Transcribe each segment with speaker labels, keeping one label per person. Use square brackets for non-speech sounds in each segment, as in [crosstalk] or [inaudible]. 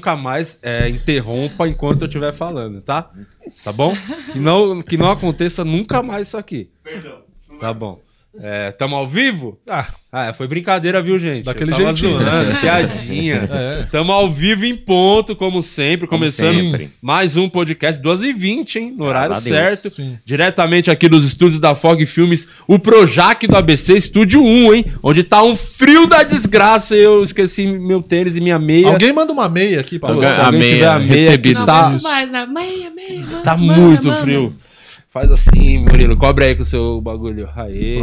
Speaker 1: nunca mais é, interrompa enquanto eu estiver falando, tá? Tá bom? Que não, que não aconteça nunca mais isso aqui.
Speaker 2: Perdão.
Speaker 1: Tá bom. É, tamo ao vivo?
Speaker 3: Ah,
Speaker 1: Ah, foi brincadeira, viu, gente?
Speaker 3: Daquele
Speaker 1: Eu tava
Speaker 3: jeitinho. [laughs]
Speaker 1: zoando, piadinha.
Speaker 3: É.
Speaker 1: Tamo ao vivo em ponto, como sempre, começando
Speaker 2: sempre.
Speaker 1: mais um podcast, 2h20, hein? No horário
Speaker 2: Graças a Deus.
Speaker 1: certo.
Speaker 3: Sim.
Speaker 1: Diretamente aqui dos estúdios da Fog Filmes, o Projac do ABC, estúdio 1, hein? Onde tá um frio da desgraça e eu esqueci meu tênis e minha meia.
Speaker 3: Tá alguém manda uma meia aqui pra
Speaker 1: Pô,
Speaker 2: Alguém-
Speaker 1: se
Speaker 3: você.
Speaker 2: a
Speaker 1: alguém
Speaker 2: meia,
Speaker 1: tiver a meia,
Speaker 2: recebido.
Speaker 1: que
Speaker 2: Não
Speaker 1: tá,
Speaker 4: aguento mais, né? Meia, meia, mano,
Speaker 1: tá
Speaker 4: mano,
Speaker 1: muito
Speaker 4: mano.
Speaker 1: frio. Faz assim, Murilo. Cobre aí com o seu bagulho. Aê,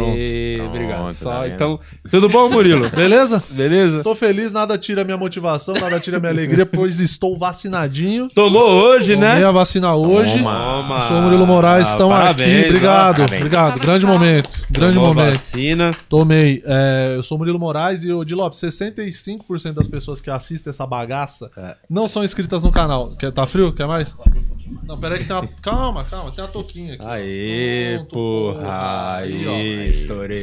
Speaker 2: Pronto.
Speaker 1: obrigado.
Speaker 2: Pronto,
Speaker 1: Só,
Speaker 2: tá vendo?
Speaker 1: então, tudo bom, Murilo?
Speaker 3: [laughs] Beleza?
Speaker 1: Beleza?
Speaker 3: Tô feliz, nada tira minha motivação, nada tira minha alegria, pois estou vacinadinho.
Speaker 1: Tomou hoje,
Speaker 3: Tomei
Speaker 1: né? Ah,
Speaker 3: a vacina hoje.
Speaker 2: Toma.
Speaker 3: Eu sou o Murilo Moraes, estão
Speaker 1: parabéns,
Speaker 3: aqui. Obrigado,
Speaker 1: ó.
Speaker 2: parabéns.
Speaker 3: obrigado.
Speaker 4: Salva de
Speaker 3: Grande
Speaker 4: palmas.
Speaker 3: momento, grande
Speaker 1: Tomou
Speaker 3: momento.
Speaker 1: vacina.
Speaker 3: Tomei. É, eu sou o Murilo Moraes e, ô, Di Lopes, 65% das pessoas que assistem essa bagaça
Speaker 1: É.
Speaker 3: não são inscritas no canal. Quer, tá frio? Quer mais? Não, peraí que tem uma... Calma, calma, tem uma toquinha aqui.
Speaker 1: Aê,
Speaker 3: Pronto,
Speaker 1: porra.
Speaker 3: Aí, ó.
Speaker 1: Aí, estourei.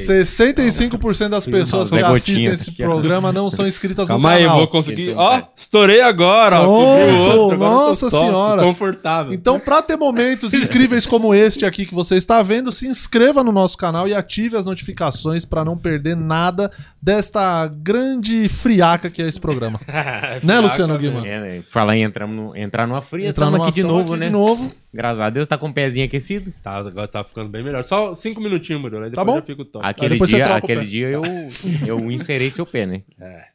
Speaker 3: 65% das pessoas
Speaker 1: é
Speaker 3: que
Speaker 2: Zé
Speaker 3: assistem
Speaker 2: Gotinha.
Speaker 3: esse programa não são inscritas
Speaker 1: tá
Speaker 3: no
Speaker 1: Calma aí, eu
Speaker 3: canal.
Speaker 1: vou conseguir. Ó, estourei agora. ó,
Speaker 3: Então, tá.
Speaker 1: cobri
Speaker 3: Pronto,
Speaker 1: o outro, agora eu tô
Speaker 3: nossa
Speaker 1: top,
Speaker 3: senhora.
Speaker 1: Confortável.
Speaker 3: Então, pra ter momentos incríveis como este aqui que você está vendo, se inscreva no nosso canal e ative as notificações pra não perder nada desta grande friaca que é esse
Speaker 2: [laughs]
Speaker 3: programa. né, Luciano Guima?
Speaker 2: É, né? Falar em entramos no- entrar numa fria, entramos
Speaker 3: numa-
Speaker 2: aqui de
Speaker 3: tamo
Speaker 2: novo,
Speaker 3: aqui
Speaker 2: né?
Speaker 3: De novo.
Speaker 2: Graças a Deus, tá com o pezinho aquecido.
Speaker 1: Tá, agora tá ficando bem melhor. Só cinco minutinhos, Murilo. Aí
Speaker 3: Tá
Speaker 1: depois
Speaker 3: bom.
Speaker 1: eu fico top.
Speaker 2: Aquele
Speaker 3: depois você
Speaker 2: dia,
Speaker 3: troca o
Speaker 2: aquele
Speaker 3: pé.
Speaker 2: dia eu, eu inserei seu pé, né?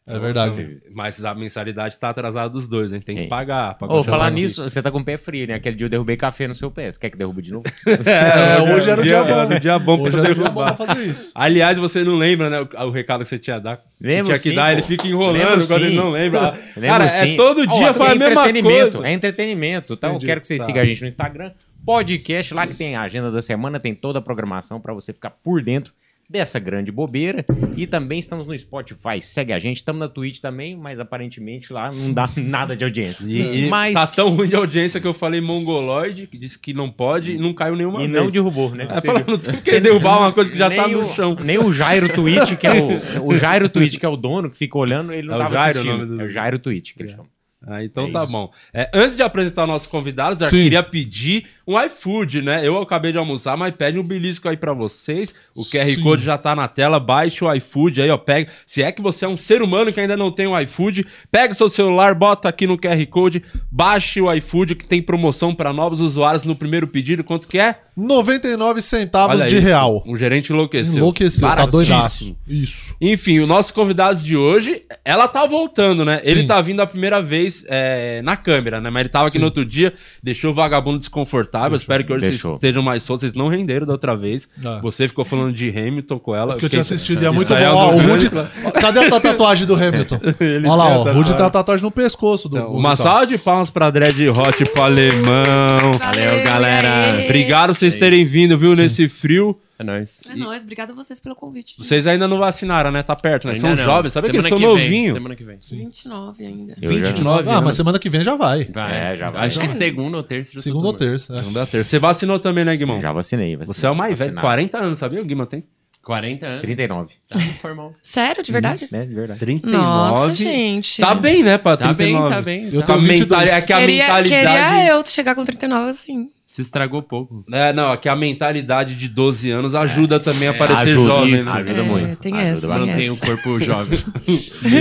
Speaker 3: É verdade.
Speaker 1: Mas a mensalidade tá atrasada dos dois, hein? Tem que
Speaker 2: Ei.
Speaker 1: pagar. pra
Speaker 2: Ô,
Speaker 1: continuar
Speaker 2: falar
Speaker 1: aqui. [laughs]
Speaker 2: nisso, você tá com o pé frio, né? Aquele dia eu derrubei café no seu pé. Você quer que derrube de novo? [laughs]
Speaker 3: É, hoje era o dia bom.
Speaker 1: Era o dia bom pra
Speaker 3: Hoje era o dia bom pra
Speaker 1: derrubar.
Speaker 3: fazer
Speaker 2: [laughs]
Speaker 3: isso.
Speaker 1: Aliás, você não lembra, né? O, o recado que você tinha dado.
Speaker 2: Lembro
Speaker 1: Tinha que
Speaker 2: sim,
Speaker 1: dar,
Speaker 2: pô.
Speaker 1: ele fica enrolando
Speaker 2: Lembro
Speaker 1: quando ele
Speaker 2: sim.
Speaker 1: não lembra.
Speaker 2: Lembro
Speaker 1: Cara,
Speaker 2: sim.
Speaker 1: é todo dia
Speaker 2: Ó,
Speaker 1: faz a
Speaker 2: é
Speaker 1: mesma
Speaker 2: entretenimento,
Speaker 1: coisa.
Speaker 2: É entretenimento, tá?
Speaker 3: Entendi,
Speaker 2: eu quero que vocês
Speaker 1: tá.
Speaker 2: sigam a gente no Instagram, podcast, lá que tem a agenda da semana, tem toda a programação pra você ficar por dentro dessa grande bobeira. E também estamos no Spotify, segue a gente, estamos na Twitch também, mas aparentemente lá não dá [laughs] nada de audiência.
Speaker 1: E, e
Speaker 2: mas
Speaker 1: tá tão ruim de audiência que eu falei mongoloide, que disse que não pode e não caiu nenhuma
Speaker 2: e
Speaker 1: vez.
Speaker 2: não derrubou, né?
Speaker 1: É, falando, não tem que derrubar uma coisa que já
Speaker 2: Nem
Speaker 1: tá no
Speaker 2: o-
Speaker 1: chão.
Speaker 2: Nem o Jairo Twitch, que é o, o Jairo Twitch, que é o dono, que fica olhando, ele não
Speaker 1: É o
Speaker 2: tava
Speaker 1: Jairo
Speaker 2: assistindo.
Speaker 1: o nome do-
Speaker 2: É o Jairo Twitch que ele chama.
Speaker 1: Ah, então
Speaker 2: É
Speaker 1: tá
Speaker 2: isso.
Speaker 1: bom. É, antes de apresentar nossos convidados, eu
Speaker 3: Sim.
Speaker 1: queria pedir um iFood, né? Eu acabei de almoçar, mas pede um belisco aí pra vocês. O QR
Speaker 3: Sim.
Speaker 1: Code já tá na tela, baixa o iFood aí, ó, pega. Se é que você é um ser humano que ainda não tem o iFood, pega seu celular, bota aqui no QR Code, baixe o iFood que tem promoção pra novos usuários no primeiro pedido. Quanto que é?
Speaker 3: 99 centavos
Speaker 1: Olha
Speaker 3: de
Speaker 1: isso.
Speaker 3: real.
Speaker 1: O gerente enlouqueceu.
Speaker 3: Enlouqueceu, tá
Speaker 1: Baratíssimo.
Speaker 3: doidaço. Isso.
Speaker 1: Enfim, o nosso convidado de hoje, ela tá voltando, né? Ele
Speaker 3: Sim.
Speaker 1: tá vindo a primeira vez é, na câmera, né? Mas ele tava aqui
Speaker 3: Sim.
Speaker 1: no outro dia, deixou o vagabundo desconfortável. Espero que hoje
Speaker 2: deixou.
Speaker 1: vocês estejam mais soltos. Vocês não renderam da outra vez.
Speaker 3: É.
Speaker 1: Você ficou falando de Hamilton com ela.
Speaker 3: Que eu
Speaker 1: fiquei-
Speaker 3: tinha assistido e é
Speaker 1: Isso
Speaker 3: muito bom.
Speaker 1: aí é
Speaker 3: Ó,
Speaker 1: um
Speaker 3: o
Speaker 1: grande-
Speaker 3: Rudy... Cadê a tua tatuagem do Hamilton? Olha lá, ó, o Rudy tem a tatuagem no pescoço do tá.
Speaker 1: Então,
Speaker 3: musical.
Speaker 1: uma salva de palmas pra Dread Hot pro alemão.
Speaker 4: Valeu, e aí?
Speaker 1: Obrigado vocês terem vindo, viu, nesse frio.
Speaker 5: É nóis.
Speaker 4: É nóis, obrigado a vocês pelo convite. gente.
Speaker 1: Vocês ainda não vacinaram, né? Tá perto, né? São
Speaker 5: Ainda não.
Speaker 1: jovens, sabe que
Speaker 5: Semana
Speaker 1: são
Speaker 5: vem,
Speaker 1: novinho.
Speaker 5: Semana que vem.
Speaker 4: É, 29 ainda.
Speaker 2: Eu já-
Speaker 1: 29
Speaker 3: Ah, mas
Speaker 1: anos.
Speaker 3: semana que vem já vai.
Speaker 2: É, já vai.
Speaker 5: Acho que é segunda ou terça. já tô
Speaker 3: Segunda ou
Speaker 5: tomando.
Speaker 3: terça. é.
Speaker 1: Não Então dá terça. Você vacinou também, né, Guimão?
Speaker 2: Já vacinei. vacinei.
Speaker 1: Você é o mais velho,
Speaker 2: Vacinado.
Speaker 1: 40 anos, sabia? O Guima tem
Speaker 5: 40 anos.
Speaker 2: 39.
Speaker 5: Tá informal.
Speaker 4: Sério, de verdade?
Speaker 2: Né, de verdade.
Speaker 1: 39.
Speaker 4: Nossa, gente.
Speaker 1: Tá bem, né, pra
Speaker 5: Tá
Speaker 1: 39?
Speaker 5: bem, tá bem.
Speaker 3: Eu
Speaker 5: tá.
Speaker 1: A
Speaker 3: tô-
Speaker 1: mentali-
Speaker 3: 22.
Speaker 1: É que a
Speaker 4: queria,
Speaker 1: mentalidade...
Speaker 4: queria eu chegar com 39 assim.
Speaker 5: Se estragou pouco.
Speaker 1: É, não, é que a mentalidade de 12 anos ajuda também a parecer
Speaker 2: ajuda,
Speaker 1: jovem,
Speaker 5: É. isso,
Speaker 1: né?
Speaker 2: Ajuda
Speaker 4: É,
Speaker 2: muito.
Speaker 4: tem
Speaker 2: ajuda
Speaker 4: essa, tem
Speaker 2: bastante.
Speaker 4: essa.
Speaker 5: Mantém o um corpo jovem.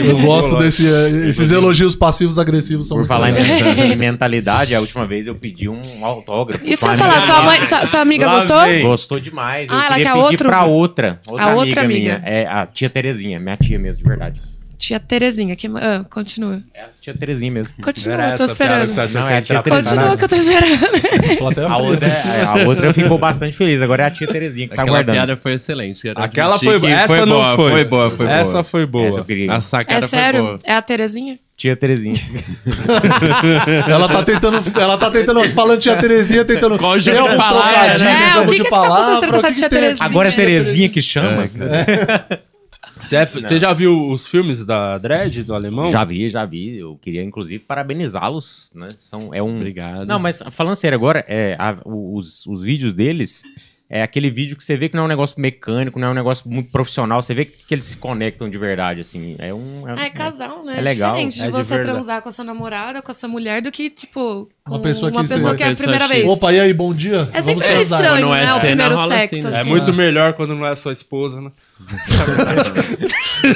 Speaker 3: Eu
Speaker 1: um
Speaker 3: gosto desses elogios passivos agressivos. São
Speaker 2: Por
Speaker 1: tá
Speaker 3: muito
Speaker 2: falar em
Speaker 3: legais.
Speaker 2: mensa-
Speaker 1: [laughs]
Speaker 2: em [laughs] mentalidade, a última vez eu pedi um autógrafo.
Speaker 4: Isso
Speaker 2: pra
Speaker 4: que eu ia
Speaker 2: uma
Speaker 4: falar,
Speaker 2: amiga
Speaker 4: sua,
Speaker 2: minha.
Speaker 4: mãe, sua, sua amiga
Speaker 1: Lá
Speaker 4: gostou?
Speaker 1: vem.
Speaker 2: Gostou demais.
Speaker 4: Ah,
Speaker 2: eu
Speaker 4: ela
Speaker 2: queria
Speaker 4: quer
Speaker 2: pedir
Speaker 4: outro?
Speaker 2: pra outra. outra
Speaker 4: A
Speaker 2: amiga
Speaker 4: outra amiga.
Speaker 2: minha. É a tia Terezinha, minha tia mesmo, de verdade.
Speaker 4: Tia Terezinha, que... ah, continua.
Speaker 2: É a tia Terezinha mesmo.
Speaker 1: Era
Speaker 4: Continua, eu tô
Speaker 1: essa piada que tá né?
Speaker 4: esperando.
Speaker 1: você achou
Speaker 2: Não,
Speaker 1: que
Speaker 2: é
Speaker 1: ia
Speaker 2: a tia
Speaker 1: atrapalhar.
Speaker 2: Terezinha.
Speaker 4: Continua que eu tô esperando.
Speaker 3: Tô até
Speaker 2: A
Speaker 3: feliz.
Speaker 2: outra, é, a outra ficou bastante feliz. Agora é a tia Terezinha que tá
Speaker 5: Aquela
Speaker 1: é
Speaker 2: guardando.
Speaker 5: piada foi excelente. quero
Speaker 1: Aquela
Speaker 5: admitir
Speaker 1: foi
Speaker 5: que
Speaker 1: boa. Essa não
Speaker 5: boa,
Speaker 1: foi.
Speaker 5: Foi boa, foi boa.
Speaker 1: Essa foi boa.
Speaker 2: Essa eu queria.
Speaker 5: A sacada
Speaker 4: É sério?
Speaker 5: foi boa.
Speaker 4: É a Terezinha?
Speaker 2: Tia
Speaker 4: [laughs]
Speaker 2: Terezinha.
Speaker 3: Ela tá tentando, ela tá tentando, falando tia Terezinha, tentando.
Speaker 5: Conjuga
Speaker 3: Tem algum
Speaker 5: palavra,
Speaker 3: trocadilho,
Speaker 4: né? É,
Speaker 3: jogo
Speaker 4: o que
Speaker 3: de
Speaker 4: que tá acontecendo
Speaker 3: palavra,
Speaker 4: com essa
Speaker 3: o que que
Speaker 4: tia
Speaker 3: tem?
Speaker 4: Terezinha?
Speaker 2: Agora é Terezinha que chama.
Speaker 1: É,
Speaker 2: É,
Speaker 1: Você, é- você já viu os filmes da Dredd, do alemão?
Speaker 2: Já vi, já vi. Eu queria, inclusive, parabenizá-los. Né? São, é um...
Speaker 5: Obrigado.
Speaker 2: Não, mas falando sério agora, é, a- o- os, os vídeos deles É aquele vídeo que você vê que não é um negócio mecânico, não é um negócio muito profissional, você vê que, que eles se conectam de verdade, assim. É um.
Speaker 4: Ah, é casal, né?
Speaker 2: É legal,
Speaker 4: diferente
Speaker 2: é
Speaker 4: de
Speaker 2: de
Speaker 4: você
Speaker 2: verdade.
Speaker 4: transar com a sua namorada, com a sua mulher, do que, tipo, com uma
Speaker 3: pessoa
Speaker 4: pessoa
Speaker 3: que você-
Speaker 4: que, é a
Speaker 5: Uma
Speaker 4: primeira
Speaker 5: pessoa
Speaker 4: vez.
Speaker 5: X.
Speaker 3: Opa, e aí, bom dia?
Speaker 4: É sempre meio
Speaker 5: transar.
Speaker 4: estranho,
Speaker 5: Quando não é
Speaker 4: né? O
Speaker 5: cena,
Speaker 4: primeiro
Speaker 5: rola
Speaker 4: sexo,
Speaker 5: assim,
Speaker 4: assim.
Speaker 5: né?
Speaker 1: É
Speaker 5: Sim.
Speaker 1: muito melhor quando não é sua esposa, né?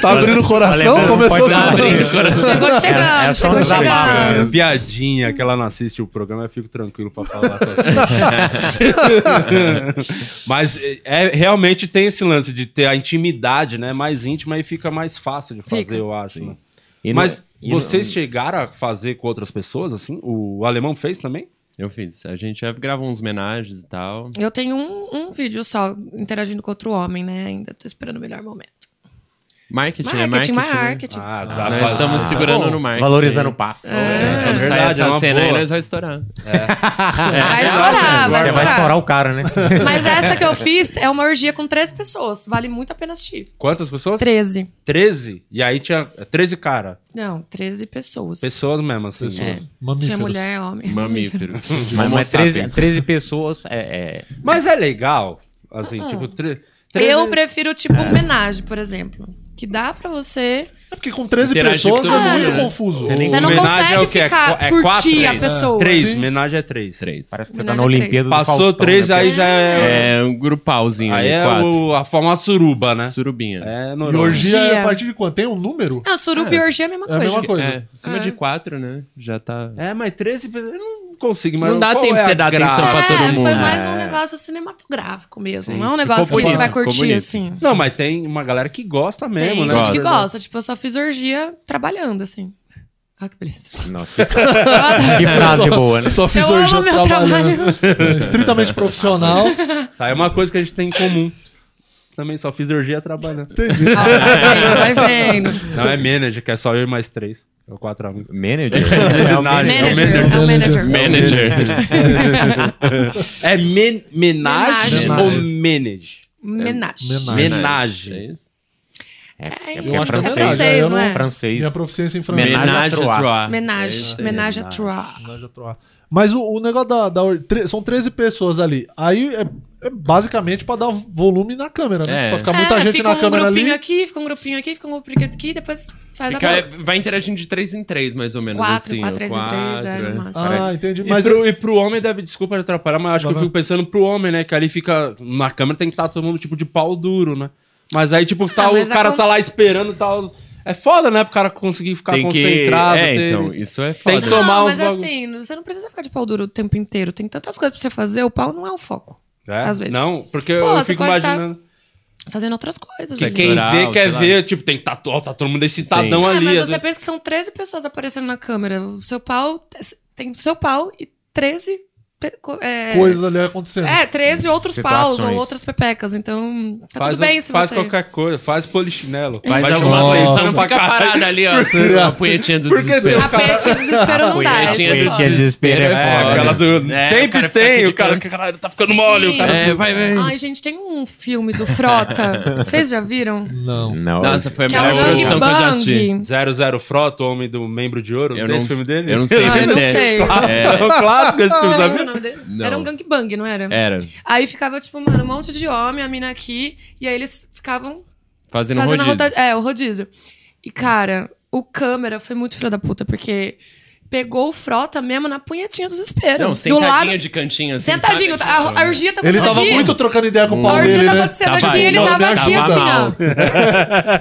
Speaker 3: Tá abrindo o coração?
Speaker 2: Alemão,
Speaker 3: Começou assim, né? a
Speaker 2: pode dar
Speaker 3: se-
Speaker 2: abrindo. [laughs]
Speaker 4: Chegou chegando,
Speaker 2: Era- era só
Speaker 4: chegou
Speaker 2: um
Speaker 4: chegando.
Speaker 2: desabafo, né?
Speaker 1: É piadinha que ela não assiste o programa, eu fico tranquilo pra falar essas coisas. Mas é, é, realmente tem esse lance de ter a intimidade, né? Mais íntima e fica mais fácil de fazer,
Speaker 4: Fica.
Speaker 1: eu acho. né?
Speaker 2: E não- é,
Speaker 1: Mas
Speaker 2: e não-
Speaker 1: vocês chegaram a fazer com outras pessoas, assim? O alemão fez também?
Speaker 5: Eu fiz. A gente já gravou uns homenagens e tal.
Speaker 4: Eu tenho um, um vídeo só interagindo com outro homem, né? Ainda tô esperando o melhor momento.
Speaker 5: Marketing,
Speaker 2: é
Speaker 5: né?
Speaker 4: Marketing,
Speaker 5: Marketing. né?
Speaker 4: marketing.
Speaker 1: Ah,
Speaker 5: Ah,
Speaker 1: tá.
Speaker 5: nós estamos segurando no marketing.
Speaker 2: Valorizando o
Speaker 5: o
Speaker 2: passo.
Speaker 5: é, Quando
Speaker 1: verdade,
Speaker 5: sair
Speaker 1: é
Speaker 5: essa
Speaker 1: uma
Speaker 5: cena aí,
Speaker 1: boa.
Speaker 5: nós vamos estourar.
Speaker 4: Vai estourar, vai
Speaker 2: Você vai
Speaker 4: estourar.
Speaker 2: Ah, é. estourar o cara, né? [laughs]
Speaker 4: Mas essa que eu fiz é uma orgia com três pessoas. Vale muito a pena assistir.
Speaker 1: Quantas pessoas?
Speaker 4: 13.
Speaker 1: 13. E aí tinha 13 cara.
Speaker 4: Não, 13 pessoas.
Speaker 1: Pessoas mesmo, assim.
Speaker 4: É. Tinha
Speaker 3: Mamíferos.
Speaker 4: mulher, homem.
Speaker 5: Mamífero.
Speaker 2: Mas,
Speaker 5: Homo
Speaker 2: mas 13,
Speaker 5: sapiens.
Speaker 2: 13 pessoas é, é-
Speaker 1: Mas é legal. Assim,
Speaker 4: Ah.
Speaker 1: tipo, tre- 13.
Speaker 4: Eu prefiro, tipo, homenagem, por exemplo. Que dá pra você.
Speaker 3: É porque com 13
Speaker 5: Interagir com
Speaker 3: pessoas
Speaker 5: todo
Speaker 3: é
Speaker 5: mundo,
Speaker 3: muito
Speaker 5: né?
Speaker 3: confuso.
Speaker 2: Você nem-
Speaker 4: Você não
Speaker 1: Homenagem
Speaker 4: consegue
Speaker 1: é o quê? É
Speaker 4: ficar,
Speaker 1: qu- é
Speaker 4: curtir
Speaker 1: quatro,
Speaker 4: a
Speaker 1: três?
Speaker 4: pessoa.
Speaker 1: 3,
Speaker 3: Sim.
Speaker 1: homenagem é 3.
Speaker 5: Três.
Speaker 2: Parece que você tá
Speaker 4: Homenagem
Speaker 2: na
Speaker 4: a três.
Speaker 2: Olimpíada do
Speaker 1: Passou
Speaker 2: Faustão,
Speaker 1: 3,
Speaker 2: né?
Speaker 1: aí já é.
Speaker 5: É um grupalzinho
Speaker 1: Aí
Speaker 5: aí,
Speaker 1: é
Speaker 5: quatro.
Speaker 1: o- a forma suruba, né?
Speaker 5: Surubinha.
Speaker 1: É
Speaker 3: E
Speaker 1: normal.
Speaker 3: orgia é a
Speaker 4: Orgia.
Speaker 3: partir de quanto? Tem um número?
Speaker 4: Não, suruba
Speaker 5: É.
Speaker 4: e orgia é a
Speaker 3: É
Speaker 4: mesma
Speaker 3: a
Speaker 4: coisa.
Speaker 3: mesma coisa.
Speaker 5: É, em cima
Speaker 4: Ah.
Speaker 5: de quatro, né? Já tá.
Speaker 1: É, mas 13 pessoas. Eu não consigo, mas.
Speaker 5: Não dá
Speaker 1: qual
Speaker 5: tempo
Speaker 1: é
Speaker 5: de você
Speaker 1: a
Speaker 5: dar
Speaker 1: graça?
Speaker 5: atenção pra
Speaker 4: É,
Speaker 5: todo mundo.
Speaker 4: foi mais um
Speaker 1: É.
Speaker 4: negócio cinematográfico mesmo.
Speaker 5: Sim.
Speaker 4: Não é um
Speaker 5: Ficou
Speaker 4: negócio que
Speaker 5: bonito,
Speaker 4: você vai
Speaker 5: ficou
Speaker 4: curtir,
Speaker 5: bonito.
Speaker 4: assim.
Speaker 1: É. Não, mas tem uma galera que gosta
Speaker 4: Tem
Speaker 1: mesmo, né?
Speaker 4: gente que
Speaker 5: Gosta.
Speaker 4: gosta. Tipo, eu só fiz orgia trabalhando, assim. Ah, que beleza. [laughs]
Speaker 2: Nossa, que, [laughs] que frase boa, né?
Speaker 3: Só fiz
Speaker 4: Eu amo
Speaker 3: orgia
Speaker 4: Então é meu
Speaker 3: trabalhando. [laughs] Estritamente profissional.
Speaker 1: Tá, é uma coisa que a gente tem em comum. Também só fiz orgia trabalhando.
Speaker 4: Ó, vai vendo, vai vendo.
Speaker 1: Não, é manager, que é só eu e mais três. É o quatro amigos.
Speaker 2: Manager. É
Speaker 5: É,
Speaker 1: Homenagem.
Speaker 4: Manager, é o manager.
Speaker 5: Manager.
Speaker 1: É men menage
Speaker 4: Menage.
Speaker 1: ou menage?
Speaker 4: Menage.
Speaker 3: Menage.
Speaker 1: Menage.
Speaker 5: É isso?
Speaker 2: É,
Speaker 4: eu
Speaker 2: porque é
Speaker 4: acho que é
Speaker 2: francês. né?
Speaker 4: francês,
Speaker 3: eu
Speaker 4: não é?
Speaker 2: Francês.
Speaker 3: Minha proficiência em francês.
Speaker 2: Menage
Speaker 5: Menage
Speaker 2: à
Speaker 5: à Trois.
Speaker 4: Menage. Menage à trois.
Speaker 3: Homenagem a Troá. Mas o, o negócio da. da or- tre- são 13 pessoas ali. Aí é, é basicamente pra dar volume na câmera, né?
Speaker 5: É.
Speaker 3: Pra ficar muita
Speaker 4: É,
Speaker 3: gente
Speaker 4: fica
Speaker 3: na
Speaker 4: um
Speaker 3: câmera ali.
Speaker 4: grupinho aqui, fica um grupinho aqui, fica um grupinho aqui, depois faz
Speaker 5: Fica-
Speaker 4: a
Speaker 5: é,
Speaker 4: troca.
Speaker 5: vai interagindo de três em três, mais ou menos.
Speaker 4: Quatro,
Speaker 5: assim,
Speaker 4: quatro,
Speaker 5: ó,
Speaker 4: três em
Speaker 5: quatro,
Speaker 4: três, é,
Speaker 5: é.
Speaker 4: no máximo.
Speaker 3: Ah, entendi.
Speaker 1: E,
Speaker 3: Mas
Speaker 1: pro, e pro homem deve, desculpa de atrapalhar, mas acho
Speaker 3: Vai,
Speaker 1: que eu fico pensando pro homem, né? Que ali fica. Na câmera tem que estar todo mundo tipo de pau duro, né? Mas aí, tipo, tá, o
Speaker 4: mas
Speaker 1: cara
Speaker 4: acon-
Speaker 1: tá lá esperando tal. É foda, né? Pro cara conseguir ficar
Speaker 5: Tem que...
Speaker 1: concentrado.
Speaker 5: É,
Speaker 1: ter-
Speaker 5: então, isso é
Speaker 1: Tem
Speaker 5: foda.
Speaker 1: que tomar
Speaker 4: não,
Speaker 1: uns
Speaker 4: mas
Speaker 1: bagulho.
Speaker 4: assim, você não precisa ficar de pau duro o tempo inteiro. Tem tantas coisas pra você fazer, o pau não é o foco.
Speaker 1: É?
Speaker 4: às vezes.
Speaker 1: Não, porque
Speaker 4: Pô,
Speaker 1: eu
Speaker 4: você
Speaker 1: fico
Speaker 4: pode tá
Speaker 1: imaginando.
Speaker 4: Fazendo outras coisas
Speaker 1: Que é
Speaker 4: ali.
Speaker 1: quem
Speaker 5: Oral,
Speaker 1: vê quer
Speaker 5: sei lá.
Speaker 1: ver, tipo, tem que tá, ó, tá todo mundo excitadão
Speaker 5: Sim.
Speaker 4: É,
Speaker 1: ali.
Speaker 4: mas
Speaker 1: às
Speaker 4: você
Speaker 1: vezes.
Speaker 4: pensa que são 13 pessoas aparecendo na câmera. O seu pau. Tem o seu pau e 13. pe- co- É,
Speaker 3: coisas ali acontecendo.
Speaker 4: É, 13 outros
Speaker 2: Situações.
Speaker 4: paus ou outras pepecas. Então, tá
Speaker 1: faz
Speaker 4: tudo bem
Speaker 1: um-
Speaker 4: se
Speaker 1: faz
Speaker 4: você.
Speaker 1: qualquer coisa, faz polichinelo.
Speaker 5: Faz
Speaker 1: vai
Speaker 5: alguma
Speaker 1: chamar
Speaker 5: coisa.
Speaker 1: atenção
Speaker 5: Só não
Speaker 1: pra
Speaker 5: fica
Speaker 1: caralho.
Speaker 5: parado ali, ó.
Speaker 3: Sério?
Speaker 5: A punhetinha do
Speaker 1: Por que
Speaker 5: desespero.
Speaker 1: tem- [laughs]
Speaker 4: A punhetinha de desespero não dá.
Speaker 5: punhetinha
Speaker 4: esse é
Speaker 5: do
Speaker 4: foda.
Speaker 2: Porque desespero é
Speaker 5: É,
Speaker 2: foda. né?
Speaker 1: Aquela do.
Speaker 5: É,
Speaker 1: Sempre
Speaker 5: o cara fica
Speaker 1: tem,
Speaker 5: aqui
Speaker 1: o
Speaker 5: de
Speaker 1: cara.
Speaker 5: canto.
Speaker 1: Caralho, tá ficando mole, o
Speaker 4: Sim.
Speaker 1: cara.
Speaker 5: É, vai, vai.
Speaker 4: Ai, gente, tem um filme do Frota.
Speaker 1: [laughs]
Speaker 4: Vocês já viram?
Speaker 3: Não.
Speaker 2: Não,
Speaker 5: Nossa, foi a
Speaker 4: Que é
Speaker 5: melhor
Speaker 4: o
Speaker 5: produção
Speaker 4: Gang
Speaker 5: que eu já assisti.
Speaker 4: Bang.
Speaker 1: Zero Zero Frota, o homem do membro de ouro.
Speaker 5: Eu
Speaker 1: tem
Speaker 5: não-
Speaker 1: esse filme dele? [laughs]
Speaker 4: [laughs]
Speaker 5: eu não sei,
Speaker 4: Ah, eu não
Speaker 5: é-
Speaker 4: sei.
Speaker 1: É o clássico esse filme,
Speaker 4: Não lembro o
Speaker 1: sabe?
Speaker 4: nome dele.
Speaker 5: Não. É,
Speaker 4: Era um gangbang, não era?
Speaker 5: Era.
Speaker 4: Aí ficava, tipo, mano, um monte de homem, a mina aqui, e aí eles ficavam
Speaker 5: Fazendo,
Speaker 4: fazendo a
Speaker 5: rodízio.
Speaker 4: rota... É, o rodízio. E, cara, o câmera foi muito filho da puta, porque pegou o frota mesmo na punhetinha do desespero.
Speaker 5: Não,
Speaker 4: do
Speaker 5: sentadinho
Speaker 4: lado.
Speaker 5: de cantinho assim.
Speaker 4: Sentadinho,
Speaker 5: sabe?
Speaker 4: a, a orgia tá
Speaker 3: Ele
Speaker 4: acontecendo
Speaker 3: tava
Speaker 4: aqui.
Speaker 3: muito trocando ideia com o
Speaker 4: A
Speaker 3: pau
Speaker 4: orgia
Speaker 3: dele,
Speaker 4: tá
Speaker 3: né?
Speaker 4: acontecendo
Speaker 5: Tava
Speaker 4: aqui, ele
Speaker 5: mal.
Speaker 4: tava aqui
Speaker 5: Tava
Speaker 4: assim,
Speaker 5: tá mal.
Speaker 4: ó.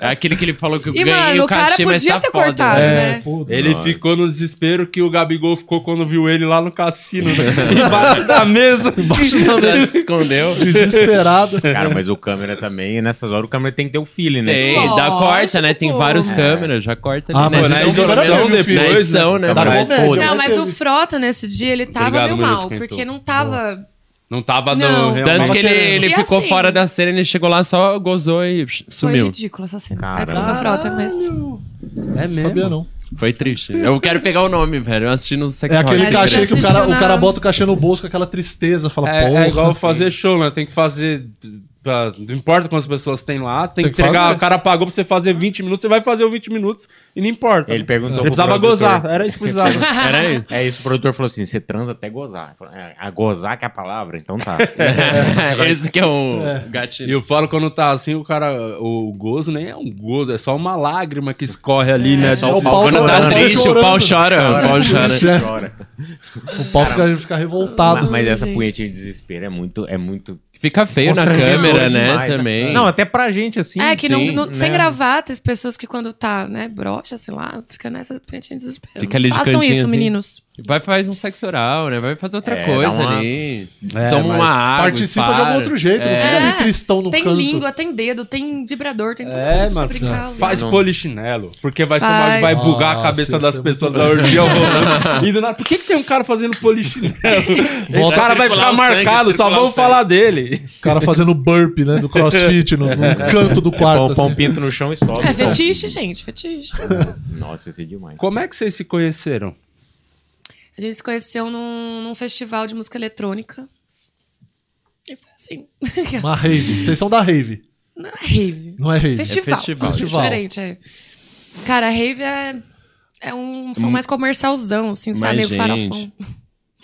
Speaker 5: É aquele que ele
Speaker 4: [laughs]
Speaker 5: falou que eu
Speaker 4: E,
Speaker 5: ganhei
Speaker 4: mano,
Speaker 5: o
Speaker 4: o cara
Speaker 5: cachê, mas
Speaker 4: podia
Speaker 5: tá
Speaker 4: ter
Speaker 5: foda.
Speaker 4: [laughs] cortado,
Speaker 3: É,
Speaker 4: né?
Speaker 3: puta.
Speaker 1: Ele ficou no desespero que o Gabigol ficou quando viu ele lá no cassino, né? [laughs] embaixo da mesa.
Speaker 3: Embaixo da
Speaker 5: Já se
Speaker 3: mesa,
Speaker 5: escondeu.
Speaker 3: [laughs] desesperado.
Speaker 2: Cara, mas o câmera também, nessas horas o câmera tem que ter o feeling, né?
Speaker 5: Tem,
Speaker 4: Lógico,
Speaker 5: dá corta, né? Tem
Speaker 4: pô.
Speaker 5: vários câmeras, já corta
Speaker 3: Ah,
Speaker 5: ali, né?
Speaker 3: mas
Speaker 5: Edição,
Speaker 3: aí
Speaker 5: pelo
Speaker 3: câmera
Speaker 5: menos.
Speaker 3: teve o filho.
Speaker 5: Na edição, né?
Speaker 2: Tá
Speaker 5: mano?
Speaker 2: bom.
Speaker 3: Comédia,
Speaker 2: foda-se.
Speaker 4: Não, mas o
Speaker 3: teve-
Speaker 4: Frota nesse dia ele tava
Speaker 1: Obrigado,
Speaker 4: meio
Speaker 1: meu
Speaker 4: mal,
Speaker 1: esquentou.
Speaker 4: porque não tava.
Speaker 1: Não tava
Speaker 4: Não.
Speaker 1: dando
Speaker 5: Tanto
Speaker 1: realmente.
Speaker 5: que ele, ele
Speaker 4: E
Speaker 5: ficou
Speaker 4: assim-
Speaker 5: fora da cena, ele chegou lá, só gozou e psh,
Speaker 4: Foi
Speaker 5: sumiu.
Speaker 4: ridículo essa cena.
Speaker 2: Caralho.
Speaker 4: É desculpa, Frota, mas.
Speaker 1: É
Speaker 3: Sabia não.
Speaker 5: Foi triste. Eu quero pegar o nome, velho. Eu assisti no Sex
Speaker 3: É aquele cachê que o
Speaker 5: Rock.
Speaker 3: cara,
Speaker 4: assistiu
Speaker 3: o cara
Speaker 4: na-
Speaker 3: bota o cachê no bolso com aquela tristeza, fala,
Speaker 1: É,
Speaker 3: porra.
Speaker 1: é igual fazer show, né? Tem que fazer Pra- não importa quantas pessoas tem lá, tem,
Speaker 3: Tem
Speaker 1: que
Speaker 3: que
Speaker 1: entregar.
Speaker 3: fazer.
Speaker 1: O cara pagou pra você fazer 20 minutos, você vai fazer os 20 minutos e não importa.
Speaker 2: Ele perguntou
Speaker 1: Você
Speaker 2: pro
Speaker 1: precisava
Speaker 2: produtor.
Speaker 1: gozar, era isso que
Speaker 2: [laughs]
Speaker 1: precisava.
Speaker 5: Era isso.
Speaker 2: É isso, o produtor falou assim: você transa até gozar. Ele falou, "É, A gozar que é a palavra, então tá.
Speaker 5: Esse que [laughs] é o gatilho.
Speaker 1: E eu falo quando tá assim, o cara. O gozo nem é um gozo, é só uma lágrima que escorre ali, né?
Speaker 3: é o pau
Speaker 5: Quando tá
Speaker 3: chorando.
Speaker 5: triste, o pau chora. O pau
Speaker 3: Isso
Speaker 5: chora.
Speaker 3: é-
Speaker 5: né?
Speaker 2: Chora.
Speaker 3: O pau fica, fica revoltado.
Speaker 2: Mas essa
Speaker 4: gente.
Speaker 2: punhetinha de desespero é muito. É muito
Speaker 5: Fica feio na
Speaker 2: constrangedor
Speaker 5: câmera, né?
Speaker 2: demais,
Speaker 5: Também.
Speaker 2: Não, até pra gente, assim.
Speaker 4: é, que não,
Speaker 5: sim,
Speaker 4: não-
Speaker 2: né?
Speaker 4: sem gravata, as pessoas que quando tá, né, broxa, sei lá, fica nessa cantinha de desespero.
Speaker 5: Fica ali de
Speaker 4: Façam
Speaker 5: cantinho,
Speaker 4: isso,
Speaker 5: assim.
Speaker 4: meninos.
Speaker 5: Vai fazer um sexo oral, né? Vai fazer outra
Speaker 2: É,
Speaker 5: coisa
Speaker 2: dá uma-
Speaker 5: ali.
Speaker 1: É,
Speaker 5: Toma
Speaker 1: mas
Speaker 5: uma água. e
Speaker 3: Participa de
Speaker 5: para. É,
Speaker 3: algum outro jeito, não fica ali tristão no
Speaker 4: tem
Speaker 3: canto.
Speaker 4: língua, tem dedo, tem vibrador, tem tudo
Speaker 1: É,
Speaker 4: é, pra
Speaker 1: mano,
Speaker 4: você brincar.
Speaker 1: faz
Speaker 2: Não.
Speaker 1: polichinelo. Porque vai, ser uma-
Speaker 4: Faz.
Speaker 1: vai bugar a
Speaker 3: Nossa,
Speaker 1: cabeça
Speaker 3: isso
Speaker 1: das
Speaker 3: é
Speaker 1: pessoas da orgia rolando. E do nada, por que, que tem um cara fazendo polichinelo? o
Speaker 3: Volta-
Speaker 1: cara vai
Speaker 5: circular
Speaker 1: ficar
Speaker 5: o sangue,
Speaker 1: marcado, só
Speaker 5: circular o
Speaker 1: vamos
Speaker 5: sangue.
Speaker 1: falar dele.
Speaker 3: O cara fazendo burp, né? Do crossfit no,
Speaker 5: [laughs] É.
Speaker 3: no canto do quarto.
Speaker 2: Pão, um pão
Speaker 3: assim.
Speaker 2: pinto no chão e sobe.
Speaker 4: É fetiche, gente, fetiche.
Speaker 2: Nossa, isso é demais.
Speaker 1: Como é que vocês se conheceram?
Speaker 4: A gente se conheceu num, num festival de música eletrônica. E foi assim.
Speaker 3: Uma rave. Vocês são da rave.
Speaker 4: Não é [laughs] rave.
Speaker 3: Não é rave.
Speaker 4: Festival.
Speaker 5: festival.
Speaker 3: Festival.
Speaker 4: É diferente, é. Cara, rave é, é um som mais comercialzão, assim, sabe? Meio
Speaker 5: Hum. Mais
Speaker 4: farofão.
Speaker 5: gente.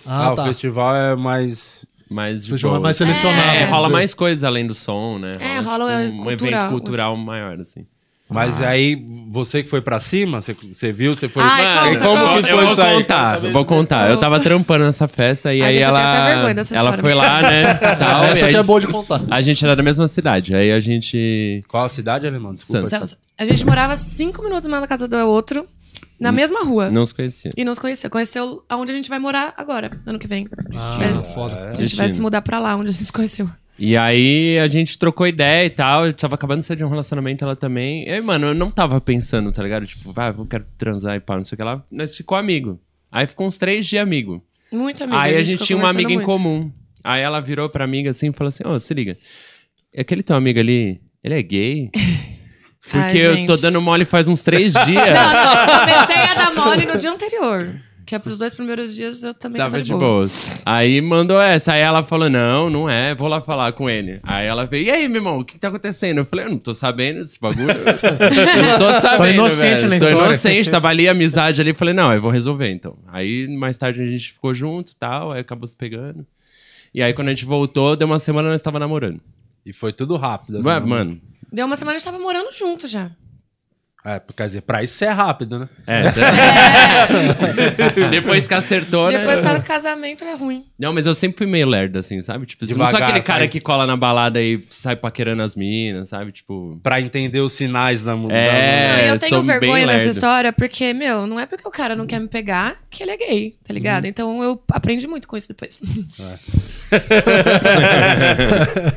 Speaker 1: Ah,
Speaker 3: Ah,
Speaker 1: o
Speaker 3: tá.
Speaker 1: festival é mais.
Speaker 5: Mais de
Speaker 3: Feijão é
Speaker 5: boa.
Speaker 3: mais selecionado.
Speaker 5: É,
Speaker 3: quer
Speaker 5: rola
Speaker 3: dizer.
Speaker 5: mais coisas além do som, né?
Speaker 4: É, rola, é,
Speaker 5: um
Speaker 4: cultural.
Speaker 5: evento cultural maior, assim.
Speaker 1: Mas aí, você que foi pra cima, você, você viu, você foi.
Speaker 5: Ah.
Speaker 4: Ai,
Speaker 1: Mano,
Speaker 4: conta,
Speaker 1: como
Speaker 4: conta.
Speaker 1: que
Speaker 5: eu
Speaker 1: foi
Speaker 5: vou
Speaker 1: isso aí?
Speaker 5: contar, eu vou contar. Eu tava trampando nessa festa e
Speaker 4: A
Speaker 5: aí
Speaker 4: gente, eu tenho
Speaker 5: ela.
Speaker 4: até vergonha dessa
Speaker 5: ela
Speaker 4: história.
Speaker 5: foi lá, né? tal, e
Speaker 3: Essa
Speaker 5: aí
Speaker 3: aqui é boa de contar.
Speaker 5: A gente era da mesma cidade. Aí a gente.
Speaker 1: Qual a cidade, alemão? Desculpa.
Speaker 5: Santos.
Speaker 4: A gente morava cinco minutos mais na casa do outro,
Speaker 5: Hum.
Speaker 4: na mesma rua.
Speaker 5: Não se conhecia.
Speaker 4: E não se conheceu. Conheceu aonde a gente vai morar agora, ano que vem.
Speaker 3: Ah,
Speaker 5: é
Speaker 3: foda.
Speaker 4: A gente vai se
Speaker 5: Destino.
Speaker 4: mudar pra lá, onde a gente se conheceu.
Speaker 5: E aí a gente trocou ideia e tal. Eu tava acabando de sair de um relacionamento, ela também. E aí, mano, eu não tava pensando, tá ligado? Tipo, ah, eu quero transar e pá, não sei o que lá. Nós ficou amigo. Aí ficou uns três dias amigo.
Speaker 4: Muito amiga.
Speaker 5: aí a gente,
Speaker 4: ficou
Speaker 5: tinha uma amiga
Speaker 4: conversando
Speaker 5: em
Speaker 4: muito.
Speaker 5: comum. Aí ela virou pra amiga assim e falou assim: Ô, se liga, aquele teu amigo ali, ele é
Speaker 4: [laughs]
Speaker 5: gay? Porque
Speaker 4: Ai,
Speaker 5: eu
Speaker 4: gente.
Speaker 5: tô dando mole faz
Speaker 4: [laughs]
Speaker 5: uns três dias.
Speaker 4: Não,
Speaker 5: [laughs]
Speaker 4: não, comecei a dar mole no dia anterior. Que é pros dois primeiros dias eu também tava,
Speaker 5: Tava de boas. Aí mandou essa. Aí ela falou: Não, não é, vou lá falar com ele. Aí ela veio: E aí, meu irmão, o que tá acontecendo? Eu falei: Eu não tô sabendo desse bagulho. Eu não tô sabendo.
Speaker 2: inocente
Speaker 5: velho.
Speaker 2: na
Speaker 5: Tô
Speaker 2: história.
Speaker 5: inocente, tava ali a amizade ali. Falei: Não, eu vou resolver então. Aí mais tarde a gente ficou junto e tal. Aí acabou se pegando. E aí quando a gente voltou, deu uma semana nós tava namorando.
Speaker 1: E foi tudo rápido.
Speaker 5: Ué,
Speaker 1: né?
Speaker 5: mano.
Speaker 4: Deu uma semana a gente tava morando junto já.
Speaker 1: É, quer dizer, pra isso é rápido, né?
Speaker 5: É. Depois que acertou, né?
Speaker 4: Depois tá no casamento é ruim.
Speaker 5: Não, mas eu sempre fui meio lerdo, assim, sabe? Tipo, eu não sou
Speaker 1: Devagar,
Speaker 5: aquele cara
Speaker 1: pai.
Speaker 5: que cola na balada e sai paquerando as minas, sabe? Tipo.
Speaker 1: Pra entender os sinais da mulher.
Speaker 5: É.
Speaker 4: não, eu
Speaker 5: sou
Speaker 4: tenho
Speaker 5: bem
Speaker 4: vergonha dessa
Speaker 5: lerdo.
Speaker 4: história porque, meu, não é porque o cara não quer me pegar que ele é gay, tá ligado?
Speaker 5: Uhum.
Speaker 4: Então eu aprendi muito com isso depois.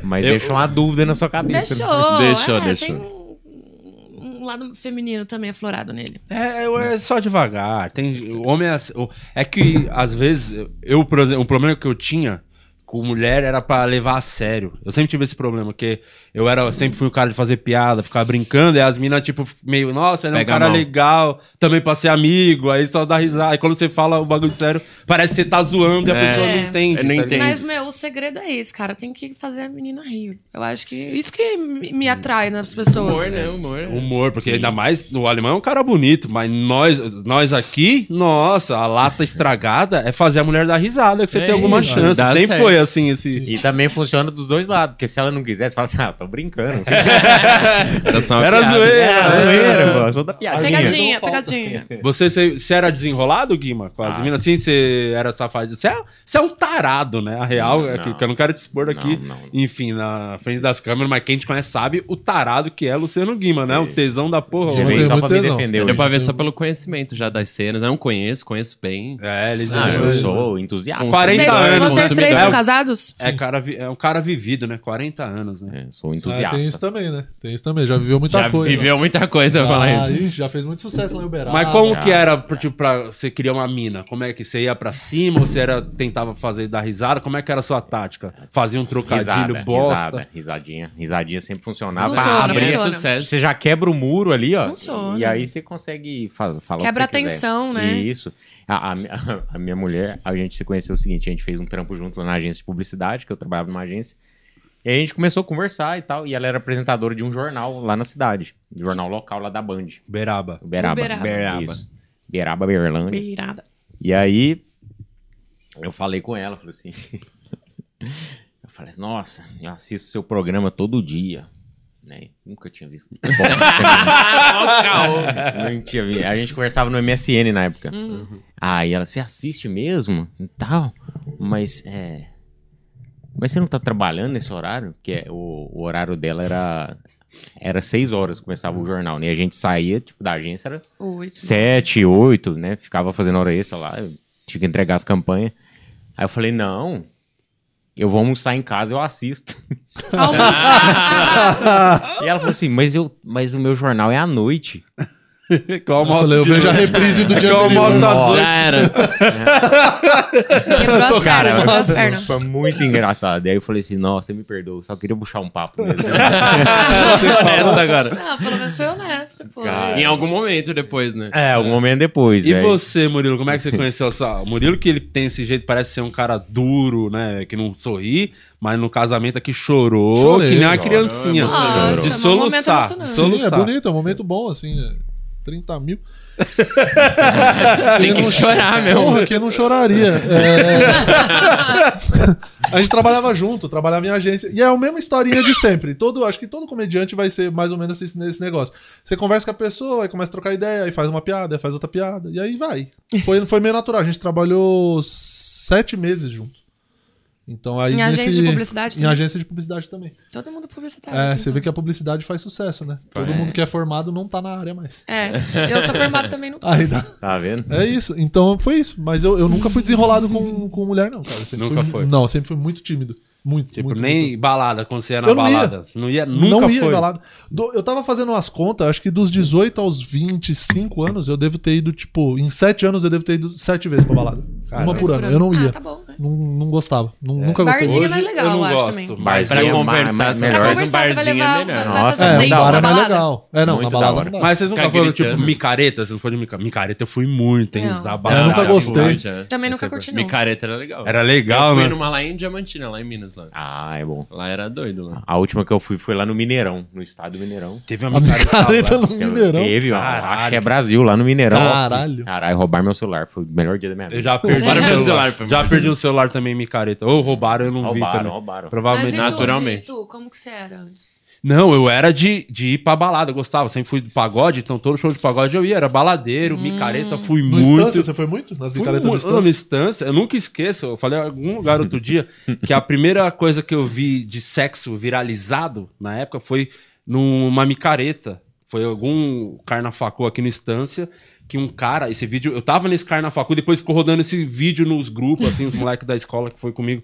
Speaker 2: Mas deixou uma dúvida na sua cabeça. né?
Speaker 4: Deixou.
Speaker 5: Deixou,
Speaker 4: é,
Speaker 5: deixou.
Speaker 4: Tem um, um lado feminino também aflorado nele.
Speaker 1: É, eu- é só devagar. Tem o homem é, assim- o- é que às vezes eu, por exemplo, o problema que eu tinha com mulher era pra levar a sério. Eu sempre tive esse problema porque eu era, eu sempre fui o cara de fazer piada, ficar brincando, e as minas tipo meio, nossa, ele é um
Speaker 5: Pega a
Speaker 1: cara
Speaker 5: mão.
Speaker 1: legal, também pra ser amigo, aí só dá risada. Aí quando você fala o bagulho sério, parece que você tá zoando e a
Speaker 5: É.
Speaker 1: pessoa
Speaker 4: É.
Speaker 1: não entende.
Speaker 5: Eu não
Speaker 1: tá
Speaker 5: entendo.
Speaker 1: ligado?
Speaker 4: Mas, meu, o segredo é esse, cara. Tem que fazer a menina rir. Eu acho que isso que me me atrai nas pessoas.
Speaker 5: Humor, né? Humor.
Speaker 1: Humor, porque ainda mais o alemão é um cara bonito, mas nós, nós aqui, nossa, a lata estragada é fazer a mulher dar risada, que você
Speaker 5: É
Speaker 1: tem alguma
Speaker 5: isso,
Speaker 1: chance.
Speaker 5: dá
Speaker 1: Sempre
Speaker 5: certo.
Speaker 1: foi assim, esse.
Speaker 2: E também funciona dos dois lados, porque se ela não quiser, você fala assim: ah, tô brincando.
Speaker 1: É,
Speaker 5: Era só uma
Speaker 1: Era
Speaker 5: piada.
Speaker 1: zoeira.
Speaker 2: É, zoeira, pô, só da piadinha.
Speaker 4: Pegadinha, pegadinha.
Speaker 1: [laughs] Você, você, você era desenrolado, Guima? Com as
Speaker 2: Ah,
Speaker 1: minas assim, você era safado. Você é, você é um tarado, né? A real é que,
Speaker 2: não.
Speaker 1: que eu não quero te expor aqui,
Speaker 2: Não, não, não.
Speaker 1: enfim, na frente das câmeras, mas quem te conhece sabe o tarado que é Luciano Guima, né? O tesão da porra.
Speaker 2: Você
Speaker 3: Eu
Speaker 2: veio
Speaker 3: tenho
Speaker 2: só
Speaker 3: muito
Speaker 2: pra me
Speaker 3: tesão.
Speaker 2: defender.
Speaker 5: Deu pra
Speaker 2: hoje.
Speaker 5: ver só pelo conhecimento já das cenas. Não conheço, conheço bem.
Speaker 1: É, eles.
Speaker 2: Ah, eu
Speaker 3: Eu-
Speaker 2: sou entusiasta.
Speaker 1: 40
Speaker 4: vocês,
Speaker 1: anos,
Speaker 4: Vocês três
Speaker 1: consumidor.
Speaker 4: são casados?
Speaker 1: é, cara, vi- é um cara vivido, né? 40 anos, né?
Speaker 2: É, sou
Speaker 3: Ah, tem isso
Speaker 2: entusiasta.
Speaker 3: também, né? Tem isso também. Já viveu muita
Speaker 5: já
Speaker 3: coisa.
Speaker 5: viveu muita coisa, eu
Speaker 3: ah,
Speaker 5: falei.
Speaker 3: ixi, já fez muito sucesso lá em Uberaba.
Speaker 1: Mas como
Speaker 2: tá.
Speaker 1: que era, pra, tipo, pra você criar uma mina? Como é que você ia pra cima ou você era, tentava fazer dar risada? Como é que era a sua tática? Fazia um trocadilho
Speaker 2: Risada,
Speaker 1: bosta.
Speaker 2: risada, risadinha. Risadinha sempre funcionava.
Speaker 4: Funciona,
Speaker 2: Abre-
Speaker 5: Abrir
Speaker 4: funciona.
Speaker 5: sucesso.
Speaker 2: Você já quebra o muro ali, ó.
Speaker 4: Funciona.
Speaker 2: E aí você consegue fa- falar o que
Speaker 4: Quebra
Speaker 2: você
Speaker 4: a tensão,
Speaker 2: quiser.
Speaker 4: né?
Speaker 2: Isso. A, a mi- [laughs] a minha mulher, a gente se conheceu o seguinte: a gente fez um trampo junto lá na agência de publicidade, que eu trabalhava numa agência. E aí a gente começou a conversar e tal. E ela era apresentadora de um jornal lá na cidade. Um jornal local lá da Band.
Speaker 1: Beraba.
Speaker 2: Uberaba.
Speaker 4: Uberaba.
Speaker 2: Uberaba. Isso. Uberaba, Berlândia.
Speaker 4: Beirada.
Speaker 2: E aí, eu falei com ela, falei assim. [laughs] eu falei assim, nossa, eu assisto seu programa todo dia. Né? Nunca tinha [laughs] visto. Não tinha visto. A gente conversava no MSN na época. Aí ela, você assiste mesmo? E tal. Mas é. Mas você não tá trabalhando nesse horário? Porque é, o, o horário dela era. Era seis horas que começava o jornal, né? E a gente saía, tipo, da agência, era
Speaker 4: Oito.
Speaker 2: sete, oito, né? Ficava fazendo hora extra lá, eu tinha que entregar as campanhas. Aí eu falei, não, eu vou almoçar em casa, eu assisto.
Speaker 4: Almoçar.
Speaker 2: E ela falou assim, mas, eu, mas o meu jornal é à [laughs] noite.
Speaker 1: Qual
Speaker 3: Eu falei, eu vejo a reprise do dia
Speaker 1: Eu almoço
Speaker 3: anterior.
Speaker 1: às oito.
Speaker 5: Já era.
Speaker 1: [laughs]
Speaker 4: Quebrou as pernas. Quebrou as pernas.
Speaker 2: foi muito engraçado. E aí eu falei assim, nossa, você me perdoa, só queria puxar um papo mesmo.
Speaker 5: honesto agora.
Speaker 4: Não, pelo menos foi honesto, pô.
Speaker 5: Em algum momento depois, né?
Speaker 2: [laughs] é, algum momento depois.
Speaker 1: E
Speaker 2: aí-
Speaker 1: você, Murilo, como é que você conheceu a sua. O Murilo, que ele tem esse jeito, parece ser um cara duro, né? Que não sorri, mas no casamento aqui chorou,
Speaker 3: Chorei, Ah,
Speaker 1: que nem uma
Speaker 2: chorou,
Speaker 1: criancinha.
Speaker 4: emocionou.
Speaker 1: Se
Speaker 4: Nossa, é um momento
Speaker 1: soluçar.
Speaker 4: emocionante.
Speaker 3: Sim, é
Speaker 1: soluçar.
Speaker 3: bonito, é um momento bom, assim. é 30
Speaker 4: [laughs]
Speaker 3: mil.
Speaker 5: Tem que
Speaker 3: [laughs]
Speaker 5: chorar mesmo.
Speaker 3: Porra, quem não choraria? É. a gente trabalhava junto, trabalhava em agência. E é a mesma historinha de sempre. Todo, acho que todo comediante vai ser mais ou menos esse- nesse negócio. Você conversa com a pessoa, aí começa a trocar ideia, aí faz uma piada, aí faz outra piada. E aí vai. Foi, foi meio natural. A gente trabalhou sete meses junto. Então, aí
Speaker 4: Em agência
Speaker 3: nesse-
Speaker 4: de publicidade
Speaker 3: Em
Speaker 4: também?
Speaker 3: agência de publicidade também.
Speaker 4: Todo mundo publicitário.
Speaker 3: É,
Speaker 4: aqui,
Speaker 3: você
Speaker 4: então.
Speaker 3: vê que a publicidade faz sucesso, né? Todo mundo que é formado não tá na área mais.
Speaker 4: É, eu sou formado também no
Speaker 3: Aí dá.
Speaker 2: Tá vendo?
Speaker 3: É isso. Então foi isso. Mas eu, eu nunca fui desenrolado com, com mulher, não, cara. Eu sempre
Speaker 1: Nunca
Speaker 3: fui,
Speaker 1: foi.
Speaker 3: Não, eu sempre fui muito tímido. Muito,
Speaker 1: Tipo,
Speaker 3: muito,
Speaker 1: nem
Speaker 3: muito.
Speaker 1: balada, quando você ia na
Speaker 3: Eu não ia.
Speaker 1: balada. Não ia, nunca
Speaker 3: não
Speaker 1: foi.
Speaker 3: ia em balada. Do- eu tava fazendo umas contas, acho que dos 18 aos 25 anos, eu devo ter ido, tipo, em 7 anos eu devo ter ido 7 vezes pra balada.
Speaker 1: Caralho.
Speaker 3: Uma por ano. Eu não ia.
Speaker 4: Ah, tá bom, né?
Speaker 3: Não, não gostava. Não- Nunca gostei.
Speaker 4: Barzinho é mais
Speaker 1: Hoje
Speaker 4: legal,
Speaker 1: eu não
Speaker 4: eu acho
Speaker 1: gosto,
Speaker 4: também.
Speaker 1: mas-
Speaker 5: Pra
Speaker 2: Barzinho é
Speaker 5: conversar,
Speaker 2: mais-
Speaker 5: você
Speaker 2: mais
Speaker 5: faz
Speaker 4: Pra
Speaker 2: melhor.
Speaker 5: um
Speaker 4: conversar, você vai
Speaker 5: barzinho,
Speaker 4: levar...
Speaker 5: é melhor.
Speaker 4: vai
Speaker 2: Nossa,
Speaker 4: fazer
Speaker 3: É,
Speaker 4: um
Speaker 2: não
Speaker 3: um
Speaker 4: date
Speaker 2: dá,
Speaker 3: bar
Speaker 4: na
Speaker 3: é mais
Speaker 4: balada.
Speaker 3: legal. É, não,
Speaker 2: Muito
Speaker 3: na
Speaker 2: da
Speaker 3: balada
Speaker 2: hora.
Speaker 3: não dá. [laughs]
Speaker 1: Mas vocês nunca
Speaker 5: Ficar
Speaker 1: foram,
Speaker 5: gritando.
Speaker 1: tipo, micareta? Vocês não foram de micareta? Micareta eu fui muito, hein?
Speaker 4: Não.
Speaker 1: Zabalada.
Speaker 3: Eu nunca
Speaker 5: Já
Speaker 3: gostei.
Speaker 5: fui, já.
Speaker 4: Também
Speaker 1: é
Speaker 4: nunca
Speaker 5: Essa
Speaker 4: curti,
Speaker 5: foi-
Speaker 4: não.
Speaker 5: Micareta era legal.
Speaker 1: Era legal,
Speaker 5: eu fui
Speaker 1: né?
Speaker 5: numa lá em Diamantina, lá em Minas. Lá,
Speaker 2: Ah, é bom.
Speaker 5: lá era doido, lá.
Speaker 2: A última que eu fui foi lá no Mineirão, no estado do Mineirão.
Speaker 1: Teve uma
Speaker 3: A
Speaker 1: micareta.
Speaker 3: micareta
Speaker 1: lá.
Speaker 3: no Mineirão.
Speaker 2: Teve, ó,
Speaker 1: Caralho.
Speaker 2: Axé Brasil, lá no Mineirão.
Speaker 3: Caralho.
Speaker 2: Caralho, roubaram meu celular. Foi o melhor dia da minha vida.
Speaker 1: Eu já perdi
Speaker 5: Roubaram
Speaker 1: o
Speaker 5: meu
Speaker 1: celular.
Speaker 5: celular pra mim.
Speaker 1: já perdi o celular também, micareta. Ou roubaram, eu não vi
Speaker 2: Roubaram,
Speaker 1: também.
Speaker 2: roubaram.
Speaker 4: Mas então-
Speaker 1: Provavelmente.
Speaker 4: e tu,
Speaker 5: Naturalmente.
Speaker 4: Di, tu, como que você era antes?
Speaker 1: Não, eu era de, de ir pra balada, eu gostava. Sempre fui do pagode, então todo show de pagode eu ia. Era baladeiro,
Speaker 4: Hum.
Speaker 1: micareta, fui
Speaker 3: No
Speaker 1: muito.
Speaker 3: Estância, você foi muito? Nas
Speaker 1: Fui
Speaker 3: micaretas
Speaker 1: mu-
Speaker 3: do
Speaker 1: não, no
Speaker 3: Estância?
Speaker 1: instância, eu nunca esqueço, eu falei em algum lugar outro dia que a primeira coisa que eu vi de sexo viralizado na época foi numa micareta. Foi algum carnafacu aqui no Instância que um cara, esse vídeo, eu tava nesse carnafacu, depois ficou rodando esse vídeo nos grupos, assim, os moleques da escola que foi comigo.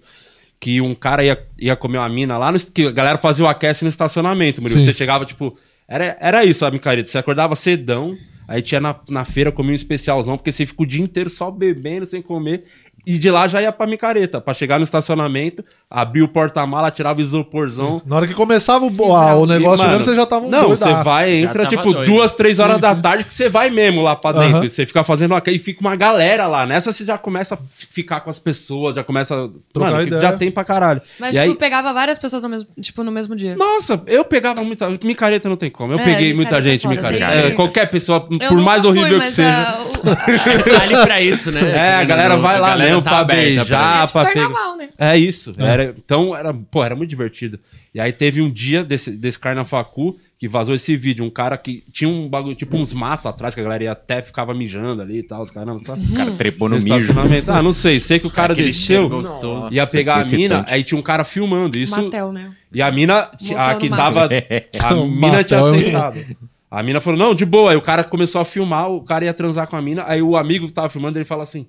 Speaker 1: Que um cara ia, ia comer uma mina lá, no, est- que a galera fazia o aquece no estacionamento, Murilo.
Speaker 3: Sim.
Speaker 1: Você chegava, tipo. Era, era isso a micareta. Você acordava cedão, aí tinha na, na feira, comia um especialzão, porque você fica o dia inteiro só bebendo, sem comer. E de lá já ia pra micareta, pra chegar no estacionamento, abrir o porta-mala, tirava o isoporzão.
Speaker 3: Na hora que começava o, bo- ah, o
Speaker 1: E,
Speaker 3: negócio
Speaker 1: mano,
Speaker 3: mesmo, você já tava um
Speaker 1: Não, você
Speaker 3: doidaço.
Speaker 1: vai, entra
Speaker 5: tava
Speaker 1: tipo
Speaker 5: doido.
Speaker 1: duas, três horas da tarde que você vai mesmo lá pra dentro.
Speaker 3: Aham.
Speaker 1: E Você fica fazendo uma. E fica uma galera lá. Nessa você já começa a f- ficar com as pessoas, já começa. a-
Speaker 3: Trocar
Speaker 1: mano, que
Speaker 3: ideia.
Speaker 1: já tem pra caralho.
Speaker 4: Mas,
Speaker 1: E
Speaker 4: tipo,
Speaker 1: aí-
Speaker 4: pegava várias pessoas ao mesmo, tipo, no mesmo dia.
Speaker 1: nossa, eu pegava muita. Micareta não tem como. Eu
Speaker 4: É,
Speaker 1: peguei muita
Speaker 4: micareta é
Speaker 1: gente,
Speaker 4: foda,
Speaker 1: micareta.
Speaker 2: tem-
Speaker 1: É, qualquer pessoa,
Speaker 4: Eu
Speaker 1: por
Speaker 4: nunca
Speaker 1: mais
Speaker 4: fui,
Speaker 1: horrível que
Speaker 4: mas ah,
Speaker 1: seja.
Speaker 4: a- o- a-
Speaker 5: Tá ali pra isso, né?
Speaker 1: É, a galera vai lá mesmo
Speaker 5: tá
Speaker 1: pra beijar,
Speaker 4: É tipo
Speaker 1: pra pegar.
Speaker 4: carnaval, né?
Speaker 1: É isso. Era, então, era, pô, era muito divertido. E aí teve um dia desse, desse carnafacu que vazou esse vídeo. Um cara que tinha um bagulho, tipo uns matos atrás, que a galera ia até ficava mijando ali e tal, os caramba, sabe?
Speaker 2: O cara trepou no
Speaker 1: No
Speaker 2: mijo.
Speaker 1: estacionamento. Ah, não sei. Sei que o cara
Speaker 5: Aquele
Speaker 1: desceu,
Speaker 5: cheiro gostoso.
Speaker 1: ia
Speaker 2: Nossa,
Speaker 1: pegar a
Speaker 2: que
Speaker 1: mina,
Speaker 2: excitante.
Speaker 1: aí tinha um cara filmando. [laughs] Isso,
Speaker 4: Matel, né?
Speaker 1: e a mina, ti- a
Speaker 4: Motel
Speaker 1: que
Speaker 4: no
Speaker 1: tava. A
Speaker 3: O
Speaker 1: mina tinha
Speaker 3: Matel é muito-
Speaker 1: aceitado. A mina falou, não, de boa. Aí o cara começou a filmar, o cara ia transar com a mina. Aí o amigo que tava filmando, ele fala assim: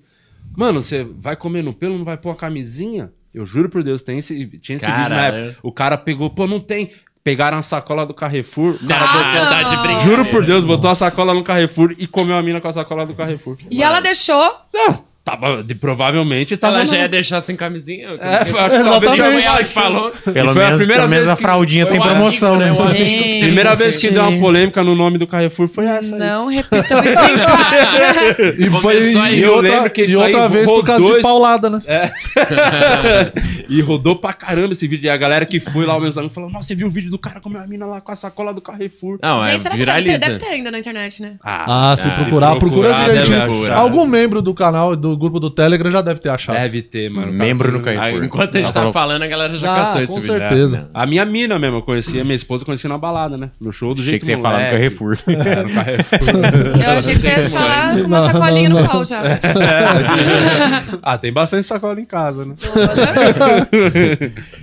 Speaker 1: Mano, você vai comer no pelo, não vai pôr a camisinha? Eu juro por Deus, tem esse, tinha esse vídeo na
Speaker 5: Caralho.
Speaker 1: época. O cara pegou, pô, não tem. Pegaram a sacola do Carrefour. o
Speaker 4: Ah,
Speaker 1: cara botou-
Speaker 5: tá de brincadeira.
Speaker 1: Juro por Deus, botou a sacola no Carrefour e comeu a mina com a sacola do Carrefour.
Speaker 4: E ela deixou.
Speaker 1: Ah, Tava, de, provavelmente tava. na-
Speaker 5: Ela já é ia deixar sem camisinha.
Speaker 1: É, [laughs] foi- acho que
Speaker 3: Exatamente.
Speaker 1: talvez foi
Speaker 5: Foi ela que falou.
Speaker 1: E
Speaker 2: Pelo
Speaker 1: foi a
Speaker 2: menos,
Speaker 1: primeira
Speaker 2: pelo menos
Speaker 1: vez
Speaker 2: a
Speaker 1: que- um
Speaker 2: fraldinha
Speaker 5: foi
Speaker 2: tem
Speaker 5: o Arthur,
Speaker 2: promoção,
Speaker 5: né,
Speaker 2: né?
Speaker 1: é
Speaker 5: o Arthur.
Speaker 4: Gente,
Speaker 1: Primeira vez que
Speaker 2: Sim.
Speaker 1: deu uma polêmica no nome do Carrefour foi essa. aí.
Speaker 4: Não repitam
Speaker 1: [laughs]
Speaker 4: isso em casa.
Speaker 3: E foi
Speaker 5: Começou aí,
Speaker 3: e
Speaker 1: eu
Speaker 3: outra,
Speaker 1: lembro que
Speaker 3: e
Speaker 1: isso aí
Speaker 3: outra vez
Speaker 1: rolou
Speaker 3: por causa
Speaker 1: dois- É.
Speaker 3: de paulada, né?
Speaker 1: e rodou pra caramba esse vídeo. E a galera que foi lá, meus amigos, falou: Nossa, você viu o vídeo do cara com a minha mina lá com a sacola do Carrefour?
Speaker 5: Não,
Speaker 4: Gente,
Speaker 5: é,
Speaker 4: será que tá-
Speaker 5: viraliza.
Speaker 4: deve ter ainda na
Speaker 1: [laughs]
Speaker 4: internet, né?
Speaker 3: Ah, se
Speaker 1: É,
Speaker 5: ah,
Speaker 3: procurar,
Speaker 1: se
Speaker 3: procura
Speaker 1: procurar, deve
Speaker 3: direitinho.
Speaker 1: achar.
Speaker 3: Algum membro do canal, do grupo do Telegram já deve ter achado.
Speaker 1: Deve ter, mano.
Speaker 2: tá. Um Membro no
Speaker 5: Ah,
Speaker 2: Carrefour.
Speaker 5: enquanto a gente
Speaker 2: Ela
Speaker 5: tá
Speaker 2: falou,
Speaker 5: falando, a galera já
Speaker 3: Ah,
Speaker 5: caçou
Speaker 3: com
Speaker 5: esse
Speaker 1: né?
Speaker 5: vídeo. né?
Speaker 3: certeza.
Speaker 1: A minha mina mesmo, eu conhecia, minha esposa eu conhecia na balada, né? No show do
Speaker 2: Achei
Speaker 1: jeito
Speaker 2: que você ia falar no
Speaker 1: moleque.
Speaker 2: Carrefour.
Speaker 1: [laughs] É, no Carrefour.
Speaker 4: Eu achei que você ia falar com uma sacolinha no pau
Speaker 1: [laughs]
Speaker 4: já.
Speaker 1: ah, tem bastante sacola em casa, né?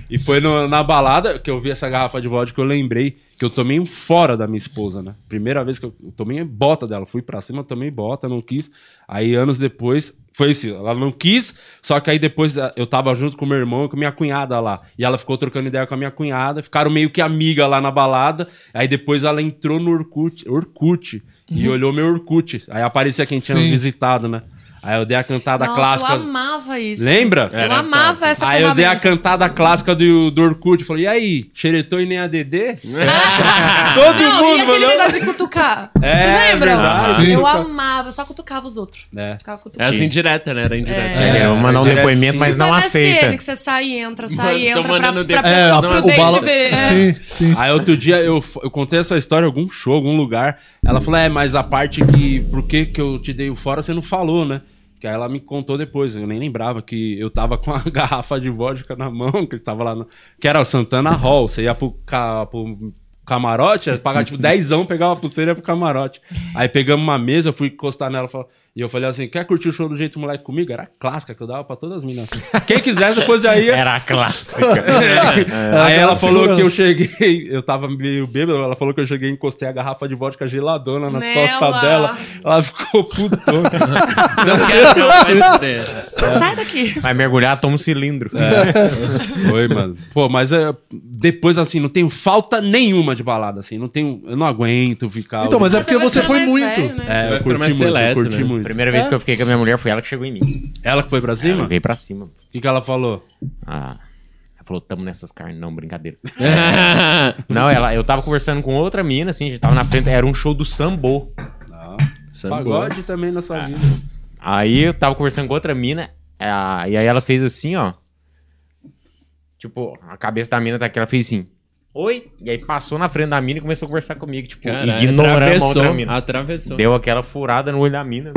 Speaker 1: e foi no- na balada que eu vi essa garrafa de vodka que eu lembrei que eu tomei um fora da minha esposa, né? Primeira vez que eu, eu tomei bota dela. Fui pra cima, tomei bota, não quis. Aí anos depois, foi isso, ela não quis, só que aí depois ah, eu tava junto com meu irmão e com minha cunhada lá. E ela ficou trocando ideia com a minha cunhada, ficaram meio que amiga lá na balada. Aí depois ela entrou no Orkut, Orkut
Speaker 4: Uhum.
Speaker 1: e olhou meu Orkut. Aí aparecia quem tinha
Speaker 3: Sim.
Speaker 1: visitado, né? Aí eu dei a cantada
Speaker 4: Nossa,
Speaker 1: clássica.
Speaker 4: eu amava isso.
Speaker 1: Lembra?
Speaker 4: Eu amava essa
Speaker 1: Aí eu dei a
Speaker 4: ferramenta.
Speaker 1: cantada clássica do, do Orkut. Falei, e aí, xeretou e nem ADD? Todo
Speaker 4: Não, e
Speaker 1: mundo,
Speaker 4: aquele
Speaker 1: mano.
Speaker 4: negócio de cutucar?
Speaker 1: É,
Speaker 4: Vocês lembram?
Speaker 1: verdade.
Speaker 3: Sim.
Speaker 4: Eu amava, eu só cutucava os outros.
Speaker 1: É.
Speaker 4: Ficava cutucando.
Speaker 5: É assim direta, né? Era indireta.
Speaker 2: É, eu vou mandar um
Speaker 1: direto,
Speaker 2: depoimento,
Speaker 1: sim.
Speaker 2: mas não
Speaker 4: Tipo
Speaker 2: aceita.
Speaker 4: MSN, que você sai e entra,
Speaker 1: Então
Speaker 4: sai e
Speaker 5: Mano, tô
Speaker 4: entra pra, pra
Speaker 5: mandando
Speaker 4: pessoa
Speaker 5: depois.
Speaker 3: É,
Speaker 5: Só
Speaker 3: a-
Speaker 5: não
Speaker 4: pro
Speaker 3: o
Speaker 4: date
Speaker 3: bala.
Speaker 4: ver. É.
Speaker 3: Sim, sim.
Speaker 1: Aí outro dia eu, f- eu contei essa história em algum show, algum lugar. Ela falou: É, mas a parte que. Por que, que eu te dei o fora, você não falou, né? Que aí ela me contou depois, eu nem lembrava que eu tava com a [laughs] garrafa de vodka na mão, que tava lá no. Que era o Santana Hall. Você ia pro, ca- pro camarote, era pagar tipo dezão, pegava a pulseira e ia pro camarote. Aí pegamos uma mesa, eu fui encostar nela fal- e eu falei assim: quer curtir o show do jeito moleque comigo? Era a clássica que eu dava pra todas as meninas. Quem quisesse, depois daí ia.
Speaker 2: Era a clássica.
Speaker 1: [laughs] Aí ela
Speaker 3: Aquela
Speaker 1: falou que eu
Speaker 3: É, segurança.
Speaker 1: cheguei, [laughs] eu tava meio bêbado, ela falou que eu cheguei e encostei a garrafa de vodka geladona nas
Speaker 4: Nela.
Speaker 1: costas dela. Ela ficou putona.
Speaker 5: Não quero, não, vai se fuder.
Speaker 4: [laughs] Tipo, Sai daqui.
Speaker 2: Vai mergulhar, toma um cilindro.
Speaker 1: [laughs] É. Foi, mano. Pô, mas é, depois, assim, não tenho falta nenhuma de balada, assim. Não tenho, eu não aguento ficar...
Speaker 3: Então, mas é porque
Speaker 4: vai
Speaker 3: você foi
Speaker 4: ficando mais
Speaker 3: muito.
Speaker 4: velho, né?
Speaker 1: É,
Speaker 5: Você vai
Speaker 1: eu
Speaker 5: ficando
Speaker 1: curti
Speaker 5: mais
Speaker 1: muito,
Speaker 5: seleto,
Speaker 1: eu curti
Speaker 5: né?
Speaker 1: muito.
Speaker 2: Primeira vez que eu fiquei com a minha mulher foi ela que chegou em mim.
Speaker 1: Ela que foi pra
Speaker 2: Ela
Speaker 5: É.
Speaker 1: cima?
Speaker 2: veio pra cima.
Speaker 1: O que, que ela falou?
Speaker 2: Ah. Ela falou, tamo nessas carnes. Não, brincadeira. Não, ela, eu tava conversando com outra mina, assim, a gente tava na frente, era um show do Sambo.
Speaker 1: Pagode também na
Speaker 5: Ah.
Speaker 1: sua vida.
Speaker 2: Aí eu tava conversando com outra mina, ah, e aí ela fez assim, ó. Tipo, a cabeça da mina tá aqui, ela fez assim. Oi? E aí passou na frente da mina e começou a conversar comigo, tipo,
Speaker 5: Cara,
Speaker 2: ignorando a outra
Speaker 5: atravessou,
Speaker 2: mina.
Speaker 5: atravessou.
Speaker 2: Deu aquela furada no olho da mina.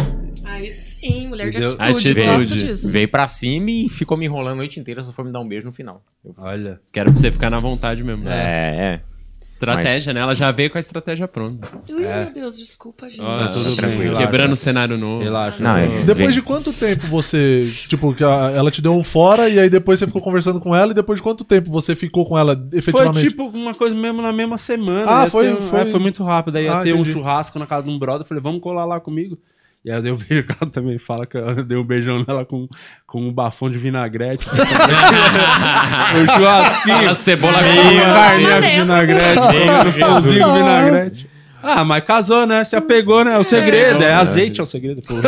Speaker 4: Aí sim, mulher de
Speaker 1: Entendeu?
Speaker 4: atitude,
Speaker 5: Atitude.
Speaker 4: gosto disso.
Speaker 2: Veio pra cima e ficou me enrolando a noite inteira, só foi me dar um beijo no final.
Speaker 1: Olha.
Speaker 5: Quero pra você ficar na vontade mesmo.
Speaker 2: É, é.
Speaker 5: Estratégia, né? Ela já veio com a estratégia pronta.
Speaker 4: Ui, meu Deus, desculpa, gente.
Speaker 5: Ó,
Speaker 1: É. tudo
Speaker 2: bem, relaxa.
Speaker 5: Quebrando o cenário novo.
Speaker 1: Ah, Relaxa.
Speaker 2: Não, é.
Speaker 4: né?
Speaker 3: Depois
Speaker 2: Vem.
Speaker 3: de quanto tempo você. Tipo, que a- ela te deu um fora e aí depois você ficou conversando com ela e depois de quanto tempo você ficou com ela
Speaker 1: Foi
Speaker 3: efetivamente?
Speaker 1: tipo uma coisa mesmo na mesma semana.
Speaker 3: Ah,
Speaker 1: ia
Speaker 3: foi-
Speaker 1: ter um-
Speaker 3: foi-
Speaker 1: é, foi muito rápido. Aí ia
Speaker 3: Ah,
Speaker 1: ter um
Speaker 3: entendi.
Speaker 1: churrasco na casa de um brother. Falei, vamos colar lá comigo. E aí eu dei um [laughs] beijo, o cara também fala que eu dei um beijão nela com, com um bafão de vinagrete. [laughs] o churrasquinho.
Speaker 5: A cebola
Speaker 1: E
Speaker 5: meio.
Speaker 1: carninha
Speaker 4: Deus.
Speaker 1: com vinagrete. pãozinho com vinagrete. Ah, mas casou, né? Se apegou, né? É o segredo. É azeite é o segredo. Pô.
Speaker 4: Não, o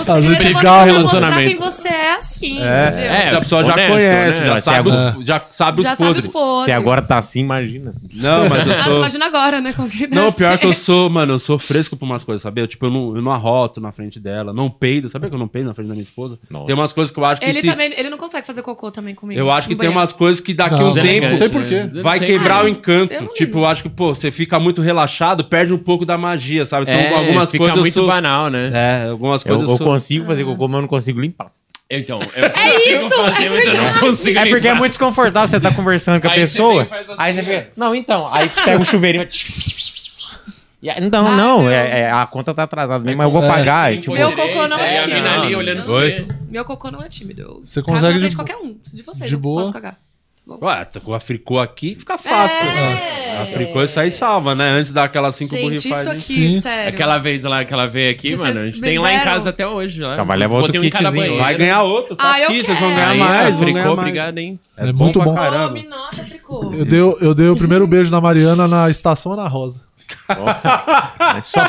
Speaker 3: Às
Speaker 4: segredo
Speaker 3: vezes
Speaker 4: é você
Speaker 3: fica um
Speaker 4: já mostrar
Speaker 5: relacionamento.
Speaker 4: quem você é assim, entendeu?
Speaker 5: É,
Speaker 1: a pessoa já
Speaker 5: honesto,
Speaker 1: conhece,
Speaker 5: né?
Speaker 1: já,
Speaker 5: Se
Speaker 1: sabe
Speaker 5: agora-
Speaker 1: os, já sabe
Speaker 4: já
Speaker 1: os
Speaker 4: sabe
Speaker 1: podres.
Speaker 4: os podres.
Speaker 2: Se agora tá assim, imagina.
Speaker 1: Não, mas eu
Speaker 4: Nossa,
Speaker 1: sou...
Speaker 4: imagina agora, né? Com quem
Speaker 1: Não,
Speaker 4: deve
Speaker 1: pior
Speaker 4: ser.
Speaker 1: que eu sou, mano, eu
Speaker 4: [laughs]
Speaker 1: sou fresco pra umas coisas, sabia? Tipo, eu não, eu não arroto na frente dela, não peido. Sabia que eu não peido na frente da minha esposa?
Speaker 2: Nossa.
Speaker 1: Tem umas coisas que eu acho que
Speaker 4: Ele,
Speaker 1: se...
Speaker 4: também, é ele não consegue fazer cocô também comigo.
Speaker 1: Eu acho que
Speaker 4: no
Speaker 1: tem
Speaker 4: banheiro.
Speaker 1: umas coisas que daqui a
Speaker 3: Não,
Speaker 1: um
Speaker 3: não
Speaker 1: tempo
Speaker 3: tem porquê.
Speaker 1: vai quebrar o
Speaker 4: Eu
Speaker 1: encanto.
Speaker 4: não
Speaker 1: Tipo, eu acho que, pô, você fica muito relaxado, perde um pouco da magia, sabe? Então,
Speaker 5: É,
Speaker 1: algumas
Speaker 5: fica
Speaker 1: coisas eu
Speaker 5: muito
Speaker 1: sou...
Speaker 5: banal, né?
Speaker 1: É, algumas
Speaker 2: Eu,
Speaker 1: coisas eu,
Speaker 2: eu
Speaker 1: sou...
Speaker 2: consigo fazer cocô, mas eu não consigo limpar.
Speaker 5: Então, eu é
Speaker 4: isso, é
Speaker 5: eu não
Speaker 4: verdade.
Speaker 5: consigo
Speaker 2: É porque é
Speaker 5: limpar.
Speaker 2: muito desconfortável você tá conversando com a
Speaker 5: Aí você
Speaker 2: pessoa.
Speaker 5: vem e faz assim.
Speaker 2: aí você fica. Não, então. Aí pega o chuveirinho.
Speaker 5: [laughs]
Speaker 2: e aí-
Speaker 4: Ah,
Speaker 2: Não, não. É, é, a conta tá atrasada mesmo, mas eu vou pagar. e, tipo,
Speaker 4: Meu cocô não
Speaker 5: é,
Speaker 4: é
Speaker 5: a
Speaker 4: tímido.
Speaker 5: mina ali olhando pra
Speaker 1: Oi?
Speaker 5: você.
Speaker 4: Meu cocô não é tímido. Eu
Speaker 3: Você
Speaker 4: cago
Speaker 3: consegue
Speaker 4: na frente
Speaker 3: de
Speaker 4: de qualquer um. De vocês,
Speaker 3: de
Speaker 4: eu
Speaker 3: boa.
Speaker 4: posso cagar. Tá bom?
Speaker 1: Ué, tá com a fricô aqui, fica fácil.
Speaker 4: É.
Speaker 1: A fricô isso aí salva, né? Antes daquelas cinco
Speaker 4: Gente, isso
Speaker 1: borrifadas.
Speaker 4: aqui,
Speaker 3: Sim.
Speaker 4: sério.
Speaker 5: Aquela vez lá que ela veio aqui,
Speaker 4: Que
Speaker 5: mano, a
Speaker 4: vocês
Speaker 5: gente tem lá em
Speaker 4: beberam.
Speaker 5: casa até hoje. Lá.
Speaker 2: Então vai levar
Speaker 5: Botei
Speaker 2: outro
Speaker 5: um em cada
Speaker 2: kitzinho.
Speaker 5: banheiro.
Speaker 1: Vai ganhar outro, tá
Speaker 4: Ah, eu
Speaker 1: aqui, vocês vão
Speaker 4: quero.
Speaker 1: ganhar
Speaker 5: Aí,
Speaker 1: mais, vão
Speaker 5: ó, fricô,
Speaker 1: ganhar mais.
Speaker 5: obrigado, hein?
Speaker 3: É muito
Speaker 1: pra
Speaker 3: bom.
Speaker 1: caramba.
Speaker 4: Come, nota, fricô.
Speaker 3: Eu dei, o- eu dei o primeiro beijo na Mariana na estação Ana Rosa.
Speaker 2: Mas é só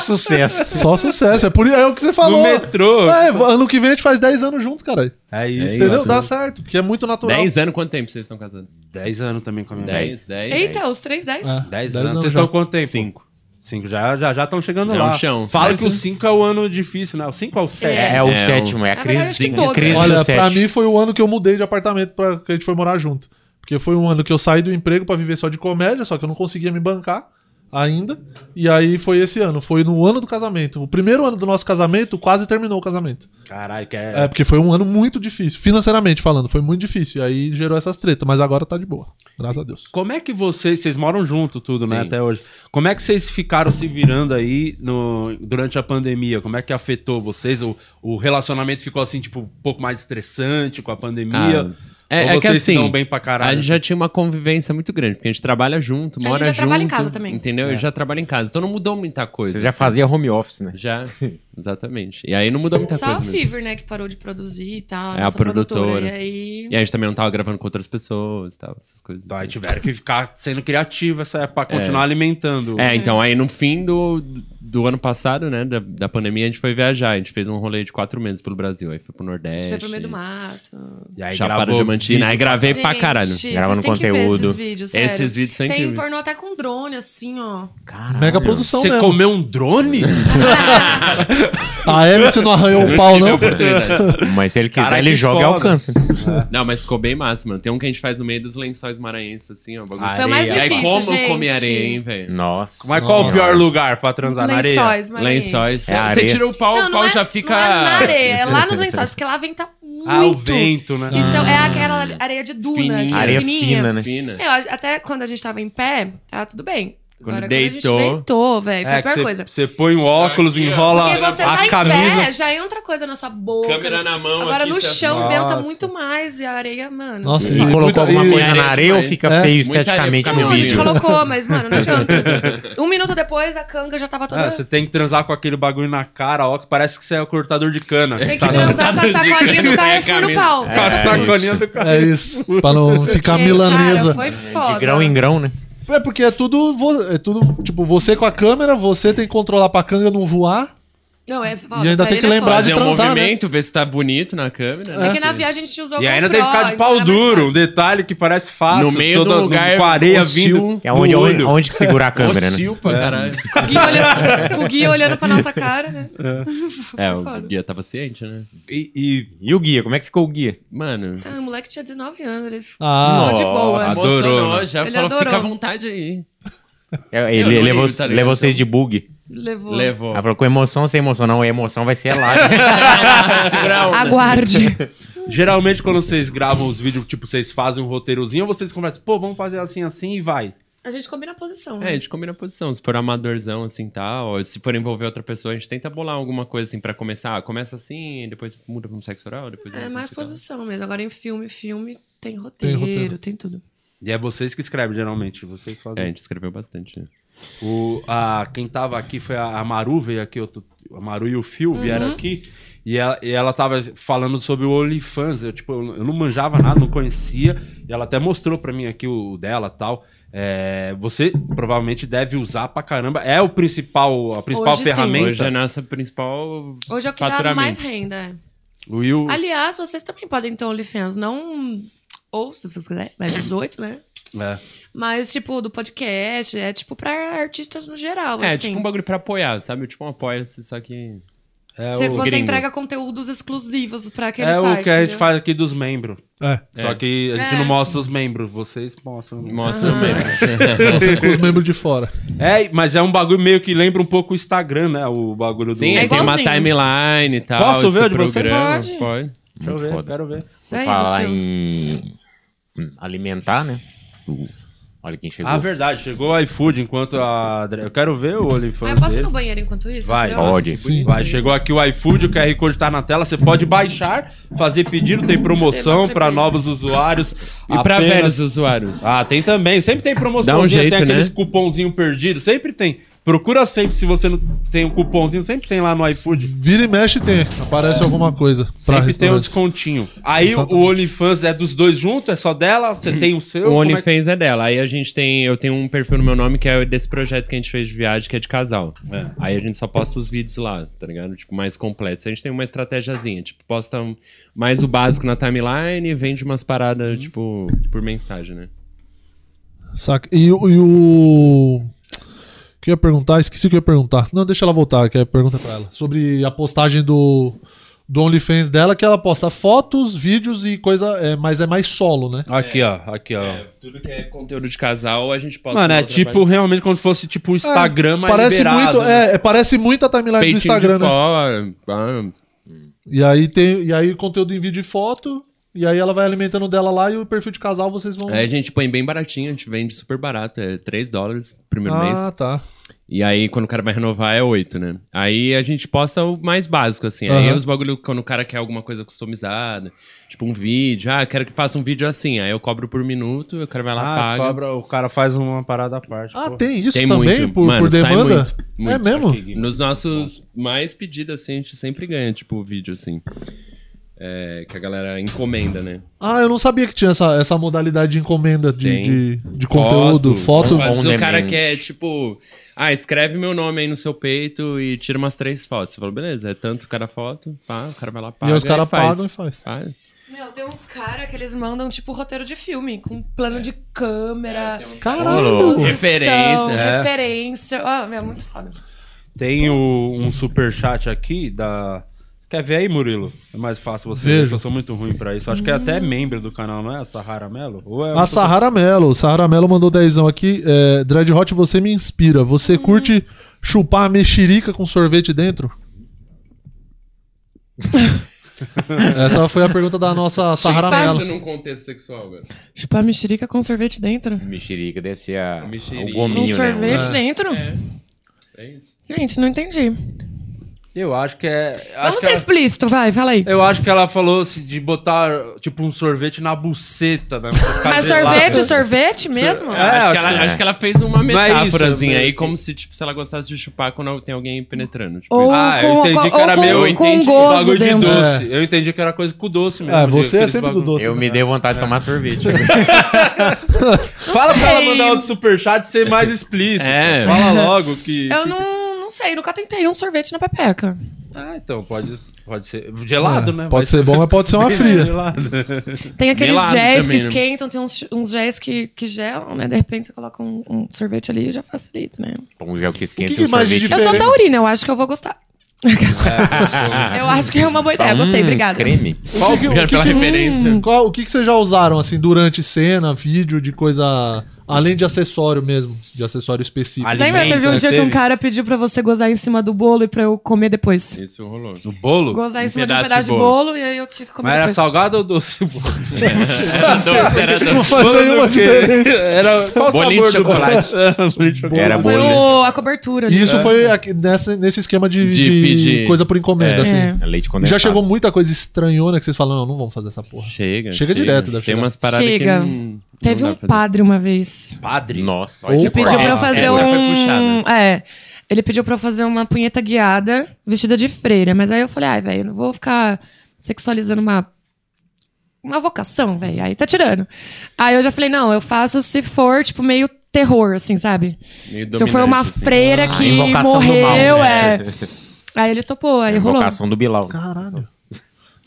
Speaker 3: [laughs]
Speaker 2: sucesso.
Speaker 3: Só sucesso. É por é o que você falou.
Speaker 1: No metrô.
Speaker 3: É, ano que vem a gente faz 10 anos junto, caralho.
Speaker 1: É isso.
Speaker 3: Entendeu? Dá certo, porque é muito natural.
Speaker 5: 10 anos, quanto tempo vocês estão casando?
Speaker 1: 10 anos também com a minha
Speaker 5: 10, 10.
Speaker 4: Eita, os três dez?
Speaker 3: É.
Speaker 1: 10
Speaker 3: Dez
Speaker 1: anos.
Speaker 3: anos
Speaker 1: Vocês
Speaker 3: já.
Speaker 1: estão quanto tempo?
Speaker 5: 5.
Speaker 1: 5. Já já já estão chegando
Speaker 5: Já é um
Speaker 1: lá.
Speaker 5: chão.
Speaker 1: Fala
Speaker 5: Mas
Speaker 1: que o 5 é o ano difícil, né? O 5 é o 7.
Speaker 2: É, é o
Speaker 5: É, o-
Speaker 2: sétimo, é a
Speaker 4: Na
Speaker 2: crise,
Speaker 4: verdade, acho que
Speaker 2: sim,
Speaker 4: todos,
Speaker 2: a crise
Speaker 4: né?
Speaker 2: do
Speaker 3: Olha,
Speaker 2: sétimo.
Speaker 3: pra mim foi o ano que eu mudei de apartamento pra que a gente foi morar junto. Porque foi um ano que eu saí do emprego pra viver só de comédia, só que eu não conseguia me bancar ainda. E aí foi esse ano, foi no ano do casamento. O primeiro ano do nosso casamento quase terminou o casamento.
Speaker 1: Caralho, que
Speaker 3: É,
Speaker 1: é...
Speaker 3: porque foi um ano muito difícil, financeiramente falando, foi muito difícil. E aí gerou essas tretas, mas agora tá de boa. Graças a Deus.
Speaker 1: Como é que vocês, vocês moram junto tudo, né,
Speaker 5: Sim.
Speaker 1: até hoje. Como é que vocês ficaram se virando aí no, durante a pandemia? Como é que afetou vocês? O, o relacionamento ficou assim, tipo, um pouco mais estressante com a pandemia?
Speaker 5: é,
Speaker 1: Ou
Speaker 5: é
Speaker 1: vocês
Speaker 5: que
Speaker 1: se dão
Speaker 5: assim,
Speaker 1: bem pra
Speaker 5: a
Speaker 1: caralho?
Speaker 5: gente já tinha uma convivência muito grande, porque a gente trabalha junto,
Speaker 4: gente
Speaker 5: mora junto.
Speaker 4: já trabalha em casa também.
Speaker 5: Entendeu? Eu já trabalho em casa. Então não mudou muita coisa.
Speaker 2: Você já
Speaker 5: assim.
Speaker 2: fazia home office, né?
Speaker 5: Já, exatamente. E aí não mudou muita
Speaker 4: Só a
Speaker 5: coisa. mesmo.
Speaker 4: Fever, né, que parou de produzir e tal.
Speaker 5: É a
Speaker 4: nossa
Speaker 5: produtora.
Speaker 4: E aí.
Speaker 5: E a gente também não tava gravando com outras pessoas e tal, essas coisas.
Speaker 1: Então, aí
Speaker 2: tipo,
Speaker 5: assim.
Speaker 1: tiveram que ficar sendo criativa essa, pra continuar alimentando.
Speaker 5: É, então aí no fim do, do ano passado, né, da, da pandemia, a gente foi viajar. A gente fez um rolê de quatro meses pelo Brasil. Aí foi pro
Speaker 4: A
Speaker 5: Nordeste.
Speaker 4: gente foi pro meio do mato.
Speaker 1: E aí
Speaker 5: Chapada
Speaker 1: gravou
Speaker 5: Diamantina. Aí
Speaker 1: vídeo.
Speaker 5: gravei pra
Speaker 4: Gente,
Speaker 5: caralho.
Speaker 4: vocês
Speaker 2: Gravando
Speaker 4: têm que ver
Speaker 2: conteúdo.
Speaker 4: esses vídeos, sério.
Speaker 5: Esses vídeos são
Speaker 4: Tem
Speaker 5: incríveis.
Speaker 4: pornô até com drone, assim, ó.
Speaker 3: Mega produção
Speaker 4: Então
Speaker 1: Você
Speaker 3: mesmo.
Speaker 1: comeu um drone?
Speaker 2: Então,
Speaker 3: A hélice não arranhou o pau, não.
Speaker 5: Oportunidade.
Speaker 2: Mas se ele quiser,
Speaker 1: Cara,
Speaker 2: ele
Speaker 1: que
Speaker 2: joga e
Speaker 1: foda.
Speaker 2: alcança.
Speaker 5: Não, mas ficou bem massa, mano. Tem um que a gente faz no meio dos lençóis maranhenses, assim, ó. o
Speaker 2: Ah,
Speaker 5: Bagulho.
Speaker 1: Foi o mais
Speaker 5: E aí,
Speaker 4: difícil,
Speaker 5: como eu
Speaker 4: gente.
Speaker 5: comi areia, hein, velho?
Speaker 2: Nossa.
Speaker 1: Mas qual o
Speaker 2: Nossa.
Speaker 1: pior lugar pra transar na areia?
Speaker 4: Lençóis, mas.
Speaker 5: Lençóis.
Speaker 2: É
Speaker 5: Você
Speaker 2: areia.
Speaker 5: tira o pau,
Speaker 4: Não,
Speaker 5: o
Speaker 4: não
Speaker 5: pau
Speaker 4: é,
Speaker 5: já fica.
Speaker 4: não
Speaker 5: [laughs]
Speaker 4: é na areia, é lá nos lençóis, porque lá venta muito.
Speaker 1: Ah, o vento, né?
Speaker 4: Isso é aquela areia de duna, que é
Speaker 5: Ah. Fininha.
Speaker 2: Areia fina, né?
Speaker 5: Fina.
Speaker 4: Eu acho- até quando a gente tava em pé, tá tudo bem.
Speaker 5: Quando
Speaker 4: Agora,
Speaker 5: deitou-
Speaker 4: quando a gente deitou, velho, foi a
Speaker 1: É, que
Speaker 4: pior
Speaker 1: você-
Speaker 4: coisa.
Speaker 1: Você põe o óculos,
Speaker 5: Aqui, ó.
Speaker 1: enrola
Speaker 4: Porque você tá
Speaker 1: a
Speaker 4: em
Speaker 1: camisa.
Speaker 4: pé, já é outra coisa na sua boca.
Speaker 5: Câmera na mão
Speaker 4: Agora
Speaker 5: aqui,
Speaker 4: no
Speaker 5: tá-
Speaker 4: chão
Speaker 1: Nossa.
Speaker 4: venta muito mais e a areia, mano.
Speaker 3: Nossa,
Speaker 2: E colocou
Speaker 3: muita-
Speaker 2: alguma
Speaker 3: e-
Speaker 2: coisa na
Speaker 5: Areia
Speaker 2: areia ou
Speaker 5: demais.
Speaker 2: fica
Speaker 3: É.
Speaker 2: feio
Speaker 5: Muita
Speaker 2: esteticamente
Speaker 5: areia,
Speaker 2: no
Speaker 4: Não, a gente
Speaker 2: vídeo?
Speaker 4: colocou, mas, mano, não adianta. um minuto depois, a canga já tava toda.
Speaker 1: Ah, você tem que transar com aquele bagulho na cara, ó, que parece que você é o cortador de cana.
Speaker 4: Tem que
Speaker 1: Tá É. na-
Speaker 4: transar com a
Speaker 5: Tá na-
Speaker 4: sacolinha do
Speaker 5: Sem a
Speaker 4: Carrefour no
Speaker 5: camisa.
Speaker 4: pau. É,
Speaker 1: com a sacolinha do cara.
Speaker 3: É isso. Pra não ficar milanesa.
Speaker 4: Cara, foi foda.
Speaker 2: De grão em grão, né?
Speaker 3: É porque é tudo, vo- é tudo, tipo, você com a câmera, você tem que controlar pra canga não voar.
Speaker 4: Não, é foda.
Speaker 3: E ainda
Speaker 4: pra
Speaker 3: tem
Speaker 4: ele
Speaker 3: que
Speaker 4: é
Speaker 3: lembrar
Speaker 4: foda.
Speaker 5: Fazer
Speaker 3: de
Speaker 5: um
Speaker 3: transar,
Speaker 2: né?
Speaker 5: movimento, ver se tá bonito na câmera, né?
Speaker 4: É que na viagem a gente usou
Speaker 1: E ainda
Speaker 4: GoPro,
Speaker 1: tem que ficar de
Speaker 4: então
Speaker 1: pau
Speaker 4: era mais
Speaker 1: duro, um
Speaker 4: fácil.
Speaker 1: detalhe que parece fácil.
Speaker 5: No meio
Speaker 1: toda-
Speaker 5: do lugar
Speaker 1: Com a areia vindo.
Speaker 5: hostil.
Speaker 2: É onde,
Speaker 1: Do
Speaker 2: onde,
Speaker 1: olho.
Speaker 2: onde um que segura a câmera, né?
Speaker 5: Hostil pra caralho.
Speaker 2: [laughs]
Speaker 4: Com o Gui olhando- Com o Gui olhando pra nossa cara, né? [laughs] Foi
Speaker 5: É,
Speaker 4: foda.
Speaker 5: o guia tava ciente, né?
Speaker 1: E, e
Speaker 2: E o guia? Como é que ficou o guia?
Speaker 5: Mano,
Speaker 4: Ah, o moleque tinha 19 anos, ele ficou
Speaker 3: Ah,
Speaker 4: de boa.
Speaker 1: Nossa.
Speaker 5: emocionou, já
Speaker 4: Ele
Speaker 5: falou, fica à
Speaker 4: adorou.
Speaker 5: vontade aí.
Speaker 2: É,
Speaker 5: Eu não
Speaker 2: Ele
Speaker 5: ligo,
Speaker 2: levou,
Speaker 5: tá ligado?
Speaker 2: levou vocês de bug.
Speaker 4: Levou.
Speaker 5: Levou.
Speaker 2: Ela falou com emoção ou sem emoção? Não, a emoção vai ser lá. né?
Speaker 5: Segura a onda.
Speaker 4: Aguarde.
Speaker 1: geralmente quando vocês gravam os vídeos, tipo, vocês fazem um roteirozinho ou vocês conversam, pô, vamos fazer assim, assim e vai.
Speaker 4: A gente combina a posição. né?
Speaker 5: É, a gente combina a posição. Se for amadorzão, assim, tal, ou se for envolver outra pessoa, a gente tenta bolar alguma coisa, assim, pra começar. Ah, Começa assim, depois muda pra um sexo oral, depois...
Speaker 4: É
Speaker 5: muda
Speaker 4: mais
Speaker 5: pra um sexo
Speaker 4: posição mesmo. Agora em filme, filme tem roteiro, tem,
Speaker 3: roteiro.
Speaker 4: tudo.
Speaker 1: E é vocês que escrevem, geralmente. Vocês
Speaker 5: oral. É, a
Speaker 1: fazem.
Speaker 5: gente escreveu bastante, né?
Speaker 1: O, a, quem tava aqui foi a, a Maru, veio aqui, outro- a Maru e o Phil
Speaker 4: Uhum.
Speaker 1: vieram aqui. E ela, e ela tava falando sobre o OnlyFans. Eu, tipo, eu, não- eu não manjava nada, não conhecia. E ela até mostrou pra mim aqui o, dela e tal. É, você provavelmente deve usar pra caramba. É o principal, a principal
Speaker 4: Hoje sim.
Speaker 1: ferramenta.
Speaker 5: Hoje é a nossa principal...
Speaker 4: Hoje é o que dá
Speaker 5: Faturamento.
Speaker 4: mais renda. é.
Speaker 1: O Will.
Speaker 4: Aliás, vocês também podem ter OnlyFans, não. Ou, se vocês quiserem, mais 18, né?
Speaker 1: É.
Speaker 4: Mas, tipo, do podcast, é tipo pra artistas no geral,
Speaker 5: É,
Speaker 4: assim.
Speaker 5: tipo um bagulho pra apoiar, sabe? Tipo um apoia-se, só que...
Speaker 1: É
Speaker 4: Você,
Speaker 1: o,
Speaker 4: você
Speaker 5: gringo.
Speaker 4: entrega conteúdos exclusivos pra aquele
Speaker 1: é o
Speaker 4: site.
Speaker 1: que a gente
Speaker 4: entendeu?
Speaker 1: faz aqui dos membros.
Speaker 3: é.
Speaker 1: Só que a gente
Speaker 4: É.
Speaker 1: não mostra os membros, vocês mostram.
Speaker 5: Mostra
Speaker 4: Ah.
Speaker 5: também.
Speaker 4: [laughs]
Speaker 3: Nossa, com os membros de fora.
Speaker 1: É, mas é um bagulho meio que lembra um pouco o Instagram, né? O bagulho do.
Speaker 5: Sim,
Speaker 4: É
Speaker 5: aí tem uma
Speaker 4: igualzinho.
Speaker 5: timeline e tal.
Speaker 1: Posso
Speaker 5: esse
Speaker 1: ver o de vocês?
Speaker 5: programa,
Speaker 4: Pode.
Speaker 5: Pode.
Speaker 1: Deixa eu
Speaker 2: Muito
Speaker 1: ver,
Speaker 2: foda.
Speaker 1: quero ver.
Speaker 2: Vou
Speaker 4: Daí,
Speaker 2: falar
Speaker 4: Tá Luciano.
Speaker 2: em hum, alimentar, né? Olha quem chegou.
Speaker 1: Ah, verdade, chegou o iFood enquanto a. Adri- Eu quero ver o
Speaker 4: Mas
Speaker 1: OnlyFans.
Speaker 4: Ah, eu posso ir
Speaker 1: dele.
Speaker 4: no banheiro enquanto isso?
Speaker 1: Vai,
Speaker 4: Entendeu?
Speaker 2: Pode.
Speaker 3: Sim.
Speaker 1: Vai, chegou aqui o iFood, o QR Code tá na tela. Você pode baixar, fazer pedido, tem promoção
Speaker 4: Mostra pra
Speaker 1: pra
Speaker 4: ele.
Speaker 1: novos usuários.
Speaker 5: E pra
Speaker 1: apenas-
Speaker 5: velhos usuários?
Speaker 1: Ah, tem também. Sempre tem promoção,
Speaker 5: Dá um jeito,
Speaker 1: tem aqueles
Speaker 5: né?
Speaker 1: cupomzinho perdido. Sempre tem. Procura sempre, se você não tem o cupomzinho, sempre tem lá no iFood.
Speaker 3: Vira e mexe tem. Aparece alguma coisa.
Speaker 1: Sempre
Speaker 3: pra
Speaker 1: tem um
Speaker 3: restaurantes.
Speaker 1: descontinho. Aí
Speaker 3: Exatamente. Uhum.
Speaker 1: o OnlyFans é dos dois juntos, é só dela, você tem o seu.
Speaker 5: O
Speaker 1: como é que-
Speaker 5: OnlyFans é dela. Aí a gente tem. Eu tenho um perfil no meu nome que é desse projeto que a gente fez de viagem, que é de casal. Aí a gente só posta os vídeos lá, tá ligado? Tipo, mais completos. A gente tem uma estratégiazinha, tipo, posta um- mais o básico na timeline e vende umas paradas, tipo, por mensagem, né?
Speaker 3: Saca. E, o- e o. O que eu ia perguntar? Esqueci o que eu ia perguntar. Não, deixa ela voltar, que eu ia perguntar pra ela. Sobre a postagem do, do OnlyFans dela, que ela posta fotos, vídeos e coisa. é, mas é mais solo, né?
Speaker 1: Aqui, ó, aqui, ó.
Speaker 5: tudo que é conteúdo de casal, a gente posta.
Speaker 1: Mano, é tipo realmente como se fosse tipo o Instagram, mas
Speaker 3: É, parece
Speaker 1: liberado,
Speaker 3: muito,
Speaker 1: né?
Speaker 3: é, é, parece muito a timeline do Instagram, né? E aí tem, e aí conteúdo em vídeo e foto, e aí ela vai alimentando dela lá e o perfil de casal vocês vão
Speaker 5: Aí a gente põe bem baratinho, a gente vende super barato, é 3 dólares primeiro mês.
Speaker 3: Ah, tá.
Speaker 5: E aí, quando o cara vai renovar, é 8, né? Aí a gente posta o mais básico, assim. Aí
Speaker 3: Aham.
Speaker 5: os bagulho, quando o cara quer alguma coisa customizada, tipo um vídeo, ah, quero que faça um vídeo assim. Aí eu cobro por minuto, o cara vai lá,
Speaker 1: Ah,
Speaker 5: paga.
Speaker 1: cobra, o cara faz uma parada à parte.
Speaker 3: Ah,
Speaker 1: pô.
Speaker 3: tem isso
Speaker 5: Tem
Speaker 3: também
Speaker 5: muito,
Speaker 3: por,
Speaker 5: mano,
Speaker 3: por
Speaker 5: sai
Speaker 3: demanda?
Speaker 5: muito, muito.
Speaker 3: é mesmo?
Speaker 5: Nos nossos mais pedidos, assim, a gente sempre ganha, tipo, o vídeo, assim. É, que a galera encomenda, né?
Speaker 3: Ah, eu não sabia que tinha essa, essa modalidade de encomenda de,
Speaker 5: Tem.
Speaker 3: de, de conteúdo, foto.
Speaker 5: Às vezes
Speaker 2: On
Speaker 5: o cara
Speaker 2: demand.
Speaker 5: quer, tipo, ah, escreve meu nome aí no seu peito e tira umas três fotos. Você fala, beleza, é tanto cada foto, pá, o cara vai lá, paga.
Speaker 3: os caras
Speaker 5: faz.
Speaker 3: pagam e faz.
Speaker 5: Faz.
Speaker 4: Meu, tem uns caras que eles mandam, tipo, roteiro de filme, com plano de câmera,
Speaker 3: Caralho!
Speaker 4: produção,
Speaker 5: Referência,
Speaker 1: né?
Speaker 5: é.
Speaker 4: referência. Ah, meu, muito foda.
Speaker 1: Tem o- um superchat aqui da. Quer ver aí, Murilo? É mais fácil você ver,
Speaker 3: Vejo. Hum.
Speaker 1: que eu sou muito ruim pra isso. Acho que é até membro do canal, não é? A Sahara Melo? Ou é um
Speaker 3: A Sahara Mello, Sahara Mello mandou dezão aqui. É, Dread Hot, você me inspira. Você curte chupar mexerica com sorvete dentro? Essa foi a pergunta da nossa Sahara Mello.
Speaker 5: Pensa num contexto sexual, velho.
Speaker 4: Chupar mexerica com sorvete dentro?
Speaker 2: Mexerica, deve ser a,
Speaker 5: Mexerica.
Speaker 2: o
Speaker 4: Com
Speaker 2: gominho, né?
Speaker 4: sorvete dentro?
Speaker 5: É isso.
Speaker 4: Gente, não entendi.
Speaker 1: Eu acho que é. Acho
Speaker 4: Vamos
Speaker 1: que
Speaker 4: ser
Speaker 1: ela...
Speaker 4: explícito, vai, fala aí.
Speaker 1: Eu acho que ela falou assim, de botar, tipo, um sorvete na buceta, né? Pra ficar
Speaker 4: Mas
Speaker 1: gelado.
Speaker 4: sorvete, sorvete mesmo?
Speaker 1: É,
Speaker 5: acho,
Speaker 1: acho-
Speaker 5: que ela, acho que ela fez uma
Speaker 1: Não é isso,
Speaker 5: metáforazinha
Speaker 1: eu-
Speaker 5: aí, como se, tipo, se ela gostasse de chupar quando tem alguém penetrando. Tipo,
Speaker 4: Ou
Speaker 1: Ah, eu
Speaker 4: com,
Speaker 1: entendi
Speaker 4: ou
Speaker 1: que era
Speaker 4: com,
Speaker 1: meu, eu
Speaker 4: com
Speaker 5: entendi.
Speaker 4: gozo
Speaker 1: Bagulho de
Speaker 4: dentro.
Speaker 1: doce. Eu entendi que era coisa com doce mesmo.
Speaker 3: É,
Speaker 1: de-
Speaker 3: você é
Speaker 1: aqueles
Speaker 3: sempre do
Speaker 1: bagulho.
Speaker 3: doce.
Speaker 2: Eu me dei vontade de tomar sorvete.
Speaker 1: Fala pra ela
Speaker 4: sei.
Speaker 1: mandar outro superchat e ser mais explícito.
Speaker 5: É.
Speaker 1: Fala logo que.
Speaker 4: [laughs] Eu não, não sei, nunca tentei um sorvete na pepeca.
Speaker 1: Ah, então, pode, pode ser. Gelado,
Speaker 3: É,
Speaker 1: né?
Speaker 3: Pode ser bom, mas pode ser uma fria.
Speaker 1: Gelado.
Speaker 4: Tem aqueles
Speaker 5: Gelado
Speaker 4: géis
Speaker 5: também,
Speaker 4: que
Speaker 5: né?
Speaker 4: esquentam, tem uns, uns géis que, que gelam, né? De repente você coloca um, um sorvete ali e já facilita, né?
Speaker 2: Pão gel que esquenta
Speaker 3: O que
Speaker 2: e
Speaker 3: que
Speaker 2: um
Speaker 3: mais de
Speaker 2: sorvete.
Speaker 4: Eu
Speaker 3: Diferente.
Speaker 4: sou taurina, eu acho que eu vou gostar. eu acho que é uma boa ideia, gostei,
Speaker 2: Hum,
Speaker 4: obrigada.
Speaker 2: Creme.
Speaker 3: Qual, que- o que,
Speaker 5: Obrigado [laughs] pela
Speaker 3: que-
Speaker 5: referência.
Speaker 3: hum, qual- o que, que vocês já usaram, assim, durante cena, vídeo, de coisa. Além de acessório mesmo, de acessório específico.
Speaker 1: Ali-
Speaker 4: Lembra,
Speaker 1: Alimenta,
Speaker 4: teve um dia que um
Speaker 1: teve?
Speaker 4: cara pediu pra você gozar em cima do bolo e pra eu comer depois.
Speaker 5: Isso rolou.
Speaker 1: No bolo?
Speaker 4: Gozar em
Speaker 5: Um
Speaker 4: cima de um
Speaker 5: pedaço de
Speaker 4: pedaço de
Speaker 5: bolo.
Speaker 4: bolo e aí eu tinha que comer
Speaker 1: Mas era
Speaker 4: depois.
Speaker 1: salgado ou doce? [laughs]
Speaker 5: Doce era
Speaker 3: Não
Speaker 5: doce.
Speaker 3: faz
Speaker 1: Bolo
Speaker 3: nenhuma
Speaker 1: do quê? [laughs]
Speaker 3: diferença.
Speaker 1: Era qual o sabor
Speaker 5: Bolinho de
Speaker 1: do bolo?
Speaker 5: chocolate.
Speaker 1: Era [laughs] bolinho de chocolate.
Speaker 2: Era
Speaker 4: Foi
Speaker 2: bolo.
Speaker 4: o- a cobertura ali.
Speaker 3: E isso foi aqui- nessa- nesse esquema É. de,
Speaker 5: De
Speaker 3: de
Speaker 5: pedir.
Speaker 3: coisa por encomenda,
Speaker 5: É.
Speaker 3: assim.
Speaker 4: É.
Speaker 2: É Leite condensado.
Speaker 3: Já chegou um muita coisa estranhona que vocês falam, não, não vamos fazer essa porra.
Speaker 5: Chega.
Speaker 3: Chega direto, deve
Speaker 5: Tem
Speaker 3: chegar.
Speaker 5: umas paradas
Speaker 4: Chega.
Speaker 5: que. não-
Speaker 4: Teve
Speaker 5: não dá
Speaker 4: um
Speaker 5: pra fazer.
Speaker 4: padre uma vez.
Speaker 1: Padre.
Speaker 2: Nossa,
Speaker 3: Ou
Speaker 2: olha esse
Speaker 4: Pediu pra eu
Speaker 2: corte.
Speaker 4: fazer
Speaker 5: essa foi
Speaker 4: um.
Speaker 5: puxada.
Speaker 4: É. Ele pediu pra eu fazer uma punheta guiada vestida de freira. Mas aí eu falei, ai, velho, não vou ficar sexualizando uma. Uma vocação, velho. Aí tá tirando. Aí eu já falei, não, eu faço se for, tipo, meio terror, assim, sabe?
Speaker 5: Meio
Speaker 4: Se eu for uma
Speaker 5: dominante, assim.
Speaker 4: freira
Speaker 2: Ah,
Speaker 4: que
Speaker 2: invocação do mal,
Speaker 4: morreu,
Speaker 2: né?
Speaker 4: é. [laughs] Aí ele topou, aí rolou.
Speaker 2: Invocação do Bilal.
Speaker 3: Caralho.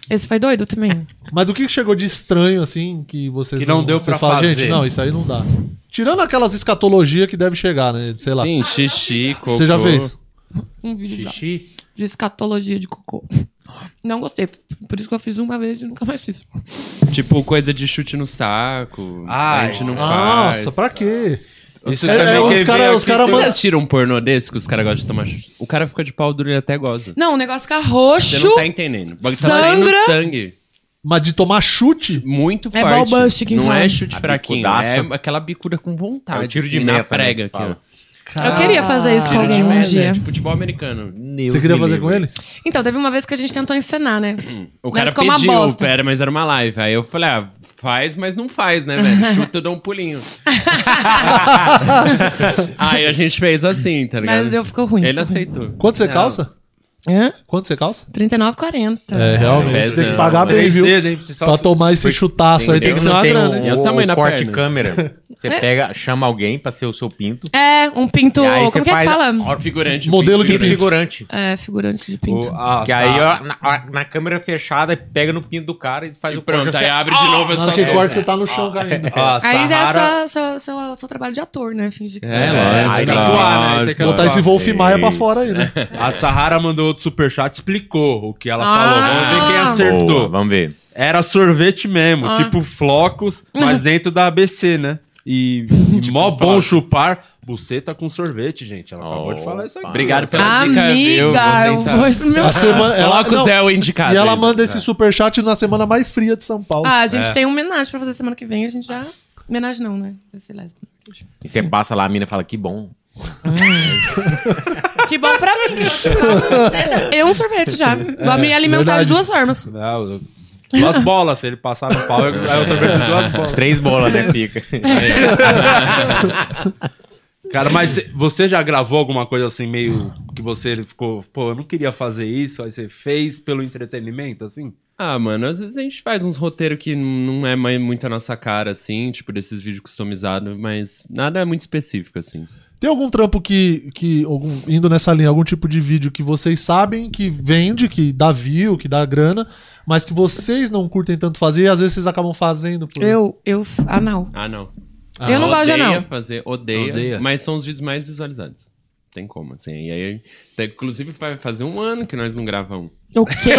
Speaker 4: Esse foi doido também.
Speaker 3: Mas do que chegou de estranho, assim, que vocês
Speaker 1: Que não deu
Speaker 3: vocês
Speaker 1: pra
Speaker 3: falam,
Speaker 1: fazer.
Speaker 3: Gente, não, isso aí não dá. Tirando aquelas escatologias que deve chegar, né? Sei lá.
Speaker 5: Sim, xixi, cocô.
Speaker 3: Você já fez?
Speaker 4: Um vídeo
Speaker 5: Tá.
Speaker 4: já.
Speaker 1: Xixi.
Speaker 4: De escatologia de cocô. Não gostei. Por isso que eu fiz uma vez e nunca mais fiz.
Speaker 5: Tipo, coisa de chute no saco.
Speaker 1: Ai.
Speaker 5: a gente não faz.
Speaker 3: Nossa, pra quê?
Speaker 1: Isso
Speaker 3: É, é, os
Speaker 1: quem
Speaker 3: cara-
Speaker 1: veio
Speaker 3: os
Speaker 1: aqui
Speaker 3: cara
Speaker 1: fez-
Speaker 5: Vocês já assistiram um pornô desse que os caras gostam de tomar chute? O cara fica de pau duro e até goza.
Speaker 4: Não, o negócio fica
Speaker 5: Você
Speaker 4: roxo.
Speaker 5: não tá entendendo. O bagulho tá saindo
Speaker 4: Sangra.
Speaker 5: sangue.
Speaker 3: Mas de tomar chute?
Speaker 5: Muito
Speaker 4: É
Speaker 5: forte.
Speaker 4: balbuste que
Speaker 5: Não
Speaker 4: fala.
Speaker 5: é chute
Speaker 2: A
Speaker 5: fraquinho.
Speaker 2: bicudaça.
Speaker 5: É aquela bicuda com vontade.
Speaker 2: É o tiro de
Speaker 5: assim,
Speaker 2: meta,
Speaker 5: na
Speaker 2: né,
Speaker 5: prega
Speaker 2: que
Speaker 5: aqui,
Speaker 2: fala.
Speaker 5: ó.
Speaker 4: Eu queria fazer isso com
Speaker 5: Tiro de
Speaker 4: alguém um
Speaker 5: meta,
Speaker 4: dia.
Speaker 5: é tipo futebol americano.
Speaker 3: Você queria fazer com ele?
Speaker 4: Então, teve uma vez que a gente tentou encenar, né?
Speaker 5: O
Speaker 4: Mas
Speaker 5: cara
Speaker 4: ficou uma
Speaker 5: pediu,
Speaker 4: bosta.
Speaker 5: pera, mas era uma live. Aí eu falei, ah, Faz, mas não faz,
Speaker 4: [laughs]
Speaker 5: né, velho? Chuta, eu dou um pulinho. Aí a gente fez assim, tá ligado?
Speaker 4: Mas deu, ficou ruim.
Speaker 5: Ele assim.
Speaker 4: ficou ruim.
Speaker 5: aceitou.
Speaker 3: Quanto você
Speaker 5: Não.
Speaker 3: calça?
Speaker 4: Hã?
Speaker 3: Quanto você calça?
Speaker 4: 39,40.
Speaker 3: É, realmente.
Speaker 5: pesa,
Speaker 3: tem que
Speaker 5: não,
Speaker 3: pagar bem,
Speaker 5: mas
Speaker 1: Três
Speaker 3: viu? Tá
Speaker 1: dedos, hein? Você só-
Speaker 3: Pra tomar esse chutaço aí tem que um ser é uma grana. né?
Speaker 5: E o tamanho da
Speaker 2: corte
Speaker 5: perna?
Speaker 2: câmera. Você
Speaker 4: É.
Speaker 2: pega, chama alguém pra ser o seu pinto.
Speaker 4: É, um pinto.
Speaker 2: e aí você
Speaker 4: Como que é que
Speaker 2: faz
Speaker 4: fala?
Speaker 2: a-
Speaker 5: Figurante.
Speaker 3: Modelo de
Speaker 2: Pinto
Speaker 5: figurante.
Speaker 2: figurante.
Speaker 4: É, figurante de pinto.
Speaker 1: O- ah,
Speaker 2: Que aí,
Speaker 1: sabe.
Speaker 2: ó, na, a- na câmera fechada, pega no pinto do cara e faz
Speaker 5: E
Speaker 2: o corte.
Speaker 5: pronto,
Speaker 2: Você-
Speaker 5: aí abre de novo, é
Speaker 3: Na hora
Speaker 5: só
Speaker 3: que
Speaker 5: solta.
Speaker 3: corta, você tá no
Speaker 5: Ah.
Speaker 3: chão
Speaker 5: [laughs]
Speaker 3: caindo.
Speaker 1: Ó,
Speaker 4: Aí já é
Speaker 1: Sahara-
Speaker 4: só- só- só- só o trabalho de ator, né? Fingir que
Speaker 5: É,
Speaker 4: tá-
Speaker 5: lógico.
Speaker 1: aí tem que
Speaker 5: lógico.
Speaker 1: atuar, né? Tem que
Speaker 3: Botar
Speaker 1: atuar.
Speaker 3: esse Wolf Maia pra fora aí,
Speaker 5: [laughs]
Speaker 3: né?
Speaker 1: A Sahara mandou outro superchat, explicou o que ela
Speaker 4: Ah!
Speaker 1: falou. Vamos ver quem acertou.
Speaker 2: Boa, vamos ver.
Speaker 1: Era sorvete mesmo,
Speaker 3: Ah.
Speaker 1: tipo flocos, mas
Speaker 3: Uhum.
Speaker 1: dentro da ABC, né?
Speaker 3: [laughs]
Speaker 1: E, e
Speaker 3: Tipo
Speaker 1: mó bom chupar buceta com sorvete, gente. Ela acabou de falar isso aqui.
Speaker 5: Obrigado pela dica, viu?
Speaker 4: Amiga, eu
Speaker 5: tentar.
Speaker 4: vou [laughs] pro meu.
Speaker 3: A semana, ela,
Speaker 5: Coloca o
Speaker 3: não,
Speaker 5: Zé É. o indicado.
Speaker 3: e ela
Speaker 5: aí.
Speaker 3: manda esse superchat na semana mais fria de São Paulo.
Speaker 4: Ah, a gente tem um homenagem pra fazer semana que vem. A gente já. Homenagem não, né? Vai ser lésbica.
Speaker 2: E você passa lá, a mina fala, que bom.
Speaker 4: Que bom pra mim. eu chupava buceta E um sorvete já. Vou me alimentar
Speaker 3: verdade.
Speaker 4: de duas formas.
Speaker 1: Não, eu- duas bolas, se ele passar no pau, eu, aí eu sorvete de
Speaker 3: [laughs]
Speaker 1: duas bolas.
Speaker 2: Três bolas, né, fica.
Speaker 1: Cara, mas você já gravou alguma coisa assim, meio que você ficou, pô, eu não queria fazer isso, aí você fez pelo entretenimento, assim?
Speaker 5: Ah, mano, às vezes a gente faz uns roteiros que n- não é mais muito a nossa cara, assim, tipo desses vídeos customizados, mas nada é muito específico, assim.
Speaker 3: Tem algum trampo que. que algum- indo nessa linha, algum tipo de vídeo que vocês sabem que vende, que dá view, que dá grana, mas que vocês não curtem tanto fazer e às vezes vocês acabam fazendo por.
Speaker 4: Eu, eu. Ah, não.
Speaker 5: Ah, não.
Speaker 4: eu não gosto de
Speaker 5: Odeia
Speaker 4: anal.
Speaker 5: fazer, odeia,
Speaker 1: Odeia.
Speaker 5: Mas são os vídeos mais visualizados. Tem como, assim. E aí, até, inclusive, vai fazer um ano que nós não gravamos.
Speaker 4: O quê?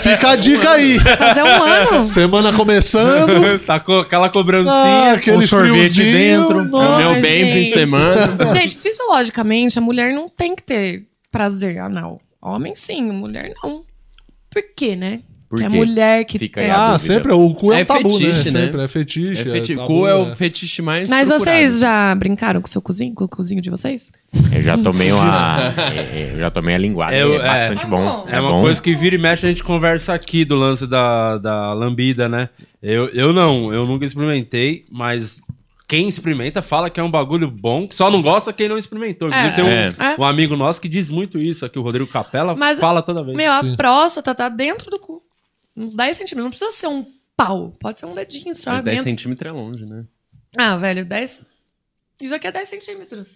Speaker 3: Fica a dica aí!
Speaker 4: Fazer
Speaker 3: [laughs]
Speaker 4: um ano?
Speaker 3: Semana começando.
Speaker 5: [laughs]
Speaker 1: tá com aquela cobrancinha.
Speaker 5: um
Speaker 3: Ah, aquele
Speaker 2: com sorvete
Speaker 3: friozinho,
Speaker 2: dentro.
Speaker 3: nossa.
Speaker 5: Meu bem,
Speaker 4: gente.
Speaker 5: fim de semana. [laughs]
Speaker 4: Gente, fisiologicamente, a mulher não tem que ter prazer anal. Homem sim, mulher não. Por quê, né?
Speaker 2: Por
Speaker 4: Porque é
Speaker 2: quê?
Speaker 4: mulher que
Speaker 2: Fica aí
Speaker 4: tem.
Speaker 2: a
Speaker 3: Ah,
Speaker 2: dúvida.
Speaker 3: sempre. O cu é,
Speaker 5: É
Speaker 3: um tabu, né?
Speaker 5: fetiche, né?
Speaker 3: Sempre. É
Speaker 5: É
Speaker 3: fetiche.
Speaker 5: feti-
Speaker 3: tabu,
Speaker 5: cu é o
Speaker 3: é.
Speaker 5: fetiche mais
Speaker 4: Mas
Speaker 5: procurado.
Speaker 4: vocês já brincaram com o seu cozinho, com o cozinho de vocês?
Speaker 2: Eu já tomei uma. é, eu já tomei a linguada.
Speaker 1: Eu-
Speaker 2: é bastante
Speaker 1: é.
Speaker 2: bom.
Speaker 1: É uma coisa que vira e mexe, a gente conversa aqui do lance da, da lambida, né? Eu, eu não, eu nunca experimentei, mas quem experimenta fala que é um bagulho bom, que só não gosta quem não experimentou. Inclusive,
Speaker 4: É.
Speaker 1: tem um,
Speaker 4: É.
Speaker 1: um amigo nosso que diz muito isso aqui, o Rodrigo Capela
Speaker 4: Mas-
Speaker 1: fala toda vez.
Speaker 4: Meu,
Speaker 3: Sim.
Speaker 4: a próstata tá dentro do cu. Uns 10 centímetros. Não precisa ser um pau. Pode ser um dedinho, só lá
Speaker 5: Mas 10
Speaker 4: dentro.
Speaker 5: centímetros é longe, né?
Speaker 4: Ah, velho, 10. Isso aqui é 10 centímetros.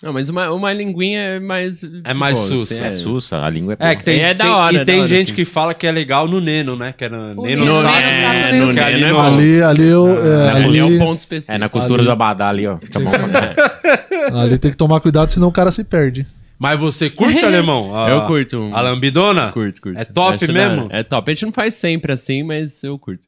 Speaker 5: Não, mas uma, uma linguinha é mais.
Speaker 1: É mais sussa.
Speaker 5: assim,
Speaker 2: É sussa, a língua é.
Speaker 1: É, que tem,
Speaker 5: É da
Speaker 1: tem-
Speaker 5: hora,
Speaker 1: e
Speaker 5: é
Speaker 1: tem
Speaker 5: da hora,
Speaker 1: gente
Speaker 5: assim.
Speaker 1: que fala que é legal no Neno, né? Que é no,
Speaker 4: O
Speaker 1: Neno,
Speaker 4: Neno,
Speaker 1: saco,
Speaker 4: Neno, saco,
Speaker 1: que
Speaker 4: Neno.
Speaker 1: que ali
Speaker 5: Neno é
Speaker 1: no-
Speaker 5: bom.
Speaker 3: Ali, ali, eu, é,
Speaker 5: É, ali
Speaker 3: ali-
Speaker 5: é um ponto específico.
Speaker 2: É na costura
Speaker 3: Ali.
Speaker 2: do abadá ali, ó. Fica bom.
Speaker 3: ali tem que tomar cuidado, senão o cara se perde.
Speaker 1: Mas você curte, alemão? A-
Speaker 5: Eu curto um-
Speaker 1: A lambidona?
Speaker 5: Curto, curto.
Speaker 1: É top
Speaker 5: Acho da
Speaker 1: mesmo?
Speaker 5: hora. É top. A gente não faz sempre assim, mas eu curto.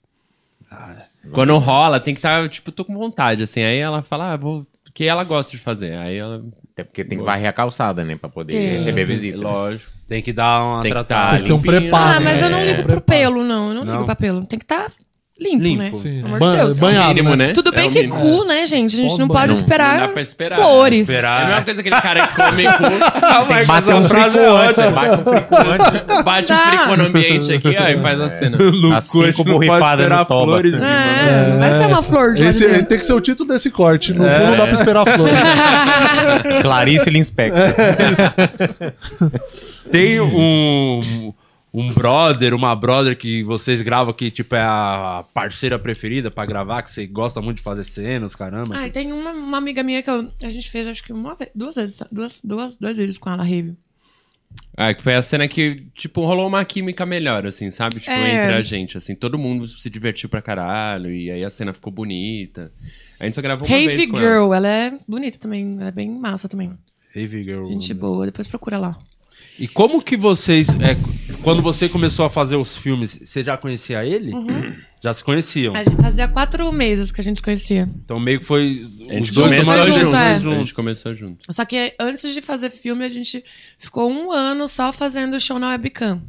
Speaker 3: Ah,
Speaker 5: Quando rola, tem que estar, tipo, tô com vontade, assim. Aí ela fala, ah, vou. Porque ela gosta de fazer. Aí ela.
Speaker 2: Até porque tem que varrer a calçada, né? Pra poder
Speaker 4: É.
Speaker 2: receber visita.
Speaker 5: Lógico.
Speaker 1: Tem que dar uma
Speaker 5: Tem que
Speaker 1: tratada.
Speaker 5: tá
Speaker 3: Tem que ter um
Speaker 5: limpinho,
Speaker 3: preparo.
Speaker 4: Ah,
Speaker 3: Ah,
Speaker 4: mas eu
Speaker 3: é.
Speaker 4: não ligo pro pelo, não. Eu não,
Speaker 1: Não.
Speaker 4: ligo pra pelo. Tem que estar tá limpo,
Speaker 1: Limpo.
Speaker 4: né?
Speaker 3: Sim.
Speaker 4: Pelo amor de
Speaker 3: Ban-
Speaker 4: Deus.
Speaker 5: É o
Speaker 3: banhado,
Speaker 5: mínimo,
Speaker 3: né?
Speaker 5: né?
Speaker 4: Tudo bem
Speaker 5: É o
Speaker 4: que
Speaker 5: mínimo.
Speaker 4: cu, né, gente? A gente não
Speaker 3: Pós-banho.
Speaker 4: pode
Speaker 3: Não,
Speaker 4: esperar,
Speaker 5: não dá pra esperar,
Speaker 4: flores.
Speaker 1: né?
Speaker 5: É a
Speaker 1: Esperar.
Speaker 5: mesma coisa que aquele cara que
Speaker 4: [laughs]
Speaker 5: come cu,
Speaker 1: Ah, mas essa
Speaker 5: um
Speaker 1: frase é
Speaker 5: né?
Speaker 1: ótima.
Speaker 2: Bate um frico antes,
Speaker 5: bate um
Speaker 4: Tá.
Speaker 5: o frico no ambiente aqui, ó, e faz
Speaker 3: É.
Speaker 5: a
Speaker 3: [laughs]
Speaker 5: cena.
Speaker 1: no
Speaker 2: As
Speaker 1: cu, a gente
Speaker 2: cinco
Speaker 1: não pode
Speaker 2: borrifadas
Speaker 1: esperar
Speaker 2: no toba.
Speaker 1: flores.
Speaker 4: É, vai ser uma flor de
Speaker 3: Esse,
Speaker 4: dentro.
Speaker 3: tem que ser o título desse corte. No
Speaker 5: É.
Speaker 3: cu não dá pra esperar
Speaker 4: [laughs]
Speaker 3: flores.
Speaker 2: Clarice Linspector.
Speaker 4: É.
Speaker 1: Tem um, um brother, uma brother que vocês gravam que, tipo, é a parceira preferida pra gravar, que você gosta muito de fazer cenas, caramba.
Speaker 4: Ai, tem uma, uma amiga minha que eu- a gente fez, acho que uma vez, duas vezes, duas, duas, duas vezes com ela, rave.
Speaker 5: Ah, que foi a cena que, tipo, rolou uma química melhor, assim, sabe? Tipo,
Speaker 4: É.
Speaker 5: entre a gente, assim. Todo mundo se divertiu pra caralho, e aí a cena ficou bonita. A gente só gravou uma
Speaker 4: Rave
Speaker 5: vez com ela.
Speaker 4: Girl, ela. é bonita também, ela é bem massa também.
Speaker 1: Heavy Girl.
Speaker 4: Gente boa, depois procura lá.
Speaker 1: um- E como que vocês. é, quando você começou a fazer os filmes, você já conhecia ele? [clears throat] Já se conheciam.
Speaker 4: Uhum. A gente fazia quatro meses que a gente se conhecia.
Speaker 1: Então meio que foi.
Speaker 5: A gente né?
Speaker 1: os dois
Speaker 5: começou
Speaker 1: tomaram
Speaker 4: junto,
Speaker 1: decisões
Speaker 4: é.
Speaker 5: A
Speaker 1: juntos.
Speaker 5: gente começou junto.
Speaker 4: Só que antes de fazer filme, a gente ficou um ano só fazendo show na webcam.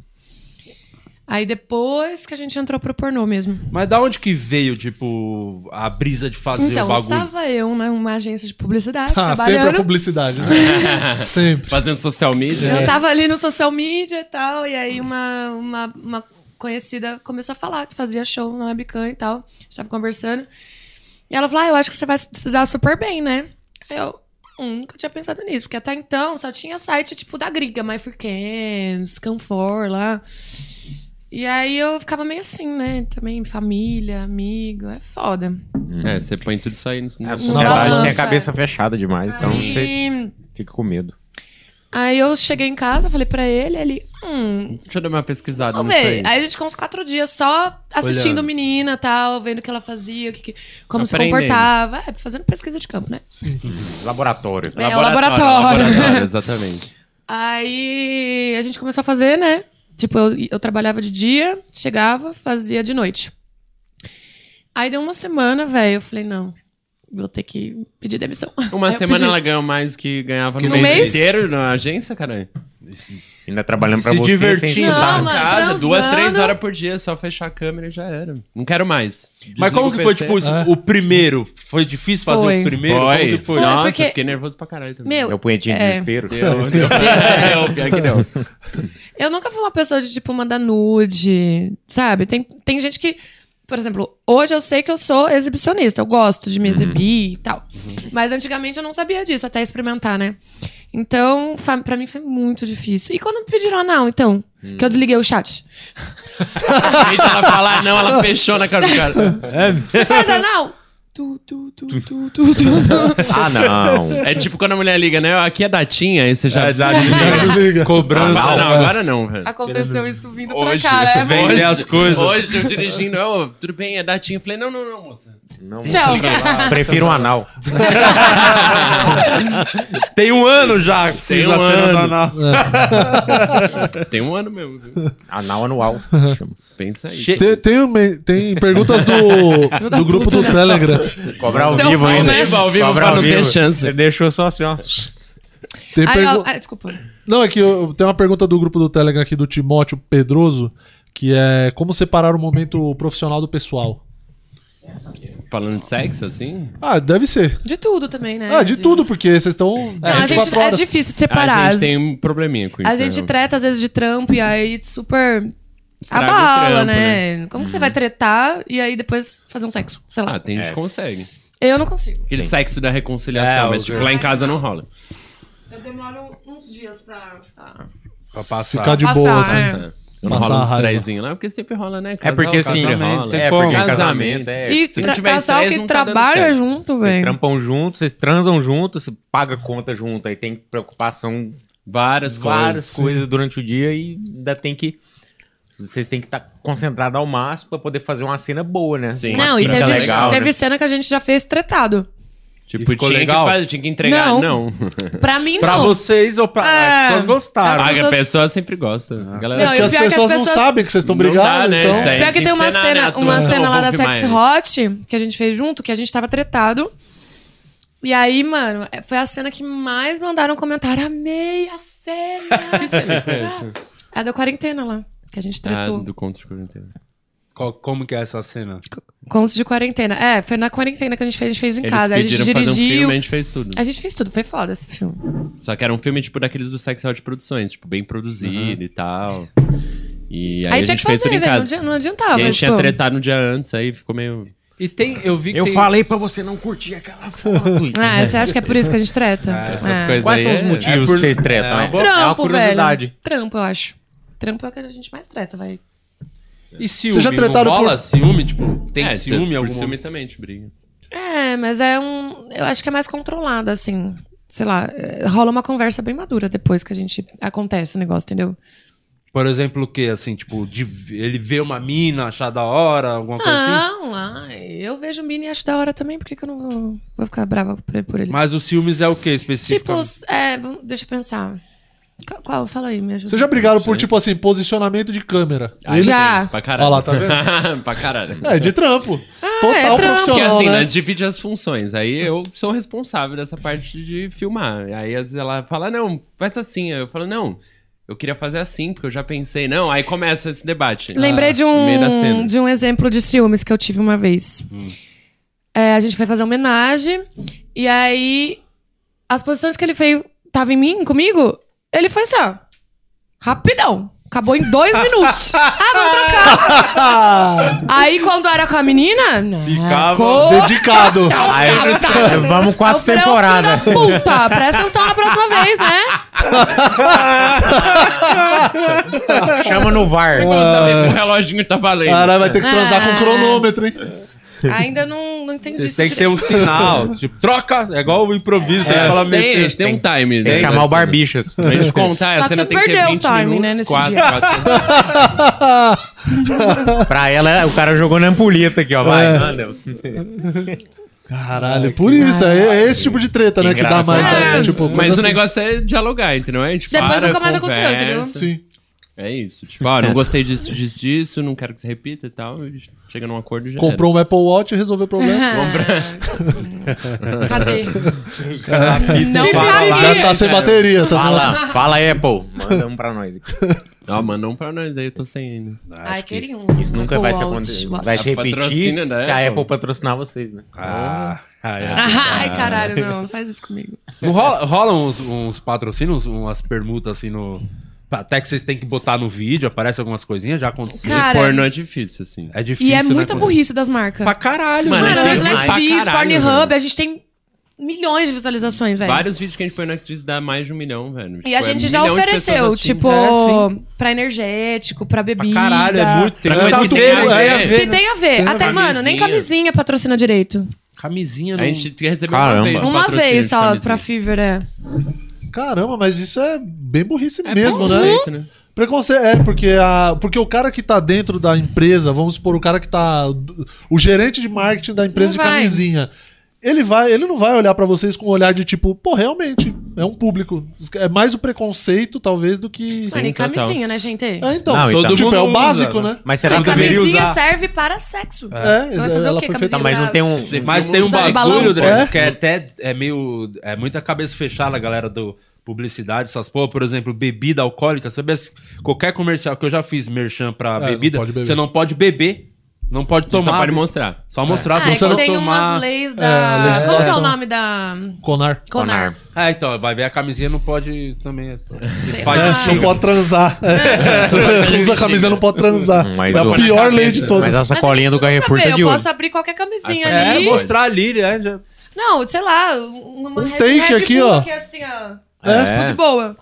Speaker 4: Aí depois que a gente entrou pro pornô mesmo.
Speaker 1: Mas da onde que veio, tipo, a brisa de fazer o
Speaker 4: Então,
Speaker 1: bagulho?
Speaker 4: estava eu numa agência de publicidade,
Speaker 3: Ah, sempre a
Speaker 4: Tá trabalhando.
Speaker 3: publicidade,
Speaker 5: [laughs]
Speaker 3: né? sempre.
Speaker 5: Fazendo social media.
Speaker 4: Eu tava ali no social media e tal, e aí uma, uma, uma conhecida começou a falar que fazia show na webcam e tal. A gente tava conversando. E ela falou: Ah, eu acho que você vai se dar super bem, né? Aí eu hum, nunca tinha pensado nisso, porque até então só tinha site tipo da gringa, My For Cans, Canfor lá. E aí eu ficava meio assim, né? Também família, amigo, é foda.
Speaker 1: Uhum.
Speaker 5: É, você põe tudo isso aí no.
Speaker 2: A
Speaker 4: É,
Speaker 5: no-
Speaker 2: sociedade tem a
Speaker 4: balança,
Speaker 2: cabeça fechada demais, então
Speaker 4: Aí-
Speaker 2: você fica com medo.
Speaker 4: Aí eu cheguei em casa, falei pra ele, ele, hum,
Speaker 5: Deixa eu dar uma pesquisada
Speaker 4: vamos
Speaker 5: nisso aí.
Speaker 4: ver. Aí a gente ficou uns quatro dias só assistindo
Speaker 1: Olhando.
Speaker 4: menina tal, vendo o que ela fazia, o que, que- como se
Speaker 5: Aprendendo.
Speaker 4: comportava. É, fazendo pesquisa de campo, né?
Speaker 2: Laboratório.
Speaker 4: É, o laboratório.
Speaker 5: laboratório, exatamente.
Speaker 4: [laughs] Aí a gente começou a fazer, né? Tipo, eu, eu trabalhava de dia, chegava, fazia de noite. Aí deu uma semana, velho, eu falei, não, vou ter que pedir demissão.
Speaker 5: Uma
Speaker 4: Aí eu
Speaker 5: semana
Speaker 4: pedi-
Speaker 5: ela ganhou mais do que ganhava
Speaker 4: É, Que
Speaker 5: no
Speaker 4: no
Speaker 5: mês,
Speaker 4: mês?
Speaker 5: inteiro na agência, caralho.
Speaker 2: Ainda trabalhando pra
Speaker 1: Se
Speaker 2: você sem
Speaker 1: divertindo.
Speaker 2: estudar.
Speaker 4: Não, mas-
Speaker 5: Em casa, duas,
Speaker 4: transando.
Speaker 5: três horas por dia, só fechar a câmera e já era. Não quero mais.
Speaker 1: Mas como que
Speaker 5: Desliga
Speaker 1: foi,
Speaker 5: o PC.
Speaker 1: tipo, isso-
Speaker 3: É.
Speaker 1: o primeiro? Foi difícil fazer
Speaker 4: Foi.
Speaker 1: o primeiro? Como
Speaker 5: Foi,
Speaker 1: que
Speaker 5: foi.
Speaker 1: foi?
Speaker 5: Nossa,
Speaker 4: porque-
Speaker 5: fiquei nervoso pra caralho também.
Speaker 4: Meu,
Speaker 2: É o punhetinho de
Speaker 4: É.
Speaker 2: desespero.
Speaker 5: [laughs] Deu, deu. Deu, pior que
Speaker 3: [laughs]
Speaker 5: deu.
Speaker 4: Eu nunca fui uma pessoa de, tipo, mandar nude, sabe? Tem, tem gente que. Por exemplo, hoje eu sei que eu sou exibicionista, eu gosto de me exibir e tal. Mas antigamente eu não sabia disso, até experimentar, né? Então, fa- pra mim foi muito difícil. E quando me pediram anal, então? Que eu desliguei o chat.
Speaker 5: Deixa ela falar, "Ah, não, ela fechou na cara do cara.
Speaker 4: Você faz anal? Tu, tu, tu, tu, tu, tu, tu.
Speaker 2: Ah, não.
Speaker 5: É tipo quando a mulher liga, né? Aqui é datinha, aí você já.
Speaker 1: É, já liga,
Speaker 3: Liga.
Speaker 1: [laughs]
Speaker 5: Ah,
Speaker 1: cobrando.
Speaker 5: não, agora não, velho.
Speaker 4: Aconteceu isso vindo pra
Speaker 5: Hoje,
Speaker 4: cá, né?
Speaker 1: vem
Speaker 4: Hoje.
Speaker 1: Vender as coisas.
Speaker 5: hoje eu dirigindo, eu, tudo bem, é datinha. Eu Falei, não, não, não, moça.
Speaker 2: não
Speaker 4: [laughs] Tchau.
Speaker 2: Prefiro um anal.
Speaker 1: Tem um ano já que
Speaker 5: Tem
Speaker 1: fez
Speaker 5: um
Speaker 1: a cena
Speaker 5: ano.
Speaker 1: do anal.
Speaker 5: Tem um ano mesmo. viu?
Speaker 2: Anal anual.
Speaker 5: Pensa aí.
Speaker 1: Che-
Speaker 3: Tem, tem, um me- tem perguntas
Speaker 4: [laughs]
Speaker 3: do, do grupo do Telegram.
Speaker 2: Cobrar ao
Speaker 4: Seu
Speaker 1: um
Speaker 2: vivo
Speaker 4: pau,
Speaker 2: ainda.
Speaker 4: né?
Speaker 5: Cobrar ao vivo
Speaker 2: Cobrar
Speaker 5: pra
Speaker 2: ao
Speaker 5: não ter
Speaker 2: vivo.
Speaker 5: chance.
Speaker 2: Ele deixou só assim, ó.
Speaker 3: Tem
Speaker 4: Aí, ó,
Speaker 3: pergu-
Speaker 4: ah, desculpa.
Speaker 3: Não, é que eu, tem uma pergunta do grupo do Telegram aqui do Timóteo Pedroso, que é como separar o momento profissional do pessoal.
Speaker 5: Falando de sexo, assim?
Speaker 3: Ah, deve ser.
Speaker 4: De tudo também, né?
Speaker 3: ah, de tudo, porque vocês estão.
Speaker 4: Não, a gente, é difícil de separar.
Speaker 5: Ah, A
Speaker 4: as-
Speaker 5: gente tem um probleminha com isso.
Speaker 4: A gente
Speaker 5: né?
Speaker 4: treta às vezes de trampo e aí super
Speaker 5: Estraga o
Speaker 4: abala,
Speaker 5: trampo,
Speaker 4: né? Como que você vai tretar e aí depois fazer um sexo? Sei lá.
Speaker 5: Ah, tem gente que consegue.
Speaker 4: Eu não consigo.
Speaker 5: Aquele sexo da reconciliação,
Speaker 1: É,
Speaker 5: mas
Speaker 1: o-
Speaker 5: tipo, lá em casa não rola.
Speaker 4: Eu demoro uns dias pra estar.
Speaker 1: Pra passar.
Speaker 3: Ficar de
Speaker 4: Passar,
Speaker 3: boa, assim.
Speaker 4: é.
Speaker 5: É. Não
Speaker 3: Passar a
Speaker 5: rola uns
Speaker 3: raiva.
Speaker 5: trezinhos lá, porque sempre rola, né?
Speaker 2: É porque
Speaker 5: Casal,
Speaker 2: assim.
Speaker 5: sempre rola.
Speaker 2: É
Speaker 1: como.
Speaker 2: porque
Speaker 5: Casamento.
Speaker 2: casamento é.
Speaker 4: E
Speaker 5: se não
Speaker 4: tra-
Speaker 5: tiver
Speaker 4: casal
Speaker 5: estresse,
Speaker 4: que
Speaker 5: não tá dando
Speaker 4: trabalha
Speaker 5: certo.
Speaker 4: junto,
Speaker 2: Vocês
Speaker 4: velho.
Speaker 2: trampam juntos, vocês transam juntos, você paga conta junto, aí tem preocupação
Speaker 5: Várias,
Speaker 2: várias
Speaker 5: coisas.
Speaker 2: coisas durante o dia e ainda tem que. Vocês têm que estar concentrados ao máximo pra poder fazer uma cena boa, né?
Speaker 5: Sim.
Speaker 2: Uma
Speaker 4: Não, e
Speaker 2: química
Speaker 4: teve,
Speaker 2: legal,
Speaker 4: teve
Speaker 2: né?
Speaker 4: cena que a gente já fez tretado.
Speaker 5: Tipo,
Speaker 1: E ficou
Speaker 5: tinha
Speaker 1: legal?
Speaker 5: que fazer, tinha que entregar.
Speaker 4: Não.
Speaker 5: [laughs] Não.
Speaker 4: Pra mim,
Speaker 1: Pra
Speaker 4: não.
Speaker 1: vocês ou pra...
Speaker 4: É.
Speaker 1: As pessoas gostaram.
Speaker 5: Ah,
Speaker 4: As
Speaker 5: A
Speaker 4: pessoas-
Speaker 5: pessoa sempre gosta. A galera
Speaker 4: Não,
Speaker 3: Porque
Speaker 4: e
Speaker 3: as
Speaker 4: pior que as
Speaker 3: pessoas, não
Speaker 4: pessoas-
Speaker 3: sabem que vocês estão
Speaker 5: Não dá,
Speaker 3: brigados,
Speaker 5: né?
Speaker 3: então.
Speaker 5: Isso aí.
Speaker 4: Pior que
Speaker 5: Tem
Speaker 4: tem
Speaker 5: que
Speaker 4: uma
Speaker 5: ser na- na
Speaker 4: cena, uma
Speaker 5: atuação,
Speaker 4: cena lá da
Speaker 5: ouve
Speaker 4: Sex Hot que a gente fez junto, que a gente tava tretado. E aí, mano, é- foi a cena que mais mandaram comentário. Amei a
Speaker 5: [laughs]
Speaker 4: cena! é da quarentena lá, que a gente
Speaker 5: Ah,
Speaker 4: tretou.
Speaker 5: do conto de quarentena.
Speaker 1: Qual- como que é essa cena?
Speaker 4: Contos de quarentena. É, foi na quarentena que a gente fez, a gente fez em casa. A gente
Speaker 5: pediram pra fazer um
Speaker 4: dirigiu. É.
Speaker 5: filme, a gente fez tudo.
Speaker 4: a gente fez tudo, foi foda esse filme.
Speaker 5: Só que era um filme, tipo, daqueles do Sex Out Produções, tipo, bem produzido e tal. É,
Speaker 4: Aí,
Speaker 5: E aí, a
Speaker 4: tinha
Speaker 5: gente
Speaker 4: que
Speaker 5: fez
Speaker 4: fazer,
Speaker 5: tudo em
Speaker 4: velho. Não
Speaker 5: casa.
Speaker 4: adi- Não adiantava.
Speaker 5: e a gente
Speaker 4: tipo,
Speaker 5: tinha tretado no dia antes, aí ficou meio...
Speaker 1: E tem... Eu vi que
Speaker 2: Eu
Speaker 1: tem...
Speaker 2: falei pra você não curtir aquela foto.
Speaker 4: Ah, você acha que é por isso que a gente treta?
Speaker 5: essas
Speaker 4: É.
Speaker 5: coisas
Speaker 2: Quais são
Speaker 5: aí
Speaker 2: os
Speaker 5: [laughs] é-
Speaker 2: motivos
Speaker 1: é por-
Speaker 2: que vocês tretam?
Speaker 1: é uma
Speaker 2: né?
Speaker 1: boa-
Speaker 4: Trampo,
Speaker 2: é uma curiosidade.
Speaker 4: velho. Trampo, eu acho. Trampo é o que a gente mais treta, vai.
Speaker 1: E ciúme?
Speaker 3: já tretaram
Speaker 1: não
Speaker 3: por-
Speaker 1: rola ciúme? Tipo, tem
Speaker 5: É,
Speaker 1: ciúme em
Speaker 5: por
Speaker 1: algum
Speaker 5: ciúme
Speaker 1: momento?
Speaker 5: também, a gente briga.
Speaker 4: É, mas é um. Eu acho que é mais controlado, assim. Sei lá, é, rola uma conversa bem madura depois que a gente acontece o negócio, entendeu?
Speaker 1: Por exemplo, o quê? Assim, tipo, de- ele vê uma mina, achar da hora, alguma coisa assim?
Speaker 4: Não, ai, eu vejo o Mini e acho da hora também, por que, que eu não vou, vou ficar brava por, por ele?
Speaker 1: Mas os ciúmes é o quê,
Speaker 4: tipo,
Speaker 1: especificamente?
Speaker 4: é, vamos- deixa eu pensar. Qual, qual? Fala aí, me ajuda.
Speaker 3: Vocês já brigaram por, tipo assim, posicionamento de câmera.
Speaker 5: Ah,
Speaker 4: Já.
Speaker 5: sim, Pra caralho.
Speaker 3: Olha lá, tá
Speaker 5: [laughs] pra caralho.
Speaker 3: É, de trampo. Total
Speaker 4: é trampo.
Speaker 5: Porque
Speaker 3: profissional,
Speaker 5: assim,
Speaker 3: né? [laughs]
Speaker 5: nós dividimos as funções. Aí eu sou responsável dessa parte de filmar. Aí às vezes ela fala, não, faz assim. Aí eu falo, não, eu queria fazer assim, porque eu já pensei. Não, aí começa esse debate.
Speaker 4: Lembrei de
Speaker 5: Ah, no meio da
Speaker 4: um,
Speaker 5: cena.
Speaker 4: de um exemplo de ciúmes que eu tive uma vez. É, a gente foi fazer homenagem, e aí as posições que ele fez tava em mim, comigo, ele foi assim, ó. Rapidão. Acabou em dois minutos. ah, vamos trocar.
Speaker 3: Ah,
Speaker 4: Aí quando era com a menina. não,
Speaker 1: Ficava
Speaker 4: ficou-
Speaker 3: Dedicado.
Speaker 2: Aí, vamos
Speaker 4: Eu
Speaker 2: quatro
Speaker 4: falei, ô,
Speaker 2: temporadas.
Speaker 4: é filho da Puta, presta atenção na próxima vez, né?
Speaker 2: Chama no VAR.
Speaker 5: Vamos saber se o reloginho tá valendo.
Speaker 3: Cara, vai ter que transar
Speaker 4: Ah.
Speaker 3: com o cronômetro, hein?
Speaker 4: Ainda não, não entendi
Speaker 1: Vocês
Speaker 4: isso
Speaker 1: têm que
Speaker 4: [laughs]
Speaker 1: ter um sinal. Tipo, troca! É igual o improviso, tem que falar meio
Speaker 5: tem, a
Speaker 1: que-
Speaker 5: gente tem um time.
Speaker 2: Tem que chamar o Barbichas.
Speaker 5: Pra gente contar,
Speaker 4: Só
Speaker 5: a
Speaker 4: que
Speaker 5: cena
Speaker 4: você
Speaker 5: tem que ter
Speaker 4: perdeu o
Speaker 5: 20
Speaker 4: time,
Speaker 5: minutos,
Speaker 4: né, nesse
Speaker 5: quatro,
Speaker 4: dia.
Speaker 5: quatro-
Speaker 2: pra ela, o cara jogou na ampulheta aqui, ó. Vai,
Speaker 3: É.
Speaker 2: manda.
Speaker 3: Caralho, por isso, é, é esse tipo de treta, né? Que dá mais.
Speaker 5: É,
Speaker 3: né? Tipo,
Speaker 5: mas
Speaker 3: quando
Speaker 5: o
Speaker 3: assim-
Speaker 5: negócio é dialogar, entendeu? A gente
Speaker 4: Depois
Speaker 5: para,
Speaker 4: nunca mais
Speaker 5: conversa,
Speaker 4: aconteceu, entendeu?
Speaker 3: Sim.
Speaker 5: É isso. Tipo, ó, não gostei disso, disso, disso, não quero que se repita e tal. e Chega num acordo e já
Speaker 3: Comprou um Apple Watch e resolveu o
Speaker 4: [laughs]
Speaker 3: problema.
Speaker 4: Ah, Cadê? Não
Speaker 3: Já
Speaker 4: cabia.
Speaker 3: tá sem bateria, tá sem
Speaker 2: Fala, fala, Apple. Manda um pra nós aqui.
Speaker 5: era. Ó, manda um pra nós aí, eu tô sem ainda.
Speaker 4: Ai, queria um.
Speaker 2: Isso nunca vai se
Speaker 4: Apple
Speaker 2: acontecer.
Speaker 4: Watch.
Speaker 2: Vai se
Speaker 5: Patrocina
Speaker 2: repetir
Speaker 5: da
Speaker 2: se a
Speaker 5: Apple.
Speaker 2: Apple patrocinar vocês, né?
Speaker 1: Ah, ah, é.
Speaker 4: Ai, caralho, não, não faz isso comigo.
Speaker 1: Não rola, rola uns, uns patrocínios, umas permutas assim no. Até que vocês têm que botar no vídeo, aparece algumas coisinhas, já aconteceu.
Speaker 4: Cara,
Speaker 5: Porno é difícil, assim.
Speaker 1: É difícil.
Speaker 4: e é
Speaker 1: né,
Speaker 4: muita
Speaker 1: quando-
Speaker 4: burrice das marcas.
Speaker 1: Pra caralho, né?
Speaker 5: Mano,
Speaker 1: mano.
Speaker 4: Mano,
Speaker 5: é
Speaker 4: no
Speaker 5: demais.
Speaker 4: Netflix,
Speaker 5: Pra caralho,
Speaker 4: Pornhub,
Speaker 5: velho.
Speaker 4: a gente tem milhões de visualizações, velho.
Speaker 5: Vários vídeos que a gente põe no Xvideos dá mais de um milhão, velho.
Speaker 4: E a
Speaker 5: Tipo, é
Speaker 4: gente
Speaker 5: um
Speaker 4: já
Speaker 5: milhão de pessoas
Speaker 4: ofereceu,
Speaker 5: assistindo.
Speaker 4: tipo,
Speaker 1: É,
Speaker 4: pra energético, pra
Speaker 1: Pra
Speaker 4: bebida.
Speaker 1: caralho, é muito. Tem
Speaker 5: Pra
Speaker 1: muita
Speaker 5: coisa que
Speaker 1: coisa,
Speaker 5: tem a
Speaker 1: é,
Speaker 5: ver.
Speaker 1: é,
Speaker 4: Que
Speaker 1: né?
Speaker 4: tem a ver.
Speaker 1: Tem
Speaker 4: Até,
Speaker 1: uma
Speaker 4: mano, nem
Speaker 5: camisinha.
Speaker 4: camisinha patrocina direito.
Speaker 1: Camisinha, não.
Speaker 5: A gente recebeu
Speaker 2: Caramba.
Speaker 5: uma vez. um
Speaker 4: Uma
Speaker 5: patrocínio
Speaker 4: vez
Speaker 5: de
Speaker 4: só
Speaker 5: camisinha.
Speaker 4: pra Fever, é.
Speaker 3: Caramba, mas isso é bem burrice
Speaker 5: É
Speaker 3: mesmo, né?
Speaker 5: preconceito, né?
Speaker 3: Preconceito, é, porque, a, porque o cara que tá dentro da empresa, vamos supor, o cara que tá. O gerente de marketing da empresa
Speaker 4: Não
Speaker 3: de
Speaker 4: vai.
Speaker 3: camisinha. Ele, vai, ele não vai olhar pra vocês com um olhar de tipo, pô, realmente, é um público. É mais o preconceito, talvez, do que.
Speaker 4: Mano, e
Speaker 5: total.
Speaker 4: camisinha, né, gente?
Speaker 3: É, então,
Speaker 2: Não, então-
Speaker 3: tipo, é
Speaker 1: Todo
Speaker 3: o
Speaker 1: mundo
Speaker 3: básico,
Speaker 1: usa,
Speaker 3: né?
Speaker 2: Mas será
Speaker 4: A
Speaker 1: Eu
Speaker 2: que
Speaker 1: deveria
Speaker 4: camisinha
Speaker 1: usar.
Speaker 4: serve para sexo.
Speaker 3: É,
Speaker 4: Vai fazer
Speaker 3: ela
Speaker 4: o quê?
Speaker 3: foi
Speaker 4: Camisinha
Speaker 3: feita.
Speaker 2: Tá, mas não tem um.
Speaker 5: Você
Speaker 1: Mas
Speaker 5: filma
Speaker 1: tem um
Speaker 5: os-
Speaker 4: Só de
Speaker 1: bagulho,
Speaker 4: balão?
Speaker 1: André,
Speaker 3: É.
Speaker 1: que é até. É meio. É muita cabeça fechada, a galera do publicidade, essas porra, por exemplo, bebida alcoólica. Sabe assim, qualquer comercial que eu já fiz merchan pra
Speaker 5: É,
Speaker 3: não
Speaker 1: bebida,
Speaker 3: pode beber.
Speaker 1: você não pode beber. Não pode
Speaker 5: Você
Speaker 1: tomar.
Speaker 5: só pode mostrar.
Speaker 1: Só mostrar,
Speaker 4: Ah,
Speaker 1: se
Speaker 4: é
Speaker 1: você
Speaker 4: que
Speaker 1: não
Speaker 4: tem
Speaker 1: tomar.
Speaker 4: umas leis
Speaker 3: É,
Speaker 4: da...
Speaker 3: legislação.
Speaker 4: Como que é o nome da...
Speaker 3: Conar.
Speaker 4: Conar.
Speaker 1: Ah, então, vai ver a camisinha não pode também. é só-
Speaker 4: Sei
Speaker 1: Faz
Speaker 4: lá.
Speaker 1: um
Speaker 3: Não
Speaker 1: cheiro.
Speaker 3: pode transar. É. Usa a camisa, não pode transar.
Speaker 2: Mas
Speaker 3: é a
Speaker 2: o-
Speaker 3: pior lei de todas.
Speaker 2: Mas a sacolinha do
Speaker 4: Mas é eu
Speaker 2: Carrefour
Speaker 4: preciso
Speaker 2: tá
Speaker 4: saber,
Speaker 2: de
Speaker 4: Eu
Speaker 2: olho.
Speaker 4: posso abrir qualquer camisinha
Speaker 2: Essa-
Speaker 1: É,
Speaker 4: ali.
Speaker 1: mostrar ali, né? já-
Speaker 4: Não, sei lá, uma
Speaker 3: Um
Speaker 4: Red-
Speaker 3: take
Speaker 4: Red
Speaker 3: aqui,
Speaker 4: Bull
Speaker 3: ó.
Speaker 4: aqui, assim, ó.
Speaker 2: É.
Speaker 4: Tipo, de boa.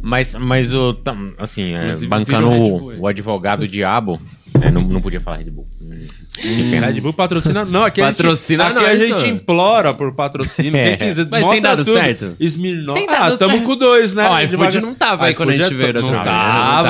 Speaker 2: Mas, mas o. tam- Assim, é,
Speaker 5: Inclusive,
Speaker 2: bancando
Speaker 5: virou Red Bull,
Speaker 2: o,
Speaker 5: é.
Speaker 2: o advogado diabo. é, não, não podia falar Red Bull.
Speaker 5: Uhum.
Speaker 2: Hum, que pena.
Speaker 1: Red Bull patrocina. Não, aqui
Speaker 5: Patrocina
Speaker 1: a gente, aqui
Speaker 5: nós,
Speaker 1: a gente
Speaker 5: mano.
Speaker 1: implora por
Speaker 5: [laughs]
Speaker 1: patrocínio.
Speaker 2: É.
Speaker 1: Quem quiser,
Speaker 5: Mas tem
Speaker 1: mostra
Speaker 5: dado
Speaker 1: tudo.
Speaker 5: certo?
Speaker 1: Smirnoff.
Speaker 4: Tem
Speaker 1: Ah,
Speaker 4: dado
Speaker 1: tamo
Speaker 4: certo.
Speaker 1: com dois, né?
Speaker 5: Ó,
Speaker 1: A gente
Speaker 5: iFood
Speaker 1: vai-
Speaker 5: não tava aí quando a
Speaker 1: iFood
Speaker 5: gente
Speaker 1: é-
Speaker 5: veio
Speaker 1: Não
Speaker 5: outra vez,
Speaker 1: tava,
Speaker 5: não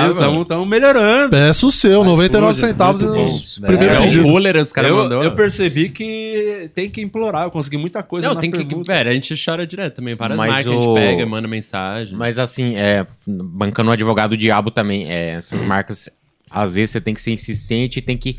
Speaker 1: você viu? Tamo, tamo melhorando.
Speaker 3: Peça o seu, 99
Speaker 1: muito
Speaker 3: centavos é
Speaker 1: bom.
Speaker 3: os
Speaker 1: É.
Speaker 3: primeiros
Speaker 5: É o
Speaker 3: pedidos.
Speaker 5: cooler, os caras
Speaker 1: Eu,
Speaker 5: mandou.
Speaker 1: eu percebi que tem que implorar. Eu consegui muita coisa
Speaker 5: Não,
Speaker 1: na
Speaker 5: tem que.
Speaker 1: pergunta.
Speaker 5: Velho, a gente chora direto também. Várias
Speaker 2: Mas
Speaker 5: marcas a
Speaker 2: o-
Speaker 5: gente pega, manda mensagem.
Speaker 2: Mas assim, é, bancando o advogado do diabo também, é, essas marcas, às vezes você tem que ser insistente e tem que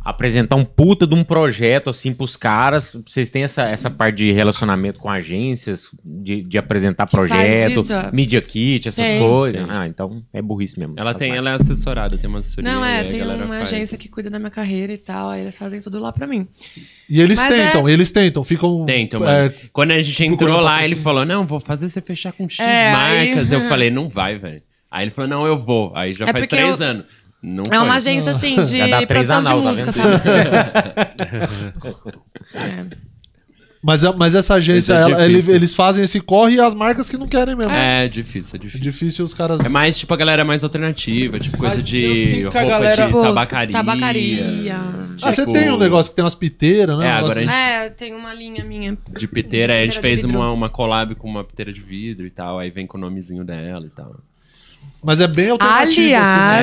Speaker 2: apresentar um puta de um projeto assim pros caras. Vocês têm essa, essa parte de relacionamento com agências, de, de apresentar
Speaker 4: faz
Speaker 2: projeto,
Speaker 4: isso, ó.
Speaker 2: media kit, essas
Speaker 4: Tem.
Speaker 2: coisas.
Speaker 5: Tem.
Speaker 2: Ah, então é burrice mesmo.
Speaker 5: Ela
Speaker 2: As
Speaker 5: tem,
Speaker 2: marcas.
Speaker 5: ela é assessorada, tem uma assessoria.
Speaker 4: Não,
Speaker 5: e
Speaker 4: é,
Speaker 5: a
Speaker 4: tem
Speaker 5: galera
Speaker 4: uma
Speaker 5: faz.
Speaker 4: agência que cuida da minha carreira e tal, aí eles fazem tudo lá pra mim.
Speaker 3: E eles
Speaker 4: Mas
Speaker 3: tentam, eles tentam, ficam.
Speaker 5: Tentam,
Speaker 3: é,
Speaker 5: mano. Quando a gente entrou
Speaker 3: procurando
Speaker 5: lá, ele
Speaker 3: patrocínio.
Speaker 5: falou: Não, vou fazer você fechar com X
Speaker 4: É, aí- [laughs]
Speaker 5: marcas. Eu falei: Não vai, velho. Aí ele falou: Não, eu vou. Aí já
Speaker 4: É
Speaker 5: faz
Speaker 4: porque
Speaker 5: três
Speaker 4: eu-
Speaker 5: anos. Não
Speaker 4: É uma
Speaker 5: foi.
Speaker 4: agência, assim, de
Speaker 2: Já dá três
Speaker 4: produção de
Speaker 2: anal, tá
Speaker 4: música,
Speaker 2: vendo?
Speaker 4: sabe?
Speaker 3: Mas, a- mas essa agência,
Speaker 5: Isso é
Speaker 3: ela- ele-
Speaker 5: difícil.
Speaker 3: eles fazem esse corre e as marcas que não querem mesmo. É,
Speaker 4: né?
Speaker 5: É difícil, é difícil.
Speaker 3: difícil os caras.
Speaker 5: É mais tipo a galera mais alternativa, tipo coisa
Speaker 1: Mas eu
Speaker 5: de
Speaker 1: sinto que a
Speaker 5: roupa
Speaker 1: galera-
Speaker 5: de
Speaker 4: Tipo,
Speaker 5: tabacaria.
Speaker 4: tabacaria.
Speaker 3: ah, você
Speaker 5: tipo-
Speaker 3: tem um negócio que tem umas piteiras, né?
Speaker 5: É,
Speaker 3: Um
Speaker 5: agora
Speaker 3: negócio
Speaker 5: a gente-
Speaker 4: É, tem uma linha minha.
Speaker 5: De piteira, aí a gente
Speaker 4: de
Speaker 5: fez
Speaker 4: vidro.
Speaker 5: uma, uma collab com uma piteira de vidro e tal, aí vem com o nomezinho dela e tal.
Speaker 3: assim. Mas é bem alternativo.
Speaker 4: Aliás,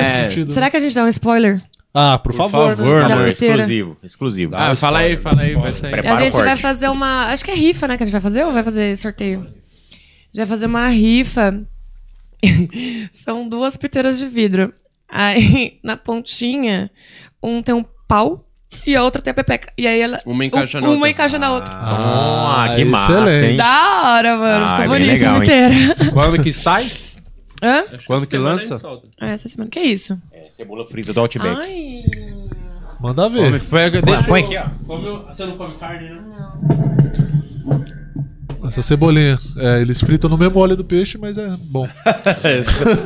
Speaker 3: assim, nesse
Speaker 5: É.
Speaker 3: sentido.
Speaker 4: será que a gente dá um spoiler?
Speaker 3: Ah, por, favor.
Speaker 1: favor,
Speaker 3: né?
Speaker 2: Tá
Speaker 4: né?
Speaker 2: bom,
Speaker 4: Da piteira.
Speaker 2: exclusivo, exclusivo.
Speaker 5: Ah, fala aí, fala aí, vai sair.
Speaker 2: Prepara
Speaker 4: a
Speaker 2: o
Speaker 4: gente vai
Speaker 2: corte.
Speaker 4: fazer uma. Acho que é rifa, né? Que a gente vai fazer ou vai fazer sorteio? A gente vai fazer uma rifa. [laughs] São duas piteiras de vidro. Aí, [laughs] na pontinha, um tem um pau e a outra tem a pepeca. E aí ela.
Speaker 5: Uma encaixa na
Speaker 4: uma
Speaker 5: outra.
Speaker 4: encaixa na outra.
Speaker 2: Ah,
Speaker 3: Ah,
Speaker 2: que massa,
Speaker 3: excelente.
Speaker 2: hein?
Speaker 4: Da hora, mano.
Speaker 2: Ah,
Speaker 4: Ficou
Speaker 2: é bem
Speaker 4: bonito,
Speaker 2: legal,
Speaker 4: a
Speaker 2: hein?
Speaker 4: piteira.
Speaker 1: Quando que
Speaker 5: [laughs]
Speaker 1: sai?
Speaker 4: [laughs] Hã?
Speaker 1: Quando que lança?
Speaker 4: Ah, essa semana. Que isso?
Speaker 2: É, cebola frita do Outback.
Speaker 4: Ai.
Speaker 3: Manda
Speaker 5: é
Speaker 3: ver.
Speaker 1: Pega,
Speaker 2: Põe
Speaker 1: deixa eu-
Speaker 2: aqui, ó.
Speaker 1: Come o- Você não come carne, né?
Speaker 3: Essa cebolinha. É, eles fritam no mesmo óleo do peixe, mas é bom.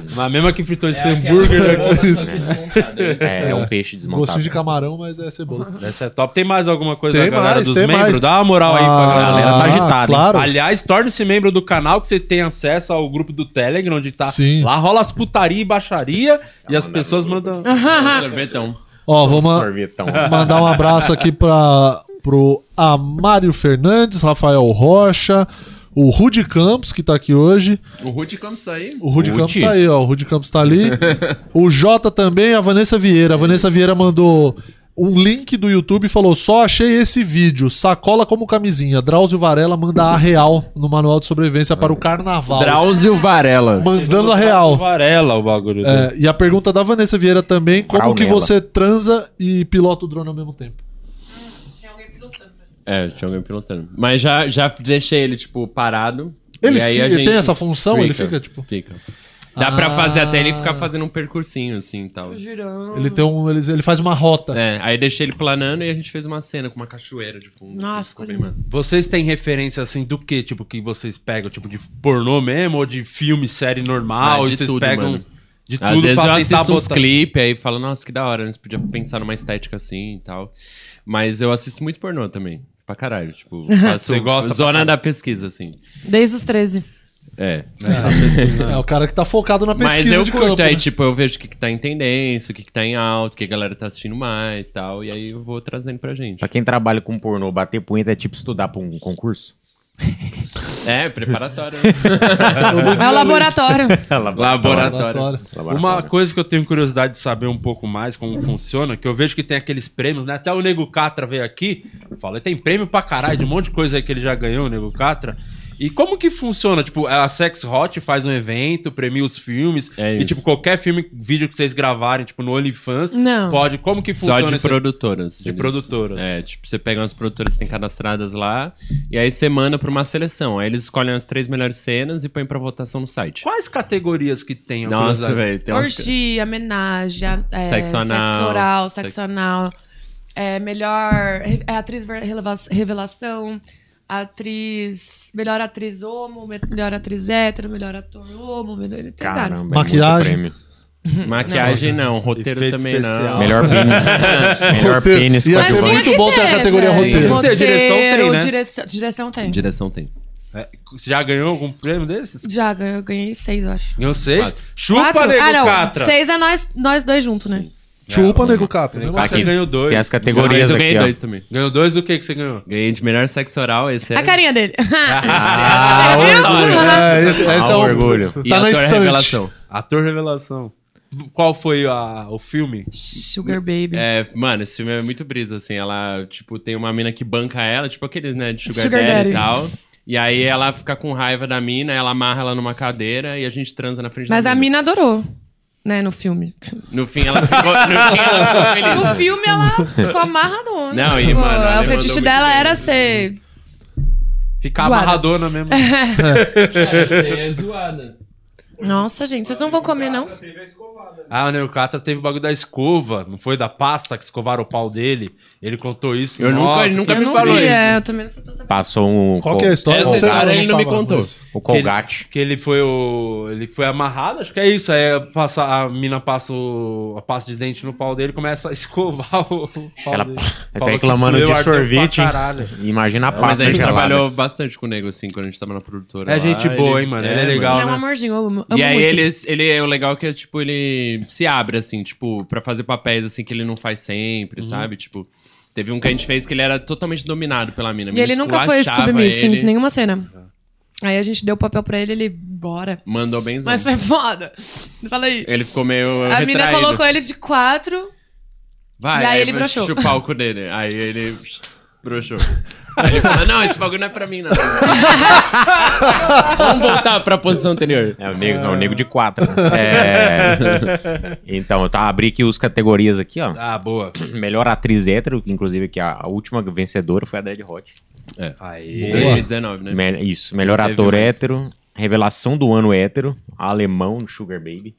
Speaker 1: Mas a mesma que fritou esse hambúrguer aqui.
Speaker 2: É, é um peixe desmontado.
Speaker 3: Gostinho de camarão, mas é cebola.
Speaker 1: Essa é top. Tem mais alguma coisa
Speaker 3: Tem
Speaker 1: da galera
Speaker 3: mais,
Speaker 1: dos
Speaker 3: tem
Speaker 1: membros?
Speaker 3: mais.
Speaker 1: Dá uma moral aí pra
Speaker 3: Ah,
Speaker 1: galera.
Speaker 2: tá agitada, hein?
Speaker 3: Claro.
Speaker 1: Aliás, torne-se membro do canal que você tem acesso ao grupo do Telegram, onde tá.
Speaker 3: Sim.
Speaker 1: Lá rola as putaria e baixaria e as pessoas mandam.
Speaker 4: [laughs]
Speaker 5: Sorvetão.
Speaker 3: Ó, vamos ma-
Speaker 2: Sorvetão.
Speaker 3: mandar um abraço aqui pra, pro Amário Fernandes, Rafael Rocha, o Rude Campos, que tá aqui hoje.
Speaker 5: O Ruth Campos aí.
Speaker 3: O Rude
Speaker 2: Rude.
Speaker 3: Campos tá aí, ó. O Rude Campos tá ali. o Jota também, a Vanessa Vieira. A Vanessa Vieira mandou um link do YouTube e falou: só achei esse vídeo. Sacola como camisinha. Drauzio Varela manda a real no manual de sobrevivência para o carnaval.
Speaker 5: Drauzio Varela.
Speaker 3: Mandando a real.
Speaker 1: Varela o bagulho. dele.
Speaker 3: É, e a pergunta da Vanessa Vieira também: como
Speaker 2: Fraunela.
Speaker 3: que você transa e pilota o drone ao mesmo tempo?
Speaker 5: É, tinha alguém pilotando. Mas já, já deixei ele, tipo, parado.
Speaker 3: Ele
Speaker 5: E aí
Speaker 3: fi-
Speaker 5: a
Speaker 3: ele
Speaker 5: gente
Speaker 3: tem essa função? Ele fica, tipo-
Speaker 5: Fica. Dá pra fazer até ele ficar fazendo um percursinho, assim, e tal.
Speaker 4: Girão.
Speaker 3: Ele, tem um, ele, ele faz uma rota.
Speaker 5: É, aí deixei ele planando e a gente fez uma cena com uma cachoeira de fundo.
Speaker 4: Nossa,
Speaker 5: assim, ficou bem
Speaker 4: lindo.
Speaker 5: massa.
Speaker 1: Vocês têm referência assim do que? Tipo, que vocês pegam? Tipo, de pornô mesmo? Ou de filme, série normal?
Speaker 5: Ah,
Speaker 1: e
Speaker 5: de
Speaker 1: vocês
Speaker 5: tudo,
Speaker 1: pegam
Speaker 5: mano.
Speaker 1: de
Speaker 5: Às
Speaker 1: tudo
Speaker 5: vezes eu
Speaker 1: pra
Speaker 5: assisto
Speaker 1: tentar
Speaker 5: uns
Speaker 1: botar.
Speaker 5: clipes aí e falo, nossa, que da hora, a gente podia pensar numa estética assim e tal. Mas eu assisto muito pornô também. Pra caralho, tipo, faço
Speaker 1: Você gosta pra
Speaker 5: zona
Speaker 1: caralho.
Speaker 5: da pesquisa, assim.
Speaker 4: Desde os 13.
Speaker 5: É. [laughs]
Speaker 3: É, o cara que tá focado na pesquisa
Speaker 5: Mas eu
Speaker 3: de
Speaker 5: curto,
Speaker 3: campo.
Speaker 5: aí,
Speaker 3: né?
Speaker 5: tipo, eu vejo o que, que tá em tendência, o que, que tá em alto, o que a galera tá assistindo mais e tal. E aí eu vou trazendo pra gente.
Speaker 2: Pra quem trabalha com pornô, bater punheta é tipo estudar pra um
Speaker 3: [laughs]
Speaker 2: concurso? [laughs]
Speaker 5: É, preparatório. né?
Speaker 4: É o laboratório.
Speaker 5: Laboratório.
Speaker 3: Laboratório.
Speaker 1: Uma coisa que eu tenho curiosidade de saber um pouco mais
Speaker 5: Hum.
Speaker 1: como funciona, que eu vejo que tem aqueles prêmios, né? Até o Nego Catra veio aqui, falei, tem prêmio pra caralho, de um monte de coisa aí que ele já ganhou, o Nego Catra. E como que funciona? Tipo, a Sex Hot faz um evento, premia os filmes,
Speaker 5: É
Speaker 1: e
Speaker 5: isso.
Speaker 1: tipo, qualquer filme, vídeo que vocês gravarem, tipo, no OnlyFans,
Speaker 4: Não.
Speaker 1: pode. Como que
Speaker 5: Só
Speaker 1: funciona
Speaker 5: de
Speaker 1: esse-
Speaker 5: produtoras.
Speaker 1: De
Speaker 5: eles-
Speaker 1: produtoras.
Speaker 5: É, tipo, você pega umas produtoras que tem cadastradas lá, e aí você manda pra uma seleção. Aí eles escolhem as três melhores cenas e põem pra votação no site.
Speaker 1: Quais categorias que tem? Eu
Speaker 5: Nossa,
Speaker 1: curiosidade.
Speaker 5: velho, tem umas...
Speaker 4: Orgia, homenagem, a- é,
Speaker 5: Sexo
Speaker 4: sexo
Speaker 5: anal.
Speaker 4: oral, sexo
Speaker 5: Sexo-
Speaker 4: anal. É, melhor re- é, atriz ver- releva- revelação, atriz. Melhor atriz homo, me- melhor atriz hétero, melhor ator homo. melhor- Tem vários.
Speaker 2: Caramba,
Speaker 3: Maquiagem.
Speaker 2: É muito prêmio.
Speaker 5: Maquiagem não, roteiro
Speaker 1: Efeito
Speaker 5: também
Speaker 1: especial.
Speaker 5: não.
Speaker 2: Melhor pênis. Melhor
Speaker 3: Roteiro.
Speaker 2: pênis.
Speaker 3: E
Speaker 2: com
Speaker 3: assim,
Speaker 2: adjuvante.
Speaker 3: muito bom ter a categoria
Speaker 4: velho.
Speaker 5: roteiro.
Speaker 1: Roteiro, direção tem, né?
Speaker 4: Direção, direção tem.
Speaker 5: Direção tem.
Speaker 1: É, Você já ganhou algum prêmio desses?
Speaker 4: Já, ganhei, eu ganhei seis, eu acho.
Speaker 1: Ganhou seis?
Speaker 5: Quatro.
Speaker 1: Chupa,
Speaker 4: Quatro?
Speaker 1: Nego
Speaker 4: ah, não.
Speaker 1: Catra!
Speaker 4: Seis é nós, nós dois juntos, né?
Speaker 3: Chupa, nego Cato.
Speaker 1: Nego
Speaker 3: né?
Speaker 1: Catra
Speaker 2: Aqui,
Speaker 1: ganhou dois.
Speaker 2: Tem as
Speaker 5: Mas
Speaker 2: categorias
Speaker 5: eu ganhei
Speaker 2: aqui, ó.
Speaker 5: dois também.
Speaker 1: Ganhou dois do que que você ganhou?
Speaker 5: Ganhei de melhor sexo oral, esse é...
Speaker 4: A carinha
Speaker 1: [laughs]
Speaker 4: dele.
Speaker 5: Tá
Speaker 3: Ah, orgulho. É, esse, esse é
Speaker 2: Ah,
Speaker 3: o
Speaker 2: orgulho.
Speaker 5: E
Speaker 3: Tá na
Speaker 5: ator
Speaker 3: estante.
Speaker 5: revelação.
Speaker 1: Ator revelação. Qual foi a- o filme?
Speaker 4: Sugar Baby.
Speaker 5: É, mano, esse filme é muito brisa, assim. Ela, tipo, tem uma mina que banca ela, tipo aqueles, né, de Sugar,
Speaker 4: Sugar
Speaker 5: Daddy
Speaker 4: Daddy.
Speaker 5: e tal. E aí ela fica com raiva da mina, ela amarra ela numa cadeira e a gente transa na frente
Speaker 4: Mas
Speaker 5: da
Speaker 4: a mina adorou, né, no filme.
Speaker 5: No fim ela ficou, no fim
Speaker 4: [laughs]
Speaker 5: ela ficou feliz.
Speaker 4: No filme ela
Speaker 5: [laughs]
Speaker 4: ficou amarradona.
Speaker 5: Não, e,
Speaker 4: tipo,
Speaker 5: mano, ela
Speaker 4: o fetiche
Speaker 5: mandou
Speaker 4: dela
Speaker 5: muito bem.
Speaker 4: era ser.
Speaker 1: Ficar
Speaker 4: Zoada.
Speaker 1: amarradona
Speaker 4: [laughs]
Speaker 1: mesmo.
Speaker 5: é zoada.
Speaker 4: Nossa, gente, vocês não vão comer, não?
Speaker 1: ah, o Neocatra teve o bagulho da escova, não foi da pasta que escovaram o pau dele. Ele contou isso.
Speaker 5: Eu nunca- ele nunca
Speaker 1: que-
Speaker 4: Eu
Speaker 5: me
Speaker 4: não
Speaker 5: falou
Speaker 4: vi,
Speaker 5: isso.
Speaker 4: é, eu também não sei. tô sabendo.
Speaker 2: Passou um...
Speaker 3: Qual que é a história?
Speaker 5: Essa
Speaker 3: Não sei,
Speaker 5: história
Speaker 3: eu
Speaker 5: ele não me
Speaker 3: tava
Speaker 5: contou.
Speaker 3: nesse.
Speaker 2: O
Speaker 1: que ele-
Speaker 2: Colgate.
Speaker 1: Que ele foi o. Ele foi amarrado, acho que é isso. Aí passa, a mina passa o- a pasta de dente no pau dele e começa a [laughs] escovar o pau
Speaker 2: Ela
Speaker 1: dele.
Speaker 2: [laughs] tá
Speaker 1: Falou que
Speaker 2: reclamando
Speaker 1: doeu
Speaker 2: de
Speaker 1: ardeu pra
Speaker 2: sorvete. hein?
Speaker 1: caralho.
Speaker 2: Imagina a pasta
Speaker 5: Mas a gente
Speaker 2: gelada.
Speaker 5: trabalhou bastante com o nego, assim, quando a gente tava na produtora.
Speaker 1: É
Speaker 5: lá,
Speaker 1: gente
Speaker 5: ele-
Speaker 1: boa, hein, mano? Ele é legal.
Speaker 4: é um
Speaker 1: né?
Speaker 4: amorzinho, eu amo. amo
Speaker 5: E aí
Speaker 4: muito.
Speaker 5: ele, ele, o legal é que, tipo, ele se abre, assim, tipo, pra fazer papéis, assim, que ele não faz sempre,
Speaker 4: Uhum.
Speaker 5: sabe? Tipo, teve um que a gente fez que ele era totalmente dominado pela mina. A
Speaker 4: E
Speaker 5: mina
Speaker 4: ele nunca foi
Speaker 5: esculachava
Speaker 4: submisso
Speaker 5: ele,
Speaker 4: em nenhuma cena. Aí a gente deu o papel pra ele, ele. Bora.
Speaker 5: Mandou bem
Speaker 4: Mas foi foda. Fala aí.
Speaker 5: Ele ficou meio
Speaker 4: a
Speaker 5: retraído.
Speaker 4: mina colocou ele de quatro.
Speaker 5: Vai,
Speaker 4: e aí ele
Speaker 5: vai
Speaker 4: broxou.
Speaker 5: chupar o cu dele. Aí ele broxou. Aí ele falou, não, esse bagulho não é
Speaker 4: [laughs]
Speaker 5: pra mim, não. Vamos voltar pra posição anterior.
Speaker 2: É o nego, não, o nego de quatro. né? É. Então, eu tava abri aqui os categorias aqui, ó.
Speaker 1: Ah, boa.
Speaker 2: Melhor atriz hétero, inclusive aqui a a última vencedora foi a Dead Hot.
Speaker 1: Aí.
Speaker 5: 2019, né?
Speaker 2: Me- isso, melhor
Speaker 5: Teve
Speaker 2: ator
Speaker 5: mais.
Speaker 2: hétero, revelação do ano hétero, alemão no Sugar Baby.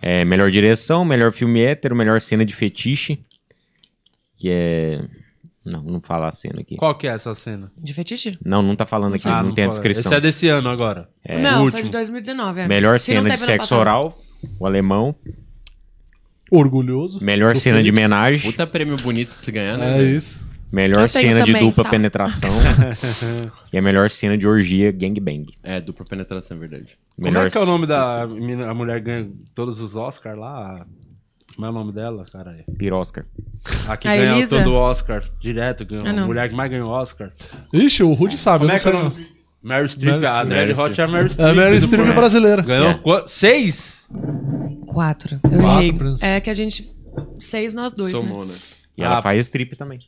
Speaker 2: É, melhor direção, melhor filme hétero, melhor cena de fetiche, que é Não, não fala a cena aqui.
Speaker 1: Qual que é essa cena?
Speaker 4: De fetiche?
Speaker 2: Não, não tá falando aqui, não, tem
Speaker 1: fala.
Speaker 2: a descrição. É
Speaker 1: Esse é desse ano agora.
Speaker 5: É,
Speaker 4: não,
Speaker 1: o
Speaker 4: foi de
Speaker 1: último.
Speaker 4: 2019. É.
Speaker 2: Melhor
Speaker 4: Se não
Speaker 2: cena de
Speaker 4: teve ano
Speaker 2: sexo
Speaker 4: passado.
Speaker 2: oral, o alemão.
Speaker 3: Orgulhoso.
Speaker 2: Melhor
Speaker 3: Do
Speaker 2: cena de
Speaker 3: Felipe.
Speaker 2: homenagem.
Speaker 5: Puta prêmio bonito de se ganhar, né?
Speaker 3: É
Speaker 5: velho?
Speaker 3: isso.
Speaker 2: Melhor
Speaker 4: Eu tenho
Speaker 2: cena de
Speaker 4: também,
Speaker 2: dupla
Speaker 4: tá? [laughs]
Speaker 2: penetração.
Speaker 1: [laughs]
Speaker 2: e a melhor cena de orgia gangbang.
Speaker 5: É, dupla penetração, é verdade.
Speaker 1: Como é que é o nome da
Speaker 2: c-
Speaker 1: mina- a mulher que ganha todos os Oscars lá? Como é o nome dela, caralho?
Speaker 2: Pirosca.
Speaker 1: A que
Speaker 4: A
Speaker 1: ganha
Speaker 4: Elisa?
Speaker 1: todo o Oscar, direto, ganhou.
Speaker 4: Ah,
Speaker 1: a
Speaker 4: não.
Speaker 1: mulher que mais ganhou Oscar.
Speaker 3: Ixi, o Rudy sabe,
Speaker 1: Como
Speaker 3: eu
Speaker 1: é
Speaker 3: não
Speaker 1: que é
Speaker 3: sei.
Speaker 1: o
Speaker 3: não.
Speaker 1: nome? Meryl Streep,
Speaker 3: Meryl
Speaker 1: a
Speaker 3: Streep.
Speaker 1: Red Hot é a Meryl Streep.
Speaker 3: É Meryl
Speaker 1: do
Speaker 3: Streep
Speaker 1: Bruno.
Speaker 3: brasileira.
Speaker 1: Ganhou
Speaker 2: É.
Speaker 1: qua- seis?
Speaker 4: Quatro. Eu
Speaker 3: Quatro,
Speaker 4: errei.
Speaker 3: Prince.
Speaker 4: É que a gente. Seis, nós dois. né?
Speaker 5: Somou, né?
Speaker 2: E ela
Speaker 1: Ah.
Speaker 2: faz strip também.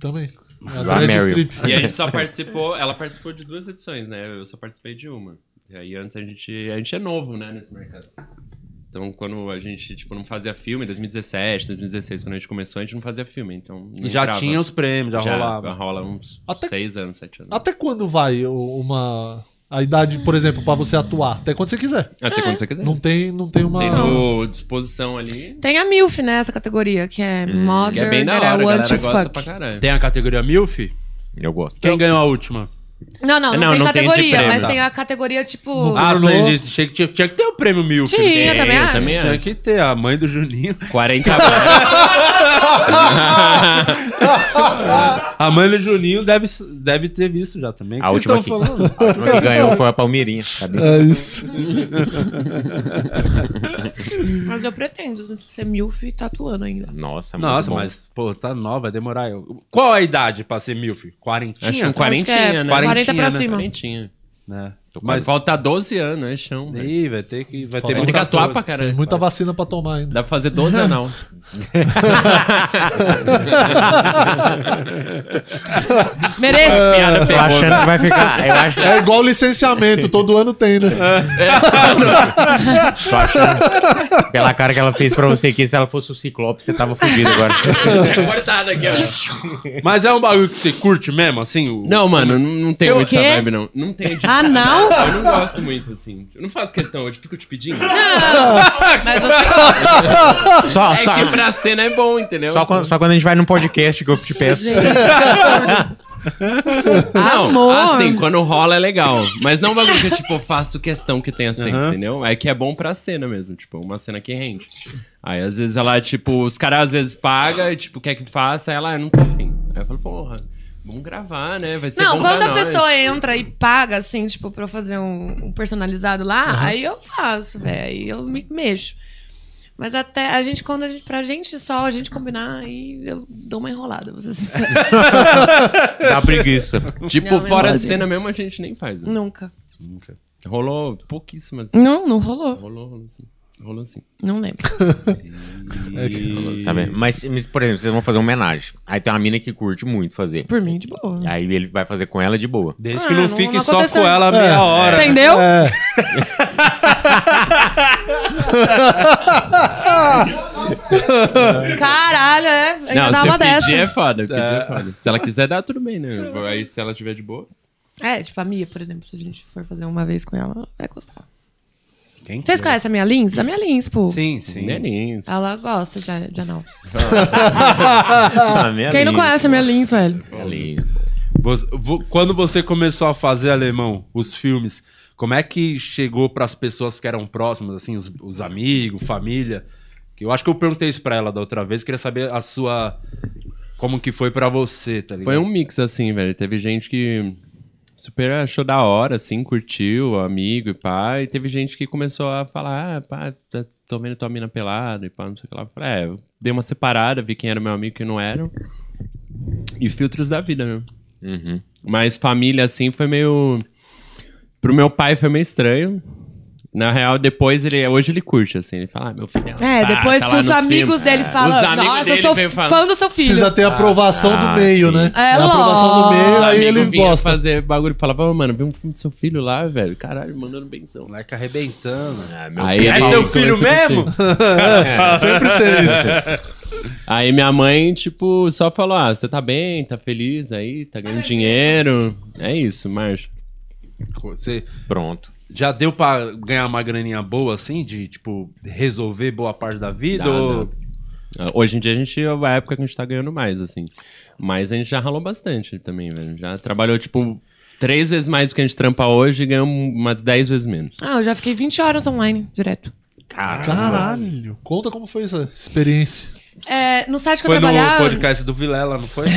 Speaker 3: Também. É
Speaker 2: Lá,
Speaker 3: Meryl
Speaker 2: Meryl.
Speaker 3: Streep.
Speaker 5: E a
Speaker 1: [laughs]
Speaker 5: gente só participou, ela participou de duas edições, né? Eu só participei de uma. E aí antes a gente, a gente é novo, né, nesse mercado. Então, quando a gente, tipo, não fazia filme, em 2017, 2016, quando a gente começou, a gente não fazia filme, então... não
Speaker 1: Já
Speaker 5: entrava.
Speaker 1: tinha os prêmios, já, rolava.
Speaker 5: rola uns
Speaker 3: Até-
Speaker 5: seis anos, sete anos.
Speaker 3: Até quando vai o- uma. A idade, por exemplo, pra você atuar? Até quando você quiser.
Speaker 5: Até quando você quiser.
Speaker 3: Não tem, não tem uma.
Speaker 5: Tem no disposição ali,
Speaker 4: Tem a MILF nessa categoria, que é Mother
Speaker 5: que é bem na hora,
Speaker 4: That
Speaker 5: a
Speaker 4: I Want
Speaker 5: galera
Speaker 4: to
Speaker 5: gosta
Speaker 4: Fuck.
Speaker 5: pra caralho.
Speaker 1: Tem a categoria MILF?
Speaker 2: Eu gosto.
Speaker 1: Quem ganhou a última?
Speaker 4: Não, não, não, tem
Speaker 5: É, Não, não Hum. tem esse
Speaker 4: categoria,
Speaker 5: prêmio,
Speaker 4: mas
Speaker 5: tá.
Speaker 4: tem a categoria tipo.
Speaker 1: Ah,
Speaker 3: Bruno.
Speaker 1: tá, entendi. Tinha, que- tinha- tinha que ter o prêmio MILF.
Speaker 4: Tinha,
Speaker 1: né?
Speaker 4: eu também
Speaker 5: eu
Speaker 4: acho.
Speaker 5: também
Speaker 1: Tinha
Speaker 5: acho.
Speaker 1: que ter, a mãe do Juninho.
Speaker 5: 40 anos.
Speaker 1: A mãe do Juninho deve, deve ter visto já também. O que
Speaker 2: A
Speaker 1: vocês
Speaker 2: última,
Speaker 1: estão
Speaker 2: que-
Speaker 1: falando?
Speaker 2: [laughs] a última que ganhou foi a Palmeirinha. Sabe?
Speaker 3: É isso.
Speaker 4: Mas eu pretendo ser MILF e tatuando ainda.
Speaker 2: Nossa, muito
Speaker 1: Nossa,
Speaker 2: bom.
Speaker 1: mas, pô, tá nova, vai demorar. Eu- Qual a idade pra ser MILF? Quarentinha?
Speaker 5: Acho que um
Speaker 1: Quarentinha,
Speaker 5: quarentinha, né?
Speaker 4: 40 é pra
Speaker 1: né?
Speaker 4: cima.
Speaker 5: Quarentinha.
Speaker 1: né?
Speaker 5: Mas
Speaker 1: Mas
Speaker 5: falta 12 anos, é chão. velho.
Speaker 1: aí vai ter que... Vai ter,
Speaker 5: Vai ter que
Speaker 1: muita
Speaker 5: atuar
Speaker 1: coisa.
Speaker 5: pra caralho.
Speaker 3: Muita vacina pra tomar ainda.
Speaker 5: Dá pra
Speaker 1: [laughs]
Speaker 5: fazer 12 anal.
Speaker 4: Mereço!
Speaker 5: Piada
Speaker 2: Tô
Speaker 5: pegou. né?
Speaker 2: achando que
Speaker 1: [laughs]
Speaker 2: vai ficar. Eu acho,
Speaker 3: É igual licenciamento, todo ano tem,
Speaker 5: [laughs]
Speaker 3: né?
Speaker 2: tô achando- Pela cara que ela fez pra você aqui, se ela fosse o Ciclope, você tava fudido
Speaker 1: [laughs]
Speaker 2: agora.
Speaker 5: Tinha Tá cortado aqui, ó.
Speaker 1: Mas é um bagulho que você curte mesmo, assim? o-
Speaker 5: Não, mano, não, não tem muito
Speaker 4: quê?
Speaker 5: essa vibe, não. Não tem.
Speaker 4: Ah, não?
Speaker 5: Eu não gosto muito, assim. Eu não faço questão, eu fico te pedindo.
Speaker 4: Mas
Speaker 5: [laughs]
Speaker 4: você gosta.
Speaker 2: Só,
Speaker 5: É
Speaker 2: só,
Speaker 5: que pra cena é bom, entendeu?
Speaker 2: só, quando, só quando a gente vai num podcast que eu te peço.
Speaker 4: Gente, cansa-
Speaker 5: Não,
Speaker 4: Amor.
Speaker 5: assim, quando rola é legal. Mas não um bagulho que eu, tipo, faço questão que tenha cena, entendeu? É que é bom pra cena mesmo, tipo, uma cena que rende. Aí, às vezes, ela, tipo, os caras às vezes pagam e, tipo, quer que faça, aí ela, ah, não tô afim. Aí eu falo, porra, vamos gravar, né? Vai ser
Speaker 4: Não,
Speaker 5: bom
Speaker 4: quando
Speaker 5: pra
Speaker 4: a
Speaker 5: nós.
Speaker 4: pessoa entra e paga, assim, tipo, pra eu fazer um, um personalizado lá, aí eu faço, velho. Aí eu me mexo. Mas até a gente, quando a gente, pra gente só, a gente combinar, aí eu dou uma enrolada, vou ser
Speaker 5: [laughs]
Speaker 4: sincera.
Speaker 2: Dá preguiça.
Speaker 5: Tipo,
Speaker 4: Não, é
Speaker 5: fora de
Speaker 4: verdade.
Speaker 5: cena mesmo, a gente nem faz. né?
Speaker 4: Nunca.
Speaker 5: Rolou pouquíssimas.
Speaker 4: Não, não rolou.
Speaker 5: Rolou, rolou sim. Rolou sim.
Speaker 4: Não lembro.
Speaker 2: Tá vendo? Mas, mas, por exemplo, vocês vão fazer uma homenagem. Aí tem uma mina que curte muito fazer.
Speaker 4: Por mim, de boa.
Speaker 2: Aí ele vai fazer com ela de boa.
Speaker 1: Desde
Speaker 4: Ah,
Speaker 1: que não
Speaker 4: não-
Speaker 1: fique
Speaker 4: não
Speaker 1: só
Speaker 4: aconteceu.
Speaker 1: com ela meia hora.
Speaker 4: Entendeu?
Speaker 3: É.
Speaker 4: Caralho, é. Ainda dá
Speaker 5: se eu
Speaker 4: uma
Speaker 5: pedir
Speaker 4: dessa.
Speaker 5: é foda, pedir é. foda. Se ela quiser dar, tudo [laughs] bem, né? Aí se ela tiver de boa.
Speaker 4: É, tipo, a Mia, por exemplo, se a gente for fazer uma vez com ela, vai custar.
Speaker 1: Quem
Speaker 4: Vocês conhecem a minha Lins? A minha Lins, pô.
Speaker 1: Sim, sim.
Speaker 5: Neném.
Speaker 4: Ela gosta de, de anal.
Speaker 2: [laughs] Ah, minha
Speaker 4: Quem não
Speaker 2: linda.
Speaker 4: conhece a minha Lins, velho?
Speaker 2: Minha linda.
Speaker 1: Você- vo- quando você começou a fazer alemão, os filmes, como é que chegou pras pessoas que eram próximas, assim, os, os amigos, família? Que eu acho que eu perguntei isso pra ela da outra vez, queria saber a sua. Como que foi pra você, tá ligado?
Speaker 5: Foi um mix, assim, velho. Teve gente que super achou da hora, assim, curtiu, amigo e pá. E teve gente que começou a falar, ah, pá, tá- tô vendo tua mina pelada e pá, não sei o que lá. Eu Falei, é, eu dei uma separada, vi quem era meu amigo e quem não era. E filtros da vida, né?
Speaker 2: Uhum.
Speaker 5: Mas família, assim, foi meio. Pro meu pai foi meio estranho. Na real, depois ele. Hoje ele curte, assim. Ele fala, ah, meu filho.
Speaker 4: É,
Speaker 5: tá-
Speaker 4: depois
Speaker 5: tá
Speaker 4: que
Speaker 5: lá
Speaker 4: os
Speaker 5: nos
Speaker 4: amigos
Speaker 5: filmes."
Speaker 4: dele
Speaker 5: É,
Speaker 4: falam,
Speaker 5: os amigos
Speaker 4: nossa, eu
Speaker 5: dele
Speaker 4: sou
Speaker 5: veio falar-
Speaker 4: fã do seu filho.
Speaker 3: Precisa ter aprovação
Speaker 2: Ah,
Speaker 3: do meio,
Speaker 2: sim.
Speaker 3: né?
Speaker 4: É,
Speaker 3: a aprovação do meio,
Speaker 5: Os
Speaker 3: aí
Speaker 5: amigos
Speaker 3: ele
Speaker 5: vinham
Speaker 3: gosta.
Speaker 5: fazer bagulho e falava, "Ô, mano, vi um filme do seu filho lá, velho. Caralho, mandando benção.
Speaker 1: Moleque arrebentando.
Speaker 2: Ah, meu
Speaker 5: Aí
Speaker 2: filho
Speaker 5: ele-
Speaker 1: É seu
Speaker 2: é maluco.
Speaker 1: filho
Speaker 5: começou a
Speaker 1: mesmo?
Speaker 3: [laughs] Sempre tem isso.
Speaker 5: Aí minha mãe, tipo, só falou: ah, você tá bem, tá feliz aí, tá ganhando dinheiro. É isso, Márcio.
Speaker 1: Você
Speaker 2: Pronto.
Speaker 1: já deu pra ganhar uma graninha boa, assim, de, tipo, resolver boa parte da vida?
Speaker 5: Dá,
Speaker 1: ou...
Speaker 5: dá. Ah, Hoje em dia a gente é a época que a gente tá ganhando mais, assim. Mas a gente já ralou bastante também, velho. Já trabalhou, tipo, três vezes mais do que a gente trampa hoje e ganhamos umas dez vezes menos.
Speaker 4: Ah, eu já fiquei 20 horas online, direto.
Speaker 3: Caralho. Conta como foi essa experiência.
Speaker 4: É, no site que
Speaker 1: Foi
Speaker 4: eu
Speaker 1: no
Speaker 4: trabalhava...
Speaker 1: podcast do Vilela, não
Speaker 3: [laughs]
Speaker 1: foi?
Speaker 3: tá.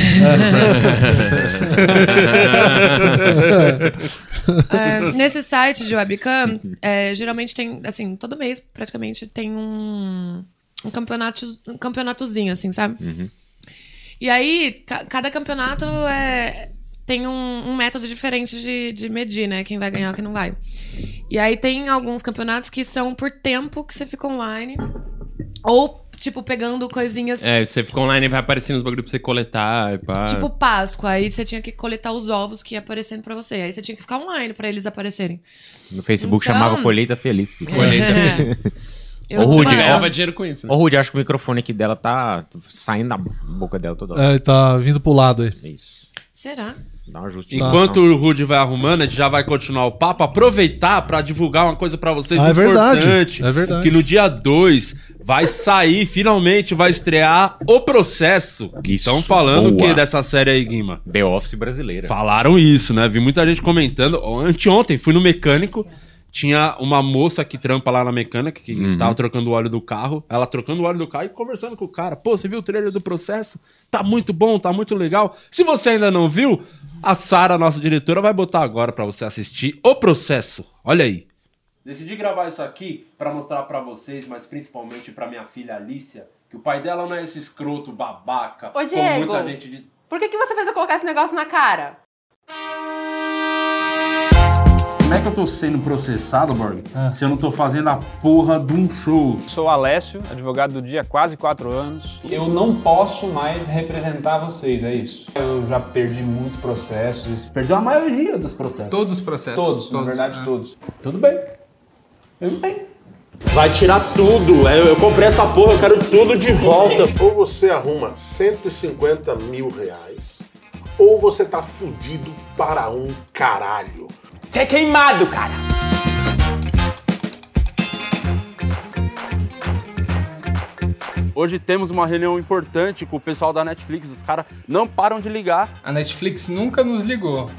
Speaker 4: É, nesse site de webcam, é, geralmente tem, assim, todo mês praticamente tem um, um, campeonato, um campeonatozinho, assim, sabe? E aí, ca- cada campeonato é, tem um, um método diferente de, de medir, né? Quem vai ganhar, quem não vai. E aí tem alguns campeonatos que são por tempo que você fica online. Ou, tipo, pegando coisinhas
Speaker 5: É, você fica online e vai aparecendo os bagulho pra você coletar e pá.
Speaker 4: Tipo Páscoa, aí você tinha que coletar os ovos que ia aparecendo pra você. Aí você tinha que ficar online pra eles aparecerem.
Speaker 2: No Facebook
Speaker 4: Então-
Speaker 2: chamava Colheita Feliz.
Speaker 4: É. [laughs] Eu
Speaker 2: Ô, Rudy,
Speaker 4: tava-
Speaker 5: ganhava dinheiro com isso. né?
Speaker 2: Ô, Rudy, acho que o microfone aqui dela tá saindo da boca dela toda hora.
Speaker 3: É, tá vindo pro lado aí.
Speaker 2: É isso.
Speaker 4: Será?
Speaker 2: Dá um uma justiça.
Speaker 1: Enquanto o Rude vai arrumando, a gente já vai continuar o papo. Aproveitar pra divulgar uma coisa pra vocês
Speaker 3: Ah, é verdade,
Speaker 1: importante.
Speaker 3: é verdade.
Speaker 1: Que no dia 2 vai sair, finalmente vai estrear O Processo. Que
Speaker 2: Isso,
Speaker 1: estão falando o
Speaker 2: boa.
Speaker 1: que dessa série aí, Guima?
Speaker 2: The Office brasileira.
Speaker 1: Falaram isso, né? Vi muita gente comentando. Anteontem fui no mecânico. Tinha uma moça que trampa lá na mecânica, que tava trocando o óleo do carro. Ela trocando o óleo do carro e conversando com o cara. Pô, você viu o trailer do processo? Tá muito bom, tá muito legal. Se você ainda não viu, a Sara, nossa diretora, vai botar agora pra você assistir o processo. Olha aí. Decidi gravar isso aqui pra mostrar pra vocês, mas principalmente pra minha filha Alicia, que o pai dela não é esse escroto babaca.
Speaker 6: Ô, Diego.
Speaker 1: muita gente diz.
Speaker 6: Por que, que você fez eu colocar esse negócio na cara?
Speaker 1: Como é que eu tô sendo processado, Borg?
Speaker 7: Ah.
Speaker 1: Se eu não tô fazendo a porra de um show.
Speaker 7: Sou Alessio, advogado do dia há quase quatro anos. Eu não posso mais representar vocês, é isso. Eu já perdi muitos processos. Perdeu a maioria dos processos. Todos os processos? Todos, é. na verdade, todos. Tudo bem. Eu não tenho.
Speaker 1: Vai tirar tudo. Eu, eu comprei essa porra, eu quero tudo de volta.
Speaker 8: Ou você arruma 150 mil reais, ou você tá fudido para um caralho.
Speaker 7: Você é queimado, cara!
Speaker 1: Hoje temos uma reunião importante com o pessoal da Netflix. Os caras não param de ligar.
Speaker 9: A Netflix nunca nos ligou.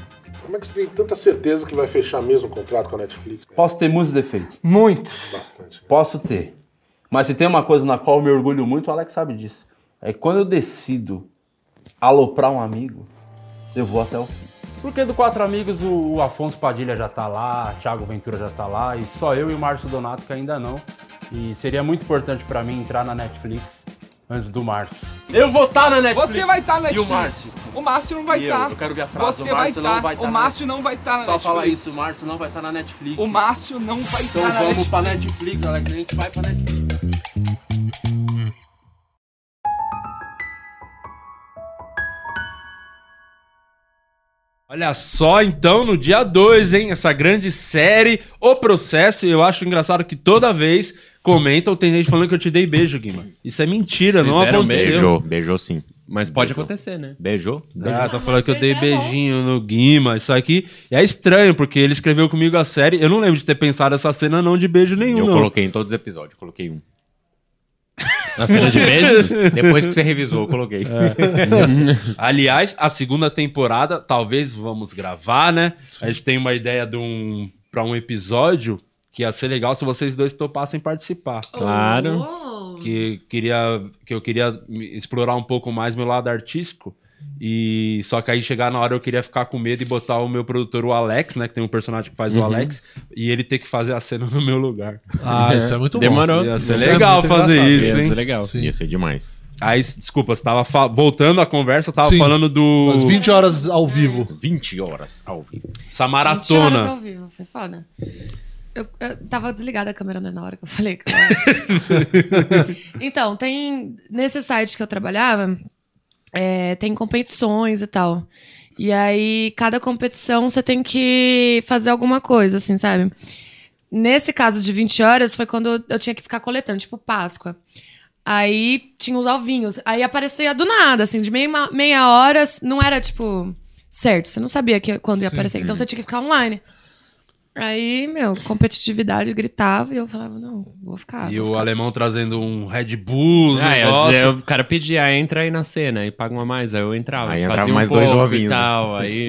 Speaker 8: Como é que você tem tanta certeza que vai fechar mesmo o contrato com a Netflix? É
Speaker 10: Posso ter muitos defeitos?
Speaker 7: Muitos!
Speaker 8: bastante.
Speaker 10: Posso ter. Mas se tem uma coisa na qual eu me orgulho muito, o Alex sabe disso. É que quando eu decido aloprar um amigo, eu vou até o fim.
Speaker 1: Porque do Quatro Amigos o, o Afonso Padilha já tá lá, Thiago Ventura já tá lá, e só eu e o Márcio Donato que ainda não. E seria muito importante pra mim entrar na Netflix antes do Márcio. tá Eu vou estar na Netflix!
Speaker 9: Você vai estar na
Speaker 1: E o
Speaker 9: Netflix.
Speaker 1: Márcio?
Speaker 9: O Márcio não vai
Speaker 1: E eu?
Speaker 9: estar.
Speaker 1: Eu quero ver a frase,
Speaker 9: Você
Speaker 1: o Márcio
Speaker 9: vai
Speaker 1: não
Speaker 9: tá.
Speaker 1: vai tá
Speaker 9: O
Speaker 1: na-
Speaker 9: Márcio não vai estar na Netflix.
Speaker 1: Márcio não vai estar na Netflix. Então
Speaker 9: O Márcio não vai estar na Netflix.
Speaker 1: tá Netflix, Alex, a gente vai pra Netflix. Olha só, então, no dia 2, hein? Essa grande série, O Processo. Eu acho engraçado que toda vez comentam, tem gente falando que eu te dei beijo, Guima. Isso é mentira,
Speaker 5: Vocês
Speaker 1: não
Speaker 5: deram
Speaker 1: aconteceu.
Speaker 2: Beijou, beijou sim.
Speaker 5: Mas pode
Speaker 2: Beijou.
Speaker 5: acontecer, né?
Speaker 2: Beijou?
Speaker 1: Ah,
Speaker 4: Ah,
Speaker 1: tá
Speaker 4: mas
Speaker 1: falando que eu dei
Speaker 4: beijo é bom.
Speaker 1: beijinho no Guima, isso aqui. E é estranho, porque ele escreveu comigo a série. Eu não lembro de ter pensado essa cena, não, de beijo nenhum,
Speaker 2: Eu
Speaker 1: não.
Speaker 2: coloquei em todos os episódios, coloquei um.
Speaker 5: Na cena de beijos?
Speaker 1: [laughs]
Speaker 2: Depois que você revisou, eu coloquei.
Speaker 1: Aliás, a segunda temporada, talvez vamos gravar, né? A gente tem uma ideia de um para um episódio que ia ser legal se vocês dois topassem participar.
Speaker 5: Claro.
Speaker 4: Oh.
Speaker 1: Que queria que eu queria me- explorar um pouco mais meu lado artístico. E só que aí chegar na hora eu queria ficar com medo e botar o meu produtor, o Alex, né? Que tem um personagem que
Speaker 3: Uhum.
Speaker 1: faz o Alex, e ele ter que fazer a cena [laughs] no meu lugar.
Speaker 3: Ah, isso é muito bom.
Speaker 5: Demorou.
Speaker 1: Ia ser
Speaker 3: Isso é
Speaker 1: legal
Speaker 3: muito
Speaker 1: fazer
Speaker 3: engraçado.
Speaker 1: isso,
Speaker 5: Ia ser
Speaker 1: hein?
Speaker 5: legal.
Speaker 3: Sim.
Speaker 2: Ia ser demais.
Speaker 1: Aí, desculpa, você tava fa- voltando à conversa, eu tava
Speaker 3: Sim.
Speaker 1: falando do.
Speaker 3: Às 20 horas ao vivo.
Speaker 2: 20 horas ao vivo.
Speaker 1: Essa
Speaker 4: 20 horas
Speaker 1: maratona.
Speaker 4: ao vivo, foi foda. Eu, eu tava desligada a câmera né, na hora que eu falei. que eu- então, tem. Nesse site que eu trabalhava, é, tem competições e tal. E aí, cada competição você tem que fazer alguma coisa, assim, sabe? Nesse caso de 20 horas, foi quando eu- eu tinha que ficar coletando, tipo Páscoa. Aí tinha os ovinhos. Aí aparecia do nada, assim, de meia, meia
Speaker 5: é.
Speaker 4: hora, não era tipo certo. Você não sabia que, quando ia aparecer. Então você tinha que ficar online. Aí, meu, competitividade gritava e eu falava, não, vou ficar.
Speaker 1: E o alemão trazendo um Red Bull,
Speaker 5: Ah, é,
Speaker 1: negócio.
Speaker 5: eu- o cara pedia, "Ah, entra aí na cena, e paga uma mais, aí eu entrava.
Speaker 1: Aí
Speaker 5: fazia
Speaker 1: entrava
Speaker 5: um
Speaker 1: mais dois
Speaker 5: pouco
Speaker 1: ovinhos,
Speaker 5: E
Speaker 1: né? [laughs]
Speaker 5: tal, aí...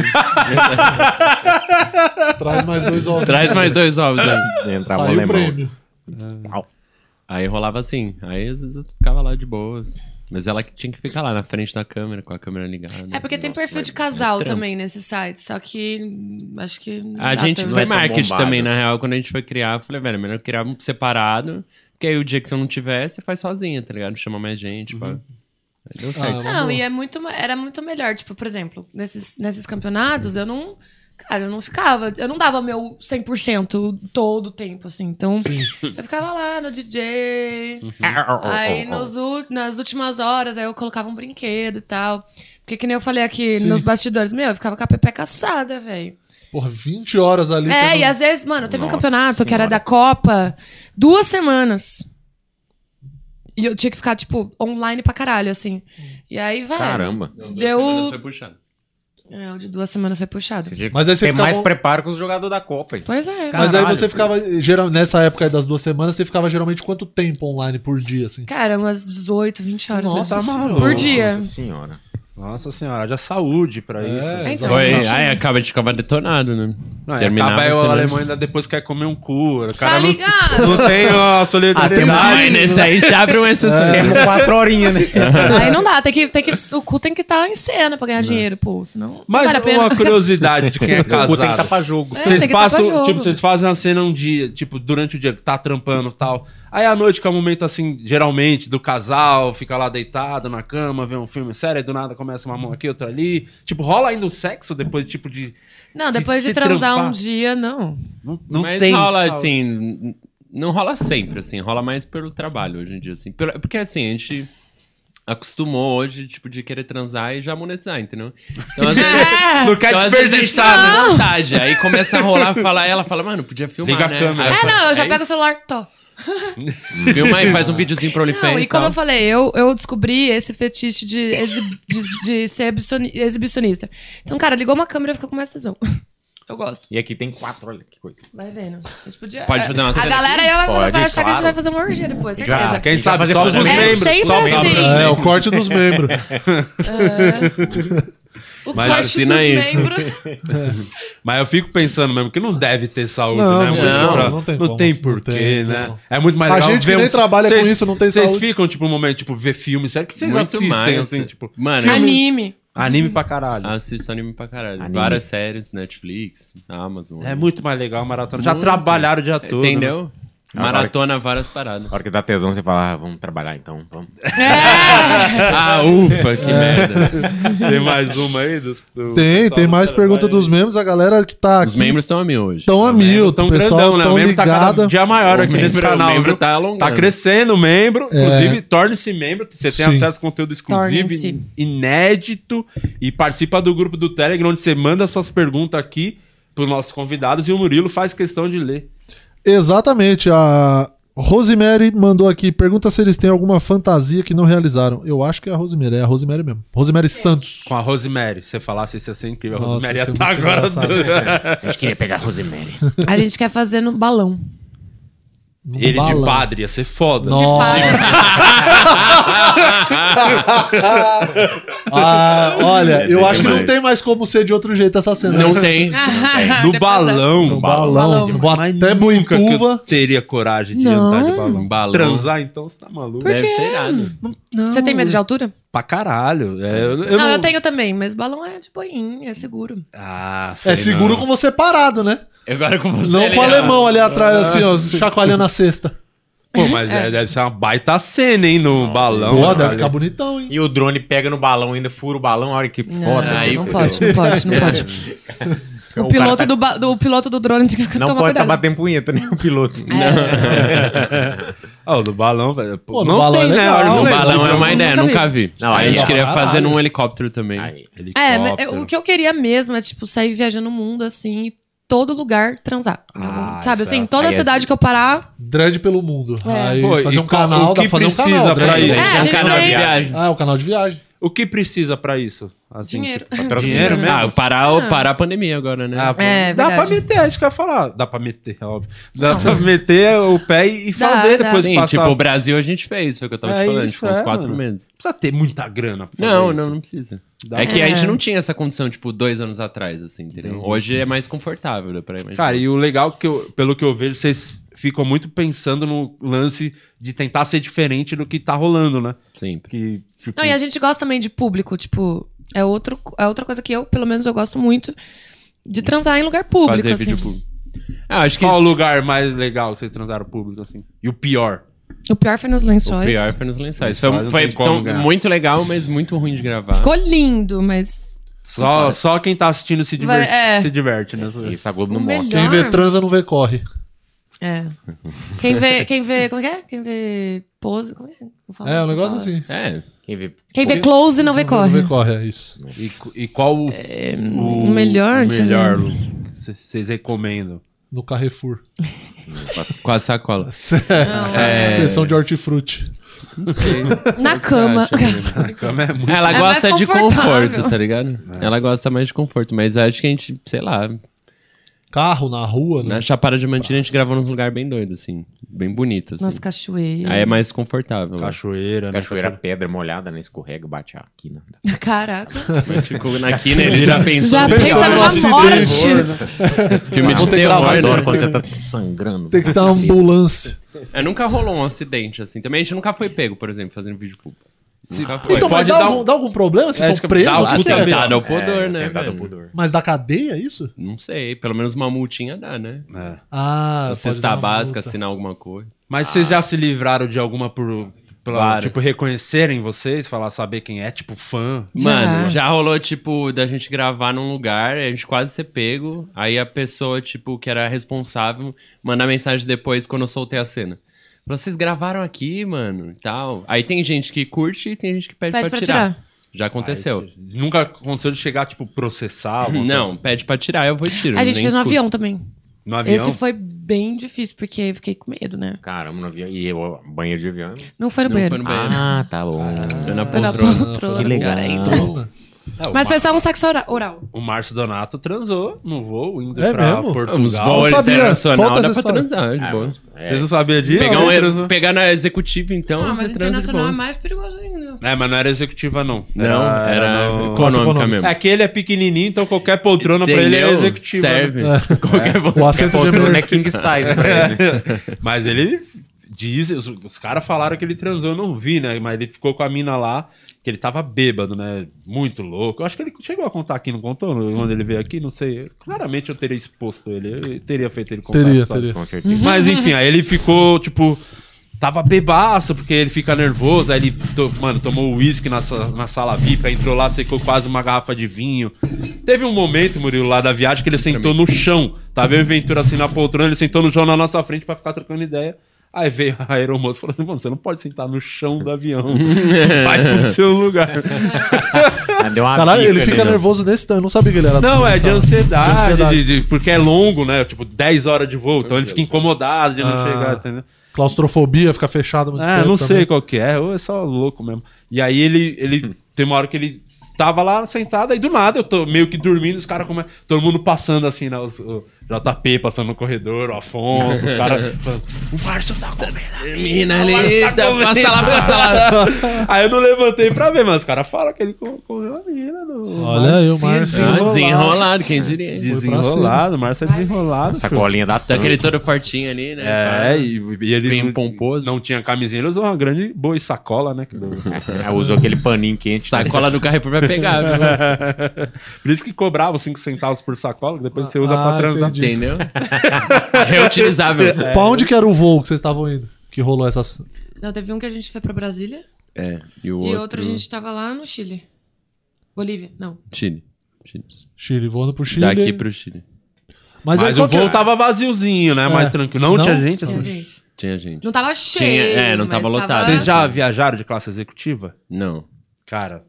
Speaker 3: Traz mais dois ovos.
Speaker 5: Traz mais dois ovos. né? Aí.
Speaker 3: Entrava Saiu o alemão. prêmio.
Speaker 5: Ah. Aí rolava assim, aí às vezes eu ficava lá de boas. Mas ela que tinha que ficar lá na frente da câmera, com a câmera ligada.
Speaker 4: É porque tem
Speaker 5: Nossa,
Speaker 4: perfil
Speaker 5: é-
Speaker 4: de casal
Speaker 5: é trampo.
Speaker 4: também nesse site, só que hum, acho que. não é
Speaker 5: A
Speaker 4: dá
Speaker 5: gente é
Speaker 4: pra-
Speaker 5: foi marketing também, na real. Quando a gente foi criar, eu falei, velho, melhor criar um separado. Porque aí o dia que você não tiver, você faz sozinha, tá ligado? Chama mais gente,
Speaker 4: Uhum.
Speaker 5: pá. Aí deu certo.
Speaker 4: Não, e é muito, ma- era muito melhor. Tipo, por exemplo, nesses, nesses campeonatos, eu não. Cara, eu não ficava. Eu não dava meu 100% todo o tempo, assim. Então, eu ficava lá no DJ. Aí, nos ú- nas últimas horas, aí eu colocava um brinquedo e tal. Porque, que nem eu falei aqui
Speaker 3: Sim.
Speaker 4: nos bastidores, meu, eu ficava com a Pepe caçada, velho.
Speaker 3: Porra, 20 horas ali.
Speaker 4: É,
Speaker 3: tendo-
Speaker 4: e às vezes, mano, teve
Speaker 3: Nossa
Speaker 4: um campeonato que era da Copa, duas semanas. E eu tinha que ficar, tipo, online pra caralho, assim. E aí, vai.
Speaker 2: Caramba.
Speaker 4: Deu.
Speaker 5: Foi puxando.
Speaker 4: É, o de duas semanas foi puxado.
Speaker 3: Mas aí você
Speaker 2: Tem
Speaker 3: ficava-
Speaker 2: mais preparo que os jogadores da Copa. hein?
Speaker 4: Pois é.
Speaker 3: Mas aí
Speaker 2: Caralho,
Speaker 3: você ficava, geral, nessa época aí das duas semanas, você ficava geralmente quanto tempo online por dia, assim?
Speaker 4: Cara, umas 18, 20 horas
Speaker 3: Nossa
Speaker 4: assim,
Speaker 3: senhora.
Speaker 4: por dia.
Speaker 2: Nossa senhora.
Speaker 1: Tá Nossa senhora, já saúde pra isso.
Speaker 4: então,
Speaker 5: Foi,
Speaker 4: nossa.
Speaker 5: aí acaba de acabar detonado, né?
Speaker 1: Não, é,
Speaker 5: Terminava
Speaker 1: acaba aí
Speaker 5: você
Speaker 1: o
Speaker 5: não-
Speaker 1: alemão ainda depois quer comer um cu. O cara
Speaker 4: Tá
Speaker 1: não,
Speaker 4: ligado?
Speaker 1: não tem a
Speaker 2: Ah, tem
Speaker 1: solidariedade.
Speaker 2: uma-
Speaker 5: Aí nesse né? aí já abre um
Speaker 1: É,
Speaker 5: uma exceção.
Speaker 2: Temos quatro
Speaker 5: [laughs]
Speaker 2: horinhas, né?
Speaker 4: Aí não dá, tem que, tem que, o cu tem que estar em cena pra ganhar
Speaker 5: Né.
Speaker 4: dinheiro, pô. Senão.
Speaker 1: Mas
Speaker 4: não vale a pena.
Speaker 1: uma curiosidade de quem é casado.
Speaker 2: O tem que tá pra jogo.
Speaker 4: É,
Speaker 1: Vocês
Speaker 4: tem que
Speaker 1: passam,
Speaker 4: tapar jogo.
Speaker 1: tipo, vocês fazem a cena um dia, tipo, durante o dia, tá trampando e tal. Aí à noite, que é o momento, assim, geralmente, do casal, fica lá deitado na cama, vê um filme sério, aí do nada começa uma mão aqui, outra ali. Tipo, rola ainda o sexo depois, tipo, de.
Speaker 4: [laughs] Não, depois de,
Speaker 1: se
Speaker 4: transar um
Speaker 1: trampar.
Speaker 4: dia, não.
Speaker 1: Não, não
Speaker 5: Mas
Speaker 1: tem.
Speaker 5: rola
Speaker 1: sabe?
Speaker 5: assim. n- Não rola sempre, assim, rola mais pelo trabalho hoje em dia, assim. Pela- Porque assim, a gente acostumou hoje, tipo, de querer transar e já monetizar, entendeu?
Speaker 1: [laughs]
Speaker 5: Então, às vezes. [laughs]
Speaker 4: É,
Speaker 1: Não quer
Speaker 5: então, às vezes a gente
Speaker 1: desperdiçar, né?
Speaker 5: tá na vantagem. Aí começa a rolar, fala, ela fala, mano, podia filmar.
Speaker 1: Liga a
Speaker 5: né?
Speaker 1: câmera.
Speaker 5: Aí
Speaker 4: é não, eu já
Speaker 5: "É
Speaker 4: pego o celular, tô.
Speaker 5: isso, Filma aí, faz um videozinho pro
Speaker 4: Não,
Speaker 5: OnlyFans
Speaker 4: e
Speaker 5: e
Speaker 4: como
Speaker 5: tal.
Speaker 4: eu falei, eu, eu descobri esse fetiche de, exi- de- de ser exibici- exibicionista. Então, cara, ligou uma câmera e fica com mais tesão. [laughs] Eu gosto.
Speaker 2: E aqui tem quatro, olha que coisa.
Speaker 4: Vai vendo. A gente podia.
Speaker 5: Pode fazer uma
Speaker 4: A
Speaker 5: cena
Speaker 4: galera aí vai,
Speaker 2: Pode,
Speaker 4: vai achar que a gente
Speaker 2: claro.
Speaker 4: vai fazer uma orgia depois, certeza.
Speaker 1: Quem
Speaker 2: Já
Speaker 1: sabe
Speaker 2: fazer
Speaker 1: só os
Speaker 2: planejamento.
Speaker 1: membros.
Speaker 4: É sempre
Speaker 1: só os
Speaker 4: assim.
Speaker 1: membros.
Speaker 3: É, o corte dos membros.
Speaker 4: O
Speaker 5: Mas
Speaker 4: corte
Speaker 5: assina
Speaker 4: dos
Speaker 5: aí.
Speaker 4: membros.
Speaker 5: [laughs]
Speaker 1: Mas eu fico pensando mesmo que não deve ter saúde,
Speaker 3: Não,
Speaker 1: né?
Speaker 3: não
Speaker 1: Muito
Speaker 5: tem
Speaker 1: pra-
Speaker 5: como,
Speaker 3: não tem como.
Speaker 1: Não tem porquê,
Speaker 3: Não tem
Speaker 1: né?
Speaker 3: como.
Speaker 1: É muito mais
Speaker 3: A
Speaker 1: legal
Speaker 3: gente que
Speaker 1: ver
Speaker 3: nem
Speaker 1: um-
Speaker 3: trabalha com
Speaker 1: Vocês-
Speaker 3: isso, não tem
Speaker 1: Vocês
Speaker 3: saúde.
Speaker 1: ficam, tipo, um momento, tipo, ver filme, sério? O que vocês
Speaker 5: Muito
Speaker 1: assistem,
Speaker 5: mais,
Speaker 1: assim,
Speaker 5: assim.
Speaker 1: tipo...
Speaker 5: Mano,
Speaker 4: Anime.
Speaker 1: Anime pra
Speaker 2: Ah,
Speaker 1: caralho.
Speaker 5: Ah, Assisto anime pra caralho. Várias séries, Netflix, Amazon.
Speaker 1: É muito mais legal a maratona. Já
Speaker 5: Muito.
Speaker 1: trabalharam o dia todo. né?
Speaker 5: Entendeu?
Speaker 2: Agora-
Speaker 5: Maratona várias
Speaker 2: [laughs]
Speaker 5: paradas.
Speaker 2: A hora que dá tesão, você fala, ah, vamos trabalhar então. Vamos.
Speaker 5: Ah, ufa, que merda.
Speaker 1: [laughs] Tem mais uma aí? Dos, do-
Speaker 3: né? Tem,
Speaker 1: pessoal
Speaker 3: tem
Speaker 1: do
Speaker 3: mais
Speaker 1: trabalho
Speaker 3: pergunta
Speaker 1: aí.
Speaker 3: dos membros, a galera que tá
Speaker 5: Os
Speaker 3: aqui
Speaker 5: membros estão a mil hoje.
Speaker 3: tão a mil, o
Speaker 1: Tão
Speaker 3: pessoal
Speaker 1: grandão, né? O
Speaker 3: tão
Speaker 1: membro tá cada
Speaker 3: ligado.
Speaker 1: dia maior aqui nesse
Speaker 5: membro- o
Speaker 1: canal.
Speaker 5: membro
Speaker 1: viu?
Speaker 5: tá alongando.
Speaker 3: É.
Speaker 1: Tá crescendo o membro. Inclusive, torne-se membro. Você tem
Speaker 3: Sim.
Speaker 1: acesso a conteúdo exclusivo,
Speaker 4: Torne-se.
Speaker 1: in- inédito. E participa do grupo do Telegram, onde você manda suas perguntas aqui pros nossos convidados. E o Murilo faz questão de ler.
Speaker 3: Exatamente, a Rosemary mandou aqui, pergunta se eles têm alguma fantasia que não realizaram. Eu acho que é a Rosemary, é a Rosemary mesmo. Rosemary Santos.
Speaker 1: Com a Rosemary. Se você falasse isso ia ser incrível. A
Speaker 3: Nossa,
Speaker 1: Rosemary
Speaker 3: isso
Speaker 1: ia
Speaker 3: é
Speaker 1: tá
Speaker 3: muito
Speaker 1: agora...
Speaker 3: engraçado.
Speaker 1: do-
Speaker 2: A gente queria pegar a Rosemary.
Speaker 4: A gente quer fazer no balão.
Speaker 1: [laughs]
Speaker 3: Num
Speaker 1: Ele
Speaker 3: balão.
Speaker 1: de padre ia ser foda. [laughs]
Speaker 3: Nossa. Ah, olha,
Speaker 1: É
Speaker 3: eu acho que não tem mais como ser de outro jeito essa cena.
Speaker 5: Não tem.
Speaker 1: Ah,
Speaker 4: Ah,
Speaker 1: No balão.
Speaker 3: No balão.
Speaker 4: Balão.
Speaker 3: Vou até
Speaker 1: Nunca que eu
Speaker 3: Boituva.
Speaker 1: teria coragem de
Speaker 4: Não.
Speaker 1: andar de balão.
Speaker 5: Um Balão.
Speaker 1: Transar, então, você tá maluco.
Speaker 5: Deve ser irado.
Speaker 4: Você tem
Speaker 3: É
Speaker 4: medo de altura?
Speaker 1: Pra caralho. É, eu, eu
Speaker 4: Não,
Speaker 1: não-
Speaker 4: eu tenho também, mas balão é de boinha, é seguro.
Speaker 1: Ah, sei
Speaker 3: É seguro
Speaker 1: não. é
Speaker 3: com você parado, né?
Speaker 5: Agora com você.
Speaker 3: Não com o
Speaker 5: Leandro.
Speaker 3: alemão ali atrás, assim,
Speaker 1: [laughs]
Speaker 3: ó, chacoalhando a cesta.
Speaker 1: Pô, mas é, deve ser uma baita cena, hein, no balão.
Speaker 3: Pô, deve
Speaker 1: caralho.
Speaker 3: ficar bonitão, hein?
Speaker 2: E o drone pega no balão ainda, fura o balão, a hora
Speaker 1: É
Speaker 2: que foda.
Speaker 1: né?
Speaker 4: não,
Speaker 5: aí
Speaker 4: não
Speaker 5: você
Speaker 4: pode, não pode, não pode. O piloto, do, ba- do- o piloto do drone tem que
Speaker 2: [laughs] Não
Speaker 4: tomar
Speaker 2: pode estar
Speaker 4: cuidado.
Speaker 2: batendo punheta, né? O piloto.
Speaker 1: Ah, o do balão, velho. pô,
Speaker 3: Pô, no
Speaker 1: não
Speaker 3: balão
Speaker 1: tem,
Speaker 3: é
Speaker 1: né?
Speaker 3: legal.
Speaker 1: Eu não
Speaker 5: No
Speaker 1: lembro.
Speaker 5: balão é uma
Speaker 4: Nunca
Speaker 5: ideia,
Speaker 4: vi.
Speaker 5: nunca vi.
Speaker 2: Não,
Speaker 5: a
Speaker 2: aí
Speaker 5: gente
Speaker 2: é
Speaker 5: queria
Speaker 3: caralho.
Speaker 5: fazer num helicóptero também.
Speaker 4: É, mas
Speaker 1: Helicóptero.
Speaker 4: eu- o que eu queria mesmo é, tipo, sair viajando o mundo, assim, e todo lugar transar.
Speaker 1: Ah,
Speaker 4: Sabe,
Speaker 1: isso
Speaker 4: assim,
Speaker 1: é-
Speaker 4: toda
Speaker 2: aí é-
Speaker 4: cidade que eu parar...
Speaker 3: Dread pelo mundo.
Speaker 4: É.
Speaker 3: Aí
Speaker 1: Pô,
Speaker 3: fazer
Speaker 1: e
Speaker 3: um
Speaker 1: qual-
Speaker 3: canal,
Speaker 1: o
Speaker 3: dá
Speaker 1: que
Speaker 3: pra fazer um
Speaker 1: precisa
Speaker 3: canal.
Speaker 1: pra
Speaker 3: Dread.
Speaker 1: isso?
Speaker 4: É, a
Speaker 5: um
Speaker 4: gente
Speaker 5: canal de
Speaker 4: tem-
Speaker 5: viagem.
Speaker 3: Ah, é o canal de viagem.
Speaker 1: O que precisa pra isso? Assim,
Speaker 4: Dinheiro.
Speaker 1: tipo, patrocínio. Dinheiro mesmo?
Speaker 5: Ah, parar, o- parar a pandemia agora, né?
Speaker 1: Ah, pô.
Speaker 4: É,
Speaker 1: dá pra
Speaker 4: verdade.
Speaker 1: meter, acho que eu ia falar. Dá pra meter, óbvio. Dá pra meter o pé e e
Speaker 4: Dá,
Speaker 1: fazer
Speaker 4: dá.
Speaker 1: depois
Speaker 5: Sim,
Speaker 1: passar.
Speaker 5: tipo, o Brasil a gente fez, foi o que eu tava
Speaker 1: É
Speaker 5: te falando,
Speaker 1: isso,
Speaker 5: tipo, uns
Speaker 1: é,
Speaker 5: quatro
Speaker 1: mano.
Speaker 5: meses.
Speaker 1: Precisa ter muita grana pra fazer
Speaker 5: Não,
Speaker 1: isso.
Speaker 5: não, não precisa.
Speaker 1: Dá
Speaker 5: É que a
Speaker 4: É.
Speaker 5: gente não tinha essa condição, tipo, dois anos atrás, assim, entendeu? Hoje é mais confortável, dá pra imaginar.
Speaker 1: Cara, e o legal que eu, pelo que eu vejo, vocês ficam muito pensando no lance de tentar ser diferente do que tá rolando, né?
Speaker 5: Sempre.
Speaker 1: Que, tipo,
Speaker 4: Não, e a gente gosta também de público, tipo, é, outro, é outra coisa que eu, pelo menos, eu gosto muito de transar em lugar público,
Speaker 5: fazer
Speaker 4: assim.
Speaker 5: vídeo público. Ah, acho que
Speaker 1: qual o
Speaker 5: isso-
Speaker 1: lugar mais legal que vocês transaram público, assim? E o pior?
Speaker 4: O pior foi nos
Speaker 5: o
Speaker 4: lençóis.
Speaker 5: pior foi nos lençóis. Foi,
Speaker 1: Lençóis não
Speaker 5: foi
Speaker 1: tem como
Speaker 5: tão-
Speaker 1: ganhar.
Speaker 5: muito legal, mas muito ruim de gravar.
Speaker 4: Ficou lindo, mas
Speaker 1: Só, só quem tá assistindo se diverte,
Speaker 4: Vai- é.
Speaker 1: se diverte né?
Speaker 2: Isso a Globo não
Speaker 4: o
Speaker 2: mostra.
Speaker 4: melhor...
Speaker 3: Quem vê transa não vê corre.
Speaker 4: É.
Speaker 5: [laughs]
Speaker 4: Quem vê, quem vê, como é que é? Quem vê pose, como é? que eu falo?
Speaker 3: É, um negócio assim.
Speaker 5: É,
Speaker 2: Quem vê
Speaker 4: Quem vê close não vê
Speaker 3: Não
Speaker 4: corre.
Speaker 3: vê corre, é isso.
Speaker 1: E, e qual o,
Speaker 4: o melhor,
Speaker 1: o
Speaker 4: deixa eu
Speaker 1: melhor que c- vocês recomendam?
Speaker 3: No Carrefour.
Speaker 5: com a sacola.
Speaker 1: É.
Speaker 3: Sessão de hortifruti.
Speaker 4: Na cama. [laughs]
Speaker 1: A cama é [laughs] muito... É.
Speaker 5: Ela
Speaker 4: É
Speaker 5: gosta
Speaker 4: mais
Speaker 5: de
Speaker 4: confortável.
Speaker 5: conforto, tá ligado? Ela gosta mais de conforto, mas acho que a gente, sei lá,
Speaker 3: Carro na rua, né?
Speaker 5: na Chapada Diamantina a gente gravou num lugar bem doido, assim. Bem bonito, assim.
Speaker 4: Nossa, cachoeira.
Speaker 5: Aí é mais confortável. né?
Speaker 1: Cachoeira, né?
Speaker 2: cachoeira pedra molhada, né? Escorrega, bate né? a quina.
Speaker 5: é-
Speaker 4: Caraca.
Speaker 5: Mas ficou
Speaker 1: [laughs]
Speaker 5: na quina, ele já pensou.
Speaker 4: Já
Speaker 5: no
Speaker 4: pensa
Speaker 5: filme
Speaker 4: numa
Speaker 5: de
Speaker 4: morte.
Speaker 5: Filme de
Speaker 3: Ah. ter que gravar,
Speaker 5: terror, né?
Speaker 2: Adoro quando você tá [laughs] sangrando. né?
Speaker 3: Tem que ter uma ambulância.
Speaker 5: É, nunca rolou um acidente assim. Também a gente nunca foi pego, por exemplo, fazendo vídeo público. Nunca foi.
Speaker 3: Então, mas
Speaker 1: pode
Speaker 3: dá,
Speaker 1: dar
Speaker 3: algum,
Speaker 1: um-
Speaker 3: dá algum problema? Vocês
Speaker 1: É, acho
Speaker 3: são
Speaker 1: que
Speaker 3: presos?
Speaker 1: dá
Speaker 5: Ah,
Speaker 1: um
Speaker 3: Por quê?
Speaker 1: puta merda.
Speaker 5: tentado ao pudor,
Speaker 2: É,
Speaker 5: né,
Speaker 2: tentado ao
Speaker 5: velho?
Speaker 2: pudor.
Speaker 3: Mas da cadeia, é isso?
Speaker 5: Não sei, pelo menos uma multinha dá, né?
Speaker 3: Ah,
Speaker 5: A
Speaker 3: pode
Speaker 5: cesta
Speaker 3: dar uma
Speaker 5: básica,
Speaker 3: multa.
Speaker 5: assinar alguma coisa.
Speaker 1: Mas vocês já se livraram de alguma por... pela-
Speaker 5: Várias.
Speaker 1: tipo, reconhecerem vocês, falar, saber quem é, tipo, fã.
Speaker 4: Já.
Speaker 5: Mano, já rolou, tipo, da gente gravar num lugar, a gente quase ser pego. Aí a pessoa, tipo, que era responsável, mandar mensagem depois quando eu soltei a cena. Falou, vocês gravaram aqui, mano, e tal. Aí tem gente que curte e tem gente que pede,
Speaker 4: Pede
Speaker 5: pra
Speaker 4: pra
Speaker 5: tirar.
Speaker 4: tirar.
Speaker 5: Já aconteceu.
Speaker 1: Nunca aconteceu de chegar, tipo, processar? alguma coisa
Speaker 5: não, pede pra tirar, eu vou e tiro.
Speaker 4: A gente
Speaker 5: nem
Speaker 4: fez no
Speaker 5: escuto.
Speaker 4: avião também.
Speaker 1: assim? No avião?
Speaker 4: Esse foi bem difícil, porque eu fiquei com medo, né?
Speaker 2: Caramba, não havia. E eu, banheiro de avião.
Speaker 4: Não foi no
Speaker 5: Não,
Speaker 4: banheiro.
Speaker 5: foi no banheiro.
Speaker 2: Ah, tá bom.
Speaker 5: Foi na
Speaker 4: Foi na
Speaker 3: Ah,
Speaker 5: poltrona.
Speaker 4: poltrona,
Speaker 2: Que
Speaker 4: melhor
Speaker 2: legal.
Speaker 4: ainda.
Speaker 3: Então,
Speaker 4: Mas foi só um sexo ora- oral.
Speaker 1: O Márcio Donato transou no voo, indo
Speaker 3: É
Speaker 1: pra
Speaker 3: mesmo?
Speaker 5: Os
Speaker 1: Portugal.
Speaker 5: voos
Speaker 3: Eu sabia. Conta
Speaker 5: internacional dá
Speaker 3: essa
Speaker 5: pra
Speaker 3: história.
Speaker 5: transar,
Speaker 2: Ah,
Speaker 5: de boa.
Speaker 2: é.
Speaker 1: Vocês não sabiam disso?
Speaker 5: Pegar, um-
Speaker 1: Ele transou.
Speaker 5: pegar na executiva, então,
Speaker 4: Ah,
Speaker 5: você
Speaker 4: mas
Speaker 5: transa de boa.
Speaker 4: internacional é mais perigoso ainda.
Speaker 1: É, mas não era executiva, não.
Speaker 5: Não,
Speaker 1: Ah,
Speaker 5: era,
Speaker 1: no-
Speaker 5: econômica mesmo.
Speaker 1: É que ele é pequenininho, então qualquer poltrona pra ele é
Speaker 5: Entendeu?
Speaker 1: executiva.
Speaker 5: Serve. [laughs] Qualquer
Speaker 3: o
Speaker 5: vontade.
Speaker 3: assento de
Speaker 2: Não
Speaker 3: emergência.
Speaker 2: é king size pra ele.
Speaker 1: [laughs] Mas ele diz, os, os caras falaram que ele transou, eu não vi, né? Mas ele ficou com a mina lá, que ele tava bêbado, né? Muito louco. Eu acho que ele chegou a contar aqui, não contou? No- Quando ele veio aqui, não sei. Claramente eu teria exposto ele, eu teria feito ele contar. a
Speaker 3: Teria,
Speaker 1: história.
Speaker 3: teria.
Speaker 2: Com certeza.
Speaker 1: Mas enfim, aí ele ficou, tipo. Tava bebaço, porque ele fica nervoso. Aí ele, to- mano, tomou uísque na, sa- na sala VIP, aí entrou lá, secou quase uma garrafa de vinho. Teve um momento, Murilo, lá da viagem, que ele sentou no chão. Tava eu e Ventura assim na poltrona, ele sentou no chão na nossa frente pra ficar trocando ideia. Aí veio a aeromoça falando, mano, você não pode sentar no chão do avião. Vai pro seu lugar.
Speaker 2: Ah, Deu uma
Speaker 3: Caralho,
Speaker 2: bica,
Speaker 3: ele
Speaker 2: né,
Speaker 3: fica
Speaker 2: não?
Speaker 3: nervoso nesse tanto. Eu não sabia que ele era
Speaker 1: Não, é de ansiedade,
Speaker 3: De ansiedade.
Speaker 1: de- de- porque é longo, né? Tipo, 10 horas de voo, então ele fica incomodado de não
Speaker 3: Ah.
Speaker 1: chegar, entendeu?
Speaker 3: claustrofobia, fica fechado muito
Speaker 1: Ah,
Speaker 3: tempo
Speaker 1: não
Speaker 3: também.
Speaker 1: sei qual que é, ou é só louco mesmo. E aí ele,
Speaker 3: [laughs]
Speaker 1: ele tem uma hora que ele tava lá sentado, aí do nada eu tô meio que dormindo, os caras começam. Todo mundo passando assim, né? Os, o JP passando no corredor, o Afonso, os
Speaker 3: [laughs]
Speaker 1: caras falando, o Márcio tá comendo.
Speaker 5: Menina, linda, tá, passa lá, passa lá.
Speaker 1: aí eu não levantei pra ver, mas os caras falam que ele co- né, comeu a mina. do-
Speaker 3: Olha aí o Márcio.
Speaker 5: Ah, desenrolado, quem diria.
Speaker 1: Desenrolado, o Márcio é desenrolado. filho.
Speaker 2: Sacolinha da tampa.
Speaker 5: Daquele todo fortinho ali, né?
Speaker 1: É, e, e ele
Speaker 5: Bem
Speaker 1: não-
Speaker 5: pomposo.
Speaker 1: não tinha camisinha, ele usou uma grande boa sacola,
Speaker 3: [laughs]
Speaker 1: né? que do-
Speaker 2: Ah, Usou aquele paninho quente. né?
Speaker 5: Sacola do Carrefour vai pegar, viu?
Speaker 1: [laughs] Por isso que cobrava 5 centavos por sacola, que depois você usa
Speaker 3: Ah,
Speaker 1: pra transar.
Speaker 3: entendi.
Speaker 5: entendeu? É Reutilizável.
Speaker 3: [laughs] Pra onde que era o voo que vocês estavam indo? Que rolou essas.
Speaker 4: Não, teve um que a gente foi pra Brasília
Speaker 5: É, e o
Speaker 4: e
Speaker 5: outro...
Speaker 4: outro a gente tava lá no Chile. Bolívia, não.
Speaker 5: Chile. Chile.
Speaker 3: Chile, voando pro Chile.
Speaker 5: Daqui pro Chile.
Speaker 1: Mas,
Speaker 3: Mas, aí,
Speaker 1: o
Speaker 3: qual que
Speaker 1: voo tá-
Speaker 3: é?
Speaker 1: tava vaziozinho, né? Mais
Speaker 3: É.
Speaker 1: tranquilo. Não,
Speaker 3: Não?
Speaker 1: tinha gente. assim.
Speaker 4: Gente,
Speaker 5: Tinha gente.
Speaker 4: Não tava cheio.
Speaker 5: é, não
Speaker 4: mas
Speaker 5: tava lotado.
Speaker 1: Vocês
Speaker 3: Ah.
Speaker 1: já viajaram de classe executiva?
Speaker 5: Não.
Speaker 1: Cara,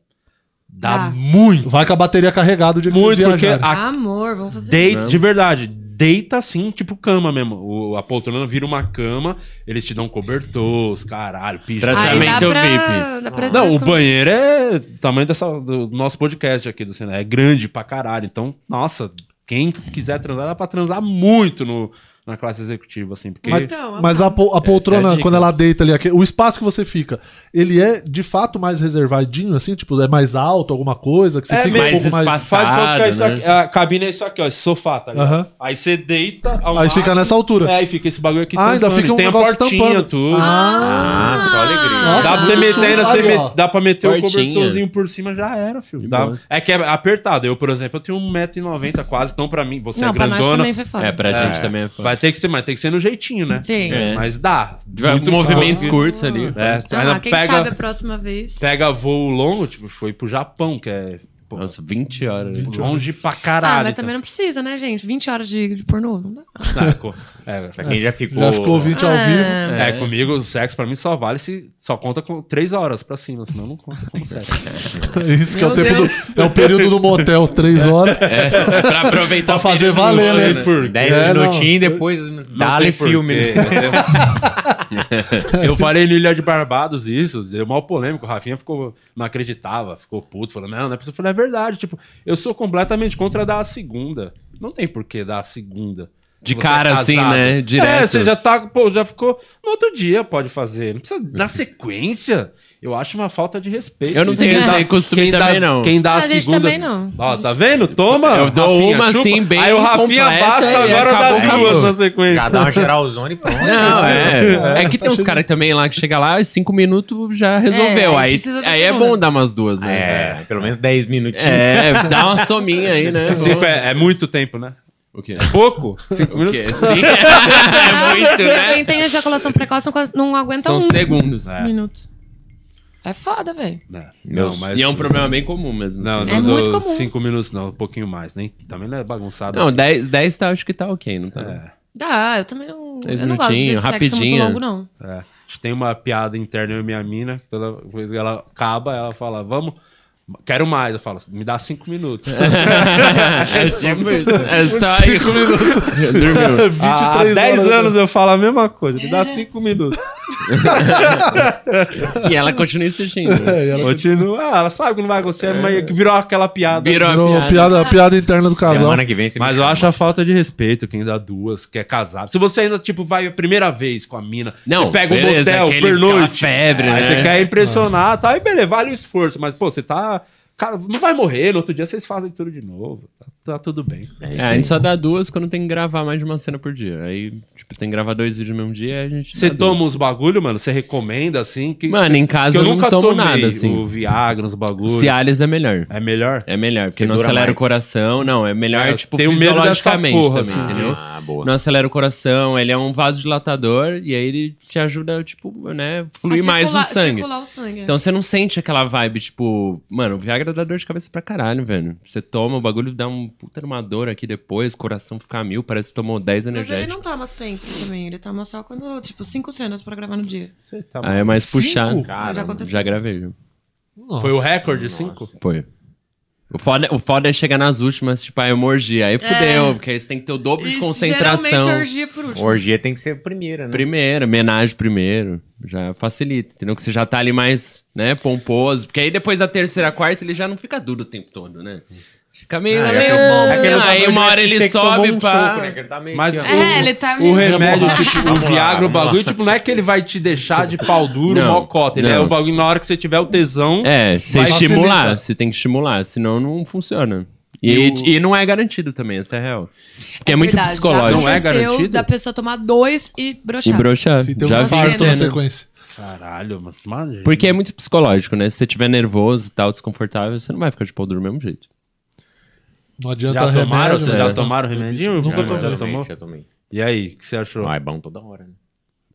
Speaker 1: dá
Speaker 4: Dá.
Speaker 1: muito.
Speaker 3: Vai com a bateria carregada o dia que
Speaker 1: Muito,
Speaker 3: vocês
Speaker 1: porque
Speaker 3: viajaram.
Speaker 1: a-
Speaker 4: Amor, vamos fazer
Speaker 1: desde, de verdade, deita assim, tipo cama mesmo. O, a poltrona vira uma cama, eles te dão cobertor, os caralho, pijama.
Speaker 5: Tratamento Aí dá pra- VIP. dá pra
Speaker 1: Não,
Speaker 5: ter
Speaker 1: o
Speaker 5: as
Speaker 1: banheiro é do tamanho dessa, do nosso podcast aqui do Senai. É grande pra caralho. Então, nossa, quem quiser transar, dá pra transar muito no, na classe executiva, assim.
Speaker 4: Então,
Speaker 1: Porque...
Speaker 3: Mas, mas a, pol- a
Speaker 1: Essa é
Speaker 3: poltrona,
Speaker 1: dica.
Speaker 3: quando ela deita ali, aquele- o espaço que você fica, ele é de fato mais reservadinho, assim? Tipo, é mais alto, alguma coisa?
Speaker 1: é
Speaker 3: Que você fica um pouco mais.
Speaker 1: Faz pra ficar isso aqui- A cabine é isso aqui, ó, esse sofá, tá ligado?
Speaker 3: Aham.
Speaker 1: Aí você deita. ao
Speaker 3: Aí fica
Speaker 1: máximo,
Speaker 3: nessa altura.
Speaker 1: É, aí fica esse bagulho aqui.
Speaker 3: Ah, ainda
Speaker 1: tampando,
Speaker 3: fica
Speaker 1: e
Speaker 3: um
Speaker 1: Tem a
Speaker 3: negócio
Speaker 1: portinha,
Speaker 3: tampando.
Speaker 1: tudo.
Speaker 3: Ah,
Speaker 1: só alegria.
Speaker 3: Nossa,
Speaker 1: dá pra você
Speaker 3: muito
Speaker 1: meter ainda,
Speaker 3: suave,
Speaker 1: você met-
Speaker 3: ó.
Speaker 1: dá pra meter o
Speaker 3: Portinha.
Speaker 1: cobertorzinho por cima, já era, filho. Dá-
Speaker 5: boa.
Speaker 1: É que é apertado. Eu, por exemplo, eu tenho 1,90m quase, então pra mim, você é
Speaker 4: Não, pra nós
Speaker 1: grandona.
Speaker 4: também foi foda. É, pra
Speaker 5: gente também é foda.
Speaker 1: Vai ter que ser, mas tem que ser no jeitinho, né?
Speaker 4: Tem. É.
Speaker 1: Mas dá.
Speaker 5: Vai- movimentos
Speaker 1: Tipo, fácil.
Speaker 5: curtos ali.
Speaker 1: É,
Speaker 5: Ah,
Speaker 1: ainda
Speaker 4: Então, quem
Speaker 1: pega-
Speaker 4: sabe a próxima vez.
Speaker 1: Pega voo longo, tipo, foi pro Japão, que é. Nossa, 20 horas. Longe pra caralho.
Speaker 4: ah, mas
Speaker 1: então.
Speaker 4: também não precisa, né, gente? 20 horas de, de pornô, não dá.
Speaker 1: Ah, co- é, pra quem já ficou.
Speaker 3: Já ficou ouvinte ao
Speaker 4: Ah.
Speaker 1: É.
Speaker 3: vivo.
Speaker 1: É, comigo o sexo pra mim só vale se. Só conta com 3 horas pra cima, senão não conta como sexo.
Speaker 3: Isso que é o tempo do- é o período do motel, três horas.
Speaker 1: [laughs] É, pra aproveitar
Speaker 3: Pra
Speaker 1: o período
Speaker 3: fazer
Speaker 1: do
Speaker 3: valer,
Speaker 1: motel,
Speaker 3: né?
Speaker 1: né? Por
Speaker 2: Dez
Speaker 3: É, não.
Speaker 2: minutinhos e depois dá-lhe filme. né?
Speaker 1: [laughs] Eu falei no Ilha de Barbados isso, deu mal polêmico. O Rafinha ficou, não acreditava, ficou puto, falando, não, não é possível. Eu falei, é verdade, tipo, eu sou completamente contra dar a segunda. Não tem por que dar a segunda.
Speaker 5: De
Speaker 1: Você é
Speaker 5: cara, assim,
Speaker 1: casado.
Speaker 5: né? Direto.
Speaker 1: É, você já tá, pô, já ficou. No outro dia pode fazer. Não precisa, na sequência, eu acho uma falta de respeito.
Speaker 5: Eu não
Speaker 1: Isso. Quem
Speaker 5: tenho esse
Speaker 1: dá-
Speaker 5: costume
Speaker 1: quem dá-
Speaker 5: também, não.
Speaker 1: Quem dá a,
Speaker 4: A gente
Speaker 1: segunda.
Speaker 4: também não.
Speaker 1: Ó, tá vendo? Toma.
Speaker 5: Eu dou uma,
Speaker 1: chupa.
Speaker 5: assim, bem
Speaker 1: Aí o Rafinha
Speaker 5: completa
Speaker 1: basta,
Speaker 5: e
Speaker 1: agora dá
Speaker 5: acabou.
Speaker 1: duas na sequência.
Speaker 2: Já dá uma geralzona e pronto.
Speaker 1: tá
Speaker 5: Não, é. É que
Speaker 2: tá
Speaker 5: tem uns
Speaker 2: chegando.
Speaker 5: caras também lá que chega lá, cinco minutos já resolveu.
Speaker 2: É,
Speaker 5: aí
Speaker 2: precisa da
Speaker 5: aí é
Speaker 2: segunda.
Speaker 5: bom dar umas duas, né?
Speaker 2: É, pelo menos 10 minutinhos.
Speaker 5: É, dá uma sominha aí, né?
Speaker 1: [laughs] Cinco é, é muito tempo, né?
Speaker 5: O quê?
Speaker 1: Pouco? Cinco minutos?
Speaker 5: Sim. [laughs]
Speaker 4: Ah,
Speaker 5: é muito,
Speaker 4: mas pra
Speaker 5: né?
Speaker 4: Quem tem ejaculação precoce não, não aguenta
Speaker 2: Então,
Speaker 5: São
Speaker 4: um
Speaker 5: segundos.
Speaker 4: minuto. É foda, velho.
Speaker 5: Não, mas- E é um problema bem comum mesmo,
Speaker 1: Não,
Speaker 5: assim.
Speaker 1: não
Speaker 4: É muito
Speaker 1: dou
Speaker 4: comum.
Speaker 1: Cinco minutos não, um pouquinho mais. Nem, também não é bagunçado.
Speaker 5: Não,
Speaker 1: assim.
Speaker 5: 10, 10 tá, acho que tá ok, não tá?
Speaker 1: É.
Speaker 4: Dá, eu também não.
Speaker 1: Dez
Speaker 4: eu não gosto de
Speaker 1: minutinhos,
Speaker 4: sexo muito
Speaker 1: rapidinho.
Speaker 4: longo, não.
Speaker 1: É. A gente tem uma piada interna eu e minha mina, que toda vez que ela acaba, ela fala, vamos. Quero mais, eu falo, me dá cinco minutos.
Speaker 5: [laughs] É tipo isso. É só aí.
Speaker 1: Cinco minutos.
Speaker 5: Dormiu.
Speaker 1: Há há
Speaker 5: 23
Speaker 1: 10
Speaker 5: horas. né?
Speaker 1: anos eu falo a mesma coisa, me dá cinco
Speaker 5: [laughs]
Speaker 1: minutos.
Speaker 5: E ela continua insistindo.
Speaker 1: É, e ela continua. Ah, ela sabe que não vai acontecer, mas que virou aquela piada.
Speaker 5: É. Virou a Virou piada.
Speaker 3: piada- piada interna do casal. Semana
Speaker 2: que vem
Speaker 1: Mas eu acho a falta de respeito quem dá duas, que é casado. Se você ainda, tipo, vai a primeira vez com a mina,
Speaker 5: Não,
Speaker 1: você pega um
Speaker 5: beleza,
Speaker 1: motel,
Speaker 5: aquele-
Speaker 1: pernoite.
Speaker 5: aquela febre,
Speaker 1: aí
Speaker 5: né?
Speaker 1: você quer impressionar, tá? E beleza, vale o esforço, mas, pô, você tá. Cara, não vai morrer, no outro dia vocês fazem tudo de novo. Tá, tá tudo bem.
Speaker 5: É, a gente só dá duas quando tem que gravar mais de uma cena por dia. Aí, tipo, tem que gravar dois vídeos no mesmo dia, aí a gente.
Speaker 1: Você
Speaker 5: dá
Speaker 1: toma uns bagulho, mano? Você recomenda, assim? Que,
Speaker 5: Mano, em casa
Speaker 1: que
Speaker 5: eu não
Speaker 1: nunca
Speaker 5: tomo
Speaker 1: tomei
Speaker 5: nada, assim.
Speaker 1: O Viagra, os bagulhos.
Speaker 5: duas. Cialis é melhor.
Speaker 1: É melhor?
Speaker 5: É melhor, porque
Speaker 1: Porque
Speaker 5: não
Speaker 1: dura
Speaker 5: acelera
Speaker 1: mais.
Speaker 5: o coração. Não, é melhor,
Speaker 1: É, eu
Speaker 5: tipo,
Speaker 1: tenho medo dessa
Speaker 5: fisiologicamente
Speaker 1: porra,
Speaker 5: também,
Speaker 1: assim.
Speaker 5: entendeu?
Speaker 1: Ah, boa.
Speaker 5: Não acelera o coração, ele é um vasodilatador e aí ele te ajuda, tipo, né, fluir
Speaker 4: A
Speaker 5: mais o
Speaker 4: circular-
Speaker 5: sangue.
Speaker 4: circular o sangue, é.
Speaker 5: Então você não sente aquela vibe, tipo, mano, o Viagra dá dor de cabeça pra caralho, velho. Você toma, o bagulho dá um puta numa dor aqui depois, coração fica a mil, parece que tomou 10
Speaker 4: Mas ele
Speaker 5: energéticos.
Speaker 4: não toma sempre também. Ele toma só quando, tipo, cinco cenas pra gravar no dia.
Speaker 1: Você tá
Speaker 5: Aí é mais puxado.
Speaker 4: já aconteceu.
Speaker 5: já gravei, viu?
Speaker 1: Foi o recorde, cinco?
Speaker 5: Foi. O foda, o foda é chegar nas últimas, tipo, aí uma orgia. Aí fudeu, porque aí você tem que ter o dobro de
Speaker 4: É. Isso,
Speaker 5: concentração.
Speaker 4: geralmente orgia por último.
Speaker 2: Orgia tem que ser a primeira, né?
Speaker 5: Primeiro, homenagem primeiro. Já facilita, entendeu? Que você já tá ali mais, né, pomposo. Porque aí depois da terceira, quarta, ele já não fica duro o tempo todo, né? Fica meio.
Speaker 2: Ah,
Speaker 5: meio-
Speaker 2: é que é bom. É que ele tá
Speaker 5: aí
Speaker 2: duro
Speaker 5: uma
Speaker 2: de
Speaker 5: hora
Speaker 2: que
Speaker 5: ele
Speaker 2: você
Speaker 5: sobe
Speaker 2: tomou um
Speaker 5: pra.
Speaker 2: soco, né? Que ele tá meio
Speaker 1: Mas
Speaker 2: que, ó.
Speaker 4: É,
Speaker 1: o,
Speaker 4: tá
Speaker 1: o remédio, tipo, o
Speaker 2: Vamos lá,
Speaker 1: Viagra, o
Speaker 2: vamos
Speaker 1: bagulho,
Speaker 2: lá.
Speaker 1: tipo, não é que ele vai te deixar de pau duro,
Speaker 5: Não,
Speaker 1: mocota. Ele
Speaker 5: não.
Speaker 1: é o bagulho na hora que você tiver o tesão.
Speaker 5: É, você
Speaker 1: vai-
Speaker 5: estimular, você tem que estimular, senão não funciona. E,
Speaker 1: E o-
Speaker 5: e não é garantido também, essa é real. Porque é, muito
Speaker 4: Verdade, já
Speaker 5: psicológico.
Speaker 4: aconteceu da pessoa tomar dois e
Speaker 5: E
Speaker 4: broxar.
Speaker 5: broxar.
Speaker 3: E tem um
Speaker 5: já vi
Speaker 3: infarto
Speaker 1: né?
Speaker 3: na
Speaker 5: cena.
Speaker 3: sequência.
Speaker 1: Caralho, mano. mano,
Speaker 5: Porque é muito psicológico, né? Se você estiver nervoso e tal, desconfortável, você não vai ficar de pau duro do mesmo jeito.
Speaker 3: Não adianta
Speaker 1: Já tomaram,
Speaker 3: remédio,
Speaker 1: vocês já
Speaker 3: né?
Speaker 1: tomaram o remedinho?
Speaker 3: Nunca
Speaker 1: Já,
Speaker 3: tomei.
Speaker 1: já tomou?
Speaker 2: Já tomei.
Speaker 1: E aí, o que você achou?
Speaker 2: Ah, é bom toda hora, né?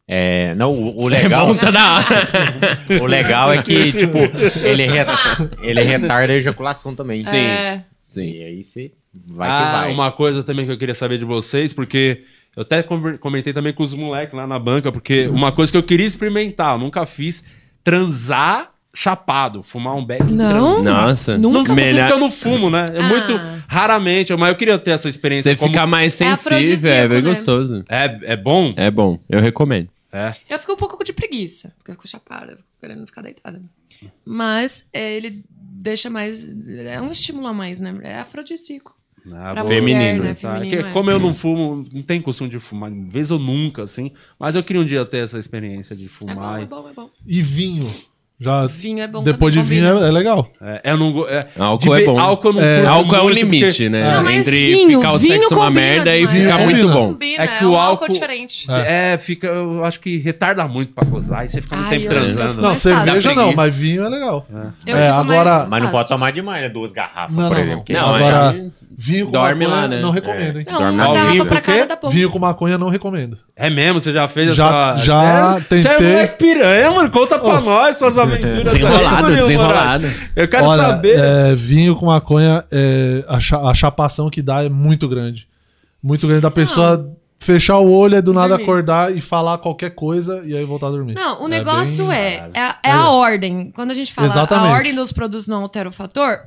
Speaker 2: É, não, o, o
Speaker 5: [laughs] É
Speaker 2: legal.
Speaker 5: bom toda hora.
Speaker 2: [laughs] o legal é que, tipo, ele, re-
Speaker 5: [laughs]
Speaker 2: ele retarda a ejaculação também.
Speaker 5: Sim. É. Sim.
Speaker 2: E aí você vai
Speaker 1: ah,
Speaker 2: que vai.
Speaker 1: uma coisa também que eu queria saber de vocês, porque eu até conver- comentei também com os moleques lá na banca, porque uma coisa que eu queria experimentar, eu nunca fiz, transar chapado, fumar um beck.
Speaker 4: Não?
Speaker 1: tranquilo.
Speaker 5: Nossa.
Speaker 1: Não
Speaker 5: Nunca?
Speaker 1: fumo
Speaker 5: Melhor-
Speaker 1: porque eu não fumo, né? É
Speaker 4: Ah.
Speaker 1: muito raramente, mas eu queria ter essa experiência.
Speaker 5: Você fica mais
Speaker 4: É
Speaker 5: sensível, é,
Speaker 4: afrodisíaco,
Speaker 5: bem
Speaker 4: né?
Speaker 5: gostoso.
Speaker 1: É, é bom?
Speaker 5: É bom, eu recomendo.
Speaker 1: É.
Speaker 4: Eu fico um pouco de preguiça, porque eu fico chapada, eu fico querendo ficar deitada. Mas é, ele deixa mais. É um estímulo a mais, né? É afrodisíaco.
Speaker 1: Ah,
Speaker 4: Pra
Speaker 1: vou-
Speaker 4: mulher,
Speaker 5: Feminino.
Speaker 4: né?
Speaker 1: Tá,
Speaker 4: Feminino,
Speaker 1: que
Speaker 4: é.
Speaker 1: Como eu não fumo, não tem costume de fumar, uma vez ou nunca, assim. Mas eu queria um dia ter essa experiência de
Speaker 4: É bom,
Speaker 1: fumar.
Speaker 4: é bom, é bom.
Speaker 3: E vinho. Já
Speaker 4: Vinho é bom
Speaker 3: depois de
Speaker 4: também,
Speaker 3: vinho
Speaker 4: combina.
Speaker 3: é, é legal.
Speaker 1: É, eu não go- é,
Speaker 5: Álcool
Speaker 1: de
Speaker 5: é
Speaker 1: be-
Speaker 5: bom.
Speaker 1: Álcool eu não curto
Speaker 5: álcool é o
Speaker 1: muito,
Speaker 5: limite,
Speaker 1: porque-
Speaker 5: né?
Speaker 4: Não, mas
Speaker 5: Entre
Speaker 4: vinho,
Speaker 5: ficar o
Speaker 4: vinho
Speaker 5: sexo uma
Speaker 4: combina
Speaker 5: merda
Speaker 4: demais.
Speaker 5: e ficar
Speaker 3: Vinho
Speaker 5: muito
Speaker 3: combina.
Speaker 5: bom.
Speaker 4: Combina,
Speaker 1: É
Speaker 4: é,
Speaker 1: que
Speaker 4: um
Speaker 1: o
Speaker 4: álcool
Speaker 1: álcool-
Speaker 4: diferente.
Speaker 1: É, fica. Eu acho que retarda muito pra gozar e você fica um
Speaker 4: Ai,
Speaker 1: tempo
Speaker 4: eu- eu
Speaker 1: transando.
Speaker 4: fico
Speaker 1: né?
Speaker 3: Não,
Speaker 4: mais é fácil.
Speaker 3: cerveja não,
Speaker 5: Dá preguiça.
Speaker 3: mas vinho é legal.
Speaker 4: Eu
Speaker 3: É,
Speaker 4: fico
Speaker 3: agora-
Speaker 4: mais
Speaker 2: Mas não pode
Speaker 4: fácil.
Speaker 2: tomar demais, né? Duas garrafas,
Speaker 3: Não,
Speaker 2: por
Speaker 3: não,
Speaker 2: exemplo.
Speaker 3: não.
Speaker 5: Não, é um
Speaker 3: Agora,
Speaker 5: aí-
Speaker 3: vinho com
Speaker 5: Dorme
Speaker 3: maconha
Speaker 5: lá, né?
Speaker 3: não recomendo, hein?
Speaker 4: É. Não,
Speaker 5: Dorme
Speaker 4: uma
Speaker 5: na
Speaker 4: garrafa
Speaker 1: vida.
Speaker 4: pra
Speaker 1: Por quê?
Speaker 4: cada dá bom.
Speaker 3: Vinho com maconha não recomendo.
Speaker 1: É mesmo, você já fez
Speaker 3: Já-
Speaker 1: essa.
Speaker 3: já
Speaker 1: é, Você é
Speaker 3: tentei. Oh.
Speaker 1: moleque piranha, mano. Conta pra nós suas aventuras. aí,
Speaker 5: Desenrolado,
Speaker 1: Murilo
Speaker 5: desenrolado.
Speaker 1: Moraes. Eu quero
Speaker 3: Olha,
Speaker 1: saber.
Speaker 3: é, vinho com maconha, é, a, cha- a chapação que dá é muito grande. Muito grande. Da pessoa fechar o olho, é do nada
Speaker 4: Dormir.
Speaker 3: acordar e falar qualquer coisa e aí voltar a dormir.
Speaker 4: Não, o negócio
Speaker 3: bem-
Speaker 4: é, é, a- é a ordem. Quando a gente fala
Speaker 3: Exatamente.
Speaker 4: a ordem dos produtos não altera o fator,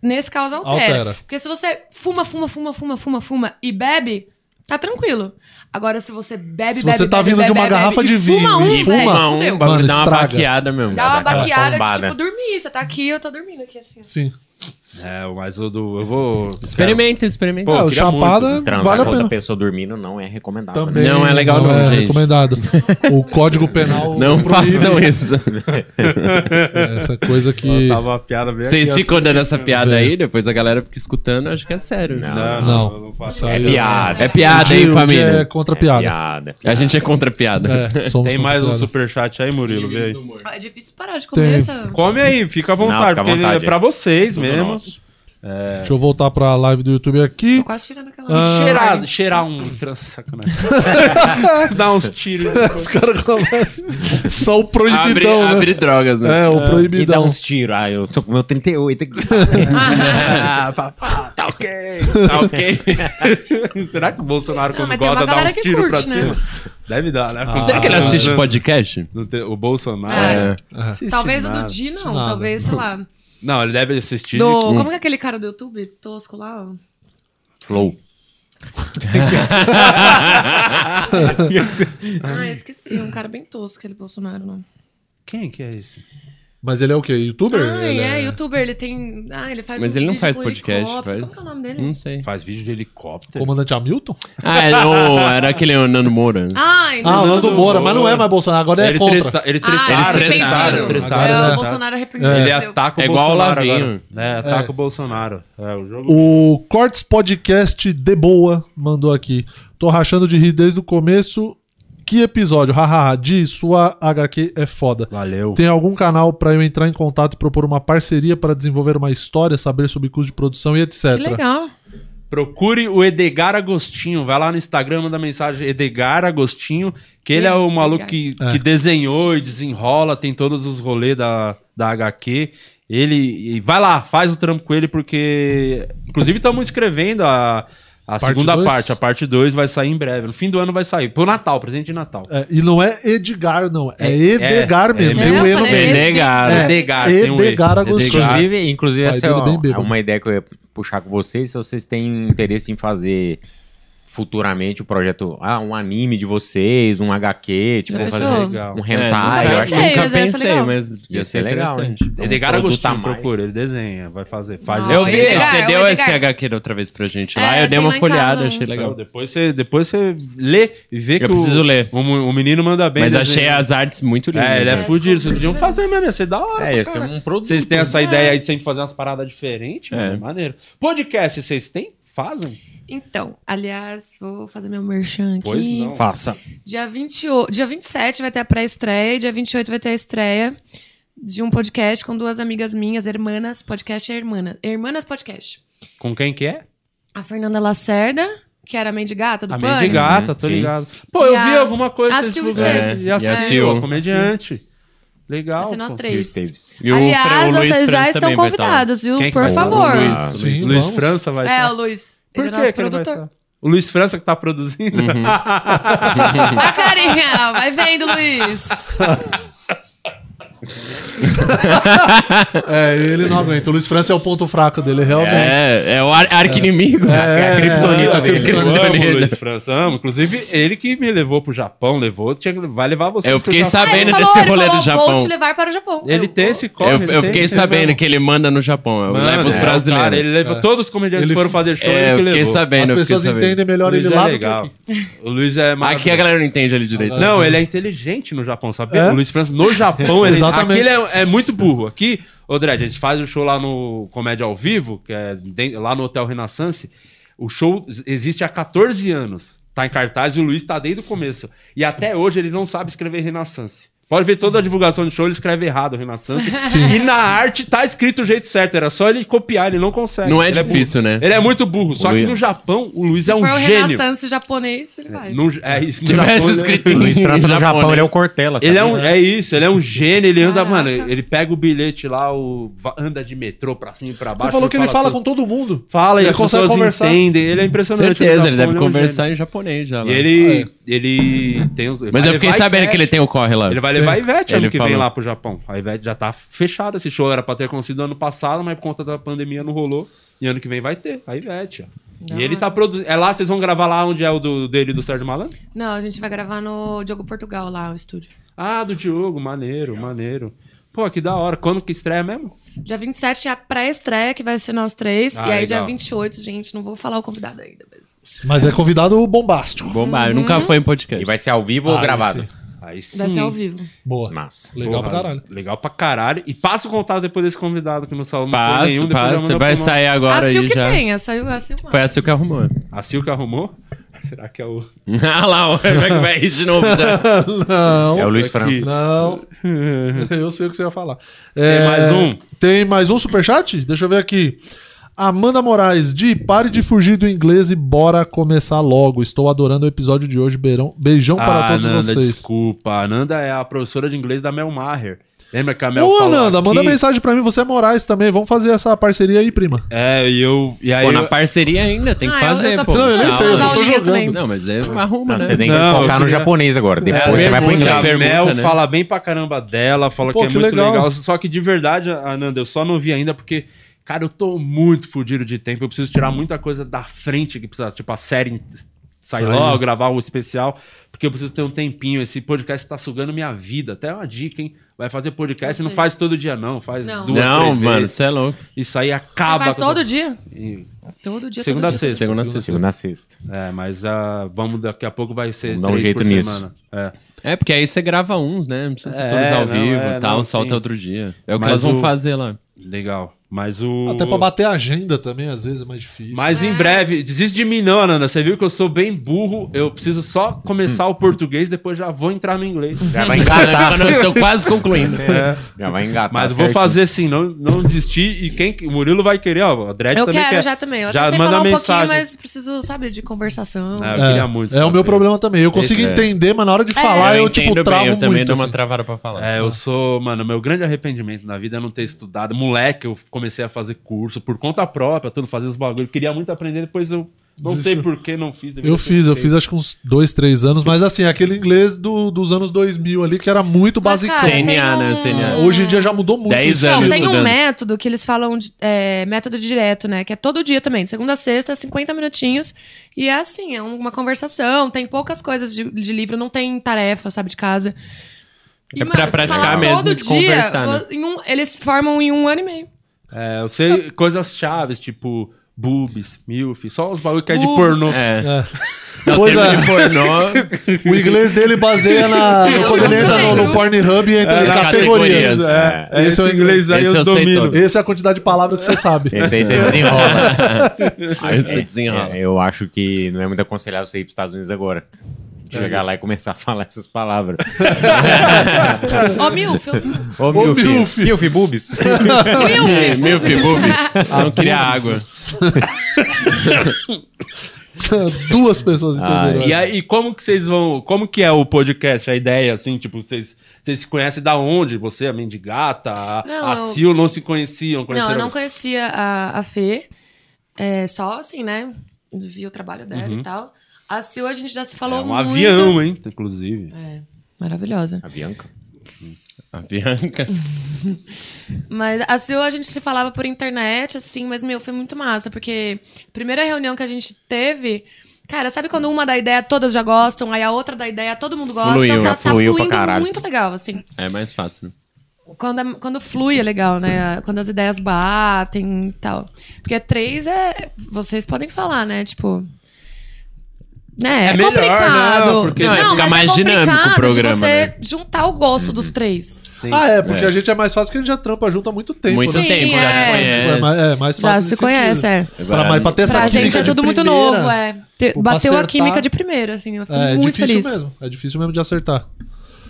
Speaker 4: nesse caso altera.
Speaker 3: Altera.
Speaker 4: Porque se você fuma, fuma, fuma, fuma, fuma, fuma e bebe, tá tranquilo. Agora, se você bebe,
Speaker 3: Se
Speaker 4: bebe,
Speaker 3: você tá
Speaker 4: bebe,
Speaker 3: vindo de
Speaker 4: bebe,
Speaker 3: uma
Speaker 4: bebe
Speaker 3: garrafa
Speaker 4: e
Speaker 3: de
Speaker 4: fuma
Speaker 3: vinho
Speaker 4: um,
Speaker 3: e
Speaker 4: velho,
Speaker 3: fuma
Speaker 2: é
Speaker 5: um,
Speaker 4: fudeu.
Speaker 5: o bagulho
Speaker 3: Mano,
Speaker 5: dá uma
Speaker 3: estraga.
Speaker 5: baqueada mesmo.
Speaker 4: um, Dá uma
Speaker 2: Dá aquela
Speaker 4: baqueada de,
Speaker 2: tombada.
Speaker 4: tipo, dormir. Você tá aqui, eu tô dormindo aqui, assim. ó.
Speaker 3: Sim.
Speaker 1: É, mas o do. Eu vou.
Speaker 5: Experimenta, experimenta.
Speaker 1: Pô,
Speaker 3: ah,
Speaker 1: eu
Speaker 3: o
Speaker 1: queria
Speaker 3: chapada
Speaker 1: muito
Speaker 2: Transar
Speaker 3: vale a
Speaker 2: com outra
Speaker 3: pena.
Speaker 2: pessoa dormindo não é recomendável.
Speaker 3: Também
Speaker 5: Não é legal não,
Speaker 3: é
Speaker 5: gente.
Speaker 3: recomendado. O código penal
Speaker 5: Não
Speaker 3: um proíbe É,
Speaker 5: façam isso.
Speaker 3: essa coisa que
Speaker 1: Tava uma piada bem
Speaker 5: Vocês
Speaker 1: aqui,
Speaker 5: ficam dando essa piada
Speaker 3: Vê.
Speaker 5: aí, depois a galera fica escutando, eu acho que é sério.
Speaker 1: ó.
Speaker 5: Não.
Speaker 1: Não,
Speaker 3: Não.
Speaker 1: não, não faço.
Speaker 3: Isso aí
Speaker 2: É
Speaker 3: eu-
Speaker 2: piada.
Speaker 5: É piada,
Speaker 3: O
Speaker 5: hein,
Speaker 3: dia é
Speaker 5: família?
Speaker 3: contra piada.
Speaker 2: Piada.
Speaker 5: A gente é contra a piada.
Speaker 3: É, somos
Speaker 1: Tem
Speaker 3: contra
Speaker 1: mais um
Speaker 3: piada.
Speaker 1: superchat aí, Murilo? Vê aí.
Speaker 4: É difícil parar de comer
Speaker 3: Tem.
Speaker 4: essa...
Speaker 1: Come aí, fica à
Speaker 2: Não,
Speaker 1: vontade,
Speaker 2: fica à
Speaker 1: porque ele
Speaker 2: vontade,
Speaker 1: é
Speaker 2: é.
Speaker 1: pra vocês
Speaker 2: Tudo
Speaker 1: mesmo.
Speaker 2: nosso.
Speaker 3: Deixa eu voltar pra live do YouTube aqui.
Speaker 4: Tô quase tirando aquela...
Speaker 3: Ah.
Speaker 1: Cheirar, cheirar um. [laughs] trans-
Speaker 3: [laughs]
Speaker 1: Sacanagem. Dá uns tiros.
Speaker 3: Os caras começam. Só o
Speaker 5: Abre,
Speaker 3: proibidão, né?
Speaker 5: abre drogas, né?
Speaker 3: É, o
Speaker 2: E dá
Speaker 3: proibidão.
Speaker 2: uns tiros. Ah, eu tô com meu 38 aqui.
Speaker 1: tá ok, tá ok. [laughs] Será que o Bolsonaro,
Speaker 4: Não,
Speaker 1: quando
Speaker 4: mas tem uma
Speaker 1: gosta, dá
Speaker 4: galera
Speaker 1: uns
Speaker 4: que
Speaker 1: tiros pra
Speaker 4: curte, né?
Speaker 1: cima? Deve dar, né? Quando
Speaker 5: Será que ele
Speaker 1: tá
Speaker 5: assiste
Speaker 1: andando,
Speaker 5: podcast?
Speaker 1: não tem- O Bolsonaro.
Speaker 4: É.
Speaker 1: não assiste
Speaker 4: Talvez o do
Speaker 1: nada.
Speaker 4: Di, não.
Speaker 3: nada.
Speaker 4: Talvez, sei lá...
Speaker 1: Não, ele deve assistir.
Speaker 4: Do... Como que é aquele cara do YouTube? Tosco lá, ó.
Speaker 2: Flow.
Speaker 4: Ah, esqueci. Um cara bem tosco, aquele Bolsonaro, não.
Speaker 1: Quem que é esse?
Speaker 3: Mas ele é o quê? Youtuber?
Speaker 4: Ah,
Speaker 3: Ele
Speaker 4: é, youtuber, ele tem. Ah, ele faz
Speaker 5: Mas
Speaker 4: uns
Speaker 5: ele não
Speaker 4: vídeos
Speaker 5: faz
Speaker 4: com
Speaker 5: podcast,
Speaker 4: helicóptero.
Speaker 5: faz?
Speaker 4: Como
Speaker 5: Hum?
Speaker 4: que é o nome dele?
Speaker 5: Não sei.
Speaker 1: Faz vídeo de helicóptero.
Speaker 3: Comandante Hamilton?
Speaker 5: Ah, é, o- era aquele Nando Moura.
Speaker 4: Ai,
Speaker 3: Ah, o
Speaker 4: não.
Speaker 3: Lando Moura, mas não é mais Bolsonaro, agora é
Speaker 1: ele
Speaker 3: contra.
Speaker 1: treta- ele
Speaker 4: Ah, ele
Speaker 1: tretaram, tretaram,
Speaker 5: eles tretaram,
Speaker 1: tretaram,
Speaker 4: É, o
Speaker 1: tretaram.
Speaker 4: Bolsonaro arrependido.
Speaker 1: Ele
Speaker 4: entendeu?
Speaker 1: ataca o
Speaker 5: É igual o
Speaker 1: Bolsonaro
Speaker 5: Lavinho.
Speaker 1: agora. É, ataca o Bolsonaro. É, o jogo...
Speaker 3: O Cortes Podcast de Boa mandou aqui. Tô rachando de rir desde o começo. Que episódio? Hahaha, Di, sua HQ é foda.
Speaker 1: Valeu.
Speaker 3: Tem algum canal pra eu entrar em contato e propor uma parceria pra desenvolver uma história, saber sobre custo de produção e etc.
Speaker 4: Que legal.
Speaker 1: Procure o Edgar Agostinho. Vai lá no Instagram, manda mensagem Edgar Agostinho, que ele é o maluco que, que desenhou e desenrola, tem todos os rolês da, da HQ. Ele. e vai lá, faz o trampo com ele, porque. Inclusive, estamos escrevendo a, a
Speaker 3: Parte
Speaker 1: segunda
Speaker 3: dois?
Speaker 1: parte. A parte 2 vai sair em breve. No fim do ano vai sair. Pro Natal, presente de Natal.
Speaker 3: É, e não é Edgar, não. É,
Speaker 1: É-
Speaker 3: Edegar
Speaker 1: é-
Speaker 3: mesmo.
Speaker 1: é,
Speaker 3: tem
Speaker 4: eu
Speaker 3: o E no
Speaker 4: falei,
Speaker 3: meio.
Speaker 4: é-
Speaker 5: Benegado.
Speaker 3: É.
Speaker 1: Edgar, tem um E.
Speaker 3: Edgar Agostinho.
Speaker 1: Edgar.
Speaker 2: Inclusive, inclusive
Speaker 3: Vai
Speaker 2: essa é
Speaker 3: tudo bem
Speaker 2: uma,
Speaker 3: bêbado.
Speaker 2: é uma ideia que eu ia puxar com vocês. Se vocês têm interesse em fazer futuramente o projeto, ah, um anime de vocês, um HQ, tipo,
Speaker 4: Já
Speaker 2: fazer
Speaker 4: pensou?
Speaker 1: Legal.
Speaker 2: um
Speaker 5: É,
Speaker 2: hentai.
Speaker 4: nunca
Speaker 2: eu
Speaker 5: eu
Speaker 2: acho
Speaker 4: pensei,
Speaker 5: nunca
Speaker 4: mas essa é
Speaker 5: pensei,
Speaker 4: legal.
Speaker 5: mas ia ser
Speaker 2: legal,
Speaker 5: legal.
Speaker 2: hein? Então,
Speaker 1: Edgar
Speaker 2: um produto a
Speaker 1: Agostinho,
Speaker 2: mais.
Speaker 1: procura. Ele desenha, vai fazer. Faz
Speaker 4: Não,
Speaker 5: Eu
Speaker 1: esse-
Speaker 5: vi,
Speaker 4: Edgar,
Speaker 5: você
Speaker 4: o
Speaker 5: deu
Speaker 4: Edgar.
Speaker 5: esse HQ da outra vez pra gente lá,
Speaker 4: É,
Speaker 5: eu dei
Speaker 4: tem lá
Speaker 5: uma
Speaker 4: em
Speaker 5: folhada,
Speaker 4: casa.
Speaker 5: achei
Speaker 1: Legal.
Speaker 5: legal.
Speaker 1: Então, Depois você, depois você lê e vê que o-
Speaker 5: preciso ler.
Speaker 1: O, mu- o menino manda bem.
Speaker 5: Mas
Speaker 1: né,
Speaker 5: achei
Speaker 1: gente?
Speaker 5: as artes muito lindas.
Speaker 1: É, ele é
Speaker 5: né?
Speaker 1: fudido. Vocês podiam fazer mesmo, ia ser da hora.
Speaker 2: É,
Speaker 1: pra
Speaker 2: ia ser
Speaker 1: caralho.
Speaker 2: um produto.
Speaker 1: Vocês têm essa ideia aí de sempre fazer umas paradas diferentes?
Speaker 5: É.
Speaker 1: mano, maneiro. Podcast, vocês têm? Fazem?
Speaker 4: Então, aliás, vou fazer meu merchan aqui.
Speaker 1: Pois não.
Speaker 2: Faça.
Speaker 4: Dia, 28, dia 27 vai ter a pré-estreia e dia 28 vai ter a estreia de um podcast com duas amigas minhas, Hermanas Podcast e Hermana. Hermanas Podcast.
Speaker 1: Com quem que é?
Speaker 4: A Fernanda Lacerda, que era a mendigata do
Speaker 1: a
Speaker 4: Pânico.
Speaker 1: Mendigata, tô
Speaker 2: Sim.
Speaker 1: ligado. Pô, eu
Speaker 4: E
Speaker 1: vi
Speaker 4: a-
Speaker 1: alguma coisa.
Speaker 4: a
Speaker 1: vocês
Speaker 4: Sil
Speaker 1: divulgaram.
Speaker 4: Esteves.
Speaker 1: E a
Speaker 5: E a
Speaker 1: Sil,
Speaker 5: Sil.
Speaker 1: a comediante. Legal.
Speaker 4: Vai ser nós
Speaker 1: pô.
Speaker 4: três.
Speaker 5: E o Fre-
Speaker 4: Aliás,
Speaker 5: o Luiz
Speaker 4: vocês já
Speaker 5: França
Speaker 4: estão
Speaker 5: também vai estar lá.
Speaker 4: convidados, viu?
Speaker 1: Quem que
Speaker 4: Por
Speaker 1: vai-
Speaker 4: favor.
Speaker 1: O
Speaker 5: Ah,
Speaker 1: Luiz,
Speaker 3: sim,
Speaker 1: Luiz
Speaker 3: vamos.
Speaker 1: França vai
Speaker 4: É,
Speaker 1: estar.
Speaker 4: o Luiz.
Speaker 1: Por
Speaker 4: Ele é
Speaker 1: que
Speaker 4: nosso
Speaker 1: que ele vai
Speaker 4: produtor.
Speaker 1: estar? O Luiz França que tá produzindo? [laughs]
Speaker 4: A
Speaker 5: Tá
Speaker 4: carinha, vai vendo, Luiz.
Speaker 3: É, ele não aguenta. O Luiz França é o ponto fraco dele, realmente.
Speaker 5: É, é o ar- arqui-inimigo. É a criptonita dele.
Speaker 1: Eu amo
Speaker 5: Criptonita.
Speaker 1: o Luiz França, amo. Inclusive, ele que me levou pro Japão, levou, tinha, que- vai levar você.
Speaker 5: Eu fiquei sabendo
Speaker 4: ele
Speaker 5: desse
Speaker 4: ele
Speaker 5: rolê do Japão.
Speaker 4: Vou te levar para o Japão.
Speaker 1: é Ele tem esse corre.
Speaker 5: Eu,
Speaker 1: ele
Speaker 5: eu
Speaker 1: tem,
Speaker 5: fiquei
Speaker 1: ele
Speaker 5: sabendo
Speaker 1: leva-
Speaker 5: que ele manda no Japão. Eu
Speaker 1: Mano,
Speaker 5: levo os
Speaker 1: é,
Speaker 5: brasileiros.
Speaker 1: cara, ele levou todos os comediantes
Speaker 3: Ele-
Speaker 1: que foram fazer show,
Speaker 5: É,
Speaker 1: ele
Speaker 5: eu
Speaker 1: que
Speaker 5: fiquei
Speaker 1: levou.
Speaker 5: sabendo.
Speaker 3: As
Speaker 5: eu fiquei
Speaker 3: pessoas
Speaker 5: sabendo.
Speaker 3: entendem melhor
Speaker 1: Luiz
Speaker 3: ele
Speaker 1: é
Speaker 3: lá
Speaker 1: legal.
Speaker 3: do que aqui.
Speaker 1: O Luiz é maravilhoso.
Speaker 5: Aqui a galera não entende ele direito.
Speaker 1: Não, ele é inteligente no Japão, sabia?
Speaker 3: É?
Speaker 1: O Luiz França, no Japão, ele, aqui
Speaker 3: Exatamente.
Speaker 1: ele é, é muito burro. Aqui, ô Dredd, a gente faz o show lá no Comédia ao Vivo, que é den- lá no Hotel Renaissance. O show existe há 14 anos. Tá em cartaz e o Luiz tá desde o começo. E até hoje ele não sabe escrever Renaissance. Pode ver toda a divulgação de show, ele escreve errado Renaissance. E na arte tá escrito o jeito certo. Era só ele copiar, ele não consegue.
Speaker 5: Não é
Speaker 1: Ele burro.
Speaker 5: difícil, né?
Speaker 1: Ele é muito burro. Só que
Speaker 5: Luiz-
Speaker 1: no Japão, o Luiz é
Speaker 4: Foi
Speaker 1: um
Speaker 4: o
Speaker 1: gênio.
Speaker 4: Renaissance japonês, ele vai.
Speaker 1: No, é isso, no
Speaker 5: Tivesse
Speaker 1: Japão, ele-
Speaker 5: escrito
Speaker 2: O Luiz França no Japão, ele é o
Speaker 5: corpo.
Speaker 2: Cortella.
Speaker 1: ele é, um, é isso, ele é um gênio, ele anda, mano,
Speaker 4: Caraca.
Speaker 1: ele pega o bilhete lá, o, va- anda de metrô pra cima e pra baixo.
Speaker 3: Você falou que ele fala
Speaker 1: tudo.
Speaker 3: com todo mundo.
Speaker 1: Fala e
Speaker 3: ele
Speaker 1: as
Speaker 3: consegue
Speaker 1: pessoas
Speaker 3: conversar.
Speaker 1: entendem, ele é impressionante.
Speaker 5: Certeza,
Speaker 1: no
Speaker 5: ele
Speaker 1: Japão,
Speaker 5: deve
Speaker 1: é um
Speaker 5: conversar
Speaker 1: gênio.
Speaker 5: em japonês já.
Speaker 1: E
Speaker 5: lá.
Speaker 3: É.
Speaker 1: ele, ele tem os... ele
Speaker 5: Mas
Speaker 1: vai
Speaker 5: eu fiquei
Speaker 1: levar
Speaker 5: sabendo
Speaker 1: Ivete,
Speaker 5: que ele tem o corre lá.
Speaker 1: Ele vai levar a
Speaker 3: É.
Speaker 1: Ivete ano
Speaker 5: Ele
Speaker 1: que vem
Speaker 5: falou.
Speaker 1: lá pro Japão. A Ivete já tá fechada esse show, era pra ter acontecido ano passado, mas por conta da pandemia não rolou. E ano que vem vai ter, a Ivete, ó.
Speaker 4: Da
Speaker 1: E ele
Speaker 4: hora.
Speaker 1: tá produzindo. É lá, vocês vão gravar lá onde é o do, dele e do Sérgio Malandro?
Speaker 4: Não, a gente vai gravar no Diogo Portugal lá, o estúdio.
Speaker 1: Ah, do Diogo, maneiro, maneiro. Pô, que da hora. Quando que estreia mesmo?
Speaker 4: Dia 27 tem é a pré-estreia, que vai ser nós três.
Speaker 1: Ah,
Speaker 4: e aí,
Speaker 1: legal.
Speaker 4: dia 28, gente, não vou falar o convidado ainda. Mas...
Speaker 3: Mas é convidado bombástico.
Speaker 5: Bombar,
Speaker 4: Uhum.
Speaker 5: nunca foi em podcast.
Speaker 2: E vai ser ao vivo ou
Speaker 3: Ah,
Speaker 2: gravado?
Speaker 3: esse-
Speaker 1: Aí sim.
Speaker 4: Vai ser ao vivo.
Speaker 3: Boa.
Speaker 2: Massa.
Speaker 3: Legal
Speaker 1: Porra,
Speaker 3: pra caralho.
Speaker 1: Legal pra caralho. E passa o contato depois desse convidado que não saiu não foi
Speaker 5: Passa,
Speaker 1: nenhum. depois já
Speaker 5: passa.
Speaker 1: manda
Speaker 5: Vai
Speaker 1: pro nome.
Speaker 5: sair agora
Speaker 4: A Sil
Speaker 5: aí
Speaker 4: Assim que
Speaker 5: já.
Speaker 4: tem, é a Sil, a Sil manda.
Speaker 5: Foi a Sil que arrumou.
Speaker 1: A Silca arrumou? [laughs] Será que é o.
Speaker 5: [laughs] ah lá, o Beck vai rir de novo [laughs] já.
Speaker 3: Não,
Speaker 2: É o Luiz França.
Speaker 3: não. Eu sei o que você ia falar. É,
Speaker 1: Tem mais um?
Speaker 3: Tem mais um superchat? Deixa eu ver aqui. Amanda Moraes, Di, pare de fugir do inglês e bora começar logo. Estou adorando o episódio de hoje. Beirão- beijão para
Speaker 1: Ah,
Speaker 3: todos
Speaker 1: Nanda,
Speaker 3: vocês.
Speaker 1: desculpa. A Nanda é a professora de inglês da Mel Maher. Lembra que a Mel
Speaker 3: Ô,
Speaker 1: falou
Speaker 3: Nanda,
Speaker 1: aqui?
Speaker 3: manda mensagem pra mim. Você é Moraes também. Vamos fazer essa parceria aí, prima.
Speaker 1: É, e eu. E aí.
Speaker 5: Pô,
Speaker 1: eu-
Speaker 5: na parceria ainda, tem que
Speaker 4: Ah, eu-
Speaker 5: fazer,
Speaker 4: eu tô
Speaker 5: pô.
Speaker 3: Não, eu nem sei, eu só
Speaker 5: Não,
Speaker 3: tô
Speaker 4: Usar o inglês
Speaker 3: jogando.
Speaker 4: também.
Speaker 5: Não, mas é, arruma,
Speaker 2: Não,
Speaker 5: né?
Speaker 2: você tem
Speaker 1: Não,
Speaker 2: que
Speaker 1: eu
Speaker 2: focar no
Speaker 1: queria-
Speaker 2: japonês agora.
Speaker 1: É,
Speaker 2: Depois você vai pro
Speaker 1: pergunta,
Speaker 2: inglês.
Speaker 1: A Mel
Speaker 5: Pergunta, né?
Speaker 1: fala bem pra caramba dela, fala
Speaker 3: Pô,
Speaker 1: que é
Speaker 3: que
Speaker 1: muito
Speaker 3: legal.
Speaker 1: legal. Só que de verdade, a- Ananda, eu só não vi ainda porque, cara, eu tô muito fudido de tempo. Eu preciso tirar muita coisa da frente que precisa, tipo, a série in- sai
Speaker 3: Sai.
Speaker 1: logo, gravar o especial, porque eu preciso ter um tempinho. Esse podcast tá sugando minha vida. Até é uma dica, hein? Vai fazer podcast,
Speaker 4: Eu
Speaker 1: não
Speaker 4: sei.
Speaker 1: faz todo dia, não. Faz
Speaker 4: Não.
Speaker 1: duas,
Speaker 5: Não,
Speaker 1: três
Speaker 5: mano,
Speaker 1: vezes.
Speaker 5: você é louco.
Speaker 1: Isso aí
Speaker 4: Você
Speaker 1: acaba.
Speaker 4: faz
Speaker 1: com-
Speaker 4: todo dia?
Speaker 1: E-
Speaker 4: Todo dia,
Speaker 1: Segunda a
Speaker 4: todo dia.
Speaker 1: sexta.
Speaker 5: Segunda
Speaker 1: segunda a
Speaker 5: a sexta.
Speaker 2: Segunda a sexta.
Speaker 1: É, mas ah, vamos, daqui a pouco vai ser
Speaker 2: Vamos dar um
Speaker 1: três
Speaker 2: jeito
Speaker 1: por
Speaker 2: nisso.
Speaker 1: semana. É.
Speaker 5: É, porque aí você grava uns, né? Não precisa ser
Speaker 1: É,
Speaker 5: todos ao
Speaker 1: não,
Speaker 5: vivo
Speaker 1: é,
Speaker 5: e tal,
Speaker 1: não,
Speaker 5: solta
Speaker 1: sim.
Speaker 5: outro dia. É o que
Speaker 1: Mas
Speaker 5: elas vão
Speaker 1: o-
Speaker 5: fazer lá.
Speaker 1: Legal. Mas o.
Speaker 3: Até pra bater a agenda também, às vezes é mais difícil.
Speaker 1: Mas em breve, desiste de mim não, Ananda. Você viu que eu sou bem burro. Eu preciso só começar
Speaker 3: Hum.
Speaker 1: o português, depois já vou entrar no inglês.
Speaker 3: Tá
Speaker 2: Já vai
Speaker 1: Tá,
Speaker 5: Caramba,
Speaker 2: engatar.
Speaker 5: não, eu tô quase
Speaker 1: [laughs]
Speaker 5: concluindo.
Speaker 2: Já vai engatar.
Speaker 1: Mas vou
Speaker 2: certinho.
Speaker 1: fazer sim, não, não desistir. E quem que- o Murilo vai querer, ó. A Dredd
Speaker 4: Eu
Speaker 1: também
Speaker 4: quero
Speaker 1: quer.
Speaker 4: já também. Eu
Speaker 1: Já
Speaker 4: já sei
Speaker 1: manda
Speaker 4: falar um
Speaker 1: mensagem.
Speaker 4: pouquinho, mas preciso, sabe, de conversação.
Speaker 1: É, eu
Speaker 3: É,
Speaker 1: queria muito.
Speaker 3: é o
Speaker 1: saber.
Speaker 3: meu problema também. Eu consigo
Speaker 5: né? Esse-
Speaker 3: entender, mas na
Speaker 4: É.
Speaker 3: hora de falar eu, tipo,
Speaker 5: entendo
Speaker 3: travo
Speaker 5: eu também
Speaker 3: muito.
Speaker 5: dou uma
Speaker 3: assim.
Speaker 5: travada pra falar.
Speaker 1: É, eu sou, mano, meu grande arrependimento na vida é não ter estudado. Moleque, eu comecei a fazer curso por conta própria, tudo, fazer os bagulho. Queria muito aprender, depois eu não sei por que não fiz. deveria
Speaker 3: Eu
Speaker 1: ter
Speaker 3: fiz, eu
Speaker 1: feito.
Speaker 3: fiz acho que uns dois, três anos, mas assim, aquele inglês do- dos anos 2000 ali, que era muito
Speaker 4: Mas,
Speaker 3: basicão.
Speaker 4: cara, tem
Speaker 5: CNA, né,
Speaker 4: um-
Speaker 5: CNA.
Speaker 3: Hoje em dia já mudou muito.
Speaker 5: Dez
Speaker 3: isso.
Speaker 5: anos.
Speaker 4: Não, tem
Speaker 5: estudando.
Speaker 4: um método que eles falam, de- é, método direto, né? Que é todo dia também, de segunda a sexta, 50 minutinhos. E é assim, é um- uma conversação, tem poucas coisas de, de livro, não tem tarefa, sabe, de casa.
Speaker 5: É pra
Speaker 4: você
Speaker 5: praticar
Speaker 4: fala
Speaker 5: mesmo, de conversar, né?
Speaker 4: vo- em um- eles formam em um ano e meio.
Speaker 1: É, eu sei coisas chaves, tipo boobs, milf, só os bagulho que é de
Speaker 4: Boobs.
Speaker 1: pornô.
Speaker 5: É. Não,
Speaker 3: Pois
Speaker 5: termo
Speaker 3: é.
Speaker 5: de
Speaker 1: [laughs]
Speaker 5: pornô,
Speaker 3: O inglês dele baseia na.
Speaker 4: [laughs] Eu
Speaker 3: quando ele entra no,
Speaker 4: também,
Speaker 3: no
Speaker 4: viu?
Speaker 3: Pornhub e entra
Speaker 5: É,
Speaker 3: em
Speaker 5: na
Speaker 3: categorias.
Speaker 5: categorias.
Speaker 1: É,
Speaker 3: É,
Speaker 1: esse é o inglês aí
Speaker 5: esse
Speaker 1: eu
Speaker 5: eu sei
Speaker 1: domino.
Speaker 5: todo.
Speaker 3: Essa é a quantidade de palavras que você sabe.
Speaker 2: Esse
Speaker 3: [laughs]
Speaker 2: aí você desenrola.
Speaker 5: aí você desenrola.
Speaker 2: É, eu acho que não é muito aconselhável você ir pros Estados Unidos agora. Chegar lá e começar a falar
Speaker 3: [laughs]
Speaker 2: essas palavras.
Speaker 4: Ó, Milf, eu-
Speaker 2: Ô, Milf. Milf.
Speaker 3: [laughs]
Speaker 2: Bubis.
Speaker 5: É,
Speaker 4: Milf!
Speaker 5: Meu filho, Ah,
Speaker 1: [laughs]
Speaker 5: não queria água.
Speaker 3: Duas pessoas
Speaker 5: Ah,
Speaker 3: entenderam.
Speaker 1: E aí, como que vocês vão. Como que é o podcast? A ideia, assim, tipo, vocês, vocês se conhecem da onde? Você, a Mendigata, a,
Speaker 4: Não,
Speaker 1: a
Speaker 4: eu-
Speaker 1: Sil não se conheciam?
Speaker 4: Não, eu não
Speaker 1: conheceram?
Speaker 4: conhecia a, a Fê. É, só assim, né? Vi o trabalho dela e tal. A Sil, a gente já se falou
Speaker 1: É um
Speaker 4: muito.
Speaker 1: avião, hein? Inclusive.
Speaker 4: É, maravilhosa.
Speaker 2: A Ah, Bianca.
Speaker 5: A Bianca.
Speaker 4: Mas a Sil a gente se falava por internet, assim, mas, meu, foi muito massa, porque a primeira reunião que a gente teve. Cara, sabe quando uma da ideia todas já gostam, aí a outra da ideia todo mundo gosta?
Speaker 5: Fluiu,
Speaker 4: tá,
Speaker 5: né? Fluiu pra
Speaker 4: fluindo
Speaker 5: caralho.
Speaker 4: muito legal, assim.
Speaker 5: É mais fácil. né?
Speaker 4: Quando, é- quando flui é legal, né? Quando as ideias batem e tal. Porque três é. Vocês podem falar, né? Tipo. Né? É,
Speaker 5: melhor,
Speaker 4: complicado.
Speaker 5: não, porque Não, fica
Speaker 4: mas é
Speaker 5: mais dinâmico o
Speaker 4: complicado
Speaker 5: programa,
Speaker 4: De você
Speaker 5: né?
Speaker 4: juntar o gosto dos três.
Speaker 3: Ah, é, porque a gente é mais fácil porque a gente já trampa junto há muito tempo.
Speaker 5: Muito
Speaker 3: né?
Speaker 4: já
Speaker 5: tempo,
Speaker 4: se
Speaker 5: conhece.
Speaker 3: Tipo, é, mais, é mais
Speaker 4: Já
Speaker 3: fácil.
Speaker 4: se
Speaker 3: nesse
Speaker 4: conhece,
Speaker 3: sentido.
Speaker 5: é.
Speaker 3: Pra, mas pra ter
Speaker 4: Pra
Speaker 3: essa
Speaker 4: gente
Speaker 3: química
Speaker 4: é
Speaker 3: de
Speaker 4: tudo muito
Speaker 3: primeira,
Speaker 4: novo, é. Te-
Speaker 3: Pô, pra
Speaker 4: bateu a
Speaker 3: acertar-
Speaker 4: química de primeira, assim. Eu fico
Speaker 3: É, é
Speaker 4: muito
Speaker 3: difícil
Speaker 4: feliz.
Speaker 3: mesmo. É difícil mesmo de acertar.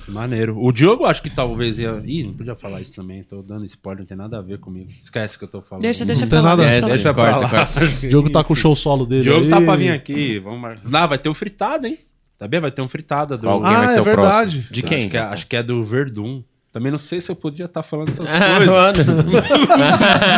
Speaker 1: Maneiro. O Diogo acho que talvez ia. Ih, não podia falar isso também. Tô dando spoiler, não tem nada a ver comigo. Esquece que eu tô falando.
Speaker 4: Deixa, deixa
Speaker 3: Não tem
Speaker 4: pra lá.
Speaker 3: nada a
Speaker 4: deixa
Speaker 3: ver. É,
Speaker 4: pra lá.
Speaker 1: É, Deixa pra
Speaker 5: É, Corta,
Speaker 1: lá.
Speaker 5: corta.
Speaker 3: O Diogo tá com o show solo dele.
Speaker 1: Diogo
Speaker 3: aí.
Speaker 1: tá pra vir aqui, vamos marcar. Ah, vai ter o fritada, hein? Tá bem? Vai ter um fritada do.
Speaker 2: Qual? Quem vai
Speaker 3: Ah,
Speaker 2: ser
Speaker 3: é
Speaker 2: o próximo?
Speaker 3: verdade.
Speaker 5: De
Speaker 1: Acho
Speaker 5: quem?
Speaker 1: que, é, acho que é do Verdun. Também não sei se eu podia estar falando
Speaker 5: [laughs]
Speaker 1: essas
Speaker 5: Ah,
Speaker 1: coisas.
Speaker 5: mano.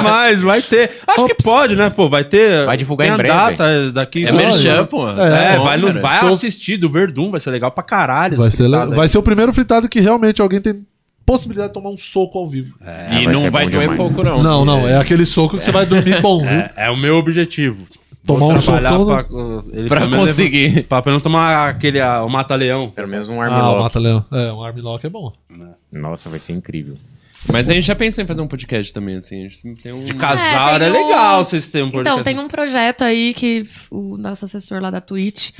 Speaker 1: Mas vai ter. Acho que pode, né? Pô, vai ter.
Speaker 2: Vai divulgar
Speaker 1: tem
Speaker 2: em
Speaker 1: a
Speaker 2: breve.
Speaker 1: data daqui.
Speaker 5: É
Speaker 1: Pô,
Speaker 5: merchan, pô.
Speaker 1: É,
Speaker 5: Tá bom,
Speaker 1: vai, no-
Speaker 5: cara.
Speaker 1: vai assistir do Verdun, vai ser legal pra caralho.
Speaker 3: Vai
Speaker 1: essa
Speaker 3: ser,
Speaker 1: fritada
Speaker 3: le-
Speaker 1: aí.
Speaker 3: vai ser o primeiro fritado que realmente alguém tem possibilidade de tomar um soco ao vivo.
Speaker 1: É.
Speaker 5: E
Speaker 2: vai
Speaker 5: É, não
Speaker 2: ser
Speaker 5: vai
Speaker 2: bom
Speaker 5: doer
Speaker 2: demais.
Speaker 5: pouco, não.
Speaker 3: Não, não, é aquele soco que você vai dormir bom, viu?
Speaker 1: É, é o meu objetivo.
Speaker 3: Tomar um
Speaker 1: trabalhar
Speaker 3: socão
Speaker 1: pra, uh, ele
Speaker 5: Pra
Speaker 1: pelo menos
Speaker 5: conseguir.
Speaker 1: leva- pra, pra não tomar aquele ah, o mata-leão.
Speaker 2: Pelo menos um
Speaker 3: Ah, o
Speaker 2: armlock.
Speaker 3: mata-leão. É, um armlock é bom.
Speaker 2: Nossa, vai ser incrível.
Speaker 5: Mas a gente já pensou em fazer um podcast também, assim. A gente tem um...
Speaker 1: De casal
Speaker 4: tem
Speaker 1: é,
Speaker 4: um-
Speaker 1: legal vocês terem um
Speaker 4: Então,
Speaker 1: podcast.
Speaker 4: tem um projeto aí que f- o nosso assessor lá da Twitch,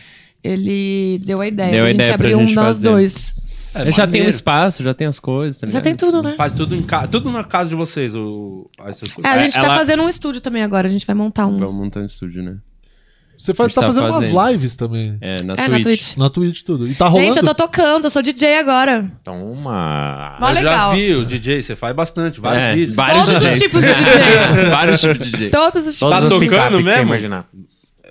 Speaker 4: ele deu a ideia.
Speaker 5: Deu a
Speaker 4: a gente
Speaker 5: ideia pra
Speaker 4: abriu
Speaker 5: gente
Speaker 4: um nós
Speaker 5: fazer.
Speaker 4: dois.
Speaker 3: Tá
Speaker 5: Eu já tem o
Speaker 1: maneiro.
Speaker 5: espaço, já tem as coisas, tá
Speaker 4: Já
Speaker 5: ligado?
Speaker 4: tem tudo, né?
Speaker 1: Faz tudo em casa. Tudo na casa de vocês, o. as suas
Speaker 4: É,
Speaker 1: coisas.
Speaker 4: a gente tá
Speaker 5: Ela-
Speaker 4: fazendo um estúdio também agora. A gente vai montar um.
Speaker 5: Vamos montar um estúdio, né?
Speaker 3: Você faz,
Speaker 5: A gente
Speaker 3: tá,
Speaker 5: tá
Speaker 3: fazendo
Speaker 5: fazendo.
Speaker 3: umas lives também.
Speaker 5: É, na
Speaker 4: é,
Speaker 5: Twitch.
Speaker 4: na Twitch.
Speaker 3: Na Twitch e tudo. E tá rolando.
Speaker 4: Gente, eu tô tocando, eu sou DJ agora.
Speaker 2: Então, uma.
Speaker 4: Mó
Speaker 1: Eu
Speaker 4: legal.
Speaker 1: já vi o DJ, você faz bastante, vários
Speaker 5: É,
Speaker 1: vídeos.
Speaker 5: vários
Speaker 4: Todos os
Speaker 5: DJs.
Speaker 4: tipos de
Speaker 3: [laughs]
Speaker 4: DJ.
Speaker 5: [laughs] vários tipos de DJ.
Speaker 4: Todos os tipos.
Speaker 1: Tá
Speaker 2: os
Speaker 1: tocando
Speaker 2: pick-up que você
Speaker 1: mesmo?
Speaker 2: imaginar.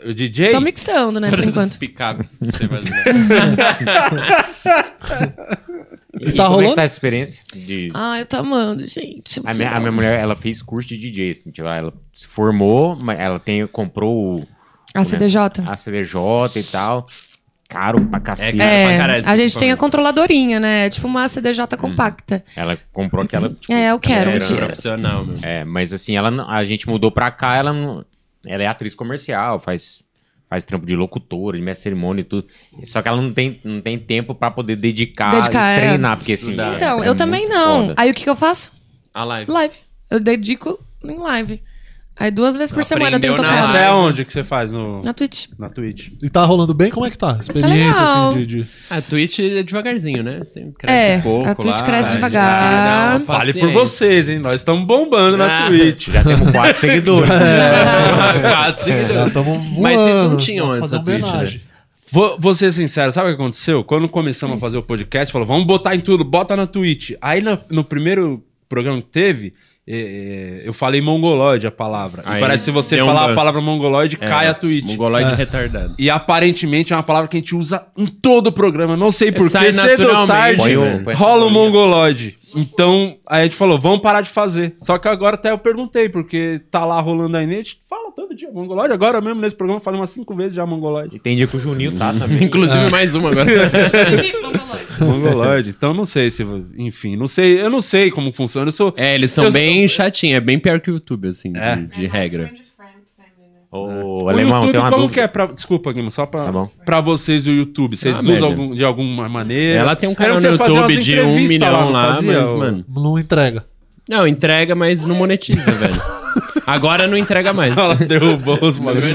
Speaker 1: O DJ?
Speaker 4: Tô mixando, né, por
Speaker 5: Todos
Speaker 4: enquanto.
Speaker 5: os picapes. que você vai fazer.
Speaker 2: E,
Speaker 3: tá
Speaker 2: como é
Speaker 3: rolando?
Speaker 2: que tá essa experiência? De...
Speaker 4: Ah, eu tô amando, gente.
Speaker 2: A, minha, a minha mulher, ela fez curso de DJ, assim, tipo, ela se formou, mas ela tem, comprou o-
Speaker 4: A CDJ?
Speaker 2: a CDJ e tal. Caro pra cacete.
Speaker 5: É, pra
Speaker 4: É, a
Speaker 5: caralho,
Speaker 4: gente tem a
Speaker 5: principalmente.
Speaker 4: controladorinha, né? É Tipo uma CDJ compacta.
Speaker 2: Ela comprou aquela. tipo,
Speaker 4: É, eu quero um
Speaker 5: Hum. Era
Speaker 4: dia.
Speaker 5: profissional, meu.
Speaker 2: É, mas assim, ela, não- a gente mudou pra cá, ela não. Ela é atriz comercial, faz, faz trampo de locutora, de mestre cerimônia e tudo. Só que ela não tem, não tem tempo pra poder dedicar,
Speaker 4: Dedicar,
Speaker 2: e
Speaker 4: é.
Speaker 2: treinar, porque assim.
Speaker 5: Estudar.
Speaker 2: é-
Speaker 4: Então,
Speaker 2: é
Speaker 4: eu também
Speaker 2: muito
Speaker 4: não.
Speaker 2: foda.
Speaker 4: Aí o que, que eu faço?
Speaker 5: A live.
Speaker 4: Live. Eu dedico em live. Aí duas vezes por semana eu tenho
Speaker 5: Aprendeu na
Speaker 4: tocado.
Speaker 1: Essa
Speaker 4: Na,
Speaker 1: é onde que você faz no,
Speaker 4: Twitch.
Speaker 1: na Twitch.
Speaker 3: E tá rolando bem? Como é que tá? Experiência,
Speaker 4: legal.
Speaker 3: assim, de. de-
Speaker 5: A Twitch é devagarzinho, né? Sempre
Speaker 4: É,
Speaker 5: cresce um pouco
Speaker 4: a Twitch
Speaker 5: lá,
Speaker 4: cresce
Speaker 5: aí
Speaker 4: devagar.
Speaker 5: dá uma
Speaker 1: Fale por
Speaker 5: paciência.
Speaker 1: vocês, hein? Nós estamos bombando na
Speaker 5: Ah.
Speaker 1: Twitch.
Speaker 2: Já
Speaker 3: [laughs]
Speaker 2: temos quatro seguidores.
Speaker 5: [laughs] É. Quatro
Speaker 4: [laughs]
Speaker 3: Já
Speaker 5: seguidores.
Speaker 3: estamos Tá, voando.
Speaker 5: Mas vocês não tinham
Speaker 3: Vamos
Speaker 5: antes
Speaker 3: fazer
Speaker 5: a Twitch,
Speaker 3: homenagem.
Speaker 1: Vou, vou ser sincero, sabe o que aconteceu? Quando começamos a fazer o podcast, falou, vamos botar em tudo, bota na Twitch. Aí na- no, primeiro programa que teve, eh, eh, eu falei mongoloide a palavra.
Speaker 5: Aí
Speaker 1: e parece que se você
Speaker 5: deu um
Speaker 1: falar
Speaker 5: ban.
Speaker 1: a palavra mongoloide,
Speaker 5: É,
Speaker 1: cai a Twitch.
Speaker 5: Mongoloide retardado.
Speaker 1: E aparentemente é uma palavra que a gente usa em todo o programa. Não sei porquê,
Speaker 5: Sai
Speaker 1: cedo ou
Speaker 5: naturalmente,
Speaker 1: tarde
Speaker 2: Põe o- põe essa
Speaker 1: rola um
Speaker 2: bolinha.
Speaker 1: mongoloide. Então, aí a gente falou, vamos parar de fazer. Só que agora até eu perguntei, porque tá lá rolando aí, a gente fala todo dia mongoloide. Agora mesmo nesse programa eu falei umas cinco vezes já mongoloide.
Speaker 2: Entendi que o Juninho tá também.
Speaker 5: [laughs] Inclusive, mais uma agora.
Speaker 1: [laughs] mongoloide. Então não sei se, enfim, não sei, eu não sei como funciona. Eu sou
Speaker 5: É, eles são
Speaker 1: Eu-
Speaker 5: bem chatinhos. É bem pior que o YouTube, assim, de-
Speaker 1: É.
Speaker 5: de, regra.
Speaker 2: Ô,
Speaker 1: O
Speaker 2: alemão,
Speaker 1: YouTube,
Speaker 2: tem uma
Speaker 1: como
Speaker 2: dúvida.
Speaker 1: que é pra. Desculpa, Guilherme, só pra,
Speaker 2: Tá bom.
Speaker 1: pra vocês o YouTube. Vocês
Speaker 5: Ah,
Speaker 1: usam
Speaker 5: merda.
Speaker 1: algum- de alguma maneira?
Speaker 5: Ela tem um
Speaker 1: Aí
Speaker 5: canal no
Speaker 1: você fazia umas
Speaker 5: YouTube de um
Speaker 1: entrevistas
Speaker 5: milhão
Speaker 1: não
Speaker 5: lá,
Speaker 1: fazia,
Speaker 5: mas,
Speaker 1: ô?
Speaker 5: mano.
Speaker 3: Não entrega.
Speaker 5: Não, entrega, mas não monetiza, velho. Agora não entrega mais.
Speaker 1: [laughs] Ela derrubou os
Speaker 5: [laughs]
Speaker 1: bagulhos.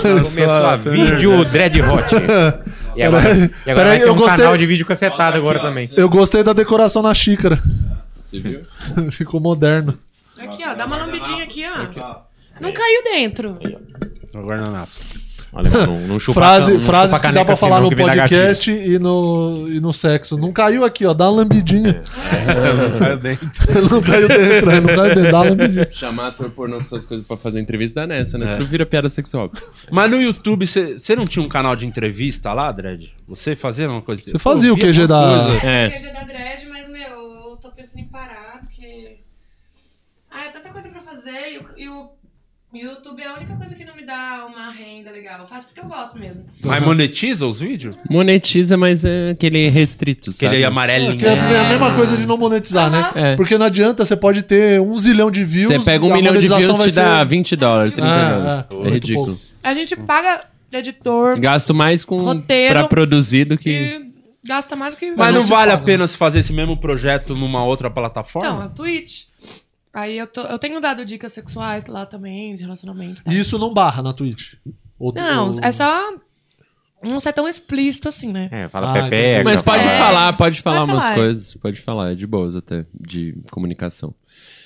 Speaker 2: Começou a vídeo Dread
Speaker 3: [laughs]
Speaker 2: Hot. E agora, e agora
Speaker 3: Peraí,
Speaker 2: vai ter
Speaker 3: eu
Speaker 2: um
Speaker 3: gostei-
Speaker 2: canal de vídeo cacetado agora também.
Speaker 3: Eu gostei da decoração na xícara.
Speaker 5: Você viu?
Speaker 3: [laughs] Ficou moderno.
Speaker 4: Aqui, ó, dá uma lambidinha aqui, ó. Não caiu dentro.
Speaker 1: Guardanapo.
Speaker 2: Alemão, não, não chupa
Speaker 3: Frase,
Speaker 2: não chupa
Speaker 3: é frases que
Speaker 2: caneca
Speaker 3: dá pra
Speaker 2: assim,
Speaker 3: falar
Speaker 2: não,
Speaker 3: no
Speaker 2: que vem da gatilho.
Speaker 3: podcast e no, e no sexo. Não caiu aqui, ó. Dá uma lambidinha. não caiu dentro, é, não caiu dentro. Dá uma lambidinha.
Speaker 5: Chamar ator pornô com essas coisas pra fazer entrevista dá nessa, né? Tudo vira piada sexual.
Speaker 1: Mas no YouTube, você não tinha um canal de entrevista lá, Dredd? Você fazia uma coisa?
Speaker 3: Você fazia o QG da-
Speaker 5: É.
Speaker 4: Eu da dread, mas, meu, eu tô pensando em parar, porque... Ah, é tanta coisa pra fazer e o... YouTube é a única coisa que não me dá uma renda legal. Eu faço porque eu gosto mesmo.
Speaker 3: Uhum.
Speaker 1: Mas monetiza os vídeos?
Speaker 5: Monetiza, mas é aquele restrito, sabe?
Speaker 1: Aquele amarelinho.
Speaker 5: É,
Speaker 3: É, a mesma coisa de não monetizar, né?
Speaker 5: É.
Speaker 3: Porque não adianta, você pode ter um zilhão de views.
Speaker 5: Você pega um
Speaker 3: a
Speaker 5: milhão de
Speaker 3: monetização
Speaker 5: views,
Speaker 3: vai
Speaker 5: te
Speaker 3: ser-
Speaker 5: dá 20 dólares, 30
Speaker 3: Ah,
Speaker 5: dólares.
Speaker 3: é,
Speaker 5: É,
Speaker 3: muito
Speaker 5: ridículo.
Speaker 4: A gente paga editor,
Speaker 5: Gasto mais com
Speaker 4: Roteiro. Hum.
Speaker 5: pra produzir do que...
Speaker 4: gasta mais do que.
Speaker 1: Mas não
Speaker 4: se
Speaker 1: vale a
Speaker 4: paga.
Speaker 1: pena se fazer esse mesmo projeto numa outra
Speaker 4: Então, é
Speaker 1: plataforma?
Speaker 4: o Twitch. Aí eu, tô- eu tenho dado dicas sexuais lá também, de relacionamento. e tal.
Speaker 3: E isso não barra na Twitch. Ou- Ah,
Speaker 4: Não,
Speaker 3: ou-
Speaker 4: é só não ser tão explícito assim, né?
Speaker 2: É,
Speaker 3: Ah,
Speaker 2: fala
Speaker 3: entendi.
Speaker 2: pepeca.
Speaker 5: Mas pode
Speaker 2: fala-
Speaker 5: falar, pode falar
Speaker 4: É. Pode
Speaker 5: umas
Speaker 4: falar.
Speaker 5: coisas. Pode falar, é de boas até, de comunicação.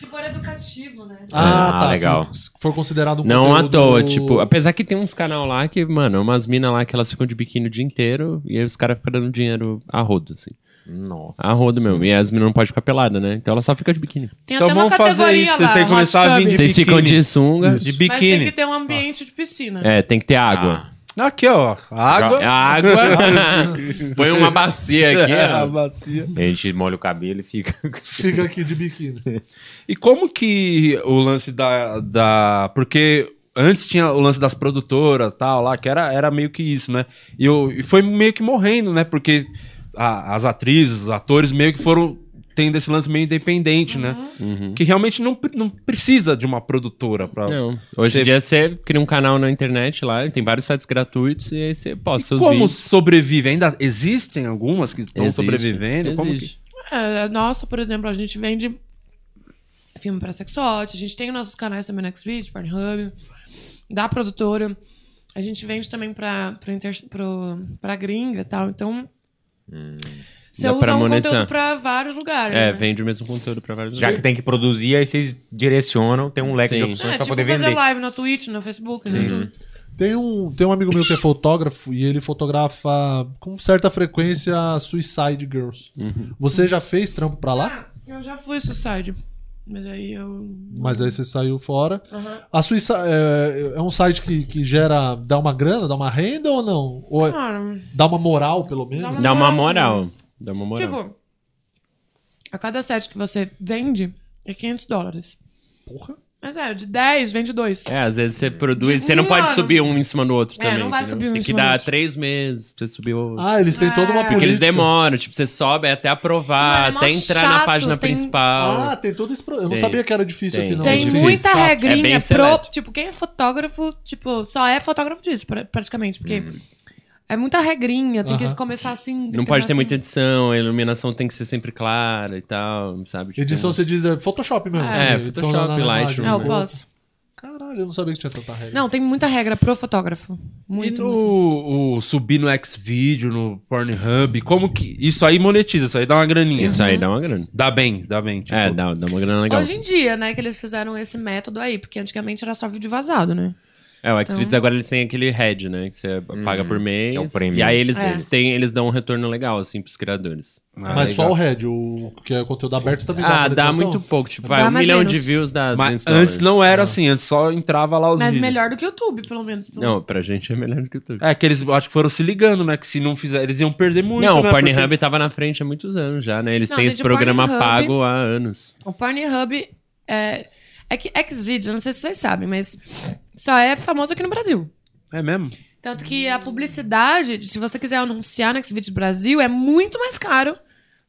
Speaker 4: Se for educativo, né?
Speaker 3: Ah,
Speaker 2: Ah,
Speaker 3: tá.
Speaker 2: legal.
Speaker 3: Se for considerado um
Speaker 5: Não à
Speaker 3: conteúdo-
Speaker 5: toa, tipo, apesar que tem uns canal lá que, mano, é umas minas lá que elas ficam de biquíni o dia inteiro e aí os caras ficam dando dinheiro a rodo, assim.
Speaker 2: Nossa.
Speaker 5: A rodo mesmo. E as minas não podem ficar pelada, né? Então ela só fica de biquíni.
Speaker 4: Tem
Speaker 1: Então
Speaker 4: até uma
Speaker 1: vamos fazer
Speaker 4: categoria
Speaker 1: isso.
Speaker 4: lá.
Speaker 1: Vocês têm que
Speaker 4: hot
Speaker 1: começar a
Speaker 4: tub.
Speaker 1: vir de
Speaker 5: Vocês ficam
Speaker 1: biquíni.
Speaker 5: de sunga.
Speaker 1: De
Speaker 4: Mas tem que
Speaker 1: biquíni. Ah.
Speaker 4: ter um ambiente de piscina. né?
Speaker 5: É, tem que ter água.
Speaker 1: Aqui, ó. Água.
Speaker 5: A
Speaker 1: [laughs]
Speaker 5: água. Põe uma bacia aqui,
Speaker 1: É,
Speaker 3: Ah,
Speaker 5: ó.
Speaker 1: bacia.
Speaker 2: A gente molha o cabelo e fica. [laughs]
Speaker 3: Fica aqui de biquíni.
Speaker 1: E como que o lance da, da. Porque antes tinha o lance das produtoras tal, lá, que era, era meio que isso, né? E, eu, e foi meio que morrendo, né? Porque a- as atrizes, os atores meio que foram tendo esse lance meio independente, né?
Speaker 5: Uhum.
Speaker 1: Que realmente não, pre- não precisa de uma produtora pra.
Speaker 5: Não. Hoje
Speaker 1: Você-
Speaker 5: em dia você cria um canal na internet lá, tem vários sites gratuitos e aí você posta seus
Speaker 1: Como
Speaker 5: vídeos.
Speaker 1: sobrevive? Ainda existem algumas que estão
Speaker 5: Existe.
Speaker 1: sobrevivendo? Como que...
Speaker 5: Existe.
Speaker 4: É, nossa, por exemplo, a gente vende filme pra sexote, a gente tem nossos canais também no Xvid, Pornhub, da produtora. A gente vende também pra, pra, inter, pro, pra gringa e tal. Então, você
Speaker 5: dá
Speaker 4: usa
Speaker 5: pra
Speaker 4: um
Speaker 5: monetizar.
Speaker 4: conteúdo pra vários lugares.
Speaker 5: É,
Speaker 4: né?
Speaker 5: vende o mesmo conteúdo pra vários
Speaker 2: Já que tem que produzir, aí vocês direcionam, tem um leque de
Speaker 5: Sim.
Speaker 4: É,
Speaker 2: opções pra
Speaker 4: tipo
Speaker 2: poder
Speaker 4: fazer
Speaker 2: vender.
Speaker 4: live no Twitch, no Facebook, né? no YouTube.
Speaker 3: Tem um, tem um amigo meu que é fotógrafo e ele fotografa com certa frequência Suicide Girls.
Speaker 5: Uhum.
Speaker 3: Você já fez trampo pra lá?
Speaker 4: Ah, eu já fui suicide. Mas aí eu.
Speaker 3: Mas aí você saiu fora. A Suicide é, é um site que, que gera. dá uma grana, dá uma renda ou não? Ou é-
Speaker 4: Cara,
Speaker 3: dá uma moral, pelo menos?
Speaker 5: Dá uma moral. Dá uma moral.
Speaker 4: tipo, a cada set que você vende é 500 dólares.
Speaker 3: Porra.
Speaker 4: Mas é, de 10 vende 2.
Speaker 5: É, às vezes você produz.
Speaker 4: Tipo,
Speaker 5: você não pode
Speaker 4: mano.
Speaker 5: subir um em cima do outro
Speaker 4: É,
Speaker 5: também.
Speaker 4: não vai
Speaker 5: entendeu?
Speaker 4: subir um
Speaker 5: Tem
Speaker 4: em
Speaker 5: que
Speaker 4: cima do
Speaker 5: dar
Speaker 4: outro.
Speaker 5: três meses pra você subir o.
Speaker 3: Ah, eles têm toda uma política.
Speaker 5: Porque eles demoram, tipo, você sobe até aprovar,
Speaker 4: Mano, é mó
Speaker 5: até entrar na
Speaker 4: chato,
Speaker 5: página
Speaker 4: tem-
Speaker 5: principal.
Speaker 3: Ah, tem todo esse. pro- Eu não
Speaker 5: Tem.
Speaker 3: sabia que era difícil
Speaker 5: Tem.
Speaker 3: assim, não.
Speaker 5: é
Speaker 4: Tem
Speaker 5: difícil.
Speaker 4: muita
Speaker 5: Tá. É
Speaker 4: regrinha
Speaker 5: bem
Speaker 4: pro.
Speaker 5: seleto.
Speaker 4: Tipo, quem é fotógrafo, tipo, só é fotógrafo disso, pra- praticamente. Porque é muita regrinha, tem que
Speaker 3: Aham.
Speaker 4: começar assim.
Speaker 5: não pode ter
Speaker 4: terminar
Speaker 5: muita edição, a iluminação tem que ser sempre clara e tal, sabe? Tipo,
Speaker 3: Edição você diz é Photoshop mesmo.
Speaker 5: É,
Speaker 3: assim, edição
Speaker 5: Photoshop,
Speaker 3: imagem.
Speaker 4: assim.
Speaker 5: Lightroom, né?
Speaker 4: Não, eu posso.
Speaker 3: Caralho, eu não sabia que tinha tanta regra.
Speaker 4: Não, tem muita regra pro fotógrafo. Muito.
Speaker 1: E o, o subir no Xvideo, no Pornhub, como que. Isso aí monetiza, isso aí dá uma
Speaker 3: é
Speaker 1: graninha.
Speaker 5: Isso
Speaker 3: né?
Speaker 5: aí dá uma grana.
Speaker 1: Dá bem, dá bem. tipo,
Speaker 5: É, dá, dá uma grana legal.
Speaker 4: Hoje em dia, né, que eles fizeram esse método aí, porque antigamente era só vídeo vazado, né?
Speaker 5: É, o Xvideos agora eles têm aquele head, né? Que você paga por mês.
Speaker 2: é o premium.
Speaker 5: E aí eles,
Speaker 4: É.
Speaker 5: têm, eles dão um retorno legal, assim, pros criadores.
Speaker 3: Mas só o Red, o que é conteúdo aberto também
Speaker 5: Ah, dá
Speaker 3: monetização?
Speaker 5: muito pouco. Tipo,
Speaker 4: Dá
Speaker 5: vai, um
Speaker 4: mais
Speaker 5: milhão
Speaker 4: menos.
Speaker 5: de views da, do
Speaker 1: Mas
Speaker 5: Instagram.
Speaker 1: antes não era assim, antes só entrava lá os
Speaker 4: Mas
Speaker 1: vídeos.
Speaker 4: melhor do que o YouTube, pelo menos. Pelo...
Speaker 5: Não, pra gente é melhor do que o YouTube.
Speaker 1: É, que eles acho que foram se ligando, né? Que se não fizer, eles iam perder muito.
Speaker 5: não,
Speaker 1: né?
Speaker 5: o Pornhub
Speaker 1: Porque-
Speaker 5: tava na frente há muitos anos já, né? Eles
Speaker 4: Não,
Speaker 5: têm
Speaker 4: gente,
Speaker 5: esse
Speaker 4: o
Speaker 5: programa
Speaker 4: Pornhub-
Speaker 5: pago há anos.
Speaker 4: O Pornhub é... É que Xvideos, eu não sei se vocês sabem, mas só é famoso aqui no Brasil.
Speaker 1: É mesmo?
Speaker 4: Tanto que a publicidade, se você quiser anunciar no Xvideos Brasil, é muito mais caro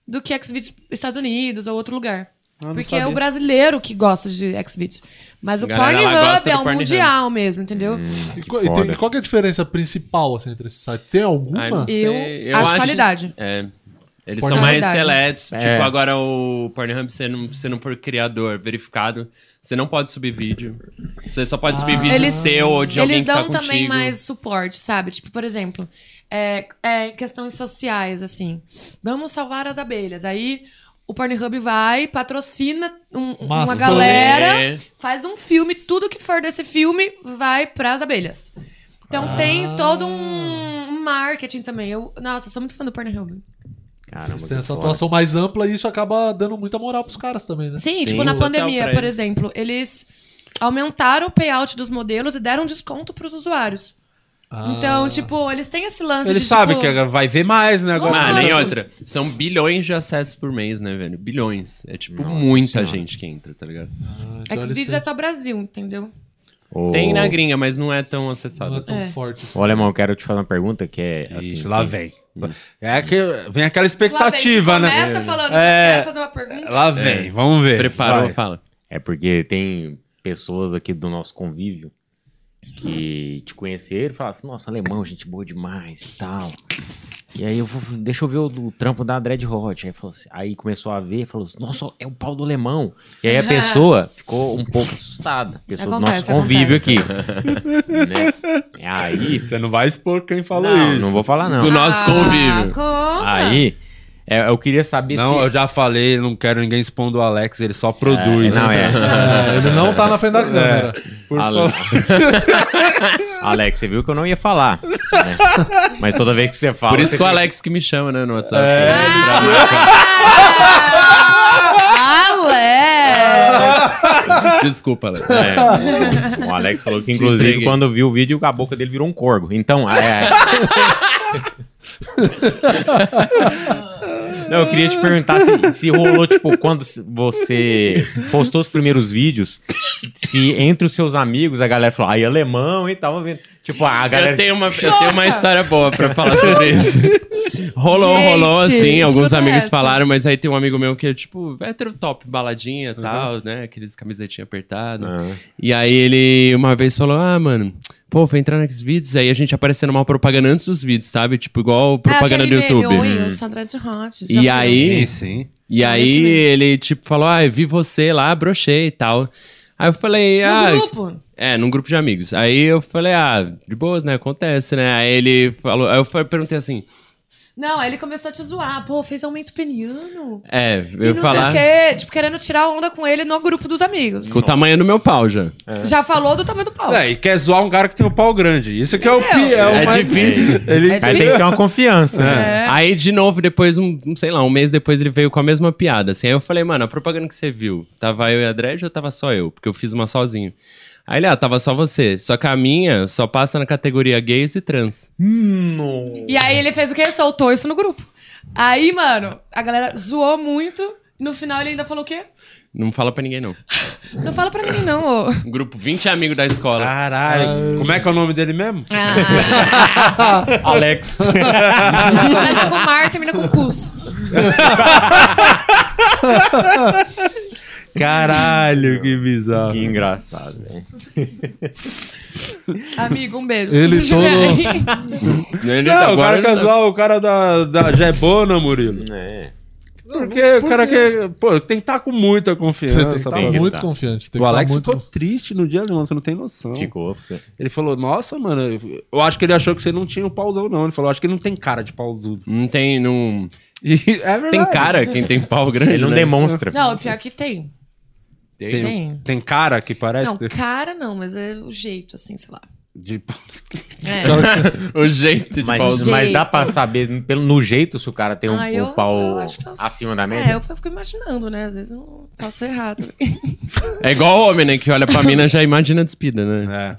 Speaker 4: do que Xvideos Estados Unidos ou outro lugar.
Speaker 1: Ah, não
Speaker 4: Porque é
Speaker 1: sabia.
Speaker 4: o brasileiro que gosta de Xvideos. Mas o
Speaker 5: Galera lá
Speaker 4: Pornhub
Speaker 5: gosta
Speaker 4: é
Speaker 5: do
Speaker 4: um
Speaker 5: Pornhub. Hum.
Speaker 4: mundial mesmo, entendeu?
Speaker 3: E, qual- e tem-
Speaker 2: Foda.
Speaker 3: e qual que é a diferença principal assim, entre esses sites? Tem
Speaker 5: Ah, não
Speaker 3: alguma?
Speaker 5: sei,
Speaker 4: Eu acho qualidade.
Speaker 5: É. Eles
Speaker 3: Pornhub.
Speaker 5: são mais
Speaker 4: Qualidade.
Speaker 5: seletos.
Speaker 2: É.
Speaker 5: Tipo, agora o Pornhub, você não, você não for criador verificado, você não pode subir vídeo. Você só pode subir vídeo
Speaker 4: Eles-
Speaker 5: seu ou de alguém
Speaker 4: Eles
Speaker 5: que tá
Speaker 4: dão
Speaker 5: contigo.
Speaker 4: também mais suporte, sabe? Tipo, por exemplo, é, é, questões sociais, assim. Vamos salvar as abelhas. Aí o Pornhub vai, patrocina um-
Speaker 3: Uma
Speaker 4: uma,
Speaker 3: ação.
Speaker 4: galera,
Speaker 5: É.
Speaker 4: faz um filme, tudo que for desse filme vai pras abelhas. Então
Speaker 5: Ah.
Speaker 4: tem todo um marketing também. Eu, nossa, eu sou muito fã do Pornhub.
Speaker 2: Caramba,
Speaker 3: Eles têm
Speaker 2: que
Speaker 3: essa
Speaker 2: foda.
Speaker 3: atuação mais ampla e isso acaba dando muita moral pros caras também, né?
Speaker 4: Sim,
Speaker 5: Sim.
Speaker 4: tipo, na
Speaker 5: Total
Speaker 4: pandemia,
Speaker 5: pra
Speaker 4: por
Speaker 5: eles.
Speaker 4: exemplo, eles aumentaram o payout dos modelos e deram desconto pros usuários.
Speaker 5: Ah.
Speaker 3: Ah,
Speaker 4: Então, tipo, eles têm esse lance
Speaker 1: Eles
Speaker 4: de,
Speaker 1: sabem
Speaker 4: tipo,
Speaker 1: que agora vai ver mais, né? Agora.
Speaker 5: Mano,
Speaker 4: Lógico.
Speaker 5: e outra. São bilhões de acessos por mês, né, velho? Bilhões. É tipo
Speaker 2: Nossa
Speaker 5: muita
Speaker 2: Senhora.
Speaker 5: gente que entra, tá ligado?
Speaker 4: É
Speaker 3: Ah, então eles
Speaker 4: Xvideos
Speaker 3: têm-
Speaker 4: é só Brasil, entendeu?
Speaker 5: Tem na gringa, mas não é tão acessado.
Speaker 3: Não é tão É. forte assim.
Speaker 2: Ô, Alemão, quero te fazer uma pergunta que é.
Speaker 1: Ixi,
Speaker 2: assim,
Speaker 1: lá
Speaker 2: tem-
Speaker 1: vem. É que vem aquela
Speaker 4: Lá
Speaker 1: expectativa,
Speaker 4: vem,
Speaker 1: né? É,
Speaker 4: você começa falando, você quer fazer uma pergunta?
Speaker 1: Lá vem, vamos ver.
Speaker 5: Preparou,
Speaker 1: Vai.
Speaker 5: fala.
Speaker 2: É porque tem pessoas aqui do nosso convívio que te conheceram e falaram assim, nossa, alemão, gente boa demais e tal. E aí eu vou, deixa eu ver o, do trampo da Dread Hot. Aí, falou assim- aí começou a ver e falou assim, nossa, é o pau do alemão. E aí a
Speaker 5: [laughs]
Speaker 2: pessoa ficou um pouco assustada. A pessoa
Speaker 5: Acontece,
Speaker 2: do nosso convívio
Speaker 5: acontece.
Speaker 2: aqui.
Speaker 5: [laughs]
Speaker 2: né? E Aí...
Speaker 1: Você não vai expor quem falou
Speaker 2: não,
Speaker 1: isso.
Speaker 2: Não, vou falar não.
Speaker 1: Do nosso Ah, convívio.
Speaker 4: conta.
Speaker 2: Aí... é, eu queria saber
Speaker 1: Não,
Speaker 2: se...
Speaker 1: eu já falei, não quero ninguém expondo o Alex, ele só produz.
Speaker 2: não, é.
Speaker 1: [laughs]
Speaker 2: É, ele não tá na frente da câmera.
Speaker 1: por
Speaker 2: Ale-
Speaker 1: favor.
Speaker 2: [laughs] Alex, você viu que eu não ia falar. né? Mas toda vez que você fala.
Speaker 5: Por isso
Speaker 2: você
Speaker 5: que o
Speaker 2: fica-
Speaker 5: Alex que me chama, né, no WhatsApp.
Speaker 2: É,
Speaker 4: Alex!
Speaker 5: Desculpa, Alex.
Speaker 2: É. O Alex falou que,
Speaker 5: Te
Speaker 2: inclusive,
Speaker 5: entreguei.
Speaker 2: quando viu o vídeo, a boca dele virou um corgo. Então, é. Não, eu queria te perguntar se, se rolou, tipo, quando se- você postou os primeiros vídeos, se entre os seus amigos a galera falou, ai, alemão e tava vendo. Tipo, a galera.
Speaker 5: Eu, tenho uma, eu tenho uma história boa pra [laughs] falar sobre isso. rolou,
Speaker 2: Gente,
Speaker 5: rolou, assim. Alguns
Speaker 2: escuta
Speaker 5: amigos
Speaker 2: essa.
Speaker 5: falaram, mas aí tem um amigo meu que é, tipo, hétero top, baladinha e
Speaker 2: Uhum.
Speaker 5: tal, né? Aqueles camisetinha apertada. E aí ele uma vez falou, ah, mano... Pô, foi entrar nos vídeos, aí a gente aparecendo uma propaganda antes dos vídeos, sabe? Tipo,
Speaker 2: É,
Speaker 5: igual propaganda do YouTube.
Speaker 2: um
Speaker 4: Oi,
Speaker 5: Hum.
Speaker 4: eu sou André de Hot. já
Speaker 5: E
Speaker 4: fui.
Speaker 5: aí. E
Speaker 4: É
Speaker 5: aí
Speaker 4: isso mesmo.
Speaker 5: ele, tipo, falou: Ah, eu vi você lá, brochei e tal. Aí eu falei,
Speaker 4: No
Speaker 5: ah.
Speaker 4: grupo?
Speaker 5: É, num grupo de amigos. Aí eu falei, ah, de boas, né? Acontece, né? Aí ele falou, aí eu falei- perguntei assim,
Speaker 4: Não, aí ele começou a te zoar. Pô, fez aumento peniano.
Speaker 5: é,
Speaker 4: e
Speaker 5: eu
Speaker 4: não
Speaker 5: falar
Speaker 4: sei o quê. Tipo, querendo tirar onda com ele no grupo dos amigos.
Speaker 5: com o tamanho do meu pau já.
Speaker 4: Já falou do tamanho do pau.
Speaker 1: É, e quer zoar um cara que tem um pau grande. Isso que é o
Speaker 4: Meu.
Speaker 1: pi, é, o
Speaker 5: É
Speaker 1: mais-
Speaker 5: difícil.
Speaker 1: [laughs] Ele...
Speaker 4: É
Speaker 2: confiança,
Speaker 5: né? Aí, de novo, depois, um, um, sei lá, um mês depois ele veio com a mesma piada, assim. Aí eu falei, mano, a propaganda que você viu, tava eu e a Dredd ou tava só eu? Porque eu fiz uma sozinho. Aí ele, ah, tava só você. Só que a minha só passa na categoria gays e trans.
Speaker 4: E aí ele fez o quê? Soltou isso no grupo. Aí, mano, a galera zoou muito. No final ele ainda falou o quê?
Speaker 5: Não fala pra ninguém, não.
Speaker 4: Não fala pra mim, não, ô.
Speaker 5: Um grupo, 20 amigos da escola.
Speaker 1: Ah. Caralho. Como é que é o nome dele mesmo?
Speaker 3: [laughs]
Speaker 2: Alex.
Speaker 4: Começa com mar, termina com cus.
Speaker 1: Caralho, que bizarro.
Speaker 2: Que engraçado, velho.
Speaker 4: Amigo, um beijo.
Speaker 1: Ele
Speaker 4: Se você estiver
Speaker 1: todo-
Speaker 4: aí.
Speaker 5: Ele
Speaker 1: não,
Speaker 5: tá-
Speaker 1: o
Speaker 5: agora
Speaker 1: cara
Speaker 5: ele
Speaker 1: quer
Speaker 5: tá-
Speaker 1: zoar o cara da, da Jebona, né, Murilo.
Speaker 2: É.
Speaker 1: Porque o cara quer. Pô, tem que estar com muita confiança.
Speaker 3: Você tem que tá
Speaker 1: pô.
Speaker 3: muito confiante, tem que
Speaker 1: o
Speaker 3: tá
Speaker 1: Alex
Speaker 3: muito-
Speaker 1: ficou triste no dia, mano. Você não tem noção.
Speaker 2: Ficou.
Speaker 1: Ele falou, nossa, mano, eu- eu acho que ele achou que você não tinha o pauzão, não. Ele falou, acho que ele não tem cara de
Speaker 3: [laughs]
Speaker 1: pauzudo.
Speaker 5: Não tem, não.
Speaker 1: é verdade.
Speaker 5: Tem cara quem tem pau grande.
Speaker 1: Ele não
Speaker 5: né?
Speaker 1: demonstra.
Speaker 4: Não, o pior é que tem.
Speaker 1: Tem,
Speaker 4: Tem.
Speaker 1: tem cara que parece.
Speaker 4: Não, cara não, mas é o jeito, assim, sei lá.
Speaker 1: De...
Speaker 4: É.
Speaker 5: o jeito de
Speaker 2: mas,
Speaker 4: pausa.
Speaker 2: mas dá
Speaker 4: Jeito.
Speaker 2: pra saber pelo, no jeito se o cara tem um,
Speaker 4: Ah,
Speaker 2: um
Speaker 4: eu-
Speaker 2: pau
Speaker 4: eu acho que eu-
Speaker 2: acima da
Speaker 4: É,
Speaker 2: média.
Speaker 4: eu fico imaginando, né? Às vezes eu não posso ser errado.
Speaker 5: É igual o homem, né? Que
Speaker 4: [laughs]
Speaker 5: olha pra mina já imagina despida, né?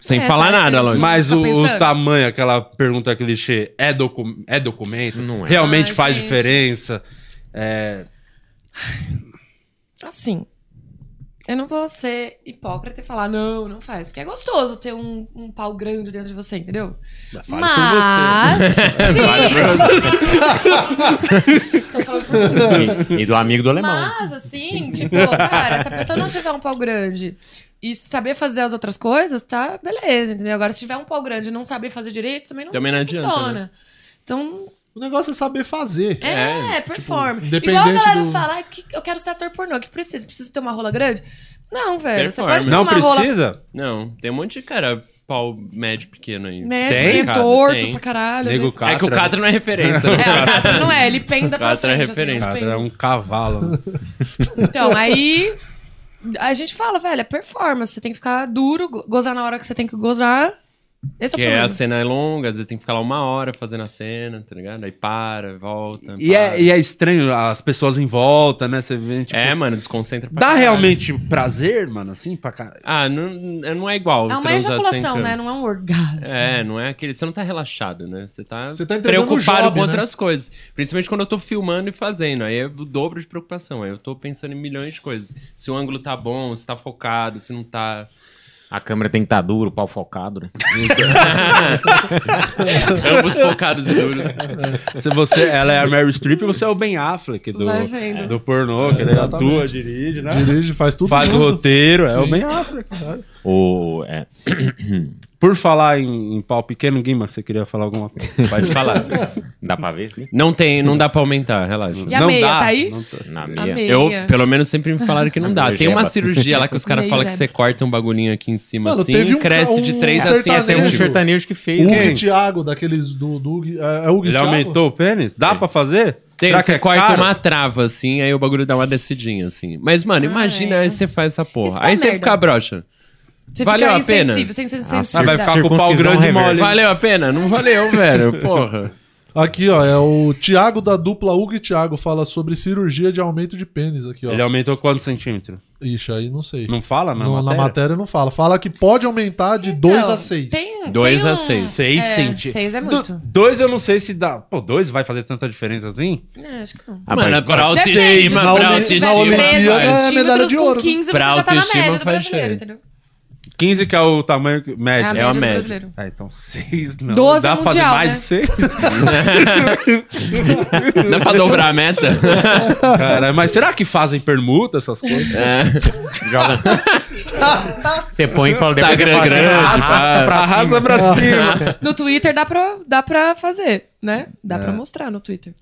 Speaker 5: Sem
Speaker 4: É,
Speaker 5: falar
Speaker 4: você acha que
Speaker 5: nada,
Speaker 4: eles
Speaker 5: lógico.
Speaker 1: Mas
Speaker 4: Tá
Speaker 1: o, o
Speaker 4: pensando?
Speaker 1: tamanho, aquela pergunta clichê, é, docu é documento?
Speaker 2: Não é.
Speaker 1: Realmente
Speaker 4: Ai,
Speaker 1: faz
Speaker 4: Ah, gente.
Speaker 1: diferença? É,
Speaker 4: Assim, eu não vou ser hipócrita e falar, não, não faz. Porque é gostoso ter um, um pau grande dentro de você, entendeu? Mas.
Speaker 2: [laughs]
Speaker 4: [laughs]
Speaker 2: e, e do amigo do alemão.
Speaker 4: Mas, assim,
Speaker 5: [laughs]
Speaker 4: tipo, cara, se a pessoa não tiver um pau grande e saber fazer as outras coisas, tá beleza, entendeu? Agora, se tiver um pau grande e não saber fazer direito, também não,
Speaker 5: Também não adianta,
Speaker 4: funciona.
Speaker 5: né?
Speaker 4: Então,
Speaker 3: O negócio é saber fazer.
Speaker 4: É,
Speaker 5: tipo,
Speaker 4: performa. Igual a
Speaker 3: independente
Speaker 4: galera
Speaker 3: do-
Speaker 4: fala, "Ai, que eu quero ser ator pornô, que precisa? Preciso ter uma rola grande? Não, velho. Você
Speaker 5: Performa.
Speaker 4: pode ter uma rola...
Speaker 5: Não, tem um monte de cara pau médio pequeno aí.
Speaker 4: Médio, Tem? pequeno, torto pra caralho, às
Speaker 5: Nego
Speaker 4: vezes.
Speaker 5: Catra. É que o Catra não é referência. né?
Speaker 4: [laughs] É, o Catra não é, ele penda
Speaker 5: O
Speaker 4: pra
Speaker 5: Catra é
Speaker 4: frente. assim,
Speaker 5: referência.
Speaker 4: não tem-
Speaker 1: Cara, é um cavalo.
Speaker 4: Então, aí a gente fala, velho, é performance. Você tem que ficar duro, go- gozar na hora que você tem que gozar. Esse é o
Speaker 5: [laughs] Porque a
Speaker 4: problema.
Speaker 5: cena é longa, às vezes tem que ficar lá uma hora fazendo a cena, tá ligado? Aí para, volta.
Speaker 1: e,
Speaker 5: para.
Speaker 1: é, e é estranho, as pessoas em volta, né? Você vê, tipo...
Speaker 5: É, mano, desconcentra pra
Speaker 1: Dá
Speaker 5: caralho.
Speaker 1: realmente prazer, mano, assim, pra caralho?
Speaker 5: Ah, não, é- não é igual.
Speaker 4: É uma
Speaker 5: transar sem
Speaker 4: ejaculação,
Speaker 5: câmera.
Speaker 4: né? Não é um orgasmo.
Speaker 5: É, não é aquele. Você não tá relaxado, né? Você tá,
Speaker 4: Você tá entregando
Speaker 5: preocupado
Speaker 4: o job,
Speaker 5: com
Speaker 4: né?
Speaker 5: outras coisas. Principalmente quando eu tô filmando e fazendo. Aí é o dobro de preocupação. Aí eu tô pensando em milhões de coisas. Se o ângulo tá [laughs] bom, se tá focado, se não tá.
Speaker 2: A câmera tem que estar dura, o pau focado, né?
Speaker 5: Ambos focados e duros.
Speaker 1: Se você, ela é a Mary Streep e você é o Ben Affleck do,
Speaker 4: Vai vendo.
Speaker 1: do pornô, que ele
Speaker 3: Exatamente.
Speaker 1: atua, dirige, né?
Speaker 3: Dirige, faz tudo
Speaker 1: Faz o
Speaker 3: junto.
Speaker 1: roteiro, é o
Speaker 3: Sim.
Speaker 1: Ben Affleck. cara.
Speaker 2: O, é,
Speaker 1: Por falar em, em pau pequeno, Guima, você queria falar alguma coisa? Pode falar.
Speaker 2: dá pra ver, sim?
Speaker 5: Não tem, não dá pra aumentar, relaxa.
Speaker 4: E a
Speaker 1: Não
Speaker 4: meia,
Speaker 1: dá,
Speaker 4: tá aí?
Speaker 1: não tá.
Speaker 2: Na
Speaker 4: A
Speaker 2: minha.
Speaker 4: meia.
Speaker 5: Eu, pelo menos, sempre me falaram que não dá. Tem uma
Speaker 2: Jeba.
Speaker 5: cirurgia lá que os caras
Speaker 4: Meio
Speaker 5: falam que
Speaker 4: jeba.
Speaker 5: você corta um bagulhinho aqui em cima,
Speaker 3: Mano, teve
Speaker 5: assim,
Speaker 3: um ca-
Speaker 5: cresce
Speaker 3: um
Speaker 5: de 3 assim até um
Speaker 3: sertanejo.
Speaker 5: churro.
Speaker 2: É sertanejo que fez.
Speaker 3: O
Speaker 1: Quem?
Speaker 3: Hugo Um Thiago, daqueles do, do Hugo- é, é o Hugo
Speaker 1: Ele
Speaker 3: Thiago?
Speaker 1: aumentou o pênis? Dá pra fazer?
Speaker 5: Tem,
Speaker 1: Será
Speaker 5: você
Speaker 1: é
Speaker 5: corta
Speaker 1: caro?
Speaker 5: uma trava, assim, aí o bagulho dá uma descidinha, assim. Mas, mano,
Speaker 4: Ah,
Speaker 5: imagina
Speaker 4: é.
Speaker 5: aí você faz essa porra.
Speaker 4: Isso dá
Speaker 5: aí você
Speaker 4: merda.
Speaker 5: fica broxa.
Speaker 4: Você
Speaker 5: Valeu
Speaker 4: fica
Speaker 5: a pena?
Speaker 4: insensível, sem sem-
Speaker 2: Ah,
Speaker 1: Ah, vai
Speaker 4: sensibilidade.
Speaker 1: ficar com o pau
Speaker 2: Circuncisão
Speaker 1: grande e mole.
Speaker 2: reversa.
Speaker 5: Valeu a pena? Não valeu, velho. Porra.
Speaker 3: Aqui, ó, é o Thiago da dupla Hugo e Thiago fala sobre cirurgia de aumento de pênis aqui, ó.
Speaker 1: Ele aumentou quantos centímetros?
Speaker 3: Ixi, aí não sei.
Speaker 1: Não fala na
Speaker 3: Não,
Speaker 1: matéria?
Speaker 3: na matéria não fala. Fala que pode aumentar de 2 a 6.
Speaker 4: Então, Tem,
Speaker 5: Dois
Speaker 4: tem
Speaker 5: a
Speaker 4: um-
Speaker 5: seis.
Speaker 1: Seis
Speaker 4: é,
Speaker 1: centímetros.
Speaker 4: Seis é
Speaker 1: Do-
Speaker 4: muito.
Speaker 1: dois eu não sei se dá. Pô, dois vai fazer tanta diferença assim?
Speaker 4: É, acho que não. tipo
Speaker 2: Ah,
Speaker 5: mano,
Speaker 2: mas-
Speaker 5: pra
Speaker 3: seis,
Speaker 5: autoestima,
Speaker 3: na
Speaker 5: pra
Speaker 3: Oli- na
Speaker 5: autoestima.
Speaker 3: Olimpíada,
Speaker 5: faz.
Speaker 3: é medalha de ouro,
Speaker 4: Com 15 você
Speaker 5: Pra
Speaker 4: já tá na
Speaker 5: autoestima
Speaker 4: média do
Speaker 5: faz
Speaker 4: brasileiro,
Speaker 5: diferença.
Speaker 4: entendeu?
Speaker 1: 15 que é o tamanho que-
Speaker 4: É a
Speaker 1: médio.
Speaker 5: uma
Speaker 4: média do
Speaker 5: média.
Speaker 4: brasileiro.
Speaker 1: Ah, então seis não.
Speaker 4: 12
Speaker 1: dá
Speaker 4: é
Speaker 1: pra fazer
Speaker 4: mundial,
Speaker 1: mais
Speaker 4: né?
Speaker 1: de seis? é
Speaker 5: Dá é pra dobrar a meta? Tá
Speaker 1: Cara, mas será que fazem permuta essas coisas?
Speaker 5: É.
Speaker 2: Joga. Você põe e fala depois você
Speaker 5: Instagram
Speaker 2: fala assim,
Speaker 5: grande, Ah,
Speaker 2: arrasta
Speaker 5: pá.
Speaker 2: pra cima.
Speaker 1: Arrasa pra cima.
Speaker 4: [laughs] No Twitter dá pra, dá pra fazer, né?
Speaker 5: É.
Speaker 4: Dá pra mostrar no Twitter.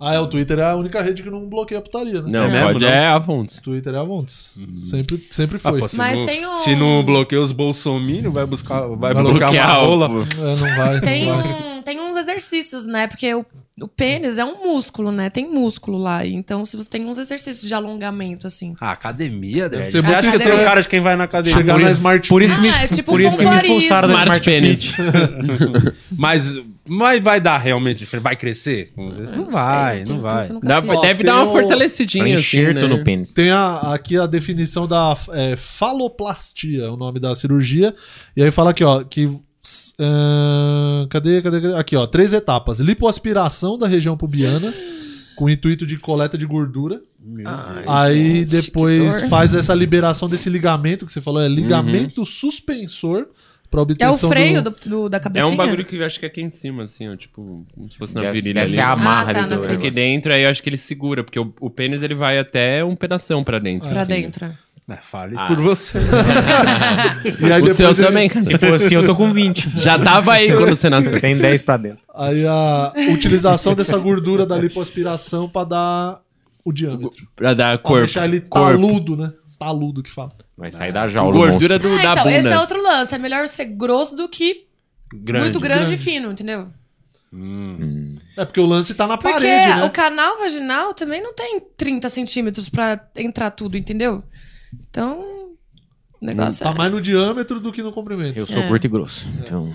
Speaker 3: Ah, é, o Twitter é a única rede que não bloqueia putaria, né?
Speaker 5: Não,
Speaker 1: É mesmo,
Speaker 5: pode
Speaker 1: não?
Speaker 5: é avontes.
Speaker 3: Twitter é a montes. Sempre, sempre foi.
Speaker 1: Ah, pô, se
Speaker 4: Mas
Speaker 1: não,
Speaker 4: tem um-
Speaker 1: Se não bloqueia os bolsominion, vai buscar, vai,
Speaker 3: Vai
Speaker 1: bloquear uma
Speaker 5: bloquear o-
Speaker 1: rola.
Speaker 3: É, não vai.
Speaker 4: Tem,
Speaker 3: não vai.
Speaker 4: um, tem uns exercícios, né? Porque o, o pênis é um músculo, né? Tem músculo lá. Então, se você tem uns exercícios de alongamento, assim.
Speaker 1: Ah, academia, deve Você
Speaker 3: ser muito
Speaker 1: acha que
Speaker 4: estranho.
Speaker 1: tem o cara de quem vai na academia?
Speaker 3: Chegar na Smart
Speaker 2: Por isso,
Speaker 4: Ah,
Speaker 2: me,
Speaker 4: é tipo
Speaker 2: por isso que me
Speaker 4: pompoarismo.
Speaker 2: expulsaram da
Speaker 5: Smart
Speaker 2: Smart
Speaker 5: pênis.
Speaker 2: Fit.
Speaker 1: Mas, mas vai dar realmente diferença? Vai crescer? Não vai,
Speaker 4: Ah, sei,
Speaker 5: é,
Speaker 1: não
Speaker 4: eu
Speaker 1: vai.
Speaker 4: nunca
Speaker 5: Dá-
Speaker 4: fiz.
Speaker 5: deve
Speaker 3: tem
Speaker 5: dar uma
Speaker 3: o-
Speaker 2: Pra
Speaker 5: fortalecidinha, assim,
Speaker 2: Enxerto
Speaker 5: né?
Speaker 2: no pênis.
Speaker 3: Tem a- aqui a definição da é, faloplastia, é o nome da cirurgia. E aí fala aqui, ó, que. ahn, cadê, cadê, cadê? Aqui, ó, três etapas: lipoaspiração da região pubiana, com o intuito de coleta de gordura. aí
Speaker 4: Ah, gente, que
Speaker 3: depois
Speaker 4: dor.
Speaker 3: faz essa liberação desse ligamento que você falou, é ligamento suspensor para
Speaker 4: É o
Speaker 3: obtenção
Speaker 4: freio do, do- da
Speaker 5: É
Speaker 4: cabecinha?
Speaker 5: um bagulho que eu acho que é aqui em cima, assim, ó, tipo, como se fosse na
Speaker 2: Deve,
Speaker 5: virilha
Speaker 2: deve
Speaker 5: ali.
Speaker 2: ser é a amarra
Speaker 4: Ah, tá,
Speaker 2: ali
Speaker 4: na
Speaker 2: do
Speaker 4: virilha.
Speaker 5: Porque
Speaker 2: negócio.
Speaker 5: dentro aí eu acho que ele segura, porque o, o pênis ele vai até um pedação pra dentro.
Speaker 4: Pra
Speaker 5: assim.
Speaker 4: dentro. é.
Speaker 1: É, fale
Speaker 2: Ah.
Speaker 1: por você.
Speaker 3: E aí
Speaker 5: O
Speaker 3: depois
Speaker 5: seu
Speaker 3: eles-
Speaker 5: também, cara.
Speaker 2: Se for assim, eu tô com 20.
Speaker 5: Já tava aí
Speaker 3: [laughs]
Speaker 5: quando você nasceu.
Speaker 2: Você tem 10 pra dentro.
Speaker 3: Aí a utilização dessa gordura da lipoaspiração para dar o diâmetro.
Speaker 5: Pra dar
Speaker 3: Pra
Speaker 5: corpo.
Speaker 3: deixar ele
Speaker 5: Corpo.
Speaker 3: taludo, né? Taludo que fala.
Speaker 2: Vai sair da jaula.
Speaker 5: Gordura do,
Speaker 4: Ah,
Speaker 5: da
Speaker 4: então,
Speaker 5: bunda.
Speaker 4: esse é outro lance. É melhor ser grosso do que muito grande,
Speaker 3: grande.
Speaker 4: e fino, entendeu?
Speaker 3: É porque o lance tá na
Speaker 4: Porque é
Speaker 3: parede, né?
Speaker 4: o canal vaginal também não tem 30 centímetros pra entrar tudo, entendeu? Então, o negócio
Speaker 3: Tá
Speaker 4: é...
Speaker 3: mais no diâmetro do que no comprimento.
Speaker 2: Eu sou
Speaker 4: É.
Speaker 2: curto e grosso. Então,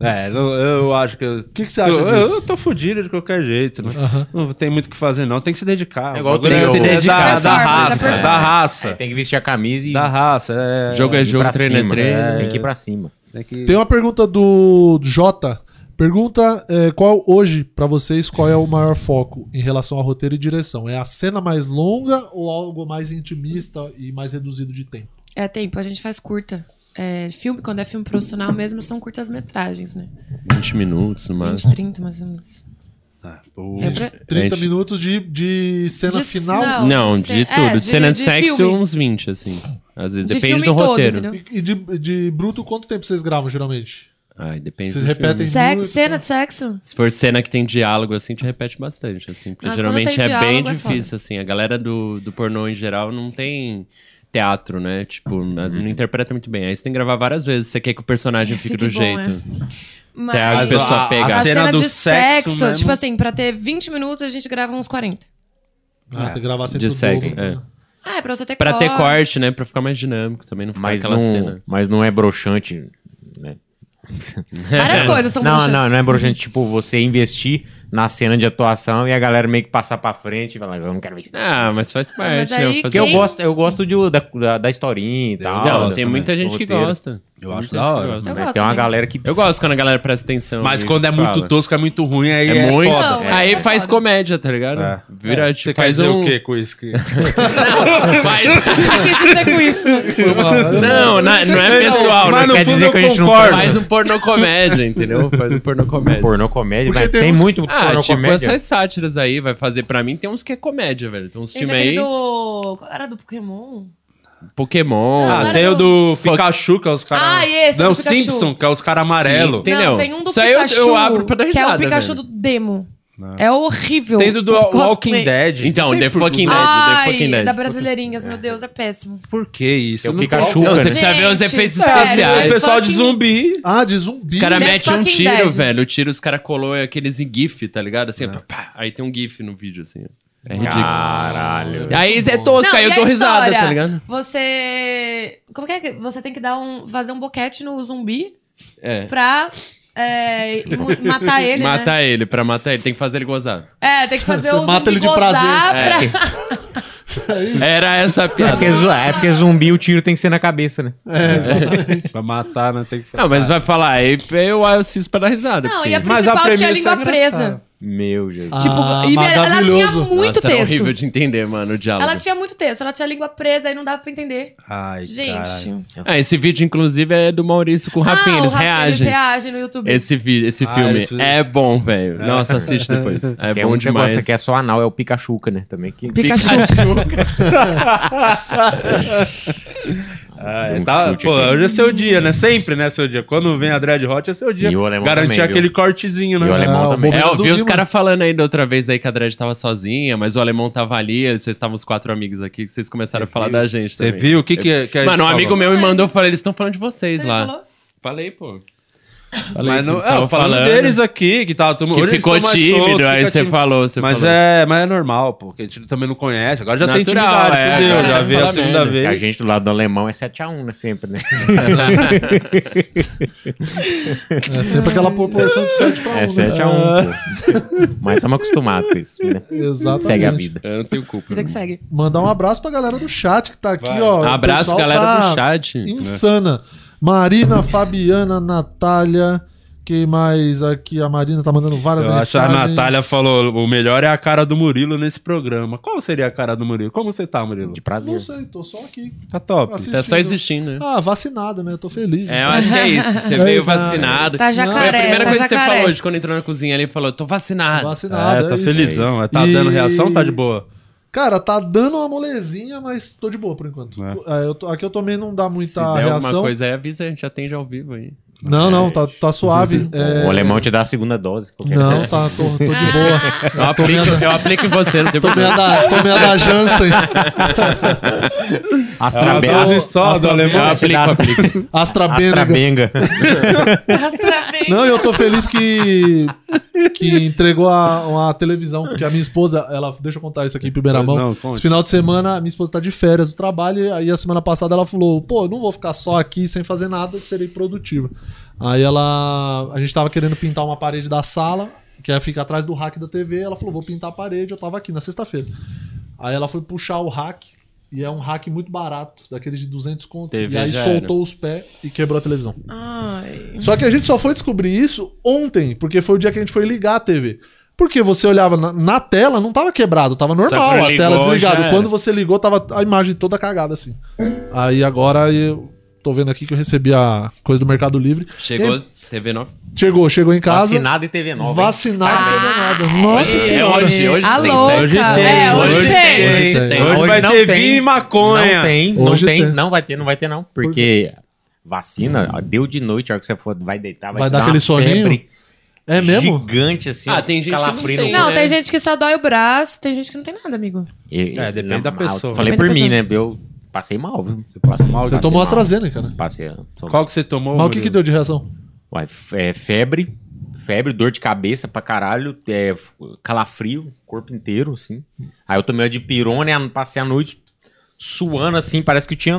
Speaker 1: É, não- eu acho que. O
Speaker 3: que que você acha disso?
Speaker 1: Eu tô fudido de qualquer jeito. Né?
Speaker 3: Aham.
Speaker 1: Não tem muito o que fazer, não. Tem que se dedicar.
Speaker 2: É igual
Speaker 1: O bagulho
Speaker 2: tem
Speaker 1: é
Speaker 2: o-
Speaker 1: se dedicar. Da,
Speaker 4: Performance,
Speaker 1: da
Speaker 4: é
Speaker 1: raça.
Speaker 4: performance.
Speaker 1: Da
Speaker 2: aí
Speaker 1: raça.
Speaker 2: É, tem que vestir a camisa e.
Speaker 1: Da raça. É...
Speaker 5: Jogo é
Speaker 2: ir
Speaker 5: jogo,
Speaker 2: pra
Speaker 5: treino é
Speaker 2: cima.
Speaker 5: treino.
Speaker 3: né?
Speaker 2: Tem que ir pra cima.
Speaker 1: Tem que...
Speaker 3: Tem uma pergunta do Jota. Pergunta é, qual hoje pra vocês qual é o maior foco em relação a roteiro e direção? É a cena mais longa ou algo mais intimista e mais reduzido de tempo?
Speaker 4: É tempo, a gente faz curta. É, filme, quando é filme profissional mesmo, são curtas metragens, né?
Speaker 5: 20 minutos no máximo.
Speaker 4: 20, 30, mais ou menos.
Speaker 1: Ah, pô.
Speaker 4: É pra-
Speaker 3: 30
Speaker 5: Gente.
Speaker 3: minutos de, de cena
Speaker 4: De-
Speaker 3: final
Speaker 5: Não,
Speaker 4: de
Speaker 5: de
Speaker 4: ce-
Speaker 5: tudo.
Speaker 4: é,
Speaker 5: de cena de,
Speaker 4: de
Speaker 5: sexo,
Speaker 4: filme.
Speaker 5: uns 20, assim. Às vezes,
Speaker 4: De
Speaker 5: depende
Speaker 4: filme
Speaker 5: do
Speaker 4: todo,
Speaker 5: roteiro.
Speaker 4: entendeu?
Speaker 3: e, e de, de bruto quanto tempo vocês gravam geralmente?
Speaker 5: Ai, depende
Speaker 3: Vocês
Speaker 5: do filme.
Speaker 3: repetem
Speaker 4: Se-
Speaker 3: muito.
Speaker 4: cena de sexo?
Speaker 5: Se for cena que tem diálogo, assim, te repete bastante, assim. Porque
Speaker 4: Mas quando
Speaker 5: geralmente
Speaker 4: tem
Speaker 5: é bem
Speaker 4: diálogo, é
Speaker 5: difícil, assim. A galera do, do pornô, em geral, não tem teatro, né? Tipo, às
Speaker 1: Uhum.
Speaker 5: vezes não interpreta muito bem. Aí você tem que gravar várias vezes. Você quer que
Speaker 4: [laughs]
Speaker 5: o personagem
Speaker 4: Fique
Speaker 5: fique do
Speaker 4: bom, é.
Speaker 5: jeito.
Speaker 4: Mas...
Speaker 5: Até a pessoa
Speaker 1: a- a
Speaker 5: pegar.
Speaker 4: A
Speaker 1: Cena
Speaker 4: cena
Speaker 1: do
Speaker 4: de
Speaker 1: sexo
Speaker 4: sexo,
Speaker 1: mesmo.
Speaker 4: tipo assim, pra ter 20 minutos, a gente grava uns 40.
Speaker 3: Ah, tem que gravar sempre
Speaker 5: de
Speaker 3: o
Speaker 5: sexo,
Speaker 3: dobro,
Speaker 5: é.
Speaker 3: né?
Speaker 4: Ah, é pra você ter
Speaker 5: Pra ter
Speaker 4: corte.
Speaker 5: corte, né? Pra ficar mais dinâmico também, não ficar
Speaker 2: Mas
Speaker 5: aquela
Speaker 2: não,
Speaker 5: cena.
Speaker 2: mas não é broxante. Né?
Speaker 5: [laughs]
Speaker 4: Várias coisas são
Speaker 2: Não,
Speaker 4: bruxas.
Speaker 2: não, não é broxante. Tipo, você investir na cena de atuação e a galera meio que passar pra frente e falar, eu não quero ver isso. não."
Speaker 5: Ah, mas faz parte.
Speaker 4: mas aí
Speaker 5: né?
Speaker 2: Porque
Speaker 5: Fazer...
Speaker 2: eu
Speaker 4: Quem-
Speaker 2: gosto, eu gosto de- da, da, da historinha e tal.
Speaker 5: Não,
Speaker 2: dessa-
Speaker 5: tem muita
Speaker 2: do
Speaker 5: gente que
Speaker 2: roteiro.
Speaker 5: gosta.
Speaker 1: né? Eu acho
Speaker 5: Muita
Speaker 1: da
Speaker 5: gente
Speaker 1: hora.
Speaker 5: gosta.
Speaker 1: Eu Mas gosto tem uma também. galera que-
Speaker 5: Eu gosto quando a galera presta atenção.
Speaker 1: Mas
Speaker 5: e
Speaker 1: quando é muito
Speaker 5: fala.
Speaker 1: tosco, é muito ruim, aí é,
Speaker 5: muito.
Speaker 1: foda.
Speaker 4: Então.
Speaker 5: Aí faz comédia, tá ligado?
Speaker 1: É.
Speaker 5: Vira,
Speaker 1: É.
Speaker 5: tipo,
Speaker 1: Você quer
Speaker 5: faz
Speaker 1: dizer
Speaker 5: um...
Speaker 1: o quê com isso? é Que...
Speaker 5: Não, [laughs] faz...
Speaker 4: tá com isso?
Speaker 5: Não, na- não é pessoal,
Speaker 1: né?
Speaker 2: Mas
Speaker 5: não
Speaker 2: no
Speaker 5: quer
Speaker 2: fundo
Speaker 5: dizer
Speaker 2: eu
Speaker 5: que a gente não
Speaker 2: concordo.
Speaker 5: faz um pornô comédia, entendeu? Faz um pornô comédia.
Speaker 2: Pornô comédia, mas tem muito
Speaker 5: Ah,
Speaker 2: pornô
Speaker 5: tipo
Speaker 2: comédia.
Speaker 5: essas sátiras aí, vai fazer pra mim, tem uns que é comédia, velho. Tem uns
Speaker 4: Gente,
Speaker 5: filmes
Speaker 4: aquele
Speaker 5: aí,
Speaker 4: do... Qual era do Pokémon?
Speaker 5: Pokémon.
Speaker 1: Ah, tem o do Pikachu, que é os caras.
Speaker 4: Ah, esse,
Speaker 1: Não,
Speaker 4: do Pikachu.
Speaker 1: Simpson, que é os caras amarelos.
Speaker 4: Não, tem um do
Speaker 5: Isso aí eu-
Speaker 4: Pikachu,
Speaker 5: eu abro pra dar
Speaker 4: que é o
Speaker 5: risada,
Speaker 4: Pikachu
Speaker 5: velho.
Speaker 4: do Demo. É horrível.
Speaker 1: Tem do, do
Speaker 4: O cosplay.
Speaker 1: Walking Dead.
Speaker 5: Então,
Speaker 1: Tem
Speaker 5: The
Speaker 1: por-
Speaker 5: Fucking Dead, The Fucking
Speaker 4: Ai,
Speaker 5: Dead.
Speaker 4: da Brasileirinhas, meu Deus, é péssimo.
Speaker 1: Por que isso?
Speaker 5: É o
Speaker 1: Não
Speaker 5: Pikachu,
Speaker 1: tem-
Speaker 5: Não, você precisa ver os
Speaker 4: Gente,
Speaker 5: efeitos
Speaker 4: sério,
Speaker 5: especiais.
Speaker 4: The
Speaker 1: O pessoal de
Speaker 4: fucking-
Speaker 1: zumbi.
Speaker 3: Ah, de zumbi.
Speaker 5: Os caras
Speaker 4: The
Speaker 5: metem um
Speaker 4: fucking
Speaker 5: tiro,
Speaker 4: dead.
Speaker 5: velho. O tiro, os caras colou é aqueles em GIF, tá ligado? Assim, pá, pá. aí tem um GIF no vídeo, assim. É ridículo.
Speaker 2: Caralho.
Speaker 5: Aí é tosco,
Speaker 4: Não,
Speaker 5: aí
Speaker 4: e
Speaker 5: eu
Speaker 4: a
Speaker 5: dou risada,
Speaker 4: história?
Speaker 5: tá ligado?
Speaker 4: Você. Como que é que. Você tem que dar um. fazer um boquete no zumbi
Speaker 5: É.
Speaker 4: pra é, mu- matar ele. né?
Speaker 5: Matar ele, pra matar ele, tem que fazer ele gozar.
Speaker 4: É, tem que fazer
Speaker 3: Você
Speaker 4: o
Speaker 3: mata
Speaker 4: zumbi
Speaker 3: ele de
Speaker 4: gozar
Speaker 3: prazer.
Speaker 4: [laughs]
Speaker 5: É,
Speaker 4: pra-
Speaker 5: Era essa a
Speaker 2: É
Speaker 5: piada. [laughs]
Speaker 2: porque, zu- é porque zumbi o tiro tem que ser na cabeça, né?
Speaker 1: Pra matar, né? Tem que
Speaker 5: Não, mas vai falar, aí eu assisto pra dar risada.
Speaker 4: Não,
Speaker 5: porque-
Speaker 4: e a
Speaker 1: Mas a
Speaker 4: principal tinha a
Speaker 1: premissa é
Speaker 4: língua presa.
Speaker 5: Meu Jesus.
Speaker 4: Tipo,
Speaker 3: Ah,
Speaker 4: e me- ela tinha
Speaker 3: maravilhoso.
Speaker 4: muito
Speaker 5: Nossa, era
Speaker 4: texto.
Speaker 5: horrível de entender, mano, o diálogo. assim.
Speaker 4: Ela tinha muito texto, ela tinha a língua presa e não dava pra entender.
Speaker 1: Ai,
Speaker 4: Gente.
Speaker 1: caralho.
Speaker 5: Ah, esse vídeo, inclusive, é do Maurício com o Rafinha,
Speaker 4: ah,
Speaker 5: eles
Speaker 4: o Rafinha,
Speaker 5: reagem.
Speaker 4: Eles reagem no YouTube.
Speaker 5: Esse vídeo, esse
Speaker 1: Ah,
Speaker 5: filme
Speaker 1: isso-
Speaker 5: é bom, velho. Nossa,
Speaker 1: [laughs]
Speaker 5: assiste depois. É
Speaker 2: Tem um
Speaker 5: bom
Speaker 2: que você
Speaker 5: demais.
Speaker 2: gosta que
Speaker 5: [laughs]
Speaker 2: é só anal, é o Pikachuca, né? Também que...
Speaker 1: Ah,
Speaker 2: um
Speaker 1: é, tá, pô, hoje é seu dia, né? Sempre, né? Seu dia. Quando vem a Dread Hot, é seu dia.
Speaker 2: E o alemão
Speaker 1: Garantir
Speaker 2: também, viu?
Speaker 1: aquele cortezinho, né?
Speaker 2: E o alemão
Speaker 1: Ah,
Speaker 2: também.
Speaker 3: vou-
Speaker 5: É, eu vi
Speaker 3: do
Speaker 5: os
Speaker 3: Guima.
Speaker 5: caras falando aí da outra vez aí que a Dredd tava sozinha, mas o alemão tava ali, vocês estavam os quatro amigos aqui, que vocês começaram a falar da gente
Speaker 1: Você
Speaker 5: também.
Speaker 1: viu? O que que é? Que a
Speaker 5: Mano, um
Speaker 1: gente
Speaker 5: amigo
Speaker 1: falou?
Speaker 5: meu me mandou, eu falei, eles estão falando de vocês
Speaker 4: Você
Speaker 5: lá.
Speaker 4: falou?
Speaker 5: Falei, pô. Falei
Speaker 1: Mas
Speaker 5: que
Speaker 1: não,
Speaker 5: eles
Speaker 1: é,
Speaker 5: tavam
Speaker 1: falando, deles aqui, que tava todo mundo.
Speaker 5: Que
Speaker 1: hoje eles
Speaker 5: ficou
Speaker 1: tão mais
Speaker 5: tímido,
Speaker 1: soltos,
Speaker 5: aí
Speaker 1: fica
Speaker 5: você
Speaker 1: tímido.
Speaker 5: falou, você
Speaker 1: mas
Speaker 5: falou.
Speaker 1: É, mas é normal, pô, porque a gente também não conhece. Agora já tem
Speaker 5: Natural,
Speaker 1: intimidade,
Speaker 5: é,
Speaker 1: fudeu.
Speaker 5: agora
Speaker 1: Já
Speaker 5: não
Speaker 1: veio a
Speaker 5: fala
Speaker 1: segunda
Speaker 5: merda.
Speaker 1: vez.
Speaker 2: A gente do lado do alemão é 7x1, né? Sempre, né?
Speaker 3: É sempre aquela proporção de 7 pra né? 1.
Speaker 2: É 7x1, pô. Mas estamos acostumados com isso, né?
Speaker 3: É, Exatamente.
Speaker 2: Segue a vida.
Speaker 5: Eu não tenho culpa.
Speaker 4: Vida que segue.
Speaker 3: Mandar um abraço pra galera do chat que tá aqui, ó. O
Speaker 5: Um Abraço,
Speaker 3: pessoal
Speaker 5: galera
Speaker 3: tá
Speaker 5: do chat. né?
Speaker 3: Insana. Marina, Fabiana, Natália. Quem mais aqui? A Marina tá mandando várias
Speaker 1: Eu acho a
Speaker 3: mensagens.
Speaker 1: Natália falou: o melhor é a cara do Murilo nesse programa. Qual seria a cara do Murilo? Como você tá, Murilo?
Speaker 2: De prazer.
Speaker 3: Não sei, tô só aqui.
Speaker 1: Tá top.
Speaker 3: assistindo.
Speaker 5: Tá só existindo, né?
Speaker 3: Ah, vacinado, né? Eu tô feliz. [laughs]
Speaker 5: É, eu acho que é isso. Você veio
Speaker 3: Exato.
Speaker 5: vacinado.
Speaker 4: Tá
Speaker 5: Foi a
Speaker 4: jacaré,
Speaker 5: primeira
Speaker 4: tá
Speaker 5: coisa que você
Speaker 4: jacaré.
Speaker 5: falou hoje, quando entrou na cozinha ali, falou, tô vacinado.
Speaker 3: Vacinado,
Speaker 1: é, tá
Speaker 3: é isso.
Speaker 1: felizão. é, Tá
Speaker 3: E-
Speaker 1: dando reação, tá de boa.
Speaker 3: Cara, tá dando uma molezinha, mas tô de boa por enquanto. É, eu tô- aqui eu tomei não dá
Speaker 5: Se
Speaker 3: muita
Speaker 5: der alguma
Speaker 3: tá, reação.
Speaker 5: coisa aí, avisa, a gente atende ao vivo
Speaker 3: [laughs]
Speaker 5: aí.
Speaker 3: Não,
Speaker 1: É.
Speaker 3: não, tá, tá suave. É,
Speaker 2: O alemão te dá a segunda dose. qualquer
Speaker 3: Não,
Speaker 2: coisa.
Speaker 3: tá, tô, tô de boa.
Speaker 5: Eu aplico, eu aplico em você, não tem
Speaker 3: Tomei a
Speaker 5: problema.
Speaker 3: da, tomei a da Janssen.
Speaker 2: Astrabe-
Speaker 1: Uma
Speaker 3: um
Speaker 1: dose Tá só do
Speaker 3: né,
Speaker 1: alemão.
Speaker 5: Eu aplico, aplico.
Speaker 3: Astrabenega.
Speaker 2: Astrabenga.
Speaker 3: Não, eu tô feliz que que entregou a, a televisão, porque a minha esposa, ela, deixa eu contar isso aqui em primeira
Speaker 1: Pois
Speaker 3: mão.
Speaker 1: não, conte.
Speaker 3: Esse final de semana, a minha esposa tá de férias do trabalho, e aí a semana passada ela falou: "Pô, eu não vou ficar só aqui sem fazer nada, serei produtiva". Aí ela, a gente tava querendo pintar uma parede da sala, que é fica atrás do rack da TV, ela falou: "Vou pintar a parede". Eu tava aqui na sexta-feira. Aí ela foi puxar o rack e é um rack muito barato, daqueles de 200 conto.
Speaker 5: TV
Speaker 3: e aí
Speaker 5: já era.
Speaker 3: soltou os pés e quebrou a televisão.
Speaker 4: Ai.
Speaker 3: Só que a gente só foi descobrir isso ontem, porque foi o dia que a gente foi ligar a TV. Porque você olhava na, na tela, não tava quebrado, tava normal,
Speaker 5: quando
Speaker 3: a
Speaker 5: ligou,
Speaker 3: tela
Speaker 5: já
Speaker 3: desligada.
Speaker 5: era.
Speaker 3: Quando você ligou, tava a imagem toda cagada assim. Aí agora eu tô vendo aqui que eu recebi a coisa do Mercado Livre.
Speaker 5: Chegou
Speaker 3: E-
Speaker 5: TV nova.
Speaker 3: Chegou, chegou em casa. Vacinado,
Speaker 2: Vacinado e TV nova. hein? Ah,
Speaker 3: vacinado não deu nada. Nossa
Speaker 5: Ah, É
Speaker 3: senhora.
Speaker 5: hoje, hoje
Speaker 4: A
Speaker 5: tem.
Speaker 4: louca.
Speaker 5: Hoje
Speaker 1: tem,
Speaker 4: É, hoje,
Speaker 1: hoje
Speaker 4: tem.
Speaker 5: tem, hoje
Speaker 3: Hoje
Speaker 5: tem.
Speaker 1: Hoje
Speaker 2: Hoje
Speaker 1: vai
Speaker 2: não
Speaker 1: ter
Speaker 2: tem.
Speaker 1: vinho e maconha.
Speaker 2: Não tem, não
Speaker 3: Hoje
Speaker 2: tem,
Speaker 3: tem.
Speaker 2: não vai ter, não vai ter não. Porque vacina, ó, deu de noite, a hora que você for, vai deitar, vai,
Speaker 3: Vai
Speaker 2: te
Speaker 3: dar
Speaker 2: dar
Speaker 3: aquele
Speaker 2: uma
Speaker 3: soninho?
Speaker 2: febre
Speaker 3: É mesmo?
Speaker 2: gigante assim.
Speaker 5: Ah,
Speaker 2: ó,
Speaker 5: tem gente que não
Speaker 2: calafrio no
Speaker 5: tem,
Speaker 4: Não,
Speaker 5: né?
Speaker 4: tem gente que só dói o braço, tem gente que não tem nada, amigo.
Speaker 2: Eu-
Speaker 1: É,
Speaker 2: eu-
Speaker 1: depende da
Speaker 2: eu
Speaker 1: pessoa.
Speaker 2: Falei por
Speaker 4: Depende
Speaker 2: mim,
Speaker 4: da
Speaker 2: né? Eu passei mal, viu? Você passou mal?
Speaker 3: Você tomou AstraZeneca, né?
Speaker 2: Passei. tomei.
Speaker 1: Qual que você tomou?
Speaker 3: Mas o que, que
Speaker 1: Murilo?
Speaker 3: deu de reação?
Speaker 2: Ué, fe- é, febre, febre, dor de cabeça pra caralho, é, calafrio, corpo inteiro, assim. Aí eu tomei a de pirone, a- passei a noite suando, assim, parece que tinha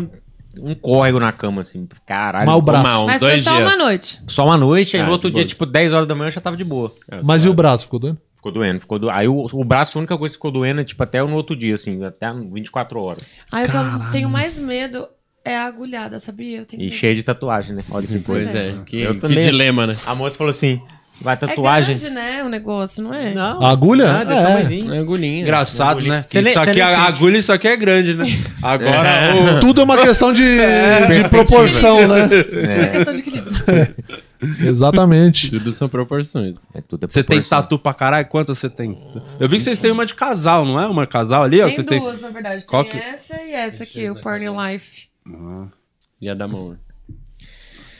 Speaker 2: um córrego na cama, assim. Caralho.
Speaker 3: Mal braço.
Speaker 5: Mal. Uns
Speaker 4: Mas foi
Speaker 5: dois
Speaker 4: só
Speaker 5: dias.
Speaker 4: uma noite.
Speaker 2: Só uma noite, aí
Speaker 5: Ah,
Speaker 2: no outro
Speaker 5: de
Speaker 2: dia,
Speaker 5: boa.
Speaker 2: tipo, 10 horas da manhã eu já tava de boa.
Speaker 3: Mas e o braço, ficou doendo?
Speaker 2: Ficou doendo, ficou doendo. Aí o, o braço foi a única coisa que ficou doendo, tipo, até no outro dia, assim, até 24 horas.
Speaker 4: Aí o que eu tenho mais medo é agulhada, sabia? Eu tenho
Speaker 2: E
Speaker 4: que-
Speaker 2: cheio de tatuagem, né? Olha que
Speaker 5: Pois
Speaker 2: coisa.
Speaker 5: é, que-
Speaker 2: Eu
Speaker 5: que
Speaker 2: também-
Speaker 5: dilema, né?
Speaker 2: A moça falou assim: vai Ah,
Speaker 4: É
Speaker 2: tatuagem.
Speaker 4: grande, né, o negócio, não é?
Speaker 2: Não.
Speaker 3: A agulha?
Speaker 2: Nada,
Speaker 3: É.
Speaker 2: tamanhozinho.
Speaker 5: É agulhinha. [laughs]
Speaker 1: Engraçado, né?
Speaker 2: Você nem-
Speaker 1: isso
Speaker 2: você
Speaker 1: aqui,
Speaker 2: nem
Speaker 1: a
Speaker 2: sente.
Speaker 1: agulha, isso aqui é grande, né? Agora, o-
Speaker 3: Tudo é uma questão de,
Speaker 5: É,
Speaker 3: de proporção,
Speaker 5: [laughs]
Speaker 3: né?
Speaker 4: É questão de equilíbrio.
Speaker 3: Exatamente.
Speaker 5: Tudo são proporções.
Speaker 2: É tudo é
Speaker 1: você tem
Speaker 2: proporção.
Speaker 1: tatu pra caralho? Quantas você tem? Eu vi que vocês têm uma de casal, não é? Uma casal ali, ó.
Speaker 4: Tem
Speaker 1: Vocês têm...
Speaker 4: duas, na verdade.
Speaker 1: Qual
Speaker 4: Tem
Speaker 1: que-
Speaker 4: essa e essa aqui, o Porn Life.
Speaker 5: E a da mão. né?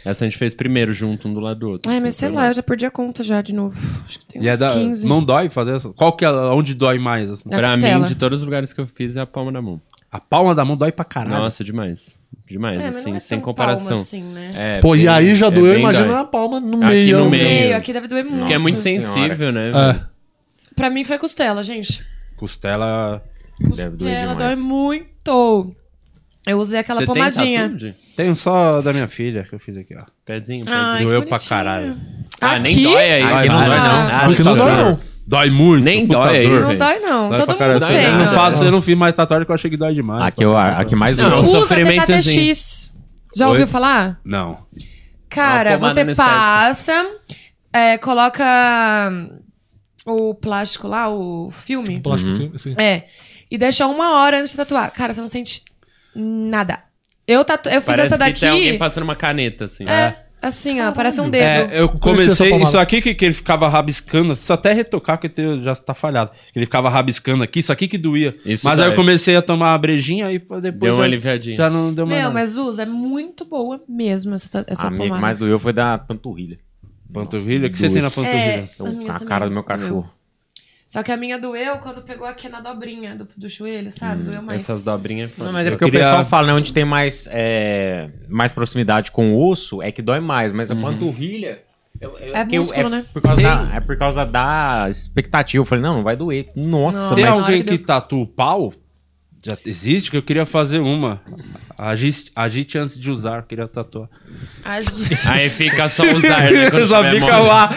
Speaker 5: Essa a gente fez primeiro junto, um do lado do outro.
Speaker 4: Ai,
Speaker 5: assim,
Speaker 4: É, mas sei
Speaker 5: foi
Speaker 4: lá, eu já perdi a conta já de novo. Acho que tem
Speaker 1: E é
Speaker 4: uns
Speaker 1: da...
Speaker 4: 15.
Speaker 1: Não dói fazer essa? Qual que é onde dói mais? assim?
Speaker 4: Na
Speaker 5: Pra
Speaker 4: é costela.
Speaker 5: mim, de todos os lugares que eu fiz, é a palma da mão.
Speaker 1: A palma da mão dói pra caralho.
Speaker 5: Nossa, demais. Demais,
Speaker 4: É, mas
Speaker 5: assim,
Speaker 4: não é
Speaker 5: sem
Speaker 4: tão
Speaker 5: comparação.
Speaker 4: palma assim, né?
Speaker 5: É,
Speaker 3: Pô, e
Speaker 5: bem-
Speaker 3: aí já
Speaker 5: é
Speaker 3: doeu,
Speaker 5: bem
Speaker 3: imagina
Speaker 5: dói.
Speaker 3: na palma, no
Speaker 5: Aqui
Speaker 3: meio.
Speaker 5: no
Speaker 3: né?
Speaker 4: Meio,
Speaker 5: meio.
Speaker 4: aqui deve doer muito.
Speaker 5: Porque é muito
Speaker 2: Nossa
Speaker 5: sensível, né?
Speaker 3: É.
Speaker 4: Pra mim foi costela, gente.
Speaker 1: Costela.
Speaker 2: Deve doer
Speaker 4: Costela
Speaker 2: demais.
Speaker 4: dói muito. Eu usei aquela
Speaker 5: Você tem
Speaker 4: pomadinha.
Speaker 5: tatu de
Speaker 1: Tem só da minha filha que eu fiz aqui, ó.
Speaker 5: Pezinho, pezinho.
Speaker 4: Ai, que
Speaker 1: Doeu pra
Speaker 4: bonitinho.
Speaker 1: caralho.
Speaker 5: Ah,
Speaker 4: Aqui?
Speaker 5: nem dói aí.
Speaker 1: Aqui não dói,
Speaker 4: não.
Speaker 5: Ah,
Speaker 3: É Porque não
Speaker 5: tá
Speaker 3: dói,
Speaker 5: dor.
Speaker 3: não.
Speaker 1: Dói muito.
Speaker 5: Nem
Speaker 1: puta
Speaker 5: dói aí,
Speaker 1: dor.
Speaker 5: velho.
Speaker 4: Não dói, não.
Speaker 1: Dói
Speaker 4: Todo
Speaker 1: pra
Speaker 4: mundo
Speaker 1: caralho.
Speaker 4: tem. né?
Speaker 1: Eu não,
Speaker 4: ó.
Speaker 1: faço, eu não fiz mais tatuagem porque eu achei que dói demais.
Speaker 2: A Ah, que, eu, a que mais
Speaker 5: Não,
Speaker 2: doeu.
Speaker 5: um
Speaker 4: Usa
Speaker 5: sofrimentozinho.
Speaker 4: TKTX. Já
Speaker 1: Oi?
Speaker 4: ouviu falar?
Speaker 1: Não.
Speaker 4: Cara,
Speaker 5: Uma pomada
Speaker 4: você
Speaker 5: anestésica.
Speaker 4: passa, é, coloca hum, o plástico lá, o filme.
Speaker 3: Plástico, sim,
Speaker 5: Uhum.
Speaker 3: sim.
Speaker 4: É. E deixa uma hora antes de tatuar. Cara, você não sente nada. Eu, tatu... eu fiz
Speaker 5: Parece
Speaker 4: essa
Speaker 5: que tem alguém
Speaker 4: daqui.
Speaker 5: passando uma caneta, assim.
Speaker 4: É, assim, ó, parece um dedo.
Speaker 1: É, eu
Speaker 3: conhecia essa
Speaker 1: comecei.
Speaker 3: pomada.
Speaker 1: Isso aqui que, que ele ficava rabiscando. Preciso até retocar porque tem- já tá falhado. Ele ficava rabiscando aqui, isso aqui que doía.
Speaker 5: Isso
Speaker 1: mas aí
Speaker 5: dói.
Speaker 1: eu comecei a tomar a brejinha e depois.
Speaker 5: Deu um uma
Speaker 1: já-
Speaker 5: aliviadinha.
Speaker 1: Já não deu mais.
Speaker 4: Meu,
Speaker 1: nada.
Speaker 4: mas usa, é muito boa mesmo essa, ta- essa
Speaker 2: A minha que
Speaker 4: pomada.
Speaker 2: mais doeu foi da panturrilha.
Speaker 1: Panturrilha? O que você tem na panturrilha?
Speaker 4: É, a minha
Speaker 2: a
Speaker 4: também.
Speaker 2: cara do meu cachorro.
Speaker 4: Só que a minha doeu quando pegou aqui na dobrinha do, do joelho, sabe? doeu mais.
Speaker 5: Essas dobrinhas.
Speaker 2: Não, mas é
Speaker 1: Eu
Speaker 2: porque
Speaker 1: queria-
Speaker 2: o pessoal fala, né? Onde tem mais, é, mais proximidade com o osso é que dói mais, mas a panturrilha. eu- eu-
Speaker 4: É
Speaker 2: porque eu-
Speaker 4: músculo,
Speaker 2: é
Speaker 4: né?
Speaker 2: Por causa
Speaker 1: Tem.
Speaker 2: da, é por causa da expectativa. Eu falei, não, não vai doer. Nossa,
Speaker 4: Não.
Speaker 1: Tem
Speaker 4: mas-
Speaker 1: alguém
Speaker 4: Na hora
Speaker 1: que
Speaker 4: que
Speaker 1: tatua o pau? Já existe? Que eu queria fazer uma. Agite, agite antes de usar, eu queria tatuar.
Speaker 4: A gente...
Speaker 5: Aí fica só
Speaker 1: [laughs]
Speaker 2: [laughs]
Speaker 5: usar, né? quando
Speaker 1: só
Speaker 5: tiver
Speaker 1: fica
Speaker 5: mole. [laughs]
Speaker 1: lá.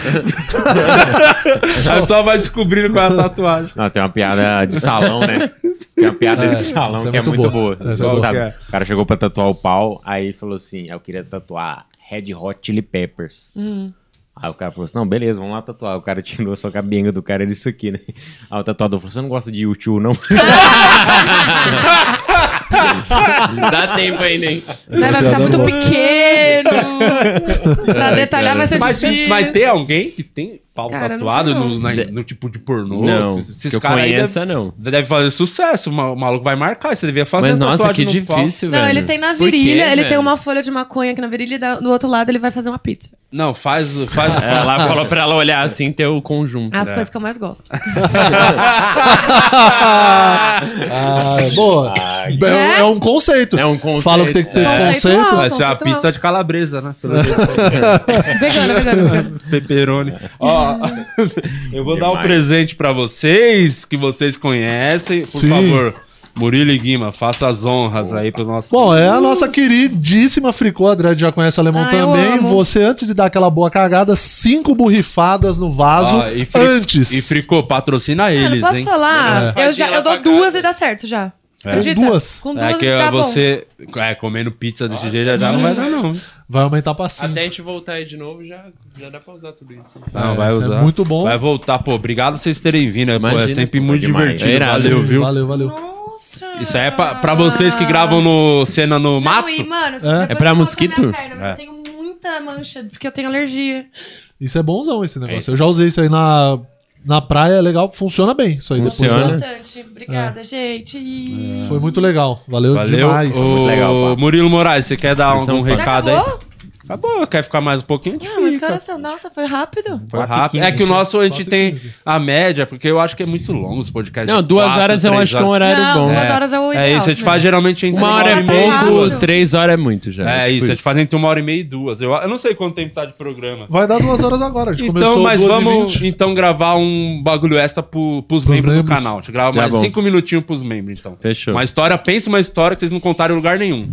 Speaker 1: Aí só vai descobrindo qual é a tatuagem.
Speaker 2: Não, tem uma piada de salão, né? Tem uma piada
Speaker 3: É,
Speaker 2: de salão
Speaker 3: essa
Speaker 2: que
Speaker 3: é
Speaker 2: é,
Speaker 3: muito
Speaker 2: muito
Speaker 3: boa.
Speaker 2: boa.
Speaker 3: Essa é boa.
Speaker 2: Sabe?
Speaker 1: Qual que
Speaker 2: O cara chegou pra tatuar o pau, aí falou assim: eu queria tatuar Red Hot Chili Peppers. Aí o cara falou assim: não, beleza, vamos lá tatuar. O cara tirou só a cabenga do cara, era isso aqui, né? Aí o tatuador falou: você não gosta de YouTube, não?
Speaker 5: Dá tempo aí, nem.
Speaker 4: né, vai ficar muito pequeno. [laughs] pra detalhar vai ser
Speaker 1: Mas,
Speaker 4: difícil.
Speaker 1: mas tem alguém que tem pau
Speaker 4: Cara, não
Speaker 1: tatuado
Speaker 4: sei não.
Speaker 1: no, na- no tipo de pornô?
Speaker 5: Não,
Speaker 1: Esses
Speaker 5: que eu
Speaker 1: caras aí
Speaker 5: conheça,
Speaker 1: deve-
Speaker 5: não.
Speaker 1: Deve fazer sucesso, o ma- o maluco vai marcar, você devia fazer
Speaker 5: Mas
Speaker 1: uma
Speaker 5: nossa, que
Speaker 1: tatuagem no pau.
Speaker 5: difícil, velho.
Speaker 4: Não, ele tem na
Speaker 5: Por quê,
Speaker 4: virilha, ele tem
Speaker 5: velho?
Speaker 4: uma folha de maconha aqui na virilha e da- do outro lado ele vai fazer uma pizza.
Speaker 1: Não, faz... faz...
Speaker 5: É, Ela falou pra ela olhar assim, ter o conjunto.
Speaker 4: As coisas que eu mais gosto.
Speaker 3: [laughs] Ah, boa. É, é um conceito.
Speaker 5: É um conceito.
Speaker 3: Fala que tem que ter conceito.
Speaker 4: É.
Speaker 1: Vai ser uma
Speaker 4: Né? conceitual.
Speaker 1: pizza de calabresa,
Speaker 5: [laughs]
Speaker 1: né?
Speaker 4: vegano, vegano, vegano.
Speaker 1: [laughs] Peperoni. Ó, eu vou dar um
Speaker 2: Demais.
Speaker 1: presente pra vocês, que vocês conhecem. Por
Speaker 3: Sim.
Speaker 1: favor, Murilo e Guima, faça as honras aí pro nosso...
Speaker 3: Bom, é a nossa queridíssima Fricô, André já conhece o alemão
Speaker 4: Uhum. Ah, eu
Speaker 3: também.
Speaker 4: amo.
Speaker 3: Você, antes de dar aquela boa cagada, cinco borrifadas no vaso
Speaker 5: Ah,
Speaker 1: Ó, e fri-
Speaker 3: antes.
Speaker 1: E Fricô, patrocina
Speaker 4: Mano,
Speaker 1: eles,
Speaker 4: posso
Speaker 1: hein?
Speaker 4: falar? Eu, já,
Speaker 5: Fadinha
Speaker 4: eu dou
Speaker 5: pra casa.
Speaker 4: duas e dá certo já. Acredita?
Speaker 3: Com duas?
Speaker 4: Com
Speaker 1: É
Speaker 4: duas
Speaker 1: que
Speaker 4: dá
Speaker 1: você é, comendo pizza desse jeito já, já não vai dar, não.
Speaker 3: Vai aumentar pra cinco.
Speaker 5: Até a gente voltar aí de novo, já, já dá pra usar tudo isso.
Speaker 1: Não,
Speaker 3: É,
Speaker 1: vai
Speaker 3: isso é
Speaker 1: usar.
Speaker 3: muito bom.
Speaker 1: Vai voltar, pô. Obrigado por vocês terem vindo. é, pô, é
Speaker 5: Imagina,
Speaker 1: sempre
Speaker 5: pô,
Speaker 1: muito
Speaker 2: demais.
Speaker 1: divertido.
Speaker 5: É irado.
Speaker 1: Valeu, viu?
Speaker 3: Valeu, valeu.
Speaker 4: bom. Nossa.
Speaker 1: Isso aí é pra, pra vocês que gravam no cena no
Speaker 4: Não,
Speaker 1: mato.
Speaker 4: e, mano, assim,
Speaker 3: É?
Speaker 4: depois
Speaker 5: É pra
Speaker 4: eu coloco a
Speaker 5: mosquito?
Speaker 4: minha perna, mas
Speaker 1: É.
Speaker 4: Eu tenho muita mancha, porque eu tenho alergia.
Speaker 3: Isso é bonzão esse negócio. eu já usei isso aí na, na praia, é legal. Funciona bem isso aí. Depois,
Speaker 5: Funciona.
Speaker 3: né?
Speaker 4: Bastante. Obrigada, gente.
Speaker 3: Foi muito legal. Valeu,
Speaker 1: Valeu.
Speaker 3: demais.
Speaker 1: Ô,
Speaker 2: Legal, pá.
Speaker 1: Murilo Moraes, você quer dar
Speaker 5: Eles são
Speaker 1: algum
Speaker 5: fãs.
Speaker 4: Já
Speaker 1: recado aí?
Speaker 4: acabou?
Speaker 1: Acabou. Quer ficar mais um pouquinho? A gente
Speaker 4: Não, Ah, mas
Speaker 1: fica.
Speaker 4: coração, nossa, foi rápido.
Speaker 1: Foi
Speaker 2: Quatro e
Speaker 1: rápido. É
Speaker 2: quinze.
Speaker 1: que o nosso a gente
Speaker 3: Quatro e
Speaker 1: tem
Speaker 3: quinze.
Speaker 1: a média, porque eu acho que é muito longo os podcasts.
Speaker 5: Não,
Speaker 1: de
Speaker 5: duas
Speaker 1: quatro,
Speaker 5: horas eu
Speaker 1: três
Speaker 5: acho que é um
Speaker 1: horas.
Speaker 5: horário
Speaker 4: não,
Speaker 5: bom.
Speaker 4: duas
Speaker 1: É.
Speaker 4: horas é o ideal.
Speaker 1: É isso, a gente
Speaker 4: né?
Speaker 1: faz geralmente entre
Speaker 5: Uma hora e
Speaker 4: Passa
Speaker 5: meia,
Speaker 4: rápido.
Speaker 5: duas, três horas é muito já.
Speaker 1: É
Speaker 5: tipo
Speaker 1: isso, a gente faz entre uma hora e meia e duas. Eu, eu não sei quanto tempo tá de programa.
Speaker 3: Vai dar duas horas agora. A gente
Speaker 1: Então,
Speaker 3: começou
Speaker 1: mas
Speaker 3: 2h20.
Speaker 1: vamos então gravar um bagulho extra pro, pros
Speaker 3: Pros
Speaker 1: membros,
Speaker 3: membros.
Speaker 1: do canal. A gente grava
Speaker 5: Tá
Speaker 1: mais
Speaker 5: bom.
Speaker 1: cinco minutinhos pros membros, então.
Speaker 5: Fechou.
Speaker 1: Uma história, pensa uma história que vocês não contaram em lugar nenhum.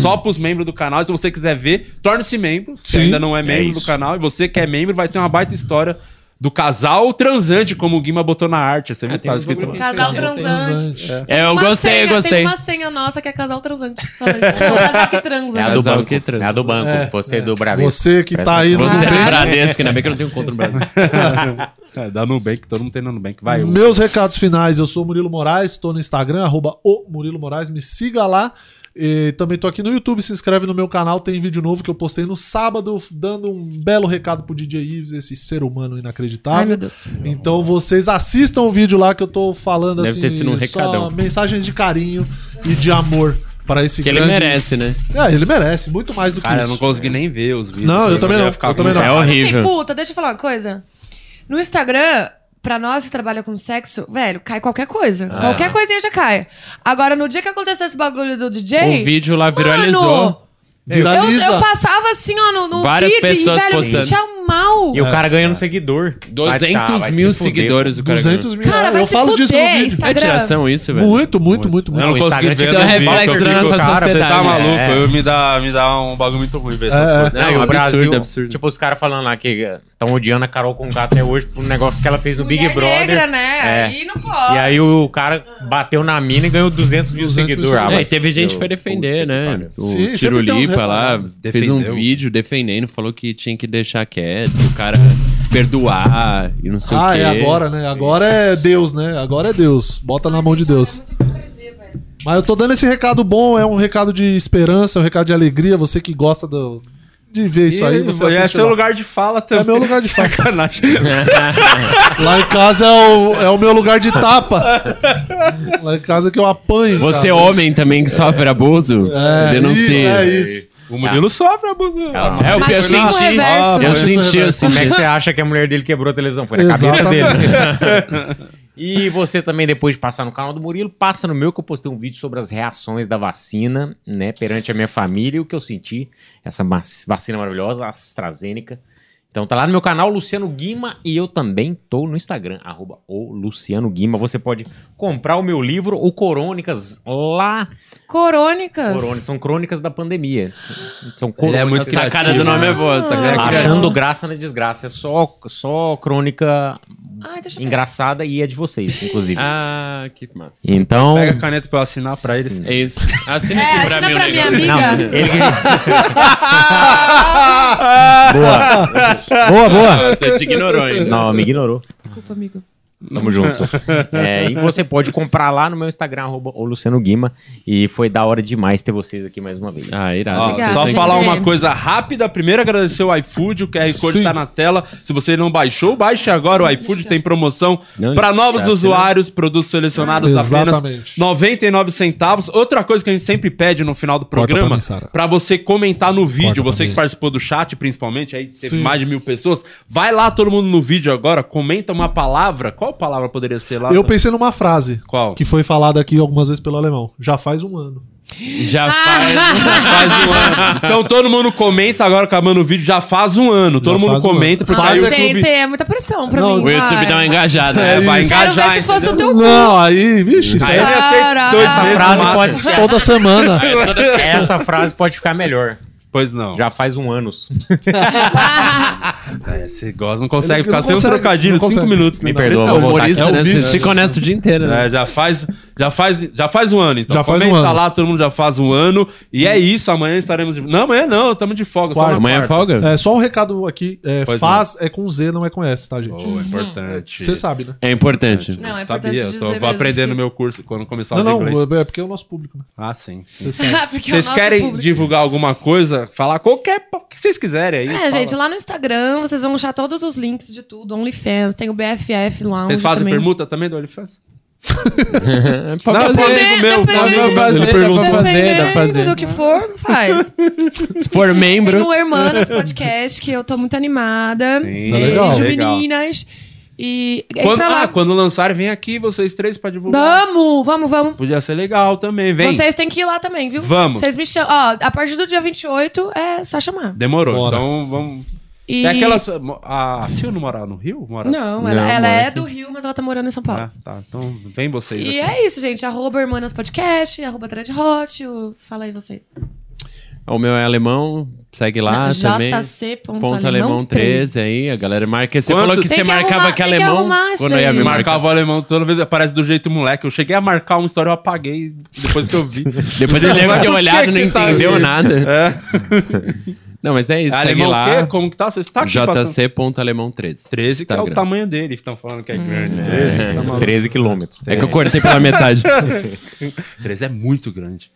Speaker 1: Só pros membros do canal. Se você quiser ver, torne-se membro. Se
Speaker 3: Sim.
Speaker 1: ainda não é membro do
Speaker 2: isso.
Speaker 1: canal e você que é membro, vai ter uma baita história do casal transante, como o Guima botou na arte. Você viu que
Speaker 5: tem
Speaker 1: tá
Speaker 5: um
Speaker 1: escrito
Speaker 5: bagulho
Speaker 1: lá?
Speaker 5: aqui.
Speaker 4: Casal transante.
Speaker 1: É, eu
Speaker 4: Uma
Speaker 1: gostei,
Speaker 4: senha,
Speaker 1: eu gostei.
Speaker 4: Tem uma senha nossa que é casal transante.
Speaker 2: [laughs]
Speaker 4: Fala aí. Casal que transa.
Speaker 2: É a do
Speaker 5: Casal
Speaker 2: banco.
Speaker 5: que transa.
Speaker 2: É a do banco.
Speaker 3: É,
Speaker 2: você do Bradesco.
Speaker 3: Você que tá aí no
Speaker 5: Você
Speaker 3: Nubank.
Speaker 5: é Bradesco, ainda bem que eu não tenho conta no Bradesco.
Speaker 1: É, da Nubank, todo mundo tem na Nubank. Vai, um.
Speaker 3: Meus recados finais, eu sou o Murilo Moraes, tô no Instagram, arroba o Murilo Moraes, me siga lá. E também tô aqui no YouTube, se inscreve no meu canal, tem vídeo novo que eu postei no sábado, dando um belo recado pro DJ Ives, esse ser humano inacreditável.
Speaker 4: Ai, meu Deus.
Speaker 3: Então vocês assistam o vídeo lá que eu tô falando
Speaker 5: Deve
Speaker 3: assim,
Speaker 5: ter sido um recadão.
Speaker 3: mensagens de carinho e de amor para esse
Speaker 5: Que ele
Speaker 3: grande...
Speaker 5: merece, né?
Speaker 3: É, ele merece, muito mais do que
Speaker 1: Cara, eu
Speaker 3: isso.
Speaker 1: não consegui nem ver os vídeos.
Speaker 3: Não, eu também
Speaker 1: ia
Speaker 3: não,
Speaker 1: ficar
Speaker 3: eu
Speaker 1: com-
Speaker 3: também não.
Speaker 5: É
Speaker 4: Ei,
Speaker 5: horrível.
Speaker 4: puta, deixa eu falar uma coisa. No Instagram, pra nós que trabalham com sexo, velho, cai qualquer
Speaker 2: É.
Speaker 4: coisa. Qualquer coisinha já cai. Agora, no dia que aconteceu esse bagulho do DJ...
Speaker 5: O Um vídeo lá
Speaker 4: mano,
Speaker 5: viralizou.
Speaker 4: Eu,
Speaker 3: Viraliza.
Speaker 4: eu passava assim, ó, no, no
Speaker 5: Várias
Speaker 4: feed e,
Speaker 5: pessoas
Speaker 4: velho, eu me
Speaker 5: postando.
Speaker 4: sentia mal.
Speaker 2: E
Speaker 3: é.
Speaker 2: o cara ganhando seguidor.
Speaker 5: 200
Speaker 2: Vai tá, vai
Speaker 5: mil
Speaker 2: se fuder.
Speaker 5: seguidores o cara ganhou.
Speaker 3: 200 mil, Ah,
Speaker 4: Cara, vai
Speaker 3: eu
Speaker 4: se
Speaker 3: falo disso no
Speaker 4: fuder,
Speaker 3: vídeo.
Speaker 4: Instagram.
Speaker 5: É tiração isso, velho?
Speaker 3: Muito, muito, muito, muito.
Speaker 1: Eu não
Speaker 2: o
Speaker 1: consegui
Speaker 2: Instagram
Speaker 1: ver.
Speaker 2: fica
Speaker 1: eu não vi,
Speaker 2: reflexo
Speaker 1: porque eu
Speaker 2: na
Speaker 1: fico-
Speaker 2: nossa
Speaker 1: Cara, você tá
Speaker 5: sociedade,
Speaker 1: maluco.
Speaker 2: né?
Speaker 1: Eu me, dá, me dá um bagulho muito ruim ver essas
Speaker 3: É,
Speaker 1: coisas.
Speaker 2: Não, e o
Speaker 5: absurdo,
Speaker 2: Brasil,
Speaker 5: absurdo.
Speaker 2: tipo, os caras falando lá que estão odiando a Carol Conká até hoje por um negócio que ela fez no Big
Speaker 4: Mulher
Speaker 2: Brother.
Speaker 4: negra, né?
Speaker 2: É.
Speaker 4: Aí não pode.
Speaker 2: E aí o cara bateu na mina e ganhou 200 mil
Speaker 3: 200 mil
Speaker 2: seguidores. Ah,
Speaker 5: É, e
Speaker 2: mas
Speaker 5: teve gente que
Speaker 2: eu-
Speaker 5: foi
Speaker 2: puta que
Speaker 5: defender, né?
Speaker 2: pariu.
Speaker 5: O
Speaker 3: Sim, sempre tem uns
Speaker 5: Tirulipa
Speaker 3: retardados.
Speaker 5: lá fez um
Speaker 1: Defendeu.
Speaker 5: vídeo defendendo, falou que tinha que deixar quieto, o cara perdoar e não sei o
Speaker 3: Ah,
Speaker 5: quê.
Speaker 3: é agora, né? Agora é Deus, né? Agora é Deus. Bota na mão de Deus. Mas eu tô dando esse recado bom, é um recado de esperança, é um recado de alegria. Você que gosta do- de ver isso aí, você
Speaker 1: e é
Speaker 3: assiste
Speaker 1: seu
Speaker 3: lá.
Speaker 1: lugar de fala também.
Speaker 3: É meu lugar de
Speaker 1: [laughs]
Speaker 3: fala.
Speaker 1: Sacanagem.
Speaker 3: Lá em casa é o, é o meu lugar de tapa. Lá em casa é que eu apanho.
Speaker 5: Você,
Speaker 3: cara.
Speaker 5: homem também que sofre abuso,
Speaker 3: É,
Speaker 5: denuncia.
Speaker 3: Isso, é isso.
Speaker 1: o Murilo sofre abuso.
Speaker 2: Calma.
Speaker 5: É, o que eu
Speaker 4: Machismo reverso.
Speaker 5: senti. eu
Speaker 3: Machismo
Speaker 5: senti, eu
Speaker 3: reverso.
Speaker 5: senti.
Speaker 2: Como é que você acha que a mulher dele quebrou a televisão? Foi na cabeça dele. [laughs] e você também, depois de passar no canal do Murilo, passa no meu que eu postei um vídeo sobre as reações da vacina, né? Perante a minha família e o que eu senti. Essa ma- vacina maravilhosa, a AstraZeneca. Então tá lá no meu canal, Luciano Guima, e eu também tô no Instagram, arroba o Luciano Guima. Você pode comprar o meu livro, o Corônicas, lá.
Speaker 4: Corônicas.
Speaker 2: Corônicas, são crônicas da pandemia. São
Speaker 1: Ele é
Speaker 2: crônicas-
Speaker 1: muito
Speaker 5: A cara do nome é boa, essa cara.
Speaker 1: Ah,
Speaker 2: Achando graça na desgraça. É só, só crônica
Speaker 4: Ai, deixa eu pegar.
Speaker 2: engraçada e é de vocês, inclusive.
Speaker 5: Ah, que massa.
Speaker 2: Então.
Speaker 1: Pega a caneta pra eu assinar pra eles.
Speaker 5: É isso. Assina
Speaker 4: É,
Speaker 5: aqui pra
Speaker 4: assina
Speaker 5: mim o
Speaker 4: pra minha
Speaker 5: negócio.
Speaker 4: amiga.
Speaker 2: ele boa. Boa, boa.
Speaker 5: Ah, Até te ignorou ainda.
Speaker 2: Não, me ignorou.
Speaker 4: Desculpa, amigo.
Speaker 2: Tamo junto. É, e você pode comprar lá no meu Instagram, arroba o Luciano Guima. E foi da hora demais ter vocês aqui mais uma vez.
Speaker 5: Ah, irado.
Speaker 1: Ó,
Speaker 4: Obrigada,
Speaker 1: só
Speaker 4: gente.
Speaker 1: falar uma coisa rápida. Primeiro, agradecer o iFood. O QR Code
Speaker 3: Sim.
Speaker 1: está na tela. Se você não baixou, baixe agora. O iFood tem promoção
Speaker 5: Não,
Speaker 1: para
Speaker 4: né?
Speaker 1: novos
Speaker 5: graças,
Speaker 1: usuários, produtos selecionados apenas
Speaker 3: Exatamente.
Speaker 1: 99 centavos. Outra coisa que a gente sempre pede no final do
Speaker 3: Corta pra
Speaker 1: programa,
Speaker 3: mim, Sara.
Speaker 1: para você comentar no vídeo,
Speaker 3: Corta pra
Speaker 1: você que
Speaker 3: mim.
Speaker 1: participou do chat, principalmente, aí teve
Speaker 3: Sim.
Speaker 1: mais de mil pessoas. Vai lá, todo mundo no vídeo agora, comenta uma palavra. Qual palavra poderia ser lá?
Speaker 3: Eu pensei numa frase
Speaker 1: Tá, Qual?
Speaker 3: que foi falada aqui algumas vezes pelo alemão. Já faz um ano.
Speaker 5: Já [laughs]
Speaker 4: Ah,
Speaker 5: faz.
Speaker 1: Faz um ano. Então todo mundo comenta agora acabando o vídeo, já faz um ano. Todo
Speaker 3: Já
Speaker 1: mundo
Speaker 3: faz um
Speaker 1: comenta, porque
Speaker 4: Ah,
Speaker 1: aí o
Speaker 4: gente,
Speaker 1: YouTube
Speaker 4: é muita pressão pra
Speaker 3: Não,
Speaker 4: mim.
Speaker 5: O YouTube
Speaker 4: vai.
Speaker 5: dá uma engajada.
Speaker 1: É,
Speaker 5: né?
Speaker 1: vai
Speaker 4: Quero
Speaker 1: engajar.
Speaker 4: ver se fosse o teu cu.
Speaker 3: Não, aí, vixe, isso
Speaker 1: Aí
Speaker 3: é
Speaker 1: ele aceita
Speaker 4: Caraca.
Speaker 1: dois
Speaker 4: Essa
Speaker 1: meses
Speaker 2: frase
Speaker 1: no
Speaker 2: pode
Speaker 1: máximo.
Speaker 3: toda semana.
Speaker 2: Essa frase pode ficar melhor.
Speaker 1: Pois não.
Speaker 2: Já faz um anos.
Speaker 1: É, Você gosta, não consegue
Speaker 3: Ele
Speaker 1: ficar
Speaker 3: não
Speaker 1: sem um
Speaker 3: consegue,
Speaker 1: trocadilho
Speaker 3: não
Speaker 1: cinco
Speaker 3: consegue.
Speaker 1: minutos.
Speaker 2: Me
Speaker 1: né?
Speaker 2: perdoa,
Speaker 5: É
Speaker 2: vou voltar aqui.
Speaker 5: humorista,
Speaker 3: É o
Speaker 5: né? Vocês
Speaker 3: vício.
Speaker 5: ficam nessa o dia inteiro, né?
Speaker 1: É, já faz, já faz, já faz um ano, então.
Speaker 3: Já faz um
Speaker 1: Comenta
Speaker 3: ano.
Speaker 1: lá, todo mundo já faz um ano. E é isso, amanhã estaremos de... Não, amanhã não, estamos de folga. Só
Speaker 3: Quarta.
Speaker 1: na
Speaker 5: Amanhã é
Speaker 1: quarta.
Speaker 5: folga?
Speaker 3: É, só um recado aqui. é,
Speaker 1: Pois
Speaker 3: faz é com Z, não é com S, tá, gente?
Speaker 1: Oh, é importante.
Speaker 3: Você sabe, né?
Speaker 5: É importante.
Speaker 4: Uhum. Não, é
Speaker 1: Sabia,
Speaker 4: importante
Speaker 1: eu tô,
Speaker 4: dizer
Speaker 1: vou
Speaker 4: mesmo
Speaker 1: aprender
Speaker 4: que-
Speaker 1: no meu curso quando começar
Speaker 3: Não,
Speaker 1: o
Speaker 3: não,
Speaker 1: inglês.
Speaker 3: é porque é o nosso público, né?
Speaker 1: Ah, sim.
Speaker 4: [laughs] Porque é o
Speaker 1: Vocês
Speaker 4: nosso
Speaker 1: querem
Speaker 4: público.
Speaker 1: divulgar alguma coisa? Falar qualquer po- que vocês quiserem aí.
Speaker 4: É,
Speaker 1: fala.
Speaker 4: gente, lá no Instagram vocês vão achar todos os links de tudo. OnlyFans, tem o BFF lá.
Speaker 1: Vocês fazem permuta também do OnlyFans?
Speaker 5: Pode
Speaker 1: Não,
Speaker 5: fazer.
Speaker 1: pode- amigo meu,
Speaker 4: depende,
Speaker 1: amigo
Speaker 5: meu, fazer,
Speaker 4: depende,
Speaker 5: dá pra fazer,
Speaker 4: depende
Speaker 5: dá pra fazer.
Speaker 4: do que for,
Speaker 1: [laughs]
Speaker 4: faz.
Speaker 5: Se
Speaker 4: [laughs]
Speaker 5: for
Speaker 4: Tem
Speaker 5: membro.
Speaker 4: o Hermanas Podcast, que eu tô muito animada.
Speaker 1: Sim,
Speaker 3: é
Speaker 4: Beijo,
Speaker 3: legal.
Speaker 1: Legal.
Speaker 4: meninas. E entra
Speaker 1: Quando,
Speaker 4: lá.
Speaker 1: ah, quando lançarem, vem aqui vocês três pra divulgar.
Speaker 4: Vamos, vamos, vamos.
Speaker 1: Podia ser legal também, vem.
Speaker 4: Vocês têm que ir lá também, viu?
Speaker 1: Vamos.
Speaker 4: Vocês me chamam. Ó, a partir do dia 28 é só chamar.
Speaker 1: Demorou,
Speaker 3: Bora.
Speaker 1: então vamos.
Speaker 4: E...
Speaker 1: É aquela. A Sil não morar no Rio? Mora...
Speaker 4: Não,
Speaker 5: Não,
Speaker 4: ela, ela
Speaker 5: mora
Speaker 4: é
Speaker 5: aqui.
Speaker 4: do Rio, mas ela tá morando em São Paulo.
Speaker 1: Ah, tá. Então vem vocês.
Speaker 4: E
Speaker 1: aqui.
Speaker 4: é isso, gente. Arroba Hermanas Podcast, arroba Dread Hot. o- Fala aí você.
Speaker 5: O meu é alemão, segue lá
Speaker 4: Não,
Speaker 5: também.
Speaker 4: JC ponto
Speaker 5: Ponto
Speaker 4: alemão
Speaker 5: alemão 13 aí, a galera marca. Você falou que
Speaker 4: Tem
Speaker 5: você
Speaker 4: que
Speaker 5: marcava
Speaker 4: arrumar-
Speaker 5: que é
Speaker 4: tem que
Speaker 5: alemão
Speaker 4: arrumar isso
Speaker 5: quando eu ia
Speaker 4: daí.
Speaker 5: me marcar.
Speaker 1: Marcava o alemão, toda vez aparece do jeito moleque. Eu cheguei a marcar uma história, eu apaguei depois que eu
Speaker 5: [laughs]
Speaker 1: vi.
Speaker 5: Depois
Speaker 1: [laughs]
Speaker 5: ele deve
Speaker 1: Mas
Speaker 5: ter
Speaker 1: por que
Speaker 5: olhado,
Speaker 1: que
Speaker 5: não
Speaker 1: você tá
Speaker 5: entendeu
Speaker 1: vendo?
Speaker 5: nada.
Speaker 1: É.
Speaker 5: [laughs] Não, mas é isso, segue
Speaker 1: Alemão
Speaker 5: lá.
Speaker 1: o quê? Como que tá? Você está aqui passando.
Speaker 5: jc.alemão13.
Speaker 1: 13, que é o
Speaker 5: Instagram.
Speaker 1: tamanho dele. Estão falando
Speaker 4: Hum.
Speaker 1: que é grande.
Speaker 5: tá É.
Speaker 1: 13, tá maluco.
Speaker 2: 13 quilômetros.
Speaker 5: É que eu cortei
Speaker 1: [laughs]
Speaker 5: pela metade.
Speaker 1: 13 é muito grande.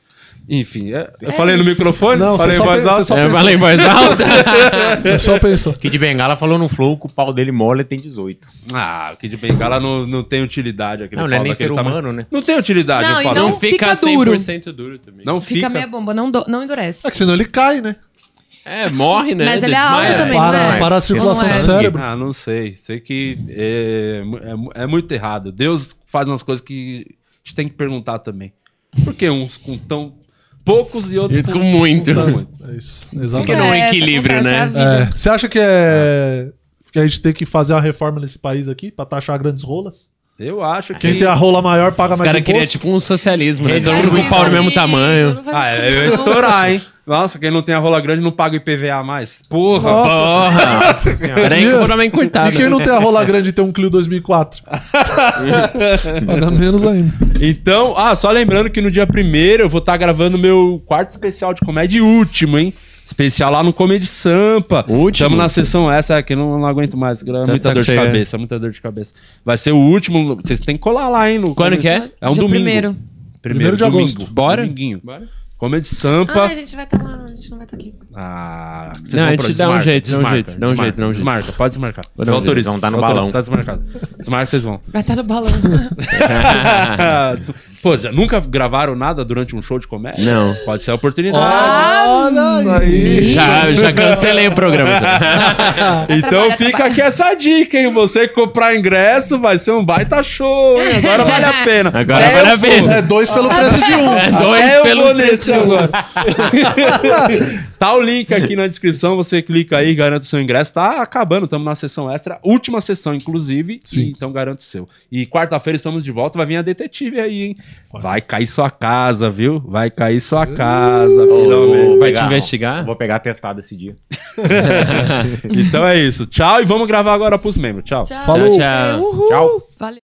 Speaker 1: Enfim, é- eu
Speaker 5: É
Speaker 1: falei no
Speaker 5: isso.
Speaker 1: microfone?
Speaker 5: Não, você
Speaker 1: falei em
Speaker 5: só
Speaker 1: voz
Speaker 5: pensa-
Speaker 1: alta?
Speaker 5: você só É, pensou. falei em voz alta.
Speaker 3: Você só pensou.
Speaker 2: Kid Bengala falou no flow que o pau dele mole tem 18.
Speaker 1: Ah, o Kid Bengala não, não tem utilidade. Aquele
Speaker 2: Não, não é
Speaker 1: pau
Speaker 2: nem
Speaker 1: daquele
Speaker 2: ser
Speaker 1: tamanho.
Speaker 2: humano, né?
Speaker 1: tá Não tem utilidade.
Speaker 4: Não,
Speaker 1: o
Speaker 4: e
Speaker 1: pau.
Speaker 4: não Não fica fica duro.
Speaker 5: 100% duro também.
Speaker 1: Não
Speaker 4: Fica
Speaker 1: fica.
Speaker 4: meia bomba, não, do- não endurece.
Speaker 3: É que senão ele cai, né?
Speaker 5: É, morre, né?
Speaker 4: Mas ele é alto
Speaker 5: Desmaia.
Speaker 4: também, Para- não é? para a circulação Não é. do cérebro.
Speaker 1: Ah, não sei. Sei que é, mu- é mu- é muito errado. Deus faz umas coisas que a gente tem que perguntar também. Por que uns com tão poucos e outros
Speaker 5: E com muito.
Speaker 1: tão
Speaker 3: É isso.
Speaker 5: Fica num
Speaker 4: Acontece,
Speaker 5: equilíbrio,
Speaker 4: acontece, é a
Speaker 5: né?
Speaker 4: vida.
Speaker 3: É, Você acha que é. Que a gente tem que fazer uma reforma nesse país aqui pra taxar grandes rolas?
Speaker 1: Eu acho que...
Speaker 3: Quem tem a rola maior paga
Speaker 5: Os
Speaker 3: mais
Speaker 5: caras
Speaker 3: imposto.
Speaker 5: queriam tipo um socialismo, né?
Speaker 3: Eles
Speaker 5: Todo mundo com
Speaker 3: fazem
Speaker 5: o pau do
Speaker 3: isso
Speaker 5: mesmo
Speaker 3: aí,
Speaker 5: tamanho. é,
Speaker 1: Ah, eu ia estourar, hein? Nossa, quem não tem a rola grande não paga IPVA mais. Porra!
Speaker 5: Porra! Peraí que eu vou dar uma encurtada.
Speaker 3: E quem não tem a rola grande e tem um Clio 2004? Paga menos ainda.
Speaker 1: Então, ah, só lembrando que no dia primeiro eu vou estar gravando meu quarto especial de comédia e último, hein? Especial lá no Comedy Sampa. Último. Estamos na sessão essa, é, que eu não, não aguento mais. gra-
Speaker 5: de
Speaker 1: muita
Speaker 5: saco
Speaker 1: dor de
Speaker 5: cheio, é.
Speaker 1: cabeça, muita dor de cabeça. Vai ser o último. Vocês têm que colar lá, hein? No
Speaker 5: Quando que é?
Speaker 1: É um
Speaker 5: Dia
Speaker 1: domingo.
Speaker 5: primeiro.
Speaker 3: Primeiro de agosto.
Speaker 5: Bora?
Speaker 1: Dominguinho.
Speaker 5: Bora.
Speaker 1: Comedy
Speaker 4: Ah,
Speaker 1: Sampa.
Speaker 4: a gente vai estar lá, a gente não vai estar aqui.
Speaker 1: Ah, vocês
Speaker 5: Não,
Speaker 1: vão
Speaker 5: a gente
Speaker 1: pra-
Speaker 5: dá um
Speaker 1: desmarca,
Speaker 5: jeito, dá um
Speaker 1: desmarca,
Speaker 5: jeito, dá um
Speaker 1: desmarca,
Speaker 5: jeito, dá um jeito.
Speaker 1: Desmarca, pode desmarcar.
Speaker 5: Vou dar um
Speaker 1: Eu
Speaker 5: jeito,
Speaker 1: autorizo,
Speaker 5: vão dar no
Speaker 1: eu autorizo,
Speaker 5: balão.
Speaker 1: Tá desmarcado. Desmarca, vocês vão.
Speaker 4: Vai
Speaker 5: tá
Speaker 4: estar no [laughs] balão.
Speaker 1: Ah, Pô, já nunca gravaram nada durante um show de comédia?
Speaker 5: Não.
Speaker 1: Pode ser a oportunidade.
Speaker 3: Ah, Olha aí.
Speaker 5: Já, já cancelei o programa.
Speaker 1: então fica aqui essa dica, hein? Você que comprar ingresso vai ser um baita show, hein? Agora vale a pena.
Speaker 5: Agora
Speaker 1: Até
Speaker 5: vale
Speaker 1: eu
Speaker 5: a pena.
Speaker 3: É dois pelo
Speaker 4: Ah,
Speaker 3: preço de um.
Speaker 5: É [laughs]
Speaker 1: vou-
Speaker 5: dois
Speaker 1: até eu
Speaker 5: pelo
Speaker 1: vou
Speaker 5: preço
Speaker 1: nesse
Speaker 5: de um.
Speaker 1: agora. [laughs] tá o link aqui na descrição, você clica aí, garanta o seu ingresso. Tá acabando, estamos na sessão extra, última sessão, inclusive. e
Speaker 3: Sim.
Speaker 1: então garanta o seu. E quarta-feira estamos de volta, vai vir a detetive aí, hein? Vai cair sua casa, viu? Vai cair sua casa, finalmente.
Speaker 5: Vai te investigar?
Speaker 2: Vou pegar testado esse dia.
Speaker 1: então é isso. Tchau e vamos gravar agora pros membros. Tchau.
Speaker 4: Tchau. É,
Speaker 3: Falou.
Speaker 5: Tchau, tchau.
Speaker 4: Uhul. Valeu.